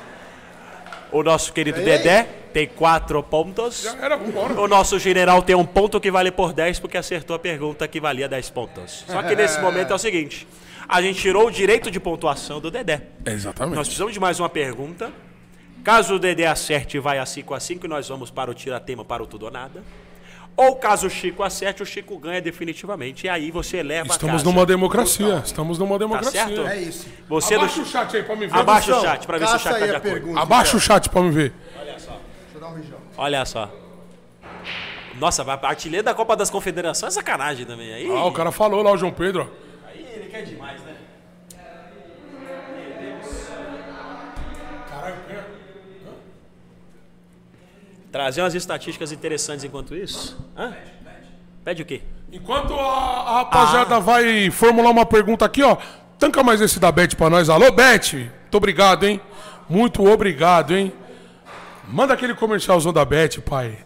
S3: O nosso querido Dedé tem 4 pontos.
S2: Era bora.
S3: O nosso general tem um ponto que vale por 10 porque acertou a pergunta que valia 10 pontos. Só que nesse momento é o seguinte, a gente tirou o direito de pontuação do Dedé.
S2: Exatamente.
S3: Nós precisamos de mais uma pergunta. Caso o Dedé acerte, vai a 5 a 5 e nós vamos para o tiratema para o tudo ou nada. Ou caso o Chico acerte, o Chico ganha definitivamente. E aí você leva
S2: Estamos
S3: a casa.
S2: numa democracia. Estamos numa
S3: Tá
S2: democracia.
S3: certo?
S2: É.
S10: isso.
S3: Você
S2: Abaixa
S3: do-
S2: o chat aí pra me ver.
S3: Abaixa o
S2: Produção.
S3: chat pra ver se o
S10: Caça
S3: chat tá
S10: aí
S3: de
S10: a
S3: acordo.
S10: pergunta.
S2: Abaixa o chat pra me ver.
S3: Olha só. Nossa, vai artilheiro da Copa das Confederações é sacanagem também. Aí,
S2: Ah, o cara falou lá, o João Pedro. ó.
S3: aí ele quer demais, né? Trazer umas estatísticas interessantes enquanto isso. Hã? Pede o quê?
S2: Enquanto a, a
S3: Ah.
S2: rapaziada vai formular uma pergunta aqui, ó. Tanca mais esse da Bet pra nós. Alô, Bet! Muito obrigado, hein? Muito obrigado, hein? Manda aquele comercialzão da Bet, pai.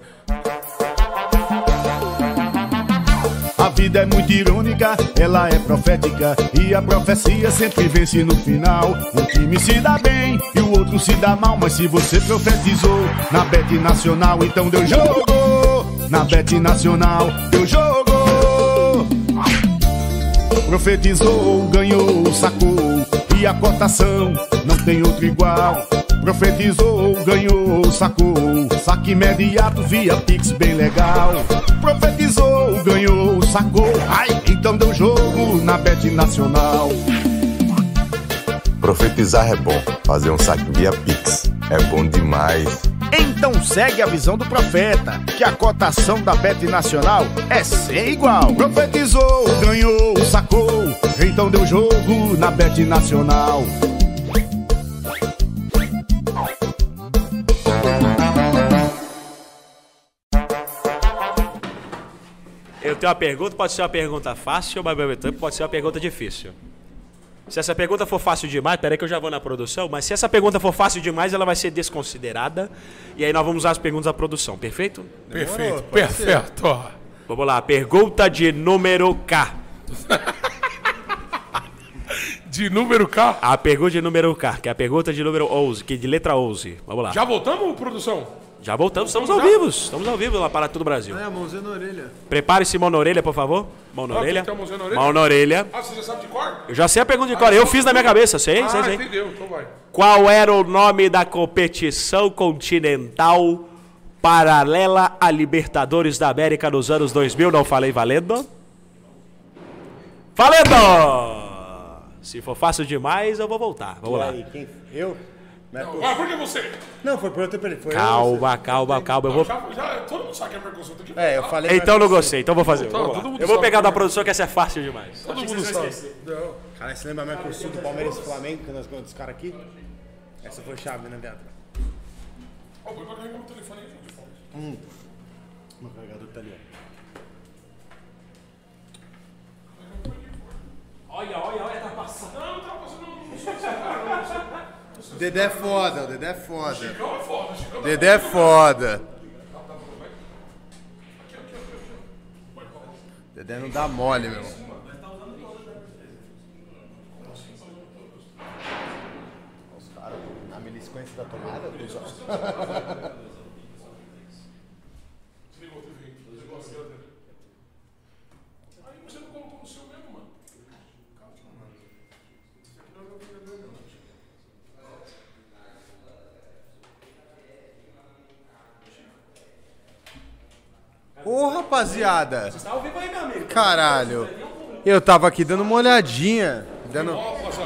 S4: A vida é muito irônica, ela é profética e a profecia sempre vence no final. Um time se dá bem e o outro se dá mal, mas se você profetizou na Bet Nacional, então deu jogo. Na Bet Nacional, deu jogo. Profetizou, ganhou, sacou e a cotação não tem outro igual. Profetizou, ganhou, sacou, saque imediato via Pix bem legal. Profetizou, ganhou, sacou, ai, então deu jogo na Bet Nacional.
S11: Profetizar é bom, fazer um saque via Pix é bom demais.
S4: Então segue a visão do profeta, que a cotação da Bet Nacional é sem igual. Profetizou, ganhou, sacou, então deu jogo na Bet Nacional.
S3: Eu tenho uma pergunta, pode ser uma pergunta fácil, mas ao mesmo tempo pode ser uma pergunta difícil. Se essa pergunta for fácil demais, peraí que eu já vou na produção, mas se essa pergunta for fácil demais, ela vai ser desconsiderada. E aí nós vamos usar as perguntas da produção, perfeito?
S2: Perfeito, perfeito. ó.
S3: Vamos lá, pergunta de número K.
S2: De número K.
S3: A pergunta de número K, que é a pergunta de número 11, que é de letra 11. Vamos lá. Já,
S2: Já voltamos, produção?
S3: voltamos, estamos ao vivo. Estamos ao vivo lá para todo o Brasil.
S6: É, mãozinha na orelha.
S3: Prepare-se, mão na orelha, por favor. Mão na
S2: Ah, tem
S3: orelha.
S2: que ter a mãozinha na orelha?
S3: Mão na orelha.
S2: Ah, você já sabe de cor?
S3: Eu já sei a pergunta de cor, eu fiz na minha cabeça, sei, sei,
S2: Ah,
S3: sei.
S2: entendeu, então vai.
S3: Qual era o nome da competição continental paralela à Libertadores da América nos anos 2000? Não falei valendo? Valendo! Se for fácil demais, eu vou voltar. Vamos lá.
S10: Aí, quem? Eu?
S2: Ah, por que você?
S10: Não, foi por outra pergunta. foi eu,
S3: Calma, calma, calma. Eu vou...
S2: Já, já, todo mundo sabe que é Mercosul. Aqui.
S10: você. É, eu falei.
S3: Então não gostei, então vou fazer.
S2: Tá,
S3: Vamos lá.
S2: todo mundo
S3: Eu vou
S2: sabe.
S3: pegar da produção que essa é fácil é demais.
S2: todo mundo sabe. Não.
S1: Cara, você lembra mais Mercosul do Palmeiras e Flamengo, que nós ganhamos dos caras aqui? Essa foi chave, né, viado?
S2: Ó, põe pra carregar meu telefone aí, gente.
S1: Hum. Meu carregador tá ali, ó.
S6: Olha, olha, olha, tá passando.
S2: Não, não tá passando, não. Não sou esse cara, não. Não sou esse
S1: Dedé é
S2: cara.
S1: foda, o Dedé é foda.
S2: Chicão é foda, Chicão
S6: tá
S1: Dedé é foda. Dedé não dá mole, meu irmão. Os caras, na milisquência da tomada, dos
S2: Desligou a TV. Desligou a TV. Aí você não colocou no seu mesmo, mano. Calma, mano. Isso aqui não é meu verdadeiro, não.
S1: Ô, rapaziada.
S6: Tá ao vivo aí, meu amigo.
S1: Caralho. Eu tava aqui dando uma olhadinha. Dando,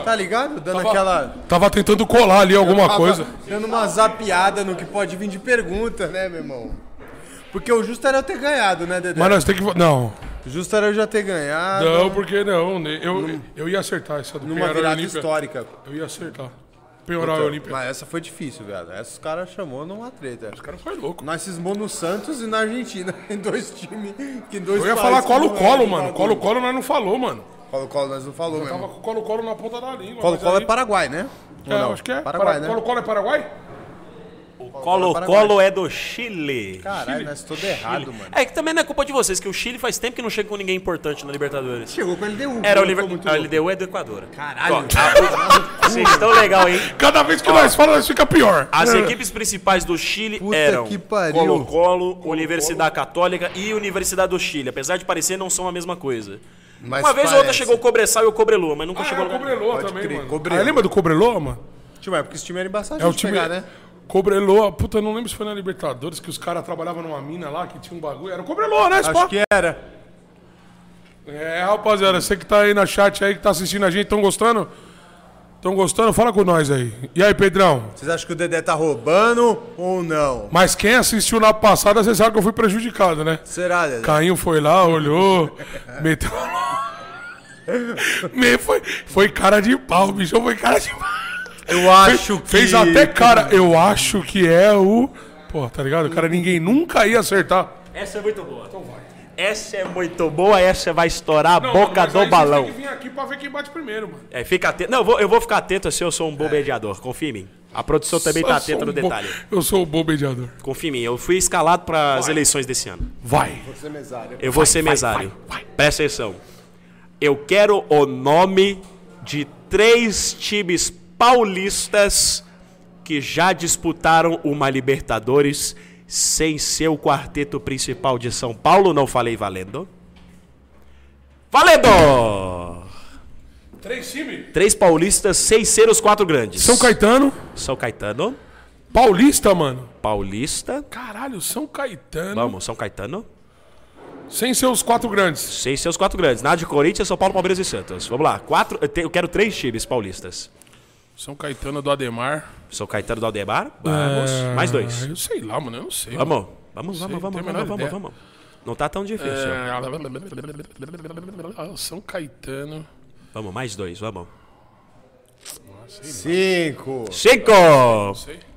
S1: tá ligado? Dando aquela.
S2: Tava tentando colar ali alguma
S1: Tava
S2: coisa.
S1: Dando uma zapiada no que pode vir de pergunta, né, meu irmão? Porque o justo era eu ter ganhado, né, Dedé?
S2: Mas nós tem que. Não.
S1: O justo era eu já ter ganhado.
S2: Não, porque não. né? Eu, eu ia acertar essa do
S1: Numa
S2: Penharol e
S1: virada
S2: Olímpia.
S1: histórica.
S2: Eu ia acertar.
S1: Então,
S2: Penhoral e Olímpia.
S1: Mas essa foi difícil, velho. Essa os caras chamou numa treta. Os
S2: caras foi Tá louco.
S1: Nós cismou no Santos e na Argentina. Em dois times. Que em dois
S2: Eu ia
S1: países
S2: falar
S1: que não
S2: colo-colo,
S1: eram
S2: mano.
S1: bagulho.
S2: Colo-colo nós não falou, mano.
S1: Colo-colo nós não falou, meu
S2: Tava
S1: irmão.
S2: com colo-colo na ponta da língua.
S1: Colo-colo
S2: mas
S1: é
S2: aí-
S1: Paraguai, né? Ou
S2: É,
S1: não?
S2: acho que é.
S1: Paraguai,
S2: Para-
S1: né?
S2: Colo-colo é Paraguai?
S10: Colo-Colo é do Chile.
S1: Caralho, nós todo errado, mano.
S6: É que também não é culpa de vocês, que o Chile faz tempo que não chega com ninguém importante na Libertadores.
S1: Chegou com um a LDU.
S6: Era o
S1: pô,
S6: Liber...
S1: ficou muito
S6: a
S1: louco.
S6: LDU é do Equador.
S1: Caralho. tá
S10: Vocês estão legal, hein?
S2: Cada vez que nós falamos, nós fica pior. É.
S6: As equipes principais do Chile
S1: Puta
S6: eram
S1: que pariu.
S6: Colo-Colo, Universidade Católica e Universidade do Chile. Apesar de parecer, não são a mesma coisa.
S1: Mas
S6: Uma vez ou outra
S1: parece.
S6: chegou o Cobressal e o Cobrelua, mas nunca
S2: Ah, é
S6: chegou
S2: o
S6: no
S2: Cobreloa
S1: Pode
S2: também,
S1: crer,
S2: mano.
S1: Cobreloa.
S2: Ah, lembra do Cobreloa, mano?
S1: Tio, mas porque esse time era embaçado
S2: É o
S1: de
S2: time.
S1: pegar, né?
S2: Cobreloa, puta, eu não lembro se foi na Libertadores que os caras trabalhavam numa mina lá que tinha um bagulho. Era o Cobreloa, né, Spa?
S1: Acho que era.
S2: É, rapaziada, você que tá aí na chat aí, que tá assistindo a gente, tão gostando? Tão gostando? Fala com nós aí. E aí, Pedrão?
S1: Vocês acham que o Dedé tá roubando ou não?
S2: Mas quem assistiu na passada, você sabe que eu fui prejudicado, né?
S1: Será, Dedé?
S2: Caim foi lá, olhou, meteu. Me foi, foi cara de pau, o bichão foi cara de pau.
S1: Eu acho que.
S2: Fez até cara. Eu acho que é o. Pô, tá ligado? O cara ninguém nunca ia acertar.
S6: Essa é muito boa. Então vai.
S10: Essa é muito boa, essa vai estourar a boca
S2: mas aí
S10: do
S2: vocês
S10: balão.
S2: têm que vir aqui pra ver quem bate primeiro, mano.
S6: É, fica atento. Não, eu vou, eu vou ficar atento assim, eu sou um bom mediador. Confia em mim. A produção também tá
S2: Eu sou
S6: atenta no
S2: É. um bo-
S6: detalhe.
S2: Eu sou o bom mediador.
S6: Confia em mim, eu fui escalado para as eleições desse ano.
S2: Vai.
S1: Você é mesário.
S6: Eu vou ser mesário. Presta atenção. Eu quero o nome de três times paulistas que já disputaram uma Libertadores sem ser o quarteto principal de São Paulo. Não falei valendo. Valendo!
S2: Três times.
S6: Três paulistas sem ser os quatro grandes.
S2: São Caetano.
S6: São Caetano,
S2: Paulista, mano.
S6: Paulista.
S2: Caralho, São Caetano.
S6: Vamos, São Caetano.
S2: Sem ser os quatro grandes.
S6: Sem ser os quatro grandes. Nada de Corinthians, São Paulo, Palmeiras e Santos. Vamos lá. Quatro, eu, te- eu quero três times paulistas.
S2: São Caetano do Ademar.
S6: São Caetano do Aldebar. Vamos. Mais dois.
S2: Ah, eu sei lá, mano. Eu não sei.
S6: Vamos. Vamos,
S2: não
S6: vamos, vamos,
S2: tenho a
S6: vamos,
S2: menor
S6: vamos,
S2: ideia.
S6: vamos. Não tá tão difícil.
S2: É... São Caetano.
S6: Vamos, mais dois, vamos.
S1: Cinco.
S6: Cinco!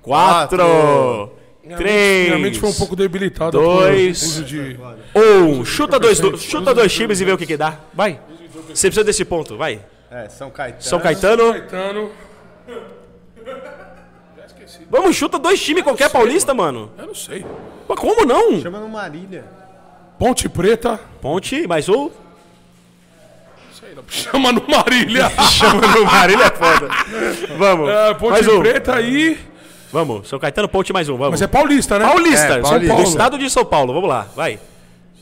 S6: Quatro! Três!
S2: Realmente foi um pouco debilitado.
S6: dois.
S2: por uso de-
S6: Um! Chuta dois, do- chuta dois times e vê o que, que dá. Vai! Você precisa desse ponto, vai.
S1: É, São Caetano.
S6: São Caetano.
S2: Caetano.
S6: Vamos, chuta dois times qualquer paulista, mano.
S2: Eu não sei.
S6: Mas como não?
S1: Chama no Marília.
S2: Ponte Preta.
S6: Ponte, mais um.
S2: Chama no Marília.
S6: Chama no Marília é foda. Vamos.
S2: É, Ponte
S6: mais um.
S2: Preta aí.
S6: Vamos. São Caetano, Ponte mais um. Vamos.
S2: Mas é paulista, né?
S6: Paulista,
S1: É,
S6: São
S1: Paulista.
S6: Paulo. Estado de São Paulo. Vamos lá, vai.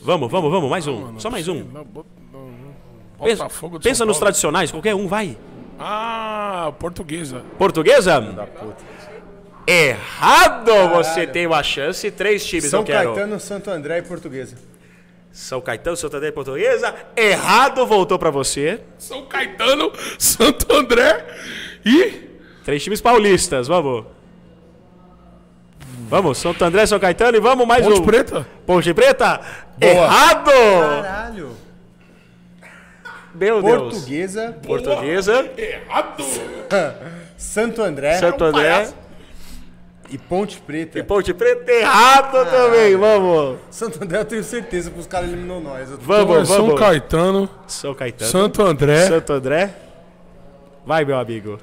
S6: Vamos, vamos, vamos. Mais um. Só mais um. Pensa,
S2: Botafogo de
S6: pensa
S2: São
S6: nos
S2: Paulo.
S6: tradicionais. Qualquer um, vai.
S2: Ah, portuguesa.
S6: Portuguesa? Errado! Você tem uma chance. Três times
S1: São
S6: eu quero.
S1: Caetano, Santo André e Portuguesa.
S6: São Caetano, Santo André e Portuguesa. Errado voltou pra você.
S2: São Caetano, Santo André e.
S6: Três times paulistas. Vamos. Vamos, Santo André, São Caetano e vamos mais
S2: Ponte
S6: um.
S2: Preta?
S6: Ponte Preta? Errado!
S1: Caralho.
S6: Meu Deus.
S1: Portuguesa.
S6: Portuguesa.
S2: Errado!
S1: Santo André.
S6: Santo André.
S1: E Ponte Preta.
S6: E né? Ponte Preta errado
S2: Ah,
S6: também, vamos.
S1: Santo André eu tenho certeza que os caras eliminou nós. Eu tô-
S6: Vamos,
S2: então é São
S6: vamos.
S2: Caetano,
S6: São Caetano.
S2: Santo André.
S6: Santo André. Vai, meu amigo.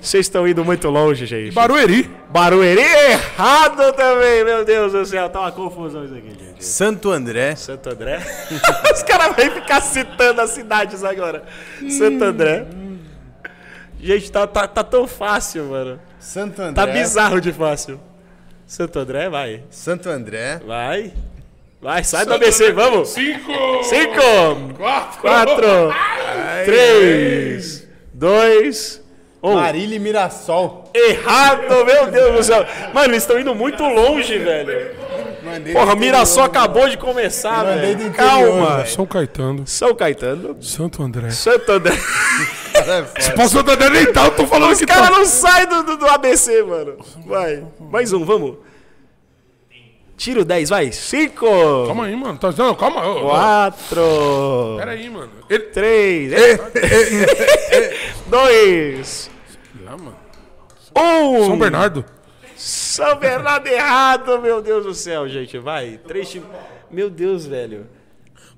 S6: Vocês estão indo muito longe, gente.
S2: Barueri.
S6: Barueri errado também, meu Deus do céu. Tá uma confusão isso aqui, gente.
S1: Santo André.
S6: Santo André. Os caras vão ficar citando as cidades agora. Santo
S1: Hum.
S6: André. Gente, tá, tá, tá tão fácil, mano.
S1: Santo André.
S6: Tá
S10: É.
S6: bizarro de fácil. Santo André, vai.
S1: Santo André.
S6: Vai. Vai, sai do ABC, vamos.
S2: Cinco.
S6: Cinco,
S2: Quatro.
S6: quatro, três, dois, um.
S1: Marília e Mirassol.
S6: Errado, meu Deus do céu. Mano, eles estão indo muito longe, velho.
S1: Mandei
S6: Porra,
S1: do
S6: Mirassol
S1: interior,
S6: acabou de começar,
S1: Mandei do
S6: velho.
S1: interior,
S6: Calma.
S1: velho.
S2: São Caetano,
S6: São Caetano,
S2: Santo André.
S6: Santo André.
S1: cara, é foda.
S2: Pô, Santo André nem tá, eu tô falando
S6: Os
S2: que
S6: caras
S2: tá.
S6: não saem do, do, do ABC, mano. Vai. Mais um, vamos. Tiro 10, vai. Cinco,
S2: Calma aí, mano. Tá... Não, calma. ô, ô.
S6: quatro,
S2: Pera aí, mano. Ele...
S6: três, dois,
S2: Lá, mano.
S6: um.
S2: São Bernardo.
S6: São Bernardo errado, meu Deus do céu, gente. Vai. Três times. Meu Deus, velho.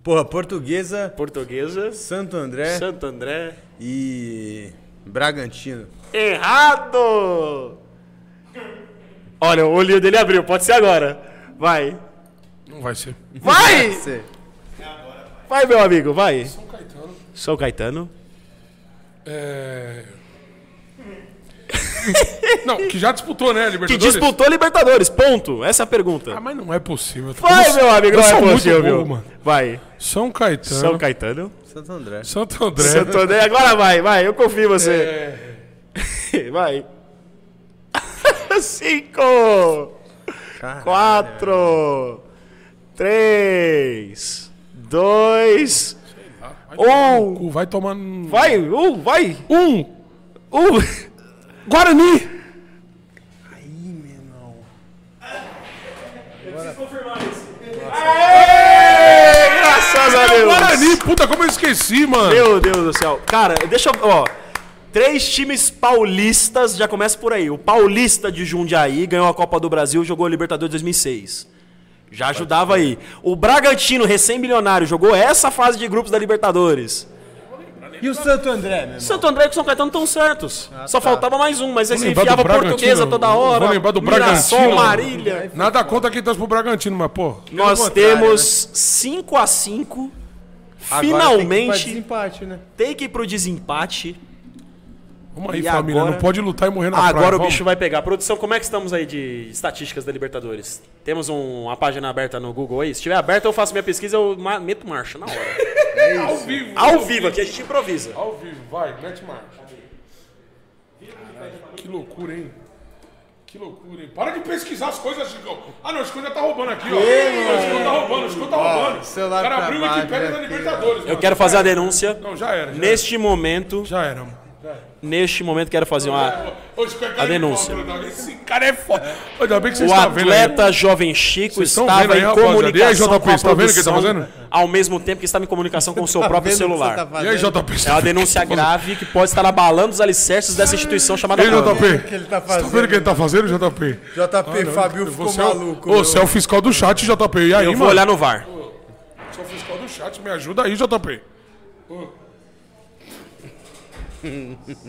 S1: Porra, Portuguesa,
S6: Portuguesa,
S1: Santo André
S6: Santo André.
S1: e Bragantino.
S6: Errado! Olha, o olhinho dele abriu, pode ser agora. Vai.
S2: Não vai ser.
S6: Vai!
S1: Você.
S6: Vai, meu amigo, vai. São Caetano. São Caetano.
S2: É... não, que já disputou, né,
S6: Que
S2: Libertadores?
S6: disputou Libertadores, ponto. Essa é a
S2: Ah,
S6: pergunta.
S2: mas não é possível.
S6: Vai, meu amigo, não
S2: eu
S6: é
S2: sou muito
S6: possível.
S2: burro, mano.
S6: Vai.
S2: São Caetano,
S6: São Caetano.
S1: Santo André.
S2: Santo André.
S6: Santo André, é agora vai, vai, eu confio em você.
S2: É...
S6: Vai. Cinco, quatro, três, dois, um.
S2: Cu, Vai tomar... no-
S6: Vai, um, vai.
S2: Um.
S6: Um.
S2: Guarani.
S6: Graças a Deus.
S2: Guarani, puta, como eu esqueci, mano.
S6: Meu Deus do céu. Cara, deixa eu. Ó. Três times paulistas, já começa por aí. O paulista de Jundiaí ganhou a Copa do Brasil, jogou a Libertadores 2006. Já ajudava aí. O Bragantino, recém-milionário, jogou essa fase de grupos da Libertadores.
S1: E o Santo André, meu irmão?
S6: Santo André e São Caetano estão certos.
S1: Ah, tá.
S6: Só faltava mais um, mas aí
S2: Vou
S6: você
S2: lembrar do
S6: enfiava
S2: Bragantino,
S6: portuguesa toda
S2: vou-
S6: hora.
S2: vou lembrar do
S6: Mirassol,
S2: Bragantino.
S6: Marília.
S2: Nada contra quem torce pro Bragantino, mas, pô...
S6: Nós
S1: contrário,
S6: temos
S2: né?
S6: 5 a 5
S1: Agora Tem
S6: Finalmente
S1: que ir pra desempate, né?
S6: tem que ir pro desempate.
S2: Vamos aí,
S6: E
S2: família.
S6: agora-
S2: Não pode lutar e morrer na praia.
S6: Agora o
S2: vamos.
S6: bicho vai pegar. Produção, como é que estamos aí de estatísticas da Libertadores? Temos um- uma página aberta no Google aí? Se tiver aberta, eu faço minha pesquisa eu ma- meto marcha na hora.
S2: Ao vivo.
S6: Ao vivo, aqui a gente improvisa.
S2: Ao vivo, vai, mete marcha. Caralho, que loucura, hein? Que loucura, hein? Para de pesquisar as coisas, Chicão. Ah, não, o Chico já tá roubando aqui, ó. O Chico tá roubando, o Chico tá roubando.
S1: celular
S2: o cara
S1: pra
S2: abriu o
S1: baixo,
S6: é
S2: Wikipedia
S1: né,
S2: da
S1: filho?
S2: Libertadores.
S6: Eu quero fazer a denúncia.
S2: Não, já era. Já
S6: Neste momento,
S2: era. Já era, mano.
S6: neste momento, quero fazer uma.
S2: Ô, Chico, é cara de
S6: denúncia.
S2: pau, Bruno. Esse cara é foda. Ainda bem que vocês
S6: O
S2: estão vendo aí.
S6: atleta jovem Chico
S2: Vocês tão vendo
S6: estava
S2: aí,
S6: em
S2: rapaziada?
S6: comunicação
S2: E aí, JP,
S6: com a
S2: você tá vendo o que ele tá
S6: produção,
S2: fazendo?
S6: ao mesmo tempo que estava em comunicação com o seu
S1: Tá
S6: próprio
S1: vendo o que você
S6: celular.
S1: tá
S2: E aí,
S1: fazendo?
S2: JP?
S6: É uma denúncia grave que pode estar abalando os alicerces dessa instituição chamada
S2: Ei,
S6: Câmara.
S2: JP,
S1: que ele tá
S2: você tá vendo o que ele tá fazendo, JP?
S1: JP, Fabio ficou
S2: Você é o-
S1: maluco.
S2: Ô,
S1: meu.
S2: você é o fiscal do chat, JP. E aí,
S6: Eu vou
S2: mano?
S6: olhar no VAR.
S2: Sou fiscal do chat, me ajuda aí, JP.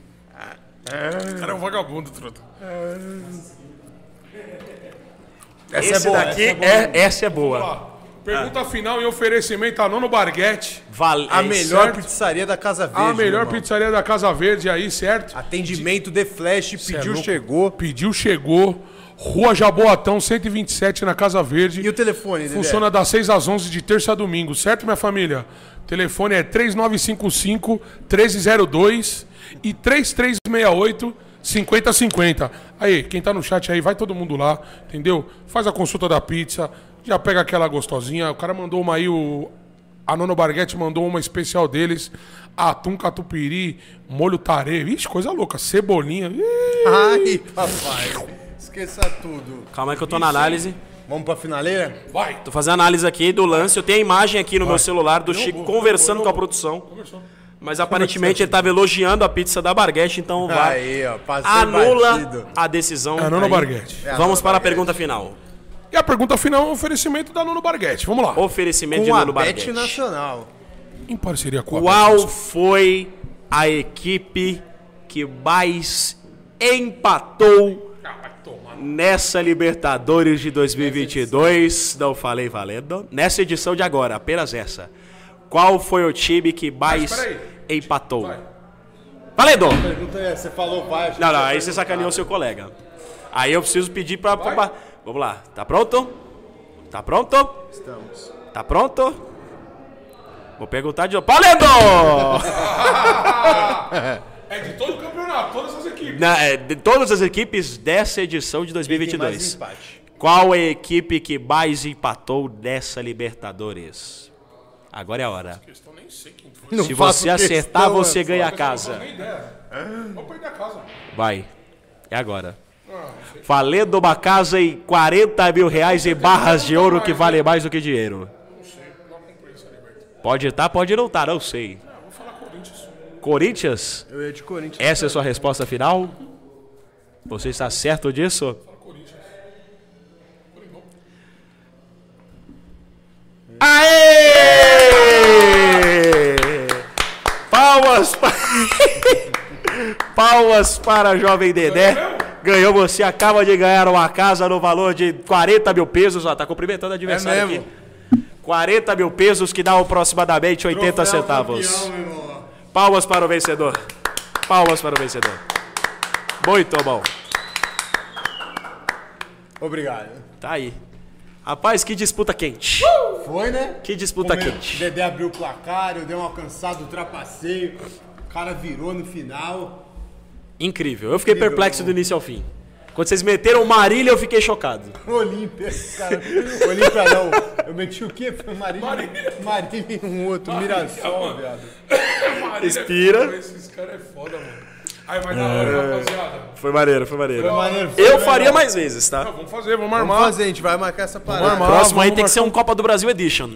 S2: O cara é um vagabundo, truta.
S1: Essa é boa.
S6: daqui é, essa é boa.
S2: Ó, Pergunta final em oferecimento a Nono Barguete.
S6: Vale,
S1: A
S6: é isso.
S1: melhor
S2: certo.
S1: pizzaria da Casa Verde.
S2: A melhor
S1: irmão.
S2: pizzaria da Casa Verde aí, certo?
S1: Atendimento de flash, pediu,
S2: é louco.
S1: chegou.
S2: Pediu, chegou. Rua Jaboatão, 127, na Casa Verde.
S1: E o telefone, Dedé?
S2: Funciona das 6 às 11 de terça a domingo, certo, minha família? O telefone é 3955-1302 e 3368-5050. Aí, quem tá no chat aí, vai todo mundo lá, entendeu? Faz a consulta da pizza, já pega aquela gostosinha. O cara mandou uma aí, o... a Nono Barguete mandou uma especial deles. Atum catupiry, molho tare, ixi, coisa louca, cebolinha. Ih,
S1: Ai, papai. Esqueça tudo.
S10: é-
S6: Calma aí que eu tô na análise.
S10: Vamos pra finaleira?
S2: Vai.
S12: Tô fazendo análise aqui do lance. Eu tenho a imagem aqui no meu celular do Chico
S2: vou,
S12: conversando com a produção. Mas aparentemente ele tava elogiando a pizza da Barguete, então vai.
S10: Aí, ó, passei
S12: Anula
S10: Tá batido.
S12: a decisão.
S2: Anula
S12: aí.
S2: Barguete.
S12: É, Vamos para a pergunta final.
S2: E a pergunta final é um oferecimento da Nuno Barguete. Vamos lá.
S12: Oferecimento de
S10: Com a
S12: Nuno
S10: Bet
S12: Barguete.
S10: Nacional.
S2: Em parceria com a
S12: Qual foi a equipe que mais empatou
S6: Nessa Libertadores de 2022, não falei valendo. Nessa edição de agora, apenas essa. Qual foi o time que mais
S2: Mas, peraí.
S6: empatou? Valendo!
S10: Pergunta é, você falou vai.
S6: Não, não, aí você sacaneou seu colega. Aí eu preciso pedir pra. pra- pra- Vamos lá, tá pronto? Tá pronto? Estamos. Tá pronto? Vou perguntar de novo. Valendo!
S2: É de todo o campeonato, todas as equipes.
S6: Na- é, de todas as equipes dessa edição de
S10: Tem mais
S6: 2022.
S10: empate.
S6: Qual é a equipe que mais empatou nessa Libertadores? Agora é a hora.
S10: Não
S6: Se
S10: faço
S6: você acertar,
S10: questão,
S6: você
S10: né?
S6: ganha a casa.
S2: É. Vou perder a casa. Ah,
S6: Vai. É agora. Valendo uma casa em 40 mil reais em barras de ouro que vale mais do que dinheiro. Pode estar, pode não estar, não sei. Corinthians?
S13: Eu ia de Corinthians.
S6: Essa é a sua resposta final? Você está certo disso? Aê! Palmas para... Palmas para Jovem Dedé. Ganhou, você acaba de ganhar uma casa no valor de 40 mil pesos. Ó, tá cumprimentando o adversário
S10: mesmo.
S6: aqui. 40 mil pesos, que dá aproximadamente 80 centavos. Palmas para o vencedor. Palmas para o vencedor. Muito bom.
S10: Obrigado.
S6: Tá aí. Rapaz, que disputa quente.
S10: Foi, né?
S6: Que disputa
S10: Como eu-
S6: quente.
S10: Dedé abriu o placar, eu dei um alcançado, ultrapassei. O cara virou no final.
S6: Incrível. Eu fiquei perplexo do início ao fim. Quando vocês meteram Marília, eu fiquei chocado.
S10: Olímpia, cara. Olímpia não. Eu meti o quê? Foi Marília. Marília e um outro. Mirassol, viado.
S6: Respira.
S2: Esses caras é foda, mano. Aí
S6: É.
S2: vai dar hora, rapaziada.
S6: Foi maneiro, foi maneiro.
S10: maneiro, foi
S6: Eu
S10: legal.
S6: faria mais vezes, tá?
S2: Não, vamos fazer, vamos
S10: Vamos
S2: armar.
S10: fazer, a gente vai marcar essa parada.
S2: armar.
S6: Próximo aí
S2: vamos
S6: tem que ser um Copa do Brasil Edition.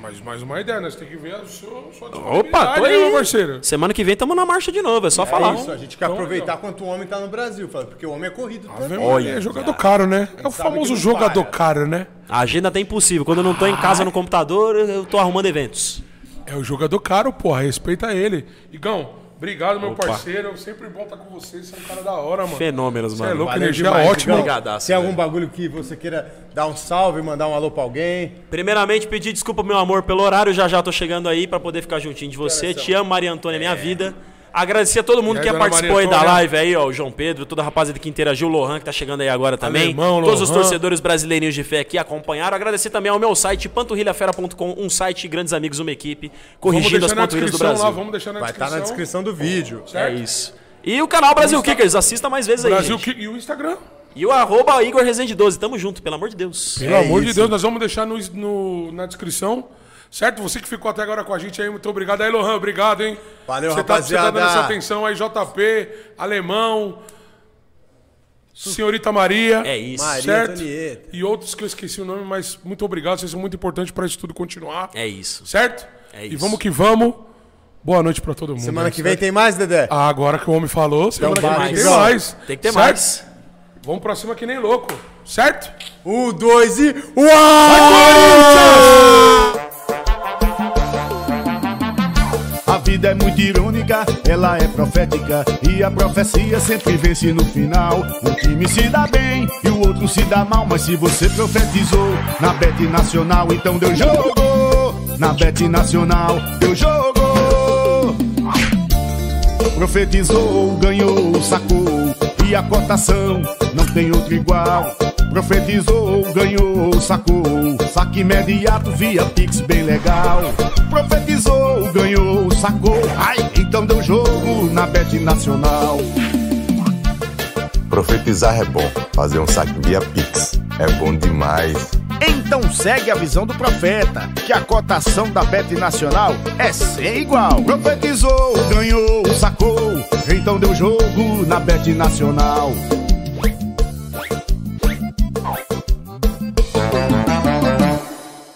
S2: Mas mais uma ideia, né? Você tem que ver a sua, sua
S6: Opa, tô
S2: disponibilidade, né,
S6: aí.
S2: meu parceiro.
S6: Semana que vem tamo na marcha de novo, é só
S10: É
S6: falar.
S10: isso, a gente quer aproveitar quanto o homem tá no Brasil, fala, porque o homem é corrido também.
S2: Olha, é jogador caro, né? É o
S10: sabe
S2: famoso
S10: que não
S2: jogador
S10: para.
S2: caro, né?
S6: A agenda tá impossível. Quando eu não tô em casa no computador, eu tô arrumando eventos.
S2: É o jogador caro, porra. Respeita ele. Igão, obrigado, meu parceiro. Sempre bom estar com você. Você é um cara da hora, mano.
S6: Fenômenos,
S2: Você é
S6: mano.
S2: louco,
S10: Valeu
S2: energia
S10: demais,
S2: ótima.
S10: Igão.
S6: Brigadaço,
S10: Tem algum
S6: velho.
S10: bagulho que você queira dar um salve, mandar um alô pra alguém?
S6: Primeiramente, pedir desculpa, meu amor, pelo horário. Já já tô chegando aí pra poder ficar juntinho de você. Te amo, Maria Antônia, minha vida. Agradecer a todo mundo
S2: É. E aí,
S6: que
S2: dona
S6: participou
S2: Maria
S6: aí da
S2: Antônia?
S6: live aí, ó. O João Pedro, toda a rapaziada que interagiu, o Lohan que tá chegando aí agora também.
S2: irmão,
S6: Todos os
S2: Lohan.
S6: torcedores brasileirinhos de fé aqui acompanharam. Agradecer também ao meu site, panturrilhafera.com, um site, grandes amigos, uma equipe,
S2: Vamos
S6: corrigindo
S2: deixar
S6: as
S2: na
S6: panturrilhas do
S2: descrição
S6: Brasil.
S2: lá, vamos deixar tá na
S10: Vai estar
S2: descrição.
S10: Tá na descrição do vídeo.
S6: É isso. E o canal Brasil Kickers, assista mais vezes aí.
S2: Brasil
S6: gente.
S2: que- e o Instagram.
S6: E o arroba Igor Rezende 12, tamo junto, pelo amor de Deus.
S2: Pelo amor de
S10: É isso.
S2: Deus, nós vamos deixar no, no- na descrição. Certo? Você que ficou até agora com a gente aí, muito obrigado. Aí, Lohan, obrigado, hein?
S10: Valeu,
S2: você tá, você tá dando
S10: rapaziada.
S2: essa atenção aí, JP, Alemão, Senhorita Maria.
S6: É isso.
S10: Maria
S2: certo?
S10: Antonieta.
S2: E outros que eu esqueci o nome, mas muito obrigado. Vocês são muito importantes para isso tudo continuar.
S6: É isso.
S2: Certo?
S6: É
S2: E
S6: isso.
S2: vamos que vamos. Boa noite para todo mundo.
S10: Semana
S2: hein,
S10: que vem
S2: certo?
S10: tem mais, Dedé? Então
S2: Ah, agora que o homem falou, semana que
S10: tem
S2: vem tem
S10: mais.
S2: mais.
S6: Tem que ter
S2: certo?
S6: mais.
S2: Vamos pra cima que nem louco. Certo?
S10: Um, dois e... Uau!
S4: A vida é muito irônica, ela é profética e a profecia sempre vence no final. Um time se dá bem e o outro se dá mal, mas se você profetizou na Bet Nacional, então deu jogo. Na Bet Nacional, deu jogo. Profetizou, ganhou, sacou e a cotação não tem outro igual. Profetizou, ganhou, sacou, saque imediato via Pix bem legal. Profetizou, ganhou, sacou, ai, então deu jogo na Bet Nacional.
S14: Profetizar é bom, fazer um saque via Pix é bom demais.
S4: Então segue a visão do profeta, que a cotação da Bet Nacional é sem igual. Profetizou, ganhou, sacou, então deu jogo na Bet Nacional.